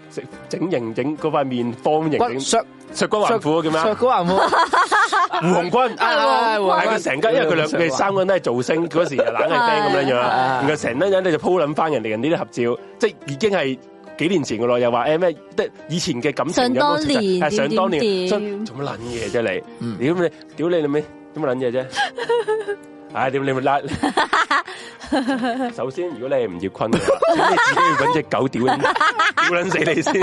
Speaker 2: 整整形整嗰塊面方形
Speaker 3: 骨
Speaker 2: 整
Speaker 3: 削
Speaker 2: 削骨還父嗰個叫咩
Speaker 3: 削
Speaker 2: 啊？
Speaker 3: 骨還父。
Speaker 2: 胡鴻鈞
Speaker 3: 啊
Speaker 2: 係佢成家，因為佢兩佢哋三個人都係造 [laughs] 星，嗰時又懶係 friend 咁樣樣啦。
Speaker 3: 係
Speaker 2: 然後成班人你就 po 撚翻人哋人哋啲合照，即係已經係幾年前噶咯，又話誒咩，即係以前嘅感情
Speaker 1: 想
Speaker 2: 有冇
Speaker 1: 當年
Speaker 2: 其實係想當年，
Speaker 1: 點點
Speaker 2: 想
Speaker 1: 點
Speaker 2: 做乜撚嘢啫你？屌你屌你你咩？做乜撚 [laughs] 嘢啫？唉，屌你 [laughs] 咪拉！首先，如果你係吳業坤嘅話，請你自己去揾只狗 [laughs] 屌撚屌撚死你先。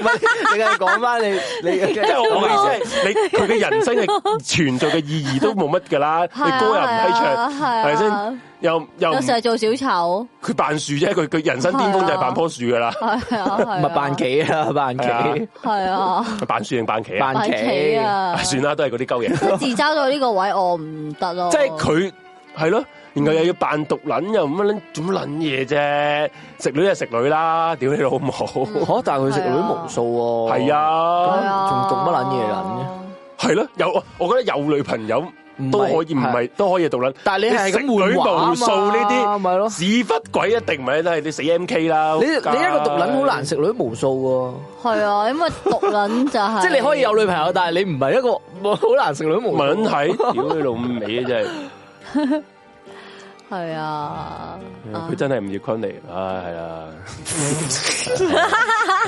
Speaker 3: 唔係，你繼續講翻你你
Speaker 2: 即係我嘅意思係，你佢嘅人生嘅存在嘅意義都冇乜㗎啦，你歌又唔批唱，係咪
Speaker 1: 啊係啊
Speaker 2: 先？又又唔
Speaker 1: 有時係做小丑，
Speaker 2: 佢扮樹啫，佢佢人生巔峰就係扮棵樹㗎啦，
Speaker 1: 係
Speaker 2: [laughs]
Speaker 1: 啊，
Speaker 3: 唔
Speaker 1: 係
Speaker 3: 係扮，企啊，扮
Speaker 2: 係
Speaker 3: 企，
Speaker 1: 係啊，
Speaker 2: 佢扮樹定扮棋啊？
Speaker 3: 扮
Speaker 1: 扮企
Speaker 3: 企
Speaker 2: [laughs]
Speaker 1: 啊，
Speaker 2: 唉算啦，都係嗰啲鳩嘢，
Speaker 1: [laughs] 佢自嘲到呢個位，我唔得咯。
Speaker 2: 即係佢係咯。然後又要扮毒撚，又乜撚做乜撚嘢啫？食女就食女啦，屌你老母！
Speaker 3: 吓，但係佢食女無數喎。
Speaker 2: 係，
Speaker 1: 係
Speaker 2: 啊，
Speaker 1: 啊，
Speaker 3: 仲讀乜撚嘢撚
Speaker 2: 係咯，有我覺得有女朋友
Speaker 7: 唔係
Speaker 2: 都可以唔係都可以讀撚。
Speaker 7: 但係你係咁
Speaker 2: 食
Speaker 7: 換
Speaker 2: 女
Speaker 7: 畫啊嘛
Speaker 2: 無數呢
Speaker 7: 咪咯
Speaker 2: 啲屎忽鬼一定唔係都係你死 M K 啦。
Speaker 7: 你你一個獨撚好難食女無數
Speaker 1: 系啊，因为毒撚就係
Speaker 3: [laughs]
Speaker 7: 喎，即係你可以有女朋友，但係你唔係一個冇好難食女無數。
Speaker 2: 問 [laughs] 係，屌你老味真係，
Speaker 1: 係啊，
Speaker 2: 佢真係唔要昆你，唉係啊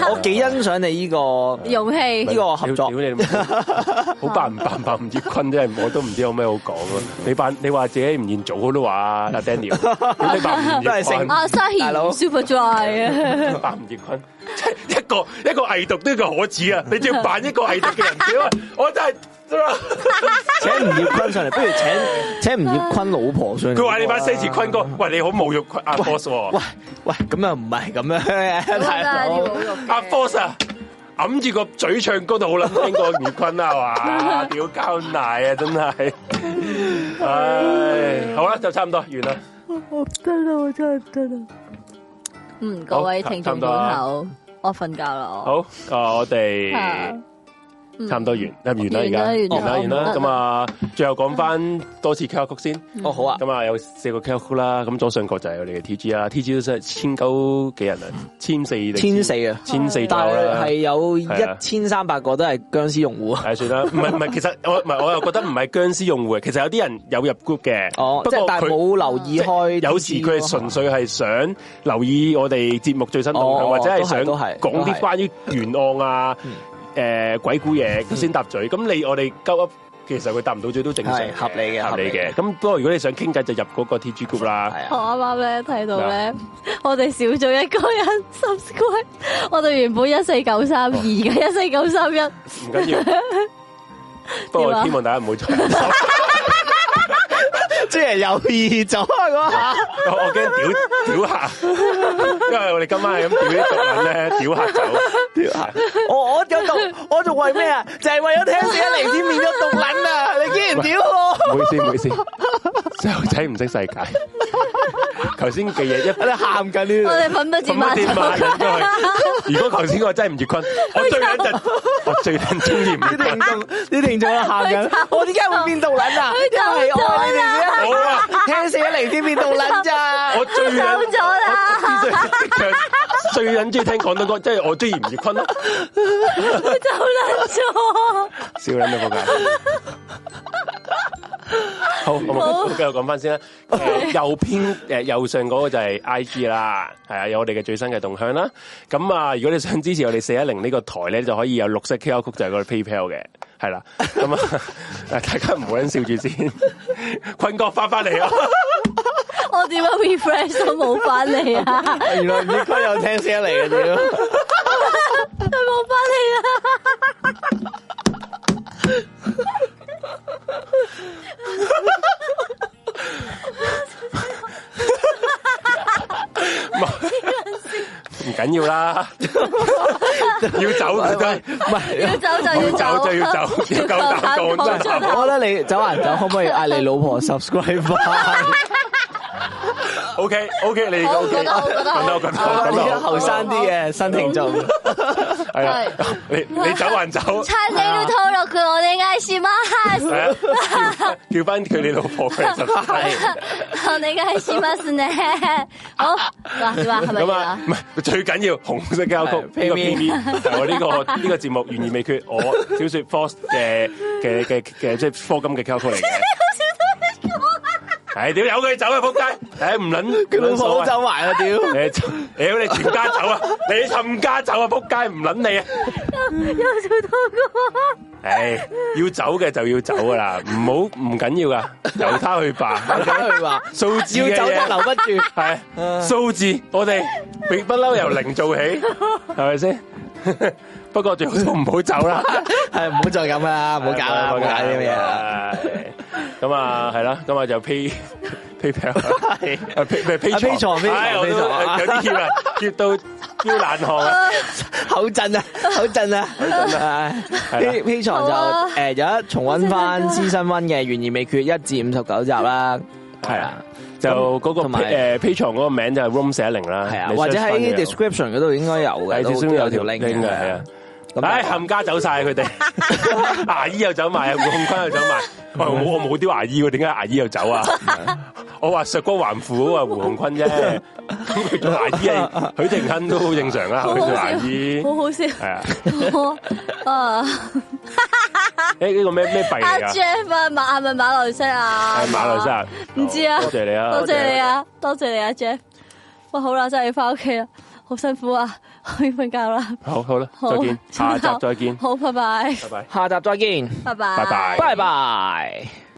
Speaker 2: 啦，
Speaker 3: 我幾欣賞你呢個
Speaker 1: 勇氣
Speaker 3: 呢個合作
Speaker 2: 屌，你老母，好扮唔扮扮唔要昆真係，我都唔知有咩好講啊！你扮你話自己吳彥祖都話啊阿 Daniel，屌你扮吳
Speaker 3: 都係
Speaker 2: 彥
Speaker 3: 姓
Speaker 1: [laughs]
Speaker 2: 坤。
Speaker 1: 阿沙
Speaker 3: 大佬
Speaker 1: 贤 Super
Speaker 2: [laughs]
Speaker 1: Dry 啊，
Speaker 2: 扮吳業坤，即係一個一個偽毒都叫可恥啊！你仲要扮一個偽毒嘅人，屌！啊我真係，
Speaker 3: 請吳業坤上嚟，不如請請吳業坤老婆上嚟。
Speaker 2: 佢話你把聲似坤哥，喂，你好侮辱阿 Force
Speaker 3: 喂
Speaker 2: 喎，
Speaker 3: 喂，咁又唔係咁樣，
Speaker 1: 真係
Speaker 3: [laughs] 大
Speaker 1: 啲
Speaker 3: 佬
Speaker 1: 侮辱嘅
Speaker 2: [laughs] 阿 Force 啊！揞住個嘴唱歌都好啦，聽過吳業坤啦，哇！屌交奶啊，真係，唉，好啦，就差唔多完啦。
Speaker 1: 嗯，各位聽眾朋友，我瞓覺啦，我
Speaker 2: 好，啊我哋
Speaker 1: 啊嗯
Speaker 2: 差唔多完，啊完啦而家，
Speaker 1: 完啦
Speaker 2: 完啦
Speaker 1: 完
Speaker 2: 完
Speaker 1: 啦
Speaker 2: 啦。咁啊，最後講翻多次 QR code 先。
Speaker 3: 哦好啊，
Speaker 2: 咁啊，有四個 QR code 啦，咁左上角就係我哋嘅 T G 啦，T G 都真係千九幾人啊，千四定
Speaker 3: 千四啊！
Speaker 2: 千四
Speaker 3: 但
Speaker 2: 左右啦
Speaker 3: 係有
Speaker 2: 係啊
Speaker 3: 一千三百個都係僵屍用戶啊！
Speaker 2: 係算啦，唔
Speaker 3: [laughs]
Speaker 2: 係唔係，其實我唔係我又覺得唔係僵屍用戶嘅，其實有啲人有入 group 嘅，
Speaker 3: 哦，
Speaker 2: 不
Speaker 3: 即係
Speaker 2: 過
Speaker 3: 但係
Speaker 2: 佢
Speaker 3: 冇留意開 TG 咯，
Speaker 2: 有時佢係純粹係想留意我哋節目最新動向，
Speaker 3: 哦
Speaker 2: 或者係
Speaker 3: 都係
Speaker 2: 想
Speaker 3: 都係
Speaker 2: 講
Speaker 3: 都
Speaker 2: 啲
Speaker 3: 係
Speaker 2: 關於
Speaker 3: [laughs]
Speaker 2: 懸案啊、誒鬼故嘢佢先搭嘴。咁你我哋鳩噏嘅時候，佢搭唔到嘴都正常嘅
Speaker 3: 係，合理嘅
Speaker 2: 合理嘅。
Speaker 3: 合理嘅
Speaker 2: 咁不過如果你想傾偈，就入嗰個 T G group 啦。
Speaker 3: 係
Speaker 1: 我
Speaker 3: 啊，
Speaker 1: 啱啱咧睇到
Speaker 2: 啊
Speaker 1: 咧，我哋少咗一個人 [laughs] subscribe，我哋原本一四九三二嘅
Speaker 2: 哦
Speaker 1: 一四九三一，
Speaker 2: 唔
Speaker 3: [laughs]
Speaker 2: 緊要。不
Speaker 1: 點啊
Speaker 2: 過希望大家唔好再，
Speaker 3: 即係有意咗嗰下。
Speaker 2: 我哦我驚屌屌客，因為我哋今晚係咁屌啲毒品咧，屌客走，屌客。
Speaker 3: 我我有毒，我仲為咩啊？就係為咗聽四一零先變咗毒撚啊！你竟然屌我！
Speaker 2: 唔好意思，唔好意思，細路仔唔識世界。 [laughs] 頭先嘅嘢一
Speaker 3: 你喊緊
Speaker 1: 我
Speaker 3: 呢？
Speaker 1: 哋粉筆字
Speaker 2: 咁乜
Speaker 1: 馬
Speaker 2: 啲
Speaker 1: 手
Speaker 2: 罵人咗去。如果頭先我真係吳
Speaker 1: [laughs]
Speaker 2: 月坤，我最撚陣，我最撚中意吳
Speaker 3: 啲
Speaker 2: 月
Speaker 3: 聽。
Speaker 2: 坤
Speaker 3: 眾，啲聽眾都喊緊。我點解會變毒撚啊？因為我愛你哋
Speaker 2: 好啊，
Speaker 3: 啊！聽四一零先變毒撚咋？
Speaker 2: 我最撚
Speaker 1: 走咗啦，
Speaker 2: 我最撚中意聽廣東歌，即係我中意吳月坤咯。
Speaker 1: 走撚咗，
Speaker 2: 笑
Speaker 1: [laughs]
Speaker 2: 捻到仆街。好，我繼續講翻先啦。誒右邊誒右上嗰個就係 I G 啦，係啊，有我哋嘅最新嘅動向啦。咁啊，如果你想支持我哋四一零呢個台咧，就可以有綠色 QR code 就係個 PayPal 嘅，係啦。咁啊， [laughs] 大家唔好撚笑住先， [laughs] 坤哥翻翻
Speaker 1: [laughs]
Speaker 2: 嚟啊！
Speaker 1: 我點樣 refresh 都冇翻嚟啊，
Speaker 3: 原來吳宇坤有聽四一零嘅屌。
Speaker 1: 佢冇翻嚟啊。
Speaker 2: 唔緊要
Speaker 1: [laughs]
Speaker 2: 啦，要走就得，
Speaker 1: 要走就要
Speaker 2: 要
Speaker 1: 走，
Speaker 2: 哦走就要走要夠膽講真
Speaker 1: [laughs]
Speaker 2: 話
Speaker 3: 我覺得你走還走，可唔可以嗌你老婆 subscribe 啊翻？
Speaker 2: OK OK，你
Speaker 1: 好
Speaker 2: OK，
Speaker 1: 覺得好覺得啊好
Speaker 2: 覺得好覺得好覺
Speaker 3: 我
Speaker 2: 得
Speaker 3: 哋
Speaker 2: 好。
Speaker 3: 後生啲嘅新聽眾，
Speaker 2: 系啊，你你走還走，
Speaker 1: チャンネル登録お願いします。
Speaker 2: 係啊， [laughs] 叫叫翻佢你老婆
Speaker 3: [laughs]
Speaker 2: 嘅就係。
Speaker 1: [laughs] お願いしますね。好，哇，點啊？係咪
Speaker 2: 咁
Speaker 1: 完
Speaker 2: 啊
Speaker 1: 啊？，
Speaker 2: 唔係最緊要紅色交曲呢個 P V 係我
Speaker 3: [laughs]
Speaker 2: 呢個呢個節目懸而未決，我小说 Force 嘅嘅嘅嘅即係科金嘅交曲
Speaker 3: [laughs]
Speaker 2: 嚟嘅。係屌有佢走啊仆街！唉唔撚
Speaker 3: 佢老婆都走埋啦，屌！
Speaker 2: 你屌你全家走啊！你冚家走啊仆街唔撚你啊！
Speaker 1: 有做到過。
Speaker 2: 唉，要走嘅就要走噶啦，唔好唔緊要噶，由他
Speaker 3: [laughs]
Speaker 2: 去吧。
Speaker 3: 佢話
Speaker 2: 數字
Speaker 3: 要
Speaker 2: 嘅
Speaker 3: 走得
Speaker 2: 嘢
Speaker 3: 留不住。
Speaker 2: 系數字，我哋並不嬲由零
Speaker 3: [laughs]
Speaker 2: 做起，係咪先？ [laughs] 不過最好都唔好走啦，
Speaker 3: 系唔好再咁啦， [laughs] 唔好搞
Speaker 2: [laughs]
Speaker 3: 啦，唔好搞啲咩啊！
Speaker 2: 係。咁啊，係啦，咁啊就 pay [laughs] PayPal，啊 pay 咩 pay
Speaker 3: 啊，Pay 床，Pay
Speaker 2: 我都
Speaker 3: 床，Pay 床
Speaker 2: 有啲怯啊，怯到飆冷汗
Speaker 3: [laughs]
Speaker 2: 啊！
Speaker 3: 口震 [laughs] 啊，口震啊，口震啊！P P 床就
Speaker 1: 好啊
Speaker 3: 诶有得重温翻《私新温》嘅《懸而未決》一至五十九集啦，
Speaker 2: 係啦，就嗰個
Speaker 3: 同埋
Speaker 2: 誒 Pay 床嗰個名就係 Room 四一零啦，
Speaker 3: 係啊，
Speaker 2: 你
Speaker 3: 或者
Speaker 2: search 返
Speaker 3: 喺
Speaker 2: 佢有
Speaker 3: description 嗰度應該有嘅，
Speaker 2: 係
Speaker 3: 都
Speaker 2: 至少有
Speaker 3: 條
Speaker 2: 條 link 嘅，係啊。
Speaker 3: 咁
Speaker 2: 唉，
Speaker 3: 就
Speaker 2: 冚家走
Speaker 1: [laughs]
Speaker 2: 晒佢哋，牙醫又走埋，護控坤又走埋。
Speaker 1: 嗯
Speaker 2: 喂，我我冇啲牙醫喎，點解牙醫又走啊？我話削光還苦啊，胡鴻坤啫。咁佢做牙醫係
Speaker 1: [laughs]
Speaker 2: 許廷鏗都好正常啦，
Speaker 1: 好
Speaker 2: 佢
Speaker 1: 好
Speaker 2: 做
Speaker 1: 笑
Speaker 2: 牙醫，
Speaker 1: 好好笑。
Speaker 2: 係啊。
Speaker 1: 啊，
Speaker 2: 誒呢個咩咩幣
Speaker 1: 阿
Speaker 2: 嚟
Speaker 1: [laughs]
Speaker 2: 㗎？
Speaker 1: Jeff 啊，馬係咪馬來西亞啊？
Speaker 2: 係馬來西亞。
Speaker 1: 唔知啊
Speaker 2: 多謝你啊，
Speaker 1: 多謝你！啊，多謝你啊，Jeff。哇，好啦，真係要翻屋企啦，好辛苦啊，我要瞓覺啦。
Speaker 2: 好好啦，
Speaker 1: 好
Speaker 2: 再見，下集
Speaker 1: 瞓覺
Speaker 2: 再見，
Speaker 1: 好，拜拜，
Speaker 2: 拜拜。
Speaker 3: 下集再見，
Speaker 1: 拜拜，
Speaker 2: 拜拜
Speaker 3: 拜拜。